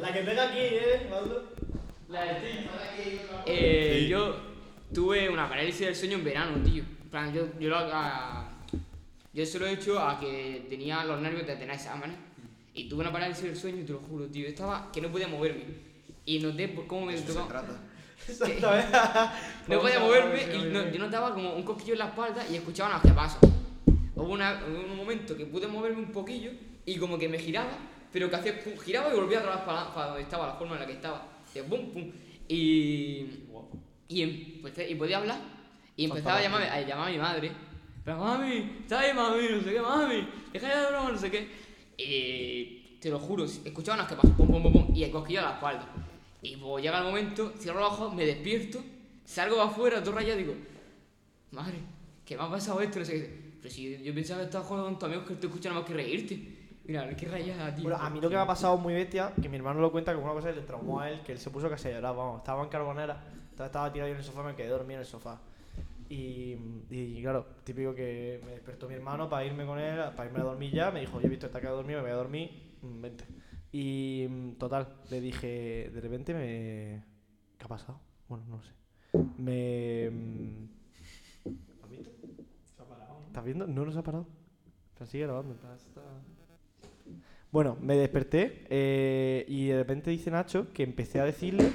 Speaker 1: La que tenga aquí, ¿eh?
Speaker 4: La de ti. Eh, Yo tuve una parálisis del sueño en verano, tío. En plan, yo, yo lo... a- yo se lo he hecho a que tenía los nervios de tener exámenes. Y tuve una parálisis del sueño, te lo juro, tío. Yo estaba que no podía moverme. Y noté por cómo me tocaba. Que- no
Speaker 1: Pues
Speaker 4: podía moverme y no- yo notaba como un cosquillo en la espalda y escuchaba unos pasos. Hubo una- hubo un momento que pude moverme un poquillo y como que me giraba, pero que hacía pum, giraba y volvía otra vez para, para donde estaba, la forma en la que estaba. Hacía pum, pum. Y, y, empecé- y podía hablar. Y empezaba a llamar, a llamar a mi madre. Pero mami, está ahí mami, no sé qué, mami, deja ya de broma, no sé qué. Y te lo juro, escuchaba unas capas, pum, pum, pum, pum, y el cosquillo a la espalda. Y pues llega el momento, cierro los ojos, me despierto, salgo afuera, todo rayado, digo, madre, ¿qué me ha pasado esto? No sé qué. Pero si yo, yo pensaba que estabas jugando con tus amigos que te escuchan nada más que reírte. Mira, qué rayada, tío.
Speaker 1: Bueno, a mí lo que me ha pasado muy bestia, que mi hermano lo cuenta como una cosa que le traumó a él, que él se puso casi a llorar, vamos, estaba en carbonera, entonces estaba tirado yo en el sofá, me quedé dormido en el sofá. Y, y claro, típico que me despertó mi hermano para irme con él, para irme a dormir ya, me dijo, yo he visto esta que ha dormido, me voy a dormir, mm, vente. Y mm, total, le dije, de repente me... ¿Qué ha pasado? Bueno, no lo sé. Me... mm, ¿Estás viendo? No nos ha parado. Pero sigue grabando. Bueno, me desperté eh, y de repente dice Nacho que empecé a decirle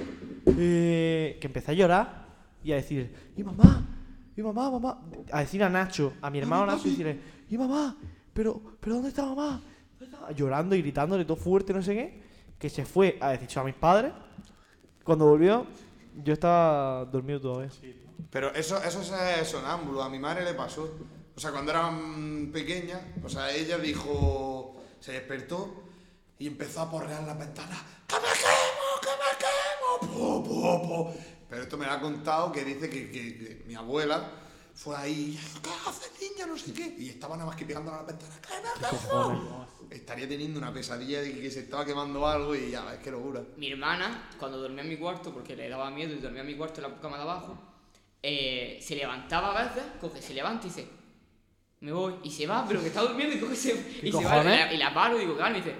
Speaker 1: eh, que empecé a llorar y a decir, y mamá, y mamá, mamá, a decir a Nacho, a mi hermano Nacho, y decirle, y mamá, pero, pero ¿dónde está mamá? ¿Dónde está?", Llorando y gritándole todo fuerte, no sé qué, que se fue a decir eso a mis padres. Cuando volvió, yo estaba dormido todavía.
Speaker 7: Pero eso, eso es eh, sonámbulo, a mi madre le pasó. O sea, cuando era mm, pequeña, o sea, ella dijo, se despertó y empezó a porrear la ventana. ¡Que me quemo, que me quemo! ¡Po, po, po! Pero esto me lo ha contado que dice que, que- que mi abuela fue ahí, ¿qué haces, niña? No sé qué. Y estaba nada más que pegando a la ventana. "Que me quemo". Estaría teniendo una pesadilla de que se estaba quemando algo y ya, es que locura.
Speaker 4: Mi hermana, cuando dormía en mi cuarto, porque le daba miedo y dormía en mi cuarto en la cama de abajo, eh, se levantaba a veces, coge, se levanta y dice, me voy, y se va, pero que está durmiendo y coge, se, y se va, y
Speaker 1: cojones?
Speaker 4: la, y la paro y digo, claro, y dice,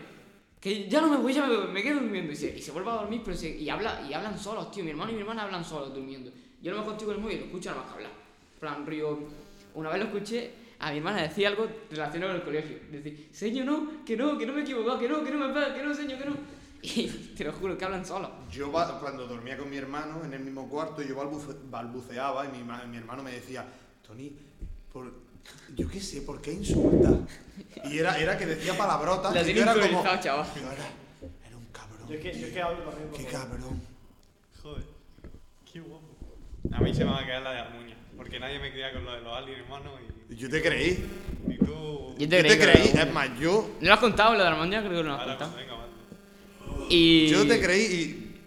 Speaker 4: que ya no me voy, ya me, me quedo durmiendo, y se, y se vuelve a dormir, pero se, y, habla, y hablan solos, tío, mi hermano y mi hermana hablan solos durmiendo. Yo a lo mejor estoy con el móvil y lo escucho nada más que hablar. En plan, río, una vez lo escuché, a mi hermana decía algo relacionado con el colegio, decir, señor, no, que no, que no me he equivocado, que no, que no me pega, que no, señor, que no. Y te lo juro, que hablan solos.
Speaker 7: Yo ba- cuando dormía con mi hermano en el mismo cuarto, yo balbuce- balbuceaba y mi, ma- mi hermano me decía, Tony, por, yo qué sé, ¿por qué insultas? Y era, era que decía palabrotas.
Speaker 4: La
Speaker 7: que
Speaker 4: tiene
Speaker 7: yo era como,
Speaker 4: interiorizado, chaval.
Speaker 7: "Pero era-
Speaker 1: Yo es que, yo es que hablo también
Speaker 7: qué cabrón.
Speaker 2: Joder, qué guapo. A mí se me va a quedar la de Almuña, porque nadie me creía con lo de los aliens, hermano. Y...
Speaker 7: Yo te creí.
Speaker 2: Y tú.
Speaker 4: Yo te creí,
Speaker 7: es más, yo.
Speaker 4: ¿No lo has contado lo de Armonía? Creo que no lo has contado.
Speaker 7: Yo te creí y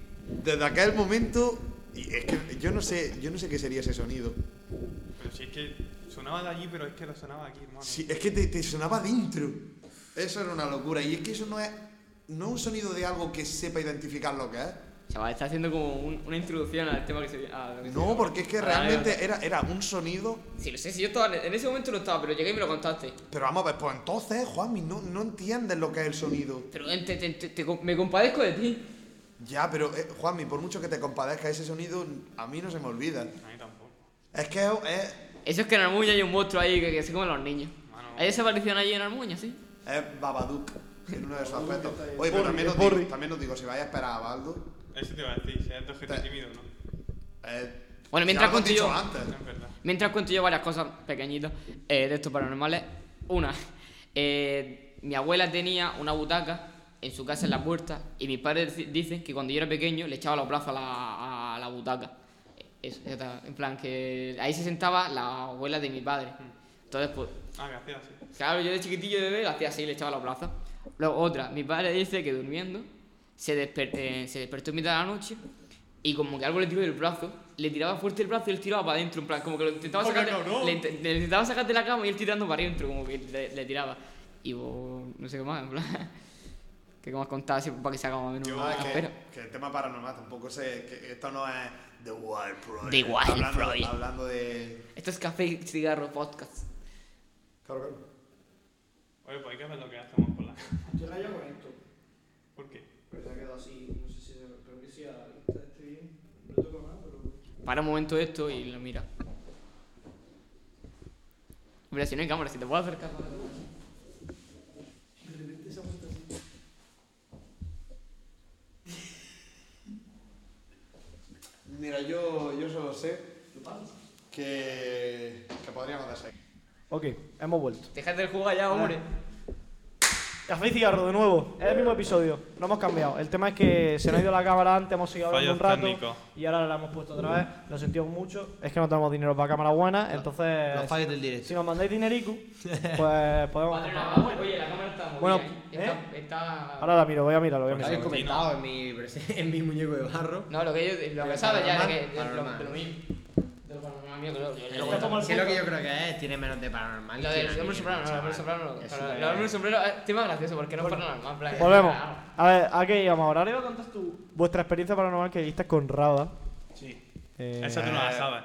Speaker 7: desde aquel momento, y es que yo no sé, yo no sé qué sería ese sonido.
Speaker 2: Pero si es que Sonaba de allí, pero es que lo sonaba aquí, hermano.
Speaker 7: Sí, es que te, te sonaba dentro. Eso era una locura. Y es que eso no es, no es un sonido de algo que sepa identificar lo que es.
Speaker 4: Chaval, está haciendo como un- una introducción al tema que se viene. a lo que se
Speaker 7: No,
Speaker 4: viene.
Speaker 7: porque es que
Speaker 4: A la anécdota.
Speaker 7: realmente era, era un sonido.
Speaker 4: Sí, lo sé, si yo estaba. En ese momento no estaba, pero llegué y me lo contaste.
Speaker 7: Pero vamos a ver, pues entonces, Juanmi, no, no entiendes lo que es el sonido.
Speaker 4: Pero te- te- te- te co- me compadezco de ti.
Speaker 7: Ya, pero eh, Juanmi, por mucho que te compadezca ese sonido, a mí no se me olvida. A mí tampoco. Es que es,
Speaker 4: Eso es que en Almuña hay un monstruo ahí que, que se comen los niños. Hay desaparición allí en Almuña, sí.
Speaker 7: es Babadook, en uno de sus aspectos.
Speaker 4: está ahí.
Speaker 7: Oye, pero también os,
Speaker 4: Borri, es
Speaker 7: digo,
Speaker 4: Borri.
Speaker 7: también os digo, si vais a esperar a Baldo.
Speaker 2: Eso te iba a decir, si eres gente tímido, ¿no?
Speaker 7: Eh, ya
Speaker 4: Bueno, mientras
Speaker 7: lo hemos
Speaker 4: cuento yo.
Speaker 7: dicho antes.
Speaker 2: Es verdad.
Speaker 4: Mientras cuento yo varias cosas pequeñitas eh, de estos paranormales. Una, eh, mi abuela tenía una butaca en su casa en la puerta y mis padres dic- dicen que cuando yo era pequeño le echaba los brazos a la, a la butaca. Eh, Eso, ya está. en plan que ahí se sentaba la abuela de mi padre. Entonces, pues,
Speaker 2: Ah, que hacía así.
Speaker 4: Claro, yo de chiquitillo de bebé lo hacía así, le echaba los brazos. Luego otra, mi padre dice que durmiendo se, desper- eh, se despertó en mitad de la noche y como que algo le tiró del brazo, le tiraba fuerte el brazo y él tiraba para adentro, en plan, como que lo intentaba
Speaker 3: Joder,
Speaker 4: sacar de,
Speaker 3: cabrón.
Speaker 4: le int- le intentaba sacar de la cama y él tirando para adentro, como que le, le tiraba. Y vos, no sé qué más, en plan, que como has contado así para que se haga más o menos.
Speaker 7: Ah,
Speaker 4: una
Speaker 7: es que-
Speaker 4: espera.
Speaker 7: que, el tema paranormal tampoco sé. Que esto no es The Wild Project.
Speaker 4: The Wild
Speaker 7: hablando,
Speaker 4: Project.
Speaker 7: Hablando de.
Speaker 4: Esto es Café y Cigarro Podcast.
Speaker 7: Claro, claro.
Speaker 2: Oye, pues hay que ver lo que hacemos por la
Speaker 1: Yo la llamo esto.
Speaker 2: ¿Por qué?
Speaker 1: Pero te ha quedado así, no sé si se creo que sí, a la lista de este bien. No toca nada, pero.
Speaker 4: Para un momento esto y lo mira. Hombre, si no hay cámara, si te puedo acercar para
Speaker 1: De repente se ha puesto así.
Speaker 7: Mira, yo, yo solo sé que, que podríamos hacer.
Speaker 1: Ok, hemos vuelto.
Speaker 4: Dejad de jugar ya, hombre.
Speaker 1: Café y cigarro, de nuevo. Es el mismo episodio. No hemos cambiado. El tema es que se nos ha ido la cámara antes, hemos seguido hablando un
Speaker 2: Fallos
Speaker 1: rato.
Speaker 2: técnicos.
Speaker 1: Y ahora la hemos puesto otra vez. Lo sentimos mucho. Es que no tenemos dinero para cámara buena.
Speaker 13: eh.
Speaker 1: Entonces.
Speaker 6: los fallos del directo.
Speaker 1: Si nos mandáis dinerico, pues podemos.
Speaker 4: Padre, nada, bueno, Oye, la cámara está muy
Speaker 1: Bueno,
Speaker 7: ¿eh?
Speaker 4: Está, está-
Speaker 1: Ahora la miro, voy a mirarlo, voy a
Speaker 13: Habéis
Speaker 1: mirarlo.
Speaker 13: comentado en mi, presen- en mi muñeco de barro.
Speaker 4: No, lo que ellos. Lo que
Speaker 13: Pero
Speaker 4: sabes ya de
Speaker 13: paranormal,
Speaker 4: que. de lo-
Speaker 13: paranormal.
Speaker 4: De lo mío. De lo paranormal mío, que lo- yo- yo-
Speaker 13: Pero
Speaker 4: yo-
Speaker 13: bueno,
Speaker 4: yo-
Speaker 13: ¿Qué es lo que
Speaker 4: yo-
Speaker 13: yo creo que es? Tiene menos de paranormal.
Speaker 4: Lo del hombre soprano, no, el hombre soprano. no. Pero El hombre sombrero es tema gracioso porque no es paranormal. en plan, es-
Speaker 1: Volvemos.
Speaker 4: ah,
Speaker 1: A ver, ¿a qué íbamos ahora? Ahora iba a contar tú vuestra experiencia paranormal que viviste con Rada.
Speaker 2: Sí.
Speaker 1: Eh,
Speaker 2: Esa tú no la sabes.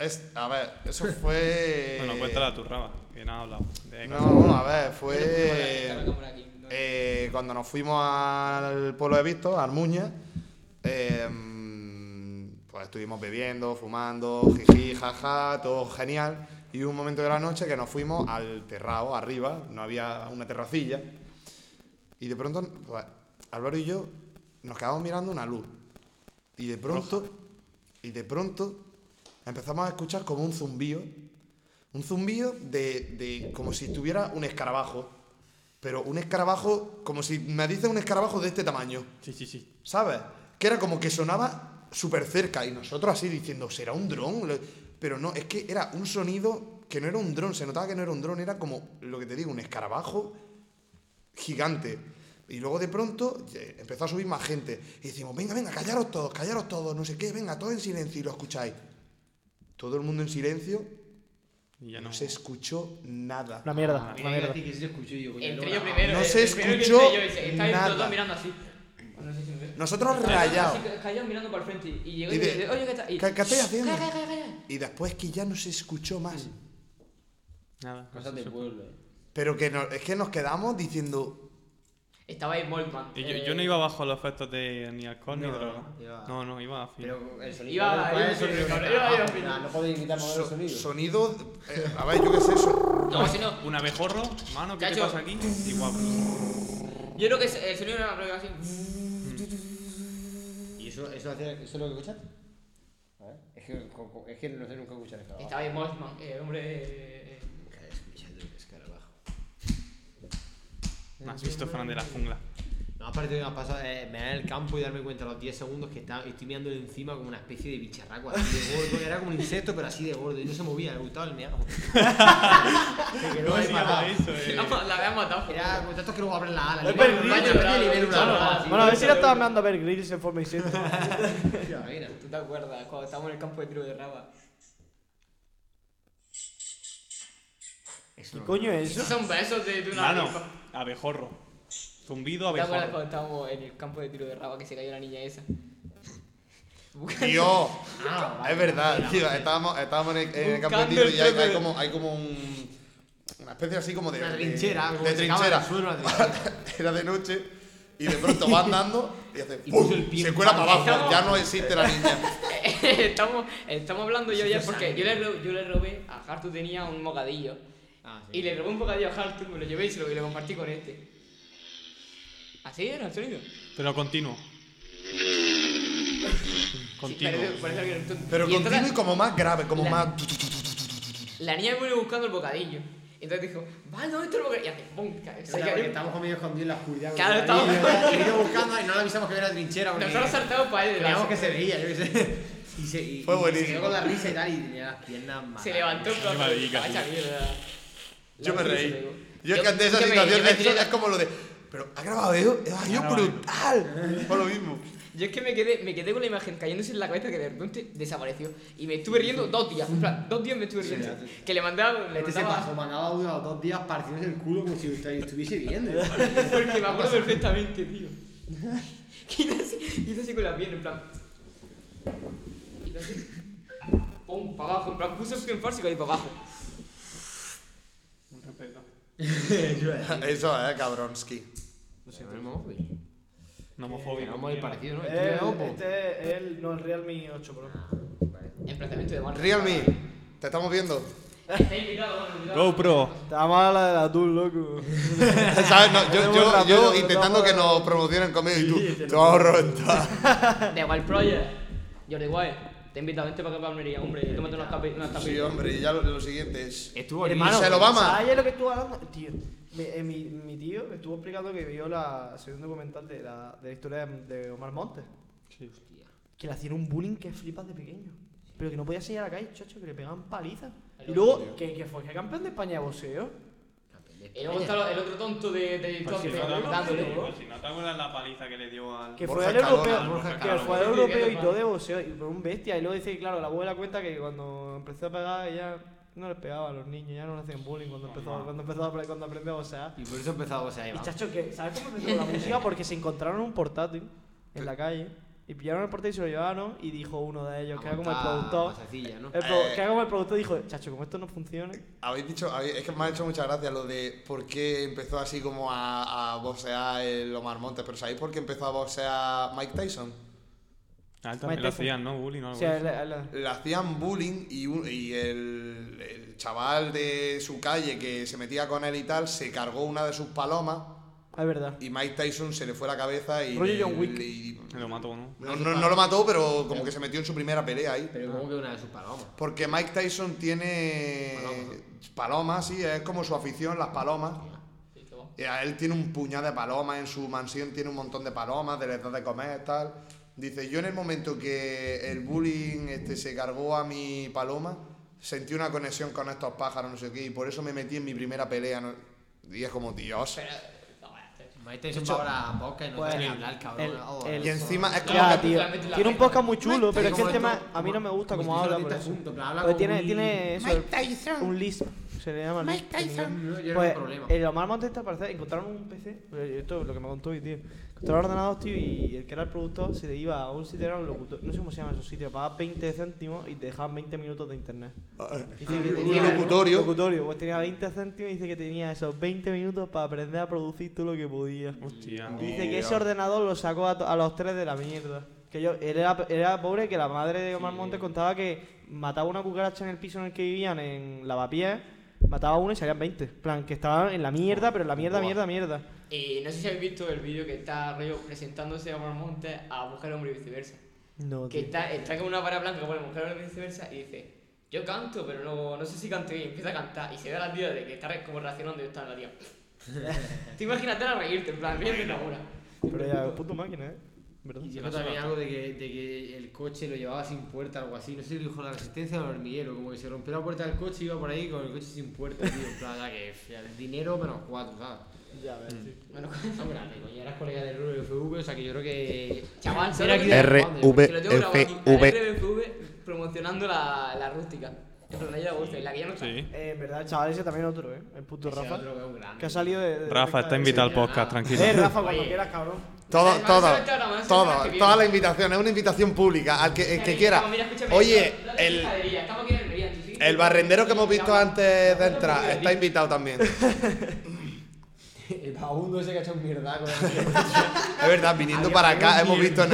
Speaker 7: Es, a ver, eso fue.
Speaker 2: Bueno, pues cuéntala a tu raba, que no ha hablado. De
Speaker 7: No,
Speaker 2: casualidad.
Speaker 7: bueno, a ver,
Speaker 4: Está la
Speaker 7: fue.
Speaker 4: cámara aquí, no-
Speaker 7: eh, cuando nos fuimos al pueblo de Visto, a Armuña, eh, mm, pues estuvimos bebiendo, fumando, jiji, jaja, todo genial. Y hubo un momento de la noche que nos fuimos al terrao, arriba, no había una terracilla. Y de pronto, pues, Álvaro y yo nos quedamos mirando una luz. Y de pronto, y de pronto, empezamos a escuchar como un zumbido. Un zumbido de, de como si estuviera un escarabajo. Pero un escarabajo, como si me dice un escarabajo de este tamaño.
Speaker 2: Sí, sí, sí.
Speaker 7: ¿Sabes? Que era como que sonaba súper cerca y nosotros así diciendo, ¿será un dron? Lo- Pero no, es que era un sonido que no era un dron, se notaba que no era un dron, era como, lo que te digo, un escarabajo gigante. Y luego de pronto eh, empezó a subir más gente. Y decimos, venga, venga, callaros todos, callaros todos, no sé qué, venga, todo en silencio y lo escucháis. Todo el mundo en silencio,
Speaker 2: Y ya
Speaker 7: no,
Speaker 2: no.
Speaker 7: se escuchó nada.
Speaker 1: Una
Speaker 2: Ah,
Speaker 1: mierda, una mierda.
Speaker 13: que se escuchó yo. coño,
Speaker 4: Entre
Speaker 13: luego
Speaker 4: ellos
Speaker 13: la-
Speaker 4: primero. eh,
Speaker 7: no
Speaker 4: el-
Speaker 7: se
Speaker 4: el primero que
Speaker 7: escuchó
Speaker 4: entré yo, dice, Estáis los
Speaker 7: nada.
Speaker 4: dos mirando así. No sé si me ve.
Speaker 7: Nosotros
Speaker 4: Estaban
Speaker 7: rayados.
Speaker 4: así, Callados mirando para el frente. Y llegó
Speaker 7: Y
Speaker 4: y
Speaker 7: de-
Speaker 4: dice, oye, ¿qué está? y-
Speaker 7: ¿Qué, qué estáis haciendo?
Speaker 4: Calla, calla, calla.
Speaker 7: Y después que ya no se escuchó más.
Speaker 2: Nada.
Speaker 13: Cosas de pueblo. eh.
Speaker 7: Pero que no- es que nos quedamos diciendo,
Speaker 4: Estaba ahí Moltmann.
Speaker 2: Y yo,
Speaker 4: eh,
Speaker 2: yo no iba bajo los efectos de ni alcohol ni
Speaker 13: No,
Speaker 2: droga.
Speaker 13: iba-
Speaker 2: No, no, iba a fin.
Speaker 13: Pero el sonido.
Speaker 4: Iba-
Speaker 13: ¿cuál es el
Speaker 4: iba-
Speaker 13: sonido
Speaker 4: iba-
Speaker 13: que
Speaker 4: iba-
Speaker 13: trabaja?
Speaker 4: iba-
Speaker 13: Nah, No podéis quitar mover el
Speaker 7: so-
Speaker 13: sonido.
Speaker 7: sonido, eh, a ver, yo qué sé, so-
Speaker 4: No, si no.
Speaker 2: Un abejorro, mano, ¿qué te
Speaker 4: Cacho.
Speaker 2: pasa aquí? Igual.
Speaker 4: Yo creo que es- el sonido era una cosa así.
Speaker 13: ¿Y eso, eso, hace- eso es lo que escuchaste? A ver, Es que, co- co- es que no sé nunca escuchar esto.
Speaker 4: Estaba ahí Moltmann, el hombre. eh, eh,
Speaker 13: Nunca he escuchado un escarabajo.
Speaker 2: No has visto Fran de la jungla.
Speaker 13: No, aparte me ha pasado eh, me da en el campo y darme cuenta a los 10 segundos que estaba, estoy mirándole encima como una especie de bicharraco así de gordo. Era como un insecto, pero así de gordo. Y no se movía, le gustaba el meado. se quedó ahí parado.
Speaker 2: eso, eh?
Speaker 4: La habían matado.
Speaker 13: Era como tantos que luego abren las alas.
Speaker 1: Es
Speaker 13: le
Speaker 1: Bear
Speaker 13: meten un
Speaker 1: Grylls,
Speaker 13: baño,
Speaker 4: Eh, pero-
Speaker 13: le meten una ala,
Speaker 4: Bueno,
Speaker 13: así.
Speaker 1: Bueno, a ver si le estaba mirando a ver Grills en forma insecto.
Speaker 13: Mira, mira.
Speaker 4: ¿Tú te acuerdas cuando estábamos en el campo de tiro de Raba?
Speaker 1: ¿Qué coño es eso?
Speaker 4: eh, Son besos de, de una
Speaker 2: Mano,
Speaker 4: rifa.
Speaker 2: abejorro. Zumbido,
Speaker 4: ¿Te acuerdas
Speaker 2: abejorro.
Speaker 4: cuando estábamos en el campo de tiro de raba que se cayó la niña esa?
Speaker 7: Tío,
Speaker 4: Ah,
Speaker 7: es verdad, tío. Estábamos, estábamos en el, en el campo de
Speaker 4: Buscando
Speaker 7: tiro
Speaker 4: el
Speaker 7: y hay,
Speaker 4: trozo
Speaker 7: hay
Speaker 4: de-
Speaker 7: como, hay como un- una especie así como de.
Speaker 6: Una
Speaker 7: de-
Speaker 6: trinchera,
Speaker 4: Eh,
Speaker 6: algo
Speaker 7: De,
Speaker 6: que se cava en
Speaker 7: trinchera.
Speaker 6: el suelo, una
Speaker 7: Era de noche y de pronto va andando y hace.
Speaker 6: Y
Speaker 7: ¡pum!
Speaker 6: puso el pie
Speaker 7: se
Speaker 6: en
Speaker 7: cuela
Speaker 6: pan.
Speaker 7: para abajo.
Speaker 4: Estamos-
Speaker 7: Ya no existe la niña.
Speaker 4: estamos, estamos hablando yo ya porque yo le, ro- yo le robé a Hartu tenía un bocadillo. Y le robé un bocadillo a Hartu, me lo llevé y se lo, y lo compartí con este. ¿Así era el sonido?
Speaker 2: Pero continuo. Continuo.
Speaker 4: Parece- parece alguien- entonces-
Speaker 7: Pero
Speaker 4: y entonces
Speaker 7: continuo y como más grave, como
Speaker 4: La-
Speaker 7: más.
Speaker 4: La niña me vuelve buscando el bocadillo. Entonces dijo, vale, ¿dónde está el bocadillo? Y hace, ¡pum! ca- Se
Speaker 6: Porque
Speaker 4: cayó.
Speaker 6: estamos medio escondidos en la oscuridad.
Speaker 4: Claro,
Speaker 6: con la
Speaker 4: estamos-
Speaker 6: niña, y vino buscando y no le avisamos que había una trinchera. porque
Speaker 4: Nosotros saltamos para él.
Speaker 6: Creíamos que se veía, yo qué sé. Y se, y-
Speaker 7: Fue
Speaker 6: y se
Speaker 7: buenísimo.
Speaker 6: quedó con la risa y tal y tenía las piernas mal.
Speaker 4: Se levantó un plato.
Speaker 2: maravilla,
Speaker 4: Cacha,
Speaker 2: tío.
Speaker 4: mierda.
Speaker 7: Yo me
Speaker 4: La-
Speaker 7: reí. Yo,
Speaker 4: Yo-
Speaker 7: es que ante esa
Speaker 4: yo me-
Speaker 7: situación
Speaker 4: yo me
Speaker 7: eso
Speaker 4: tiré la-
Speaker 7: es como lo de. Pero ha grabado eso, ha sido brutal. Fue lo mismo.
Speaker 4: Yo es que me quedé, me quedé con la imagen cayéndose en la cabeza que de repente desapareció. Y me estuve riendo dos días. En plan, dos días me estuve riendo. Que le mandaba. Le
Speaker 6: Este se
Speaker 4: mandaba
Speaker 6: pasó, mandaba audio a los dos días partiéndose el culo como si estuviese viendo.
Speaker 4: porque me acuerdo perfectamente, tío. Que hizo así, hizo así con la piel, en plan. Hizo así. Pum, para abajo. En plan, puso su enfado y cayó para abajo.
Speaker 19: Un respeto.
Speaker 7: Eso, eh, cabronski.
Speaker 2: No homofóbico.
Speaker 6: Vamos a ir parecido, ¿no?
Speaker 1: Eh, este es el, no, el Realme 8 Pro.
Speaker 4: Emplazamiento de barrio.
Speaker 7: Realme, te estamos viendo.
Speaker 4: Está invitado, bueno, invitado.
Speaker 2: GoPro.
Speaker 1: Está mala de la Tool, loco.
Speaker 7: ¿Sabes? No, yo,
Speaker 1: Tenemos
Speaker 7: yo-
Speaker 1: rapero,
Speaker 7: yo
Speaker 1: pero
Speaker 7: intentando
Speaker 1: estamos-
Speaker 7: que nos promocionen comida y tú, te vamos a reventar.
Speaker 4: De Wild Project. Jordi Wild. Te invito a vente para acá para Almería, hombre. Y tómate unas capi- unas
Speaker 7: Sí,
Speaker 4: tapillas.
Speaker 7: hombre, y ya lo, lo siguiente es.
Speaker 6: Estuvo
Speaker 7: Michelle Obama.
Speaker 1: ¿Sabes lo que estuvo hablando? Tío, mi, eh, mi, mi tío me estuvo explicando que vio la sección documental de la, de la historia de Omar Montes. Que le hacían un bullying que flipas de pequeño. Pero que no podía salir a la calle, chacho, que le pegaban palizas. Y luego, que, que fue que campeón de España de boxeo.
Speaker 4: Y luego está lo- el otro tonto de, de
Speaker 2: Pues Si
Speaker 4: Trump,
Speaker 2: no te-
Speaker 4: dándole.
Speaker 2: si no te acuerdas la paliza que le dio al.
Speaker 1: Que
Speaker 7: Borja
Speaker 1: fue al
Speaker 7: Escalona,
Speaker 1: europeo.
Speaker 7: Borja
Speaker 1: Que
Speaker 7: Escalona.
Speaker 1: fue al
Speaker 4: Sí,
Speaker 1: europeo
Speaker 4: que
Speaker 1: y
Speaker 4: no
Speaker 1: todo
Speaker 4: pasa.
Speaker 1: de boxeo. Y por un bestia. Y luego dice que, claro, la abuela cuenta que cuando empezó a pegar, ella no les pegaba a los niños, ya no le hacían bullying cuando empezó, cuando empezó a, cuando aprendió a boxear.
Speaker 6: Y por eso empezaba, o sea, ahí
Speaker 1: Y
Speaker 6: va.
Speaker 1: chacho, que ¿sabes cómo empezó la música? Porque se encontraron un portátil en la calle y pillaron el portátil y se lo llevaron y dijo uno de ellos, que era como el
Speaker 6: Aguantar
Speaker 1: productor.
Speaker 6: más sencilla, ¿no?
Speaker 1: el pro-
Speaker 7: Eh.
Speaker 1: que era como el productor dijo, chacho, como esto no funciona.
Speaker 7: Habéis dicho, habéis- es que me ha hecho mucha gracia lo de por qué empezó así como a, a boxear el Omar Montes, pero ¿sabéis por qué empezó a boxear Mike Tyson?
Speaker 2: Ah, también lo hacían, ¿no? Bullying o
Speaker 6: Ah,
Speaker 1: O
Speaker 2: algo.
Speaker 1: sea,
Speaker 2: así.
Speaker 1: la- la-
Speaker 7: Le hacían bullying y, un- y el, el chaval de su calle que se metía con él y tal se cargó una de sus palomas
Speaker 1: es verdad.
Speaker 7: y Mike Tyson se le fue la cabeza y...
Speaker 1: Rollo John Wick.
Speaker 7: le- y-
Speaker 2: Lo mató, ¿no?
Speaker 7: no, no- no lo mató, pero como que se metió en su primera pelea ahí.
Speaker 6: Pero como que una de sus palomas.
Speaker 7: Porque Mike Tyson tiene palomas, sí, es como su afición, las palomas.
Speaker 4: Sí, que va.
Speaker 7: Y a él tiene un puñado de palomas en su mansión, tiene un montón de palomas, de les da de comer, tal. Dice, yo en el momento que el bullying este, se cargó a mi paloma, sentí una conexión con estos pájaros, no sé qué, y por eso me metí en mi primera pelea. ¿no? Y es como, Dios.
Speaker 4: Pero, no, vaya a ser.
Speaker 6: Maite hizo ahora boca y no
Speaker 1: Pues,
Speaker 6: sabe ni hablar, cabrón.
Speaker 1: el-
Speaker 6: Oh,
Speaker 1: el-
Speaker 7: Y encima es como...
Speaker 1: Ya,
Speaker 4: la-
Speaker 1: tío.
Speaker 4: la- la-
Speaker 1: Tiene un podcast muy chulo, pero es que el
Speaker 6: Tyson,
Speaker 1: tema
Speaker 6: como-
Speaker 1: a mí no me gusta
Speaker 6: como
Speaker 1: cómo
Speaker 6: si
Speaker 1: habla.
Speaker 6: fuera
Speaker 1: por
Speaker 6: ahorita
Speaker 1: eso.
Speaker 6: junto, pero habla
Speaker 1: Porque
Speaker 6: como
Speaker 1: Pues tiene,
Speaker 6: un-
Speaker 1: tiene eso,
Speaker 7: Mike Tyson.
Speaker 1: un lisp, se le llama
Speaker 7: Mike
Speaker 1: lisp en inglés.
Speaker 7: Tyson.
Speaker 6: Yo era
Speaker 1: Pues,
Speaker 6: un problema.
Speaker 1: el Omar Montes, al parecer, encontraron un PC, pero esto es lo que me contó hoy, tío. Encontraron ordenados, tío, y el que era el productor se le iba a un sitio, era un locutor, no sé cómo se llama esos sitios, pagaba 20 céntimos y te dejaban 20 minutos de internet. Dice que tenía-
Speaker 7: locutorio.
Speaker 1: Locutorio, pues tenía 20 céntimos y dice que tenía esos 20 minutos para aprender a producir todo lo que podía.
Speaker 2: Hostia.
Speaker 1: Dice que ese ordenador lo sacó a, to- a los tres de la mierda. Que yo, él era, era pobre, que la madre de Omar Montes contaba que mataba una cucaracha en el piso en el que vivían en Lavapiés, mataba a uno y salían 20. En plan, que estaban en la mierda, pero en la mierda, mierda, mierda.
Speaker 4: Y no sé si habéis visto el vídeo que está rollo presentándose a Omar Montes a buscar al hombre y viceversa.
Speaker 1: No,
Speaker 4: Que
Speaker 1: tío.
Speaker 4: está, está con una vara blanca con el mujer y viceversa y dice, yo canto, pero no, no sé si canto bien. Y Empieza a cantar y se ve a la tía de que está re- como reaccionando y está la tía. Te imagínate a reírte, en plan, ríete una hora.
Speaker 1: Pero ya, es puto máquina, ¿eh? ¿Verdad?
Speaker 6: Y dijo también algo de que, de que el coche lo llevaba sin puerta algo así. No sé si lo dijo la resistencia o el hormiguero. Como que se rompió la puerta del coche y iba por ahí con el coche sin puerta, tío. En plan, ya que ya, el dinero menos cuatro, ¿sabes?
Speaker 1: Ya, ves, sí.
Speaker 4: Bueno,
Speaker 6: No, pero antes, coño, eras colega del RVFV, o sea que yo creo que.
Speaker 4: chaval,
Speaker 6: Era aquí
Speaker 4: de
Speaker 6: de-
Speaker 7: RV.
Speaker 4: RFV promocionando la, la rústica. La de la bolsa, la que ya no está.
Speaker 2: Sí.
Speaker 1: Eh, en verdad, el chaval ese también es otro, ¿eh? El puto
Speaker 4: Ese
Speaker 1: Rafa.
Speaker 4: otro que es un
Speaker 1: que ha salido de. de-
Speaker 2: Rafa, está
Speaker 1: de-
Speaker 2: invitado al
Speaker 1: sí.
Speaker 2: podcast, tranquilo.
Speaker 1: Eh, Rafa, cuando
Speaker 4: Oye.
Speaker 1: quieras, cabrón.
Speaker 7: Todo,
Speaker 4: Dale,
Speaker 7: todo,
Speaker 4: vamos a soltar, vamos a soltar
Speaker 7: todo,
Speaker 4: que viene.
Speaker 7: toda la invitación, es una invitación pública, al que, el que quiera.
Speaker 4: Mira, escúchame,
Speaker 7: Oye,
Speaker 4: dale
Speaker 7: el,
Speaker 4: pizzadería, estamos aquí en Almería, tú sí.
Speaker 7: el barrendero que hemos visto antes de
Speaker 4: Estamos
Speaker 7: entrar
Speaker 4: aquí.
Speaker 7: está invitado también. Es
Speaker 13: El vagabundo ese que ha hecho un mierdaco.
Speaker 7: verdad, viniendo para acá hemos visto en,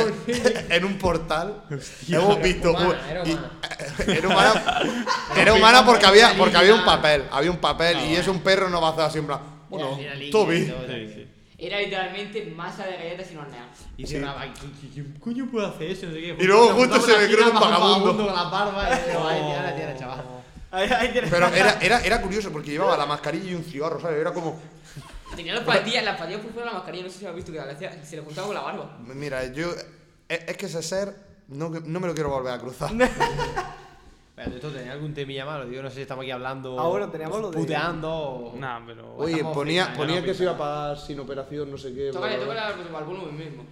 Speaker 7: en un portal, hemos visto...
Speaker 13: humana,
Speaker 7: un-
Speaker 13: era
Speaker 7: y-
Speaker 13: humana.
Speaker 7: era humana, era humana porque había, porque había un papel, había un
Speaker 13: Ah,
Speaker 7: papel y es un perro no va a hacer así en plan... Bueno,
Speaker 13: Era lindo,
Speaker 7: Toby.
Speaker 13: todo,
Speaker 2: Sí, sí.
Speaker 4: Era literalmente masa de galletas sin hornear.
Speaker 13: Y se graba, ¿quién, quién- quién coño puede hacer eso? No sé qué.
Speaker 7: Y luego justo se
Speaker 13: la
Speaker 7: me
Speaker 13: tira
Speaker 7: cruza un
Speaker 13: bajo
Speaker 7: vagabundo.
Speaker 13: Con la barba y digo, ay, tía, la tía, la chaval.
Speaker 1: Ahí, ahí tienes.
Speaker 7: Pero era, era, era curioso porque llevaba la mascarilla y un cigarro, ¿sabes? Era como...
Speaker 4: Tenía las patillas, las patillas por fuera de la mascarilla, no sé si lo has visto, que a veces se le juntaba con la barba.
Speaker 7: Mira, yo... eh, Es, es que ese ser no, no me lo quiero volver a cruzar.
Speaker 13: Pero esto tenía algún temilla malo, digo, no sé si estamos aquí hablando.
Speaker 1: Ahora teníamos lo de-
Speaker 13: Puteando o.
Speaker 2: Nah, pero.
Speaker 7: Oye,
Speaker 13: Estamos
Speaker 7: ponía,
Speaker 13: flipas,
Speaker 7: ponía
Speaker 13: ¿no?
Speaker 7: que se iba a pagar sin operación, no sé qué. bla,
Speaker 4: Tócale,
Speaker 7: bla, bla.
Speaker 4: tócale al al volumen mismo.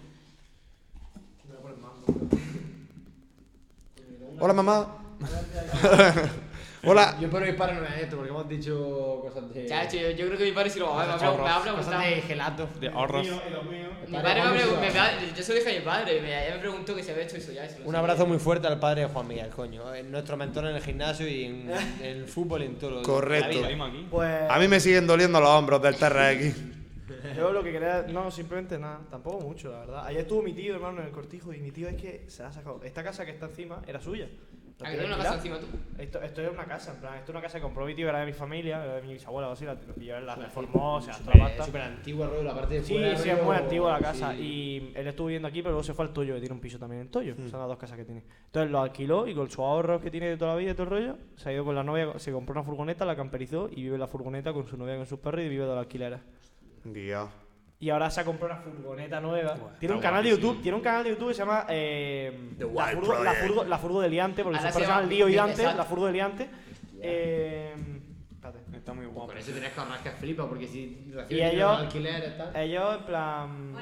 Speaker 7: Hola, mamá. Hola.
Speaker 13: Yo espero que para no vea esto, porque hemos dicho cosas de.
Speaker 4: Chacho, yo, yo creo que mi padre sí lo va a ver, me habrá- me habrá
Speaker 13: cosas
Speaker 4: preguntado.
Speaker 13: de gelato.
Speaker 2: De ahorros.
Speaker 4: Mi padre me, pregun- me, va- yo se lo dije a mi padre, me, ya me preguntó que se había hecho eso ya. y se
Speaker 13: Un
Speaker 4: lo saqué.
Speaker 13: abrazo muy fuerte al padre de Juan Miguel, coño. Es nuestro mentor en el gimnasio y en, en el fútbol y en todo lo
Speaker 7: Correcto.
Speaker 2: Salimos aquí.
Speaker 1: Pues.
Speaker 7: A mí me siguen doliendo los hombros del TRX.
Speaker 1: Yo lo que quería. No, simplemente nada. Tampoco mucho, la verdad. Ayer estuvo mi tío, hermano, en el cortijo. Y mi tío es que se la ha sacado. Esta casa que está encima era suya. La
Speaker 4: ¿A que
Speaker 1: tiene
Speaker 4: tiene una
Speaker 1: alquilada.
Speaker 4: casa encima tú?
Speaker 1: Esto, esto es una casa, en plan, esto es una casa que compró mi tío, era de mi familia, era de mi bisabuela o así, la, la, la reformó, o sea, toda la pasta.
Speaker 13: Súper antigua, rollo, la parte de
Speaker 1: Sí,
Speaker 13: fuera.
Speaker 1: sí, es
Speaker 13: rollo,
Speaker 1: muy antigua la casa.
Speaker 13: sí.
Speaker 1: Y él estuvo viviendo aquí, pero luego se fue al Toyo, que tiene un piso también en Toyo. Son las dos casas que tiene. Entonces lo alquiló y con sus ahorros que tiene de toda la vida y todo el rollo, se ha ido con la novia, se compró una furgoneta, la camperizó y vive en la furgoneta con su novia, y con sus perros y vive de la alquilera.
Speaker 7: Dios.
Speaker 1: Y ahora se ha comprado una furgoneta nueva. tiene un canal de YouTube, tiene un canal de YouTube que se llama eh,
Speaker 7: The
Speaker 1: la,
Speaker 7: Wild
Speaker 1: furgo, la,
Speaker 7: Project.
Speaker 1: furgo, la Furgo de Liante, porque
Speaker 4: Ahora
Speaker 1: sus perros
Speaker 4: se
Speaker 1: se
Speaker 4: llama
Speaker 1: llaman Lío y
Speaker 4: Big
Speaker 1: Dante,
Speaker 4: Besar.
Speaker 1: la Furgo de Liante. Eh, espérate.
Speaker 2: Está muy guapo.
Speaker 13: Por eso tenías que ahorrar que flipa, porque si
Speaker 1: Y
Speaker 13: recibes
Speaker 1: ellos,
Speaker 13: alquiler, tal.
Speaker 1: ellos Eh, en plan...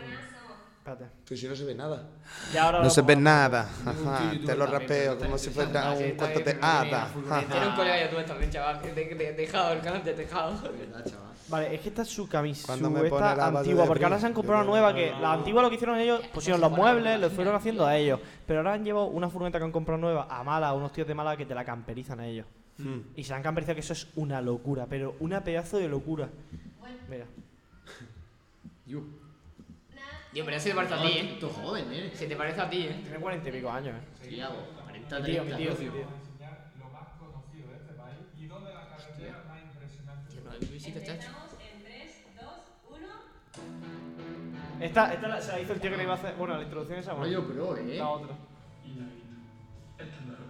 Speaker 1: Espérate.
Speaker 7: Pues si no se ve nada.
Speaker 1: Y ahora
Speaker 7: No se
Speaker 1: vamos
Speaker 7: ve
Speaker 1: a-
Speaker 7: nada.
Speaker 13: Ningún
Speaker 7: Ajá,
Speaker 13: tuyo,
Speaker 7: te lo
Speaker 13: también,
Speaker 7: rapeo
Speaker 13: pero
Speaker 7: como
Speaker 13: está
Speaker 7: si fuera
Speaker 13: interesante.
Speaker 7: un
Speaker 13: Ah, Está
Speaker 7: cuento de
Speaker 13: bien, pero
Speaker 7: hada.
Speaker 13: no
Speaker 7: Ajá.
Speaker 13: tiene
Speaker 4: Tiene un colega ya tú también, chaval, que te, te, dejado, el canal te ha dejado.
Speaker 13: Verdad, chaval.
Speaker 1: Vale, es que esta es su camisa
Speaker 7: Cuando me pone la base de
Speaker 1: antigua, porque ahora
Speaker 7: brillo,
Speaker 1: se han
Speaker 7: yo
Speaker 1: comprado una
Speaker 7: voy a-
Speaker 1: nueva que la antigua lo que hicieron ellos, pusieron los muebles, lo fueron haciendo a ellos. Pero ahora han llevado una furgoneta que han comprado nueva a Mala, a unos tíos de Mala que te la camperizan a ellos.
Speaker 13: Hmm.
Speaker 1: Y se han camperizado que eso es una locura, pero una pedazo de locura. Mira,
Speaker 4: Tío, pero ese te parece a ti, eh.
Speaker 13: Tú joven, eh.
Speaker 4: Se te parece a ti, eh.
Speaker 1: tiene cuarenta y pico años, eh.
Speaker 13: Sería 40,
Speaker 1: Mi tío, mi
Speaker 13: 30,
Speaker 1: tío,
Speaker 13: socio.
Speaker 1: mi tío.
Speaker 4: Tío, no, Luisito, chacho.
Speaker 1: Esta, esta la- se la hizo el tío que le iba a hacer. Bueno, la introducción esa, bueno.
Speaker 13: Rollo pro, eh.
Speaker 1: La otra.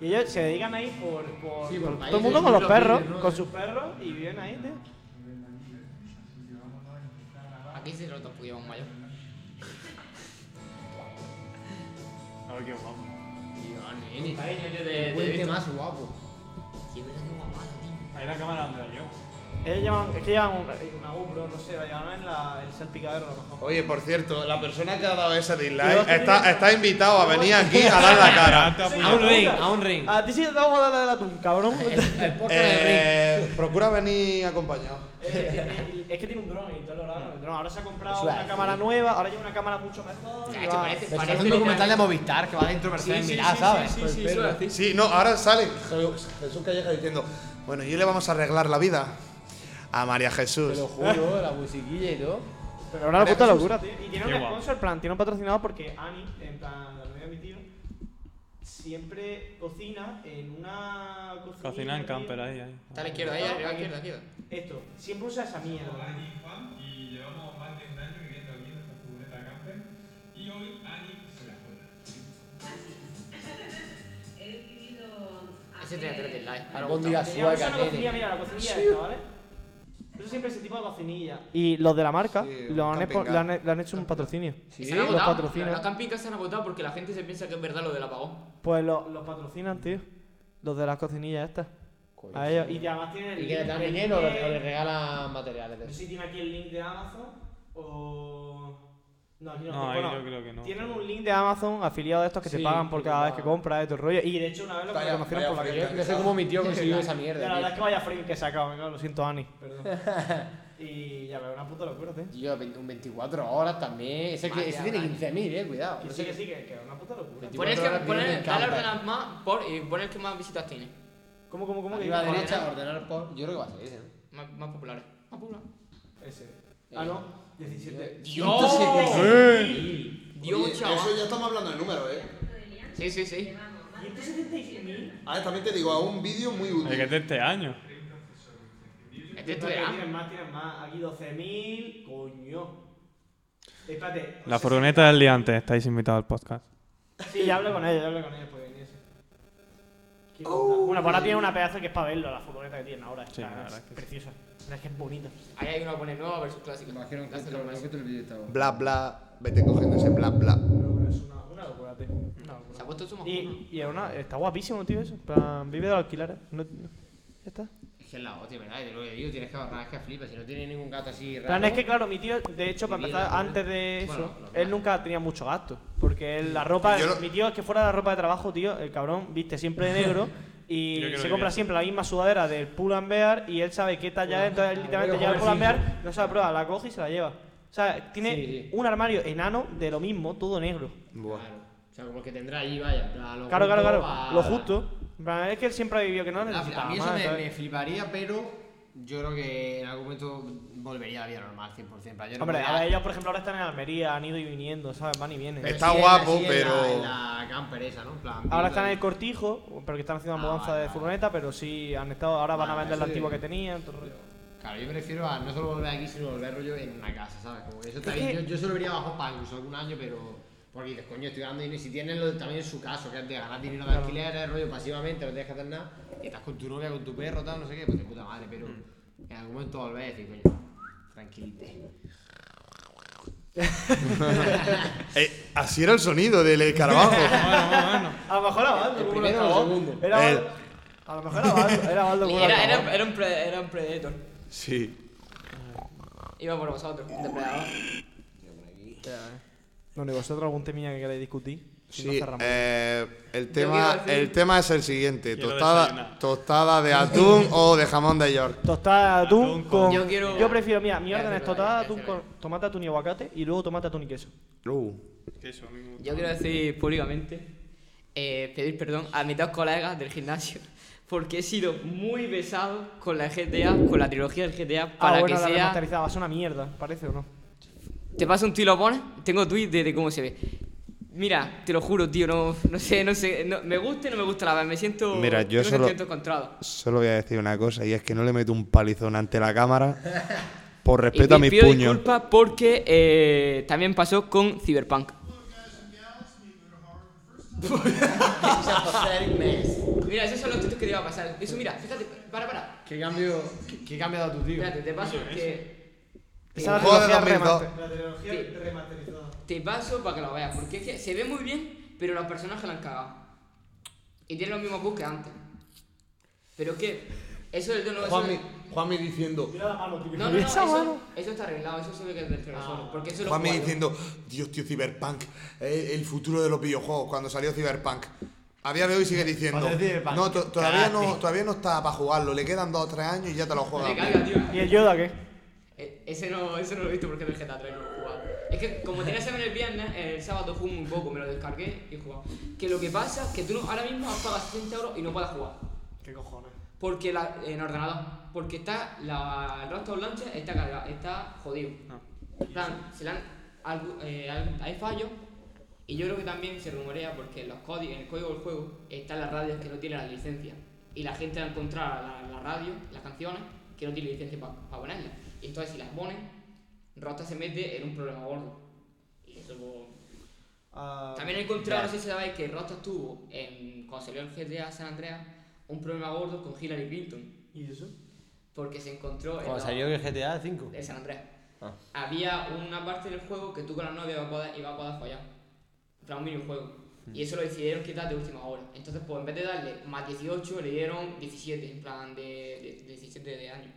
Speaker 1: Y ellos se dedican ahí por. por,
Speaker 13: Sí, por
Speaker 1: por- todo
Speaker 13: países,
Speaker 1: el mundo con los
Speaker 13: los
Speaker 1: perros,
Speaker 13: vídeos, ¿no?
Speaker 1: con sus perros y viven ahí, tío.
Speaker 4: Aquí se lo topo, lleva un mayor.
Speaker 13: Dios, nene.
Speaker 4: Cariño, yo
Speaker 13: Qué
Speaker 4: de.
Speaker 13: Puente más guapo.
Speaker 4: Tío, verdad que guapado, tío.
Speaker 2: Ahí la cámara donde yo.
Speaker 1: Ellos llevan, es que llevan un- una GoPro, no sé, la llevan en la, el salpicadero a lo mejor.
Speaker 7: Oye, por cierto, la persona que ha dado ese
Speaker 1: Dios,
Speaker 7: dislike está, está invitado a venir aquí a dar la cara.
Speaker 13: A un ring, a un ring.
Speaker 1: A ti Ah, sí te vamos a dar la del atún, cabrón.
Speaker 13: El podcast del ring.
Speaker 7: Eh, procura venir acompañado.
Speaker 1: Eh, es que tiene un dron y todo lo raro. El dron ahora se ha comprado
Speaker 13: Eso es.
Speaker 1: una cámara nueva, ahora lleva una cámara mucho mejor.
Speaker 4: Ya,
Speaker 1: y
Speaker 4: te
Speaker 1: va-
Speaker 13: Pero
Speaker 4: parece-
Speaker 13: es un
Speaker 4: literalmente-
Speaker 13: documental de Movistar que va dentro de
Speaker 3: Sí,
Speaker 13: Mercedes
Speaker 3: sí,
Speaker 13: Milá,
Speaker 3: sí,
Speaker 13: ¿sabes? Pues
Speaker 3: Sí, sí, sí, eso iba a decir.
Speaker 7: Sí, no, ahora sale Jesús Calleja diciendo, bueno, y le vamos a arreglar la vida a María
Speaker 13: Te
Speaker 7: Jesús.
Speaker 13: lo juro, la musiquilla y todo.
Speaker 1: Pero era una puta locura, tío. Y tiene
Speaker 2: Qué
Speaker 1: un
Speaker 2: guapo.
Speaker 1: sponsor, en plan, tiene un patrocinado porque Ani, en plan, la novia de mi tío, siempre cocina en una cocina.
Speaker 2: Cocina en camper ahí, ahí.
Speaker 4: Está a la izquierda, ahí, arriba, izquierda, izquierda.
Speaker 1: Esto, siempre usa esa mierda.
Speaker 14: Y llevamos más de un año viviendo aquí en esta furgoneta camper y hoy Ani se la juega.
Speaker 4: Ese tenía tres del like. Ahora
Speaker 13: Albóndigas
Speaker 1: Tenía una
Speaker 13: suecas, nene.
Speaker 1: cocinilla, mira, la cocinilla esta, ¿vale? Eso siempre ese tipo de cocinilla. Y los de la marca
Speaker 7: Sí,
Speaker 1: lo,
Speaker 7: un
Speaker 1: han,
Speaker 7: camping
Speaker 1: expo- le han, le han hecho un patrocinio.
Speaker 4: Se han
Speaker 1: Los
Speaker 4: agotado. Los,
Speaker 1: patrocinan.
Speaker 4: camping cars se han agotado porque la gente se piensa que es verdad lo del apagón.
Speaker 1: Pues lo- los patrocinan, tío. Los de las cocinillas estas. A ellos. Y además tienen el
Speaker 13: Pues Y que ¿eh? le dan
Speaker 1: el
Speaker 13: dinero o
Speaker 1: link
Speaker 13: le o le
Speaker 1: de-
Speaker 13: regalan materiales de
Speaker 1: No sé si tiene aquí el link de Amazon o. No, aquí no.
Speaker 2: No, ahí
Speaker 1: Bueno,
Speaker 2: yo creo que no.
Speaker 1: Tienen un link de Amazon afiliado de estos que te pagan por cada vez que compras y todo el rollo. Y de hecho, una vez lo
Speaker 20: Vaya-
Speaker 1: reconocieron
Speaker 20: vaya
Speaker 1: por la
Speaker 20: frente,
Speaker 1: calle.
Speaker 20: No sé cómo mi tío consiguió esa mierda,
Speaker 1: Ya,
Speaker 20: tío.
Speaker 1: La verdad es que vaya frame que he sacado, me cago, lo siento, Ani.
Speaker 20: Perdón.
Speaker 1: y ya, pero una puta locura, tío.
Speaker 20: Tío, ve- un 24 horas también. Ese, que,
Speaker 4: Vaya,
Speaker 20: ese tiene
Speaker 4: vaya.
Speaker 20: 15.000, eh, cuidado.
Speaker 1: Que
Speaker 20: No
Speaker 1: sí,
Speaker 20: sé
Speaker 1: que
Speaker 20: qué-
Speaker 1: sí, que que es una puta locura.
Speaker 20: Veinti-
Speaker 4: Pon el que,
Speaker 20: 24 horas
Speaker 4: pon
Speaker 20: viene
Speaker 4: el,
Speaker 20: en
Speaker 4: dale a
Speaker 20: camper.
Speaker 4: ordenar más por, y pon el que más visitas tiene.
Speaker 1: ¿Cómo, cómo, cómo? que
Speaker 20: Arriba a la
Speaker 1: Ah,
Speaker 20: derecha, ordenar por. Yo creo que va a
Speaker 13: ¿eh?
Speaker 20: ser ese, ¿no?
Speaker 4: Más, más populares. Más populares.
Speaker 1: Ese. Ah, no. 17.
Speaker 4: ¡Dios!
Speaker 20: 176.000.
Speaker 4: Dios,
Speaker 7: Eso
Speaker 4: chaval.
Speaker 7: ya estamos hablando de números, ¿eh?
Speaker 4: Sí, sí, sí.
Speaker 7: A ver, Ah, también te digo, a un vídeo muy útil.
Speaker 2: El que es de este año.
Speaker 4: Este es tu
Speaker 1: Espérate,
Speaker 4: edad.
Speaker 1: Tienen más, tienen más. Aquí 12.000. Coño. Espérate.
Speaker 2: La furgoneta del liante, estáis invitados al podcast.
Speaker 1: Sí, ya hablo con ellos, ya hablo con ellos por venirse.
Speaker 20: Oh.
Speaker 1: Qué onda. Bueno, pues ahora tiene una pedazo que es para verlo, la furgoneta que tienen ahora.
Speaker 2: Sí,
Speaker 1: Está-
Speaker 2: la verdad
Speaker 1: es
Speaker 2: que sí.
Speaker 1: preciosa. La verdad es que es bonita.
Speaker 4: Ahí hay una pone nueva versus clásica.
Speaker 6: Imagino que
Speaker 4: Gracias,
Speaker 6: esto-
Speaker 4: Lorenzo.
Speaker 6: imagino que el vídeo estaba.
Speaker 7: Bla, bla. Vete cogiendo ese bla, bla.
Speaker 1: es una, una locura, tío. Una
Speaker 4: Se ha
Speaker 1: locura.
Speaker 4: puesto su mojón.
Speaker 1: Y, y es una, está guapísimo, tío, eso. En plan, Vive de los alquileres. No, no- ya está.
Speaker 6: Es que es la hostia, ¿verdad? Y de lo que digo, tienes que agarrar, es que flipas. Si no tienes ningún gato así raro.
Speaker 1: Plan, es que claro, mi tío, de hecho, para
Speaker 6: Vivía
Speaker 1: empezar,
Speaker 6: la-
Speaker 1: antes de eso,
Speaker 6: Bueno, normal.
Speaker 1: él nunca tenía mucho gasto. Porque él, la ropa,
Speaker 7: Yo lo-
Speaker 1: mi tío es que fuera de la ropa de trabajo, tío, el cabrón viste siempre de negro y
Speaker 2: Yo creo
Speaker 1: se
Speaker 2: que
Speaker 1: compra
Speaker 2: bien.
Speaker 1: siempre la misma sudadera del Pull and Bear y él sabe qué talla es, entonces él literalmente
Speaker 20: Bear,
Speaker 1: lleva el Pull and
Speaker 20: jovencito.
Speaker 1: Bear, no se la prueba, la coge y se la lleva. O sea, tiene
Speaker 20: Sí, sí.
Speaker 1: un armario enano de lo mismo, todo negro.
Speaker 6: Claro. O sea, como el que tendrá ahí, vaya. en plan, lo
Speaker 1: Claro, claro,
Speaker 6: justo
Speaker 1: claro.
Speaker 6: pa-
Speaker 1: Lo justo. En plan, Es que él siempre ha vivido que no
Speaker 6: La-
Speaker 1: necesitaba
Speaker 6: A mí eso
Speaker 1: más,
Speaker 6: me,
Speaker 1: ¿sabes?
Speaker 6: me fliparía, pero yo creo que en algún momento volvería a la vida normal, 100%. en plan, Yo no
Speaker 1: Hombre,
Speaker 6: podría-
Speaker 1: a ver, ellos por ejemplo ahora están en Almería, han ido y viniendo, ¿sabes? Van y vienen.
Speaker 7: Está
Speaker 6: en la-
Speaker 7: guapo,
Speaker 6: en la-
Speaker 7: pero-
Speaker 6: En la camper esa, ¿no? En plan,
Speaker 1: Ahora
Speaker 6: vivo
Speaker 1: están en
Speaker 6: ahí.
Speaker 1: el cortijo, porque están haciendo una
Speaker 6: Ah,
Speaker 1: mudanza
Speaker 6: vale,
Speaker 1: de
Speaker 6: vale.
Speaker 1: furgoneta, pero sí han estado. Ahora van a
Speaker 6: Vale,
Speaker 1: vender la
Speaker 6: sí.
Speaker 1: antigua que tenían. todo el rollo.
Speaker 6: Claro, yo prefiero a no solo volver aquí, sino volver rollo en una casa, ¿sabes? Como que eso está
Speaker 1: Es
Speaker 6: bien.
Speaker 1: que-
Speaker 6: Yo, yo solo iría bajo para incluso algún año, pero. Porque dices, coño, estoy ganando dinero. Y si tienes lo, también su caso, que es de ganar dinero de
Speaker 1: Claro.
Speaker 6: alquileres, rollo pasivamente, no tienes que hacer nada. Y estás con tu novia, con tu perro, tal, no sé qué, pues de puta madre, pero en algún momento volver a decir, coño, tranquilite.
Speaker 7: Eh, así era el sonido del eh, escarabajo.
Speaker 2: Bueno, bueno.
Speaker 1: A lo mejor era Baldo.
Speaker 20: El
Speaker 1: como
Speaker 20: primero o el
Speaker 1: acabó.
Speaker 20: segundo.
Speaker 1: Era
Speaker 7: El-
Speaker 1: Baldo. A lo mejor era Baldo. Era Baldo como
Speaker 4: Era,
Speaker 1: acabó.
Speaker 4: era, era, un pre- era un Predator.
Speaker 7: sí.
Speaker 4: Iba por vosotros. Depredador.
Speaker 1: Bueno, ¿y vosotros algún temilla que queréis discutir? Si no
Speaker 7: Sí,
Speaker 1: cerramos.
Speaker 7: eh, el,
Speaker 4: Yo
Speaker 7: tema,
Speaker 4: quiero decir-
Speaker 7: el tema es el siguiente.
Speaker 2: Quiero
Speaker 7: Tostada,
Speaker 2: desayunar.
Speaker 7: tostada de atún o de jamón de York.
Speaker 1: tostada de atún
Speaker 2: atún
Speaker 1: con.
Speaker 2: con-
Speaker 4: Yo quiero-
Speaker 1: prefiero, mira, mi
Speaker 4: Ya
Speaker 1: orden
Speaker 4: se
Speaker 1: es
Speaker 4: me va,
Speaker 1: tostada de
Speaker 4: ya
Speaker 1: atún
Speaker 4: se me
Speaker 1: con tomate, atún y aguacate y luego tomate, atún y queso.
Speaker 7: Uh.
Speaker 2: Queso, a mí me gusta.
Speaker 4: Yo quiero decir públicamente, eh, pedir perdón a mis dos colegas del gimnasio, porque he sido muy besado con la GTA, con la trilogía del GTA, para
Speaker 1: ah, bueno,
Speaker 4: que
Speaker 1: la
Speaker 4: sea...
Speaker 1: remasterizada va a ser una mierda, parece o no.
Speaker 4: Te paso un tuit, lo pones. Tengo tuit de, de cómo se ve. Mira, te lo juro, tío, no, no sé, no sé, no- me gusta y no me gusta la vez, me siento...
Speaker 7: Mira, yo
Speaker 4: tengo
Speaker 7: solo-
Speaker 4: sentimientos encontrados.
Speaker 7: Solo voy a decir una cosa y es que no le meto un palizón ante la cámara por
Speaker 4: Y
Speaker 7: respeto a
Speaker 4: pi-
Speaker 7: mis
Speaker 4: pido
Speaker 7: puños.
Speaker 4: disculpas porque eh, también pasó con Cyberpunk. Mira, esos son los textos que te iba a pasar. Eso, mira, fíjate, para, para.
Speaker 6: ¿Qué cambio, qué, qué cambio ha dado tu tío?
Speaker 4: Espérate, te paso que.
Speaker 1: Esa es la
Speaker 7: Joder,
Speaker 1: trilogía
Speaker 7: 2002.
Speaker 1: remaster-
Speaker 4: Te, te paso para que lo veas, porque es que se ve muy bien, pero los personajes la han cagado. Y tienen los mismos bugs que antes. Pero es que. Eso es de nuevo. eso-
Speaker 6: Juanmi, Juanmi diciendo.
Speaker 4: No, no, no, eso, eso está arreglado, eso se ve que es del
Speaker 6: Ah,
Speaker 4: televisor. Porque eso lo
Speaker 7: Juanme
Speaker 4: jugué yo.
Speaker 7: diciendo, Dios, tío, Cyberpunk, eh, el futuro de los videojuegos, cuando salió Cyberpunk. A día de hoy sigue diciendo,
Speaker 6: Cuando es Cyberpunk,
Speaker 7: no, to- todavía, no,
Speaker 6: cagaste".
Speaker 7: todavía no está para jugarlo, le quedan dos o tres años y ya te lo
Speaker 4: Me
Speaker 7: juegas.
Speaker 4: caga, tío.
Speaker 1: ¿Y el Yoda qué?
Speaker 4: E- Ese no, ese no lo he visto porque es GTA 3 no lo he jugado. Es que como tenía examen el viernes, el sábado jugué un poco, me lo descargué y he jugado. Que lo que pasa es que tú no- ahora mismo has pagado 60 euros y no puedes jugar.
Speaker 1: ¿Qué cojones?
Speaker 4: Porque la, en ordenador. Porque está la, el Rostar Launcher está cargado, está jodido.
Speaker 1: Ah.
Speaker 4: En plan, se le han, algu- eh, algún- hay fallos. Y yo creo que también se rumorea porque en, los códi- en el código del juego están las radios que no tienen la licencia. Y la gente va a encontrar la, la radio, las canciones, que no tiene licencia para ponerlas. Y entonces si las ponen, Rostar se mete en un problema gordo. Y eso pues, también he encontrado, no sé si sabéis, que Rostas tuvo, en, cuando salió el GTA San Andreas, un problema gordo con Hillary Clinton,
Speaker 1: ¿Y eso?
Speaker 4: porque se encontró en
Speaker 13: Cuando
Speaker 4: la-
Speaker 13: salió el GTA 5.
Speaker 4: en San Andreas.
Speaker 13: Ah.
Speaker 4: Había una parte del juego que tú con la novia ibas a poder, ibas a poder follar. En plan, un minijuego.
Speaker 13: Hmm.
Speaker 4: Y eso lo decidieron quitar de última hora. Entonces, pues en vez de darle más 18, le dieron 17, en plan de, de- de 17 de año.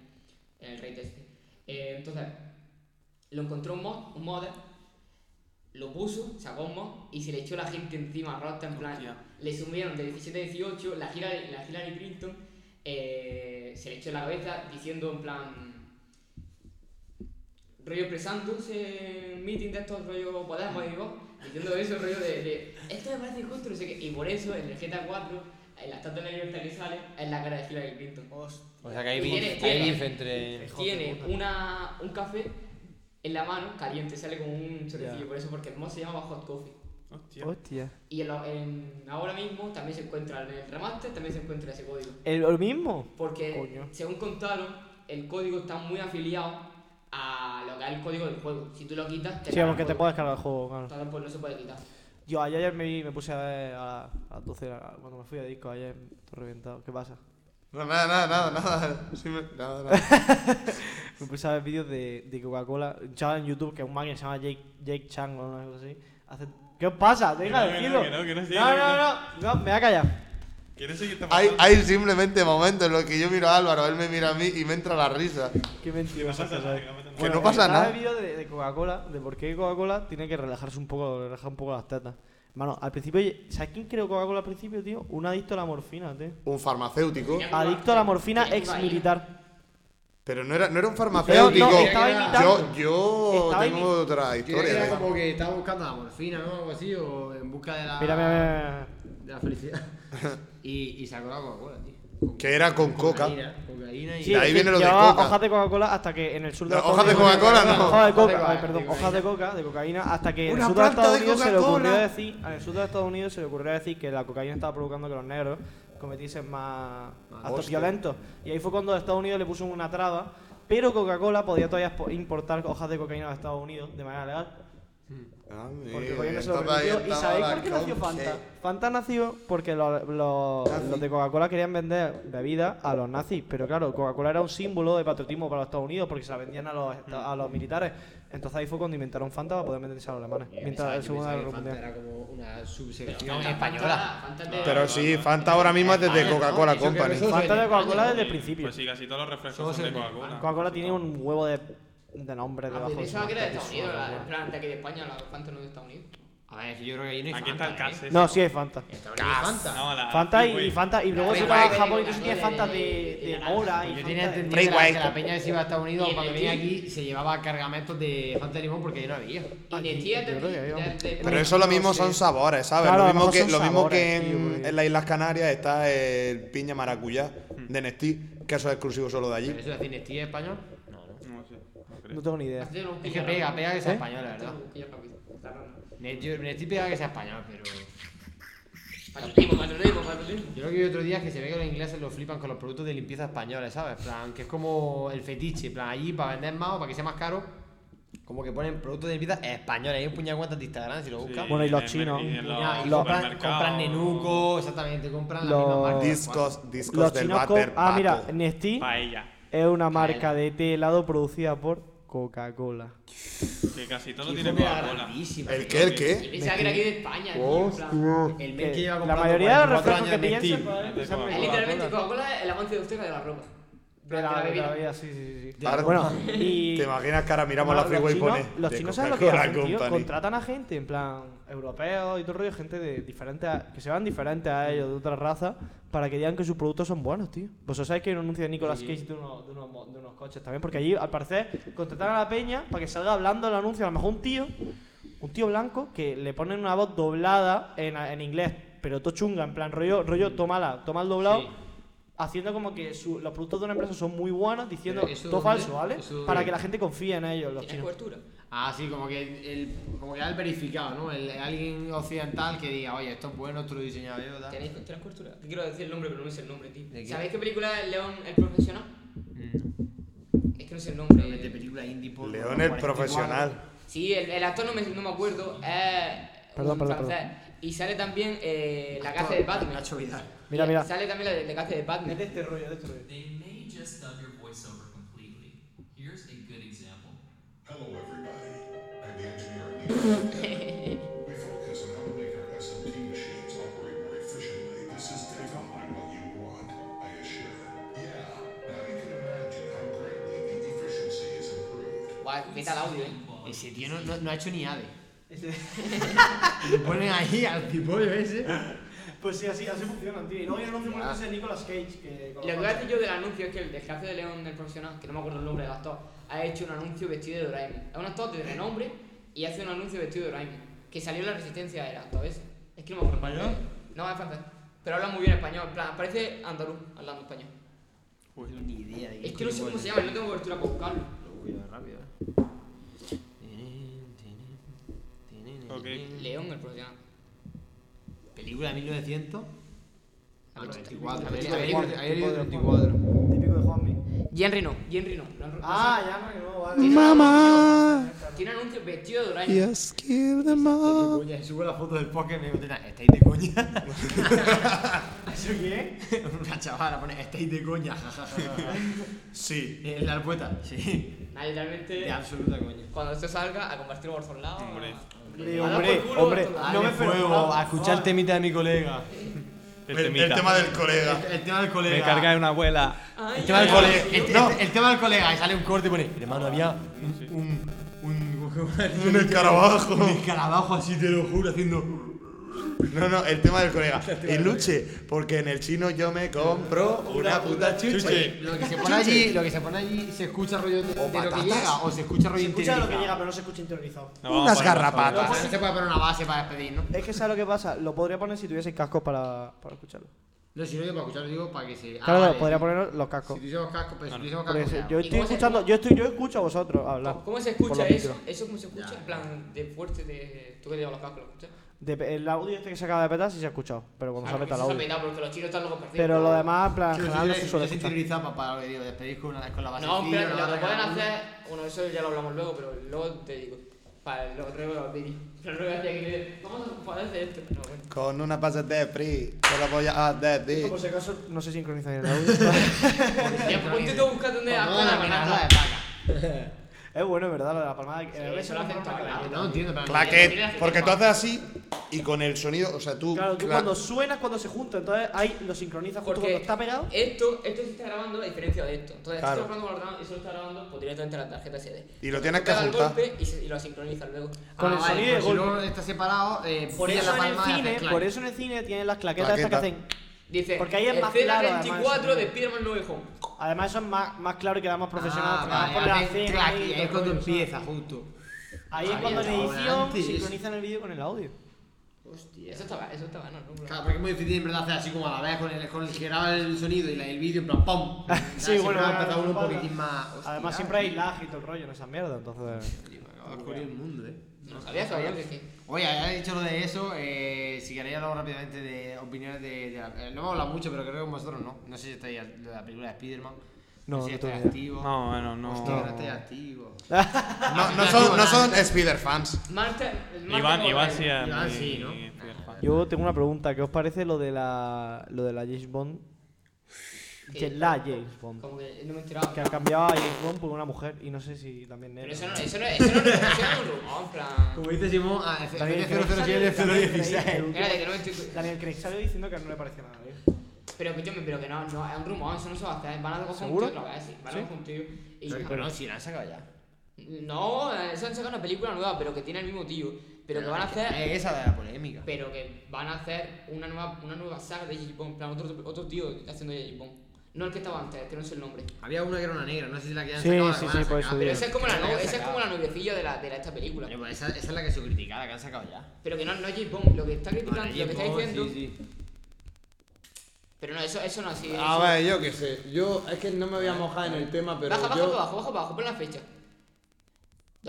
Speaker 4: En el rate este. Eh, entonces, lo encontró un mod, un modder lo puso, sacó un mod y se le echó la gente encima a Rasta en plan. Le sumieron de 17 a 18, la Hillary, la Hillary Clinton eh, se le echó en la cabeza diciendo en plan. Rollo expresándose en meeting de estos rollo Podemos, digo, diciendo eso, rollo de, de, Esto me parece injusto, no sé qué. Y por eso en el GTA 4, en la estatua de la libertad que sale, es la cara de Hillary Clinton.
Speaker 6: O sea que hay
Speaker 4: Y tiene-
Speaker 6: beef,
Speaker 4: tiene-
Speaker 6: hay beef entre.
Speaker 4: Oh, tiene una, un café en la mano, caliente, sale como un chorecillo, por eso, porque el mod se llama Hot Coffee.
Speaker 1: Hostia.
Speaker 4: Y en lo- en- ahora mismo también se encuentra en el remaster, también se encuentra ese código.
Speaker 1: ¿El, ¿Lo mismo?
Speaker 4: Porque,
Speaker 1: Coño.
Speaker 4: según contaron, el código está muy afiliado a lo que es el código del juego. Si tú lo quitas, te
Speaker 1: Sí,
Speaker 4: eh. carga el
Speaker 1: aunque te
Speaker 4: juego.
Speaker 1: puedes cargar el juego, claro.
Speaker 4: Entonces, pues no se puede quitar.
Speaker 1: Yo ayer, ayer me, vi- me puse a ver a, la- a las 12 de la- cuando me fui a disco, ayer estoy reventado. ¿Qué pasa?
Speaker 7: No, nada, nada, nada, nada. Sí me- nada, nada.
Speaker 1: Me puse a ver vídeos de, de Coca-Cola. Un chaval en YouTube que es un man que se llama Jake, Jake Chang o una cosa así. hace- ¿Qué os pasa? Deja
Speaker 2: Que no,
Speaker 1: de
Speaker 2: que
Speaker 1: decirlo.
Speaker 2: no, que no, que no, sí,
Speaker 1: no,
Speaker 2: no,
Speaker 1: no, no, no, me voy a callar.
Speaker 2: ¿Quieres seguir
Speaker 7: Hay, hay simplemente momentos en los que yo miro a Álvaro, él me mira a mí y me entra la risa.
Speaker 1: Qué mentiroso.
Speaker 2: pasa nada, que no pasa nada.
Speaker 7: Que no pasa nada.
Speaker 1: el vídeo de, de Coca-Cola, de por qué Coca-Cola tiene que relajarse un poco, relajar un poco las tetas. Hermano, al principio, ¿sabes quién creó Coca-Cola al principio, tío? Un adicto a la morfina, tío.
Speaker 7: Un farmacéutico.
Speaker 1: Adicto a la morfina ex militar. Eh,
Speaker 7: Pero no era, no era un farmacéutico.
Speaker 1: No, estaba imitando.
Speaker 7: yo yo
Speaker 1: Estaba
Speaker 7: tengo
Speaker 1: imi-
Speaker 7: otra
Speaker 6: Creo que
Speaker 7: historia.
Speaker 6: era
Speaker 7: ¿eh?
Speaker 6: como que estaba buscando la morfina, ¿no? Algo así, o en busca de la.
Speaker 1: Mira, mira, mira,
Speaker 6: De la felicidad. y, y sacó la Coca-Cola, tío.
Speaker 7: Que era con coca.
Speaker 6: Cocaína, cocaína y.
Speaker 1: Sí,
Speaker 7: De ahí
Speaker 1: es que
Speaker 7: viene lo de
Speaker 1: llevaba
Speaker 7: coca.
Speaker 1: hojas de Coca-Cola hasta que en el sur de
Speaker 7: No,
Speaker 1: Estados
Speaker 7: hojas de
Speaker 1: Unidos-
Speaker 7: Coca-Cola, no.
Speaker 1: Hojas de coca,
Speaker 6: Coca-Cola,
Speaker 1: ay, perdón,
Speaker 6: de
Speaker 1: hojas de coca, de cocaína, hasta que en
Speaker 7: Una
Speaker 1: el sur de
Speaker 7: planta
Speaker 1: Estados
Speaker 7: de
Speaker 1: Unidos se le ocurrió
Speaker 7: Coca-Cola.
Speaker 1: decir, en el sur de Estados Unidos se le ocurrió decir que la cocaína estaba provocando que los negros cometiesen más actos
Speaker 7: hostia.
Speaker 1: violentos. Y ahí fue cuando Estados Unidos le puso una traba, pero Coca-Cola podía todavía expo- importar hojas de cocaína a Estados Unidos de manera legal.
Speaker 7: Ah, mira,
Speaker 1: Porque cocaína se lo
Speaker 7: entonces ahí
Speaker 1: permitió. ¿Y
Speaker 7: estaba
Speaker 1: sabéis
Speaker 7: la
Speaker 1: por qué nació
Speaker 7: concha.
Speaker 1: Fanta? Fanta nació porque lo- lo-
Speaker 7: Ah,
Speaker 1: los de Coca-Cola querían vender bebidas a los nazis, pero claro, Coca-Cola era un símbolo de patriotismo para los Estados Unidos porque se la vendían a los, esta- a los militares. Entonces ahí fue cuando inventaron Fanta para poder venderse a los alemanes. Mientras la Segunda Guerra Mundial.
Speaker 6: Era como una subsección
Speaker 4: Fanta- Fanta-
Speaker 6: española.
Speaker 4: Fanta de-
Speaker 7: Pero sí, Fanta ahora mismo es desde Coca-Cola Company.
Speaker 1: Fanta de Coca-Cola desde el
Speaker 2: Sí,
Speaker 1: principio.
Speaker 2: Pues sí, casi todos los refrescos son de Coca-Cola.
Speaker 1: Coca-Cola tiene un huevo de, de nombre
Speaker 4: Ah,
Speaker 1: debajo
Speaker 4: pues
Speaker 1: de su
Speaker 4: pensaba que era de
Speaker 1: marca,
Speaker 4: Estados
Speaker 1: que es
Speaker 4: Unidos,
Speaker 1: una
Speaker 4: la- en
Speaker 1: locura.
Speaker 4: plan, de aquí de España, la Fanta no es de Estados Unidos.
Speaker 6: A ver, es que yo creo que ahí no hay
Speaker 2: Aquí
Speaker 6: Fanta,
Speaker 2: está el
Speaker 6: ¿eh?
Speaker 2: case.
Speaker 1: No, sí es Fanta.
Speaker 6: Está hablando de Fanta.
Speaker 2: No, la
Speaker 1: Fanta
Speaker 2: Free
Speaker 1: y,
Speaker 2: Wave.
Speaker 1: y Fanta y luego
Speaker 4: Free
Speaker 1: se va a
Speaker 4: Wave.
Speaker 1: Japón y tú sí tienes Fanta de,
Speaker 4: De
Speaker 1: de
Speaker 4: naranja.
Speaker 1: mora y
Speaker 6: Yo
Speaker 1: Fanta eh.
Speaker 6: tenía
Speaker 1: de-
Speaker 6: entendido que la, que la peña que se iba a Estados Unidos
Speaker 4: Y el
Speaker 6: cuando
Speaker 4: de
Speaker 6: venía
Speaker 4: Chile.
Speaker 6: aquí se llevaba cargamentos de Fanta de limón porque ahí no había.
Speaker 4: Y de tía
Speaker 1: yo creo que hay, vamos.
Speaker 4: de- de-
Speaker 7: Pero eso lo mismo
Speaker 4: no sé.
Speaker 7: son sabores, ¿sabes?
Speaker 1: Claro, a lo
Speaker 7: lo mismo
Speaker 1: mejor
Speaker 7: que,
Speaker 1: son
Speaker 7: lo mismo
Speaker 1: sabores,
Speaker 7: que
Speaker 1: tío,
Speaker 7: en,
Speaker 1: porque-
Speaker 7: en las Islas Canarias está el piña maracuyá de Nestí, que eso es exclusivo solo de allí.
Speaker 6: ¿Pero eso es cinestía español? No, no.
Speaker 2: No sé, no creo.
Speaker 1: No tengo ni idea.
Speaker 4: Hazte lo
Speaker 6: Es que pega, pega que sea español, la verdad.
Speaker 4: Que ya rápido, está raro.
Speaker 6: Ne- yo- Nestí pega que sea español, pero.
Speaker 4: Patriotismo, patriotismo, patriotismo.
Speaker 6: Yo lo que vi otro día es que se ve que los ingleses lo flipan con los productos de limpieza españoles, ¿sabes? Plan, que es como el fetiche, plan, allí para vender más o para que sea más caro, como que ponen productos de limpieza españoles. Hay un puñado de cuentas de Instagram si lo
Speaker 2: Sí,
Speaker 6: buscas.
Speaker 1: Bueno, y los
Speaker 2: en el-
Speaker 1: chinos.
Speaker 2: y en
Speaker 6: Y
Speaker 2: los
Speaker 6: nada, y
Speaker 1: los-
Speaker 6: compran,
Speaker 2: supermercados.
Speaker 6: compran nenuco, exactamente, compran
Speaker 1: Los-
Speaker 6: la misma marca.
Speaker 7: Discos, discos
Speaker 1: Los
Speaker 7: del
Speaker 1: chinos con-
Speaker 7: váter.
Speaker 1: Ah,
Speaker 7: pato.
Speaker 1: mira, Nestí
Speaker 2: Paella.
Speaker 1: es una marca de té helado producida por Coca-Cola.
Speaker 2: Que casi todo
Speaker 6: Hijo
Speaker 2: tiene
Speaker 6: de la
Speaker 2: Coca-Cola.
Speaker 6: grandísima,
Speaker 7: ¿El
Speaker 6: tío.
Speaker 7: qué? ¿El
Speaker 4: Y
Speaker 7: qué?
Speaker 4: pensaba que era aquí de España, tío. en plan-
Speaker 6: El
Speaker 7: Hostia.
Speaker 1: Que
Speaker 6: men que lleva
Speaker 1: Eh, la
Speaker 6: comprando
Speaker 1: mayoría de los
Speaker 6: 44
Speaker 1: refrescos que
Speaker 6: años
Speaker 1: pillan
Speaker 6: Nestí.
Speaker 1: se pueden-
Speaker 2: de
Speaker 1: se han
Speaker 2: Coca-Cola.
Speaker 4: Es
Speaker 1: metido
Speaker 4: literalmente
Speaker 1: Coca-Cola.
Speaker 4: Coca-Cola es el avance de usted de la ropa.
Speaker 1: De la, de la bebida, sí, sí, sí, sí.
Speaker 7: Ahora-
Speaker 1: Bueno, y...
Speaker 7: ¿Te imaginas que ahora miramos
Speaker 1: Bueno,
Speaker 7: la freeway y
Speaker 1: los
Speaker 7: pone?
Speaker 1: chinos, los
Speaker 7: de
Speaker 1: chinos saben lo que
Speaker 7: Coca-Cola
Speaker 1: hacen, tío.
Speaker 7: Company?
Speaker 1: Contratan a gente, en plan, europeos y todo el rollo, gente de diferente a- que se van diferentes a ellos, de otras razas, para que digan que sus productos son buenos, tío. Vosotros sabéis que hay un anuncio de Nicolas Cage de unos, de, unos, mo- de unos coches también, porque allí, al parecer, contratan a la peña para que salga hablando el anuncio. A lo mejor un tío, un tío blanco, que le ponen una voz doblada en, en inglés, pero todo chunga, en plan, rollo, rollo, tómala, toma el doblado. Haciendo como que su- los productos de una empresa son muy buenos, diciendo
Speaker 6: Pero eso
Speaker 1: todo
Speaker 6: dónde?
Speaker 1: falso, ¿vale?
Speaker 6: Eso-
Speaker 1: Para que la gente confíe en ellos, los
Speaker 4: Tiene
Speaker 1: chinos.
Speaker 4: cobertura.
Speaker 6: Ah, sí, como que el, el- como que era el verificado, ¿no? El, alguien occidental que diga, oye, esto es bueno, esto lo diseñado yo,
Speaker 1: Ah.
Speaker 6: tal.
Speaker 4: ¿Tenéis tenéis cobertura? Que quiero decir el nombre, pero no es el nombre, tío.
Speaker 6: ¿De qué?
Speaker 4: ¿Sabéis qué película es León el Profesional?
Speaker 6: Mm.
Speaker 4: Es que no sé el
Speaker 6: De
Speaker 4: nombre.
Speaker 6: película indie porno,
Speaker 7: León el
Speaker 6: 44.
Speaker 7: profesional.
Speaker 4: Sí, el, el actor no me, no me acuerdo. Es
Speaker 1: Perdón,
Speaker 4: un
Speaker 1: perdón,
Speaker 4: francés. Y sale también eh, la casa de Batman.
Speaker 6: Nacho Vidal.
Speaker 1: Mira, mira.
Speaker 4: Sale también la, la casa de Batman.
Speaker 1: este rollo, de este rollo.
Speaker 21: They may just dub your voiceover completely. Here's a good example.
Speaker 14: Hello, everybody. I'm the engineer. Neil. we focus on how to make our SMT machines operate more efficiently. This is definitely what you want, I assure. Yeah. Now you can imagine how greatly the efficiency is improved.
Speaker 4: Guau, qué tal audio, eh.
Speaker 6: Ese tío no, no, no ha hecho ni ADE.
Speaker 1: Este,
Speaker 6: Y lo ponen ahí al cipollo ese.
Speaker 1: Pues sí, así, así funcionan, tío. Y luego hay anuncio muy ese de Nicolas Cage. Que
Speaker 4: Lo que voy a decir yo del anuncio es que el desgraciado de León del profesional, que no me acuerdo el nombre del actor, ha hecho un anuncio vestido de Doraemon. Es un actor de renombre y hace un anuncio vestido de Doraemon. Que salió en la resistencia del actor ese. Es que no me acuerdo. ¿Español? No, es francés. Pero habla muy bien español. En plan, parece andaluz hablando español.
Speaker 6: Pues ni idea.
Speaker 4: Es que no sé cómo se llama, no tengo cobertura para buscarlo.
Speaker 6: Lo voy a ver rápido. eh.
Speaker 2: Ok.
Speaker 4: León el profesional.
Speaker 6: Película de 1900.
Speaker 4: Ah,
Speaker 6: al
Speaker 4: no,
Speaker 6: 84.
Speaker 4: típico
Speaker 6: Ayer
Speaker 4: de Juan,
Speaker 6: ayer
Speaker 4: típico
Speaker 6: el
Speaker 4: de
Speaker 6: 84.
Speaker 1: Típico de Juanmi.
Speaker 4: Henry no, Henry no. Lo han-
Speaker 1: Ah, ya no, que no, vale.
Speaker 4: Tiene-
Speaker 6: Mamá.
Speaker 4: Tiene anuncio vestido de Doraemon.
Speaker 6: Yes, kill them all. Coña, sube la foto del Pokémon y me digo, estáis de coña.
Speaker 1: ¿Eso qué?
Speaker 6: Una chavala pone, estáis de coña.
Speaker 7: Sí.
Speaker 6: En la alpueta. Sí.
Speaker 4: Nada, literalmente.
Speaker 6: De absoluta coña.
Speaker 4: Cuando esto salga, a compartirlo por todos lados. Hombre,
Speaker 1: Hombre, hombre,
Speaker 6: pues,
Speaker 1: hombre, no me
Speaker 6: fuego, a escuchar el temita de mi colega.
Speaker 2: El,
Speaker 7: El tema del colega.
Speaker 6: El, el tema del colega.
Speaker 2: Me carga una abuela.
Speaker 6: El tema del colega. El, el- el tema del colega. Y sale un corte y pone, hermano, había un. un un,
Speaker 7: Un escarabajo.
Speaker 6: Un escarabajo así, te lo juro, haciendo.
Speaker 7: No, no, el tema del colega. Y luche, porque en el chino yo me compro una puta chuche.
Speaker 6: Lo que se pone allí, lo que se pone allí, se escucha rollo de, de lo que
Speaker 7: patatas.
Speaker 6: llega o se escucha rollo
Speaker 1: Se escucha lo que
Speaker 6: interiorizado?
Speaker 1: llega, pero no se escucha interiorizado.
Speaker 2: Nos vamos
Speaker 7: Unas
Speaker 2: a poner más
Speaker 7: garrapatas.
Speaker 6: Ah, No se puede poner una base para despedir, ¿no?
Speaker 1: Es que ¿sabes lo que pasa? Lo podría poner si tuviese cascos para, para escucharlo.
Speaker 6: No, si no digo para escucharlo, digo para que se. ah,
Speaker 1: Claro,
Speaker 6: vale.
Speaker 1: podría poner los cascos.
Speaker 6: Si tuviésemos cascos, pero si tuviésemos
Speaker 1: Porque
Speaker 6: cascos.
Speaker 1: se-
Speaker 6: ya.
Speaker 1: yo estoy
Speaker 4: cómo se-
Speaker 1: escuchando, yo estoy, yo escucho a vosotros hablar.
Speaker 4: ¿Cómo se
Speaker 1: por
Speaker 4: escucha
Speaker 1: los
Speaker 4: eso?
Speaker 1: micros.
Speaker 4: ¿Eso cómo se escucha? En plan, de fuerte, de. ¿Tú que llevas los cascos? ¿Lo escuchas?
Speaker 1: De- el audio este que se acaba de petar sí se ha escuchado, pero cuando se ha
Speaker 4: Claro,
Speaker 1: petado
Speaker 4: eso
Speaker 1: el
Speaker 4: se ha
Speaker 1: audio.
Speaker 4: petado porque los chinos están locos perdidos.
Speaker 1: Pero lo demás, en plan, en
Speaker 6: Sí,
Speaker 1: general no
Speaker 6: sí,
Speaker 1: se
Speaker 6: sí,
Speaker 1: suele
Speaker 6: sí,
Speaker 1: escuchar.
Speaker 6: interiorizar para, para lo que digo, despedir con una, con la base.
Speaker 4: No,
Speaker 6: fría,
Speaker 4: espérate,
Speaker 6: una
Speaker 4: lo que
Speaker 6: barra
Speaker 4: pueden
Speaker 6: cada uno.
Speaker 4: hacer. Bueno, eso ya lo hablamos luego, pero luego te digo. Para los otro los vídeos. Pero luego hacía que le- Vamos a poder hacer esto. Pero bueno.
Speaker 7: Con una pasa de free, yo la voy a decir.
Speaker 1: Por si acaso, no se sincroniza bien el audio.
Speaker 4: Ya, pues ponte tú a buscar dónde
Speaker 6: Con
Speaker 4: hacer
Speaker 6: toda la
Speaker 4: la
Speaker 6: manada
Speaker 4: banana.
Speaker 6: de vaca.
Speaker 1: es bueno, ¿verdad? Lo de la palmada. en el
Speaker 4: Sí,
Speaker 1: beso
Speaker 4: eso lo
Speaker 1: no
Speaker 4: hacen
Speaker 1: forma
Speaker 4: todas,
Speaker 1: clave.
Speaker 6: No entiendo, pero.
Speaker 7: Claquet, porque tú haces así y con el sonido, o sea, tú.
Speaker 1: Claro, tú
Speaker 7: cla-
Speaker 1: cuando suenas, cuando se junta, entonces ahí lo sincronizas justo
Speaker 4: Porque
Speaker 1: cuando está pegado.
Speaker 6: eh,
Speaker 4: Esto, esto se está grabando a diferencia de esto. Entonces,
Speaker 7: Claro.
Speaker 4: esto está grabando con el ordenador y solo está grabando pues, directamente a la tarjeta SD.
Speaker 7: Y lo tienes que
Speaker 4: Pega el
Speaker 7: juntar.
Speaker 4: golpe y, se- y lo sincroniza luego.
Speaker 1: Con
Speaker 6: Ah,
Speaker 1: el
Speaker 6: vale,
Speaker 1: sonido
Speaker 6: pero
Speaker 1: de
Speaker 6: si
Speaker 1: golpe.
Speaker 6: luego está separado, eh,
Speaker 1: Por
Speaker 6: fría
Speaker 1: eso,
Speaker 6: la
Speaker 1: en el
Speaker 6: palma de
Speaker 1: cine,
Speaker 6: Hackline.
Speaker 1: por eso en el cine tienen las claquetas
Speaker 7: Claqueta.
Speaker 1: estas que hacen.
Speaker 4: Dice,
Speaker 1: Porque ahí es más
Speaker 4: escena
Speaker 1: claro, además,
Speaker 4: 24 de
Speaker 1: eso.
Speaker 4: Spider-Man No Way Home.
Speaker 1: Además, eso es más, más claro y queda más profesional.
Speaker 6: Ah,
Speaker 1: trabajar por
Speaker 6: vale,
Speaker 1: la
Speaker 6: hacen
Speaker 1: escena
Speaker 6: clac,
Speaker 1: y
Speaker 6: y
Speaker 1: todo
Speaker 6: ahí es
Speaker 1: el
Speaker 6: cuando
Speaker 1: rollo, ¿sabes?
Speaker 6: empieza, justo.
Speaker 1: Ahí es
Speaker 6: Sabía,
Speaker 1: cuando en
Speaker 6: cabrón,
Speaker 1: edición
Speaker 6: antes.
Speaker 1: sincronizan el vídeo con el audio.
Speaker 6: Hostia.
Speaker 4: Eso estaba, eso estaba, no, no. no.
Speaker 6: Claro, porque es muy difícil en verdad hacer así como a la vez con el, con el que graba el sonido y la- el vídeo, en plan ¡pum!
Speaker 1: Sí, bueno,
Speaker 6: ha
Speaker 1: bueno,
Speaker 6: empezado uno un
Speaker 1: bueno.
Speaker 6: poquitín más. hostia,
Speaker 1: Además, siempre hay lag y todo el rollo en esa mierda, entonces.
Speaker 6: tío, me acabas de descubrir el mundo, eh.
Speaker 4: No sabía, sabía que sí.
Speaker 6: Oye, ya he dicho lo de eso, eh, si queréis hablar rápidamente de opiniones de... de la, eh, no hemos hablado mucho, pero creo que vosotros no. No sé si estáis al- de la película de Spider-Man.
Speaker 1: No,
Speaker 6: sé si
Speaker 1: no
Speaker 6: estáis
Speaker 1: tengo idea.
Speaker 6: activos.
Speaker 2: No, bueno, no.
Speaker 6: Hostia, no estáis activos.
Speaker 7: No, no son, no son Spider fans.
Speaker 4: Marta, el Marta
Speaker 2: Iván,
Speaker 4: Correa.
Speaker 2: Iván sí es
Speaker 6: Iván
Speaker 2: muy-
Speaker 6: sí, ¿no?
Speaker 2: muy fan.
Speaker 1: Yo tengo una pregunta, ¿qué os parece lo de la lo de la James Bond? Que la James Bond.
Speaker 4: Como que no me he enterado.
Speaker 1: Que ha cambiado a James Bond por una mujer y no sé si también
Speaker 4: Pero
Speaker 1: negra.
Speaker 4: eso no, eso no, eso no, eso no es un rumor, en plan.
Speaker 6: Como dice Simón, ah, es-
Speaker 1: También
Speaker 6: es
Speaker 1: creo que
Speaker 6: 007
Speaker 1: salió- también creí-
Speaker 6: 016.
Speaker 4: Espérate, que no me estoy.
Speaker 1: Daniel Craig salió diciendo que no le parecía nada ¿eh? bien.
Speaker 4: Pero escúchame, pero que no, no, es un rumor, eso no se va a hacer. Van a coger un
Speaker 1: ¿Seguro?
Speaker 4: tío otra vez, sí. Van a
Speaker 1: ¿Sí?
Speaker 4: coger un tío. Y
Speaker 6: Pero no, si la han sacado ya.
Speaker 4: No, eh, eso han sacado una película nueva, pero que tiene el mismo tío. Pero que van a hacer.
Speaker 6: Es eh. esa de la polémica.
Speaker 4: Pero que van a hacer una nueva, una nueva saga de James Bond. En plan, otro, otro tío haciendo de James Bond. No el que estaba antes, que no sé el nombre.
Speaker 6: Había una que era una negra, no sé si la que han
Speaker 1: Sí,
Speaker 6: sacado.
Speaker 1: sí, sí,
Speaker 6: la van a
Speaker 1: por
Speaker 6: sacar,
Speaker 1: eso
Speaker 4: Pero
Speaker 1: digo.
Speaker 4: esa es como la,
Speaker 6: Creo que
Speaker 4: no-
Speaker 6: la
Speaker 4: esa es
Speaker 6: sacaba.
Speaker 4: como la noviecilla de, la, de la- esta película.
Speaker 6: Coño, pues esa, esa es la que se critica, la que han sacado ya.
Speaker 4: Pero que no, no es James Bond, lo que está criticando,
Speaker 6: Vale,
Speaker 4: lo que está
Speaker 6: James Bond,
Speaker 4: diciendo.
Speaker 6: sí, sí.
Speaker 4: Pero no, eso, eso no así.
Speaker 5: A
Speaker 6: Ah,
Speaker 4: eso-
Speaker 5: ver, yo qué sé. Yo es que no me voy a mojar en el tema, pero
Speaker 4: baja, baja, para
Speaker 5: yo.
Speaker 4: abajo, baja, para abajo, pon la fecha.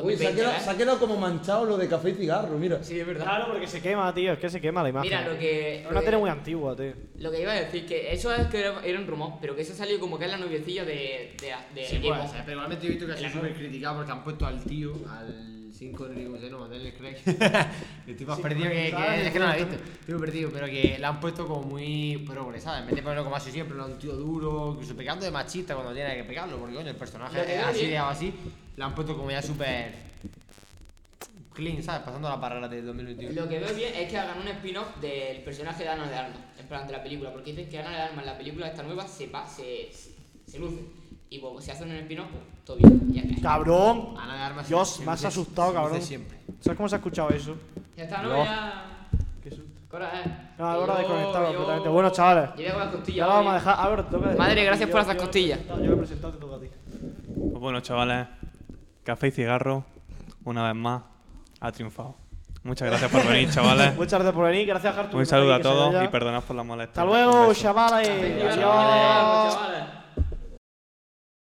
Speaker 5: Uy, se ha
Speaker 4: 2020,
Speaker 5: quedado-
Speaker 4: ¿eh?
Speaker 5: se ha quedado como manchado lo de café y cigarro, mira.
Speaker 4: Sí, es verdad.
Speaker 1: Claro, porque se quema, tío, es que se quema la imagen.
Speaker 4: Mira, lo que-
Speaker 1: Es
Speaker 4: lo
Speaker 1: una
Speaker 4: que-
Speaker 1: tele muy antigua, tío.
Speaker 4: Lo que iba a decir, que eso es que era, era un rumor, pero que eso salió como que es la noviecilla de, de, de
Speaker 6: Sí,
Speaker 4: James
Speaker 6: puede
Speaker 4: Bond.
Speaker 6: ser, pero igualmente yo he visto que ha sido
Speaker 4: La-
Speaker 6: súper criticado porque han puesto al tío, al 5 de Rigo Seno, a Daniel Craig. El tipo más
Speaker 1: Sí,
Speaker 6: perdido que,
Speaker 1: claro,
Speaker 6: que es que no lo he
Speaker 1: claro.
Speaker 6: visto. Tipo perdido, pero que la han puesto como muy progresada. En vez de ponerlo como así siempre, un tío duro, incluso pecando de machista cuando tiene que pegarlo, porque coño, el
Speaker 4: Lo
Speaker 6: personaje
Speaker 4: que
Speaker 6: es
Speaker 4: veo
Speaker 6: así
Speaker 4: bien.
Speaker 6: de así. La han puesto como ya súper clean, ¿sabes? Pasando la barrera del 2021.
Speaker 4: Lo que veo bien es que hagan un spin-off del personaje de Ana de Armas, en plan de la película, porque dicen que Ana de Armas en la película esta nueva se, va, se, se luce. Y pues, si hacen un spin-off, pues todo bien. Ya está.
Speaker 1: ¡Cabrón!
Speaker 6: Ana de Armas.
Speaker 1: Dios,
Speaker 6: se
Speaker 1: me has
Speaker 6: luce-
Speaker 1: asustado,
Speaker 6: se luce
Speaker 1: cabrón.
Speaker 6: siempre.
Speaker 1: ¿Sabes cómo se ha escuchado eso?
Speaker 4: Ya está, ¿no?
Speaker 1: Dios.
Speaker 4: Ya.
Speaker 1: Qué susto.
Speaker 4: Cora, eh.
Speaker 1: No, ahora
Speaker 4: Yo-
Speaker 1: desconectado
Speaker 4: yo-
Speaker 1: completamente. Bueno, chavales.
Speaker 4: Llegué con las costillas.
Speaker 1: Ya la vamos a
Speaker 4: hoy.
Speaker 1: dejar. Álvaro, te toca.
Speaker 4: Madre, gracias por
Speaker 1: Yo-
Speaker 4: las
Speaker 1: yo-
Speaker 4: costillas.
Speaker 1: Yo lo he presentado, te toca a ti.
Speaker 2: Pues bueno, chavales, café y cigarro, una vez más, ha triunfado. Muchas gracias por venir, chavales.
Speaker 1: Muchas gracias por venir. Gracias, Arturo.
Speaker 2: Un
Speaker 1: por estar
Speaker 2: saludo
Speaker 1: aquí,
Speaker 2: a
Speaker 1: que se
Speaker 2: todos
Speaker 1: vaya.
Speaker 2: y perdonad por la molestia.
Speaker 1: Hasta
Speaker 2: Un
Speaker 1: luego,
Speaker 2: beso.
Speaker 1: chavales.
Speaker 4: Café y
Speaker 1: Adiós.
Speaker 4: cigarro, chavales.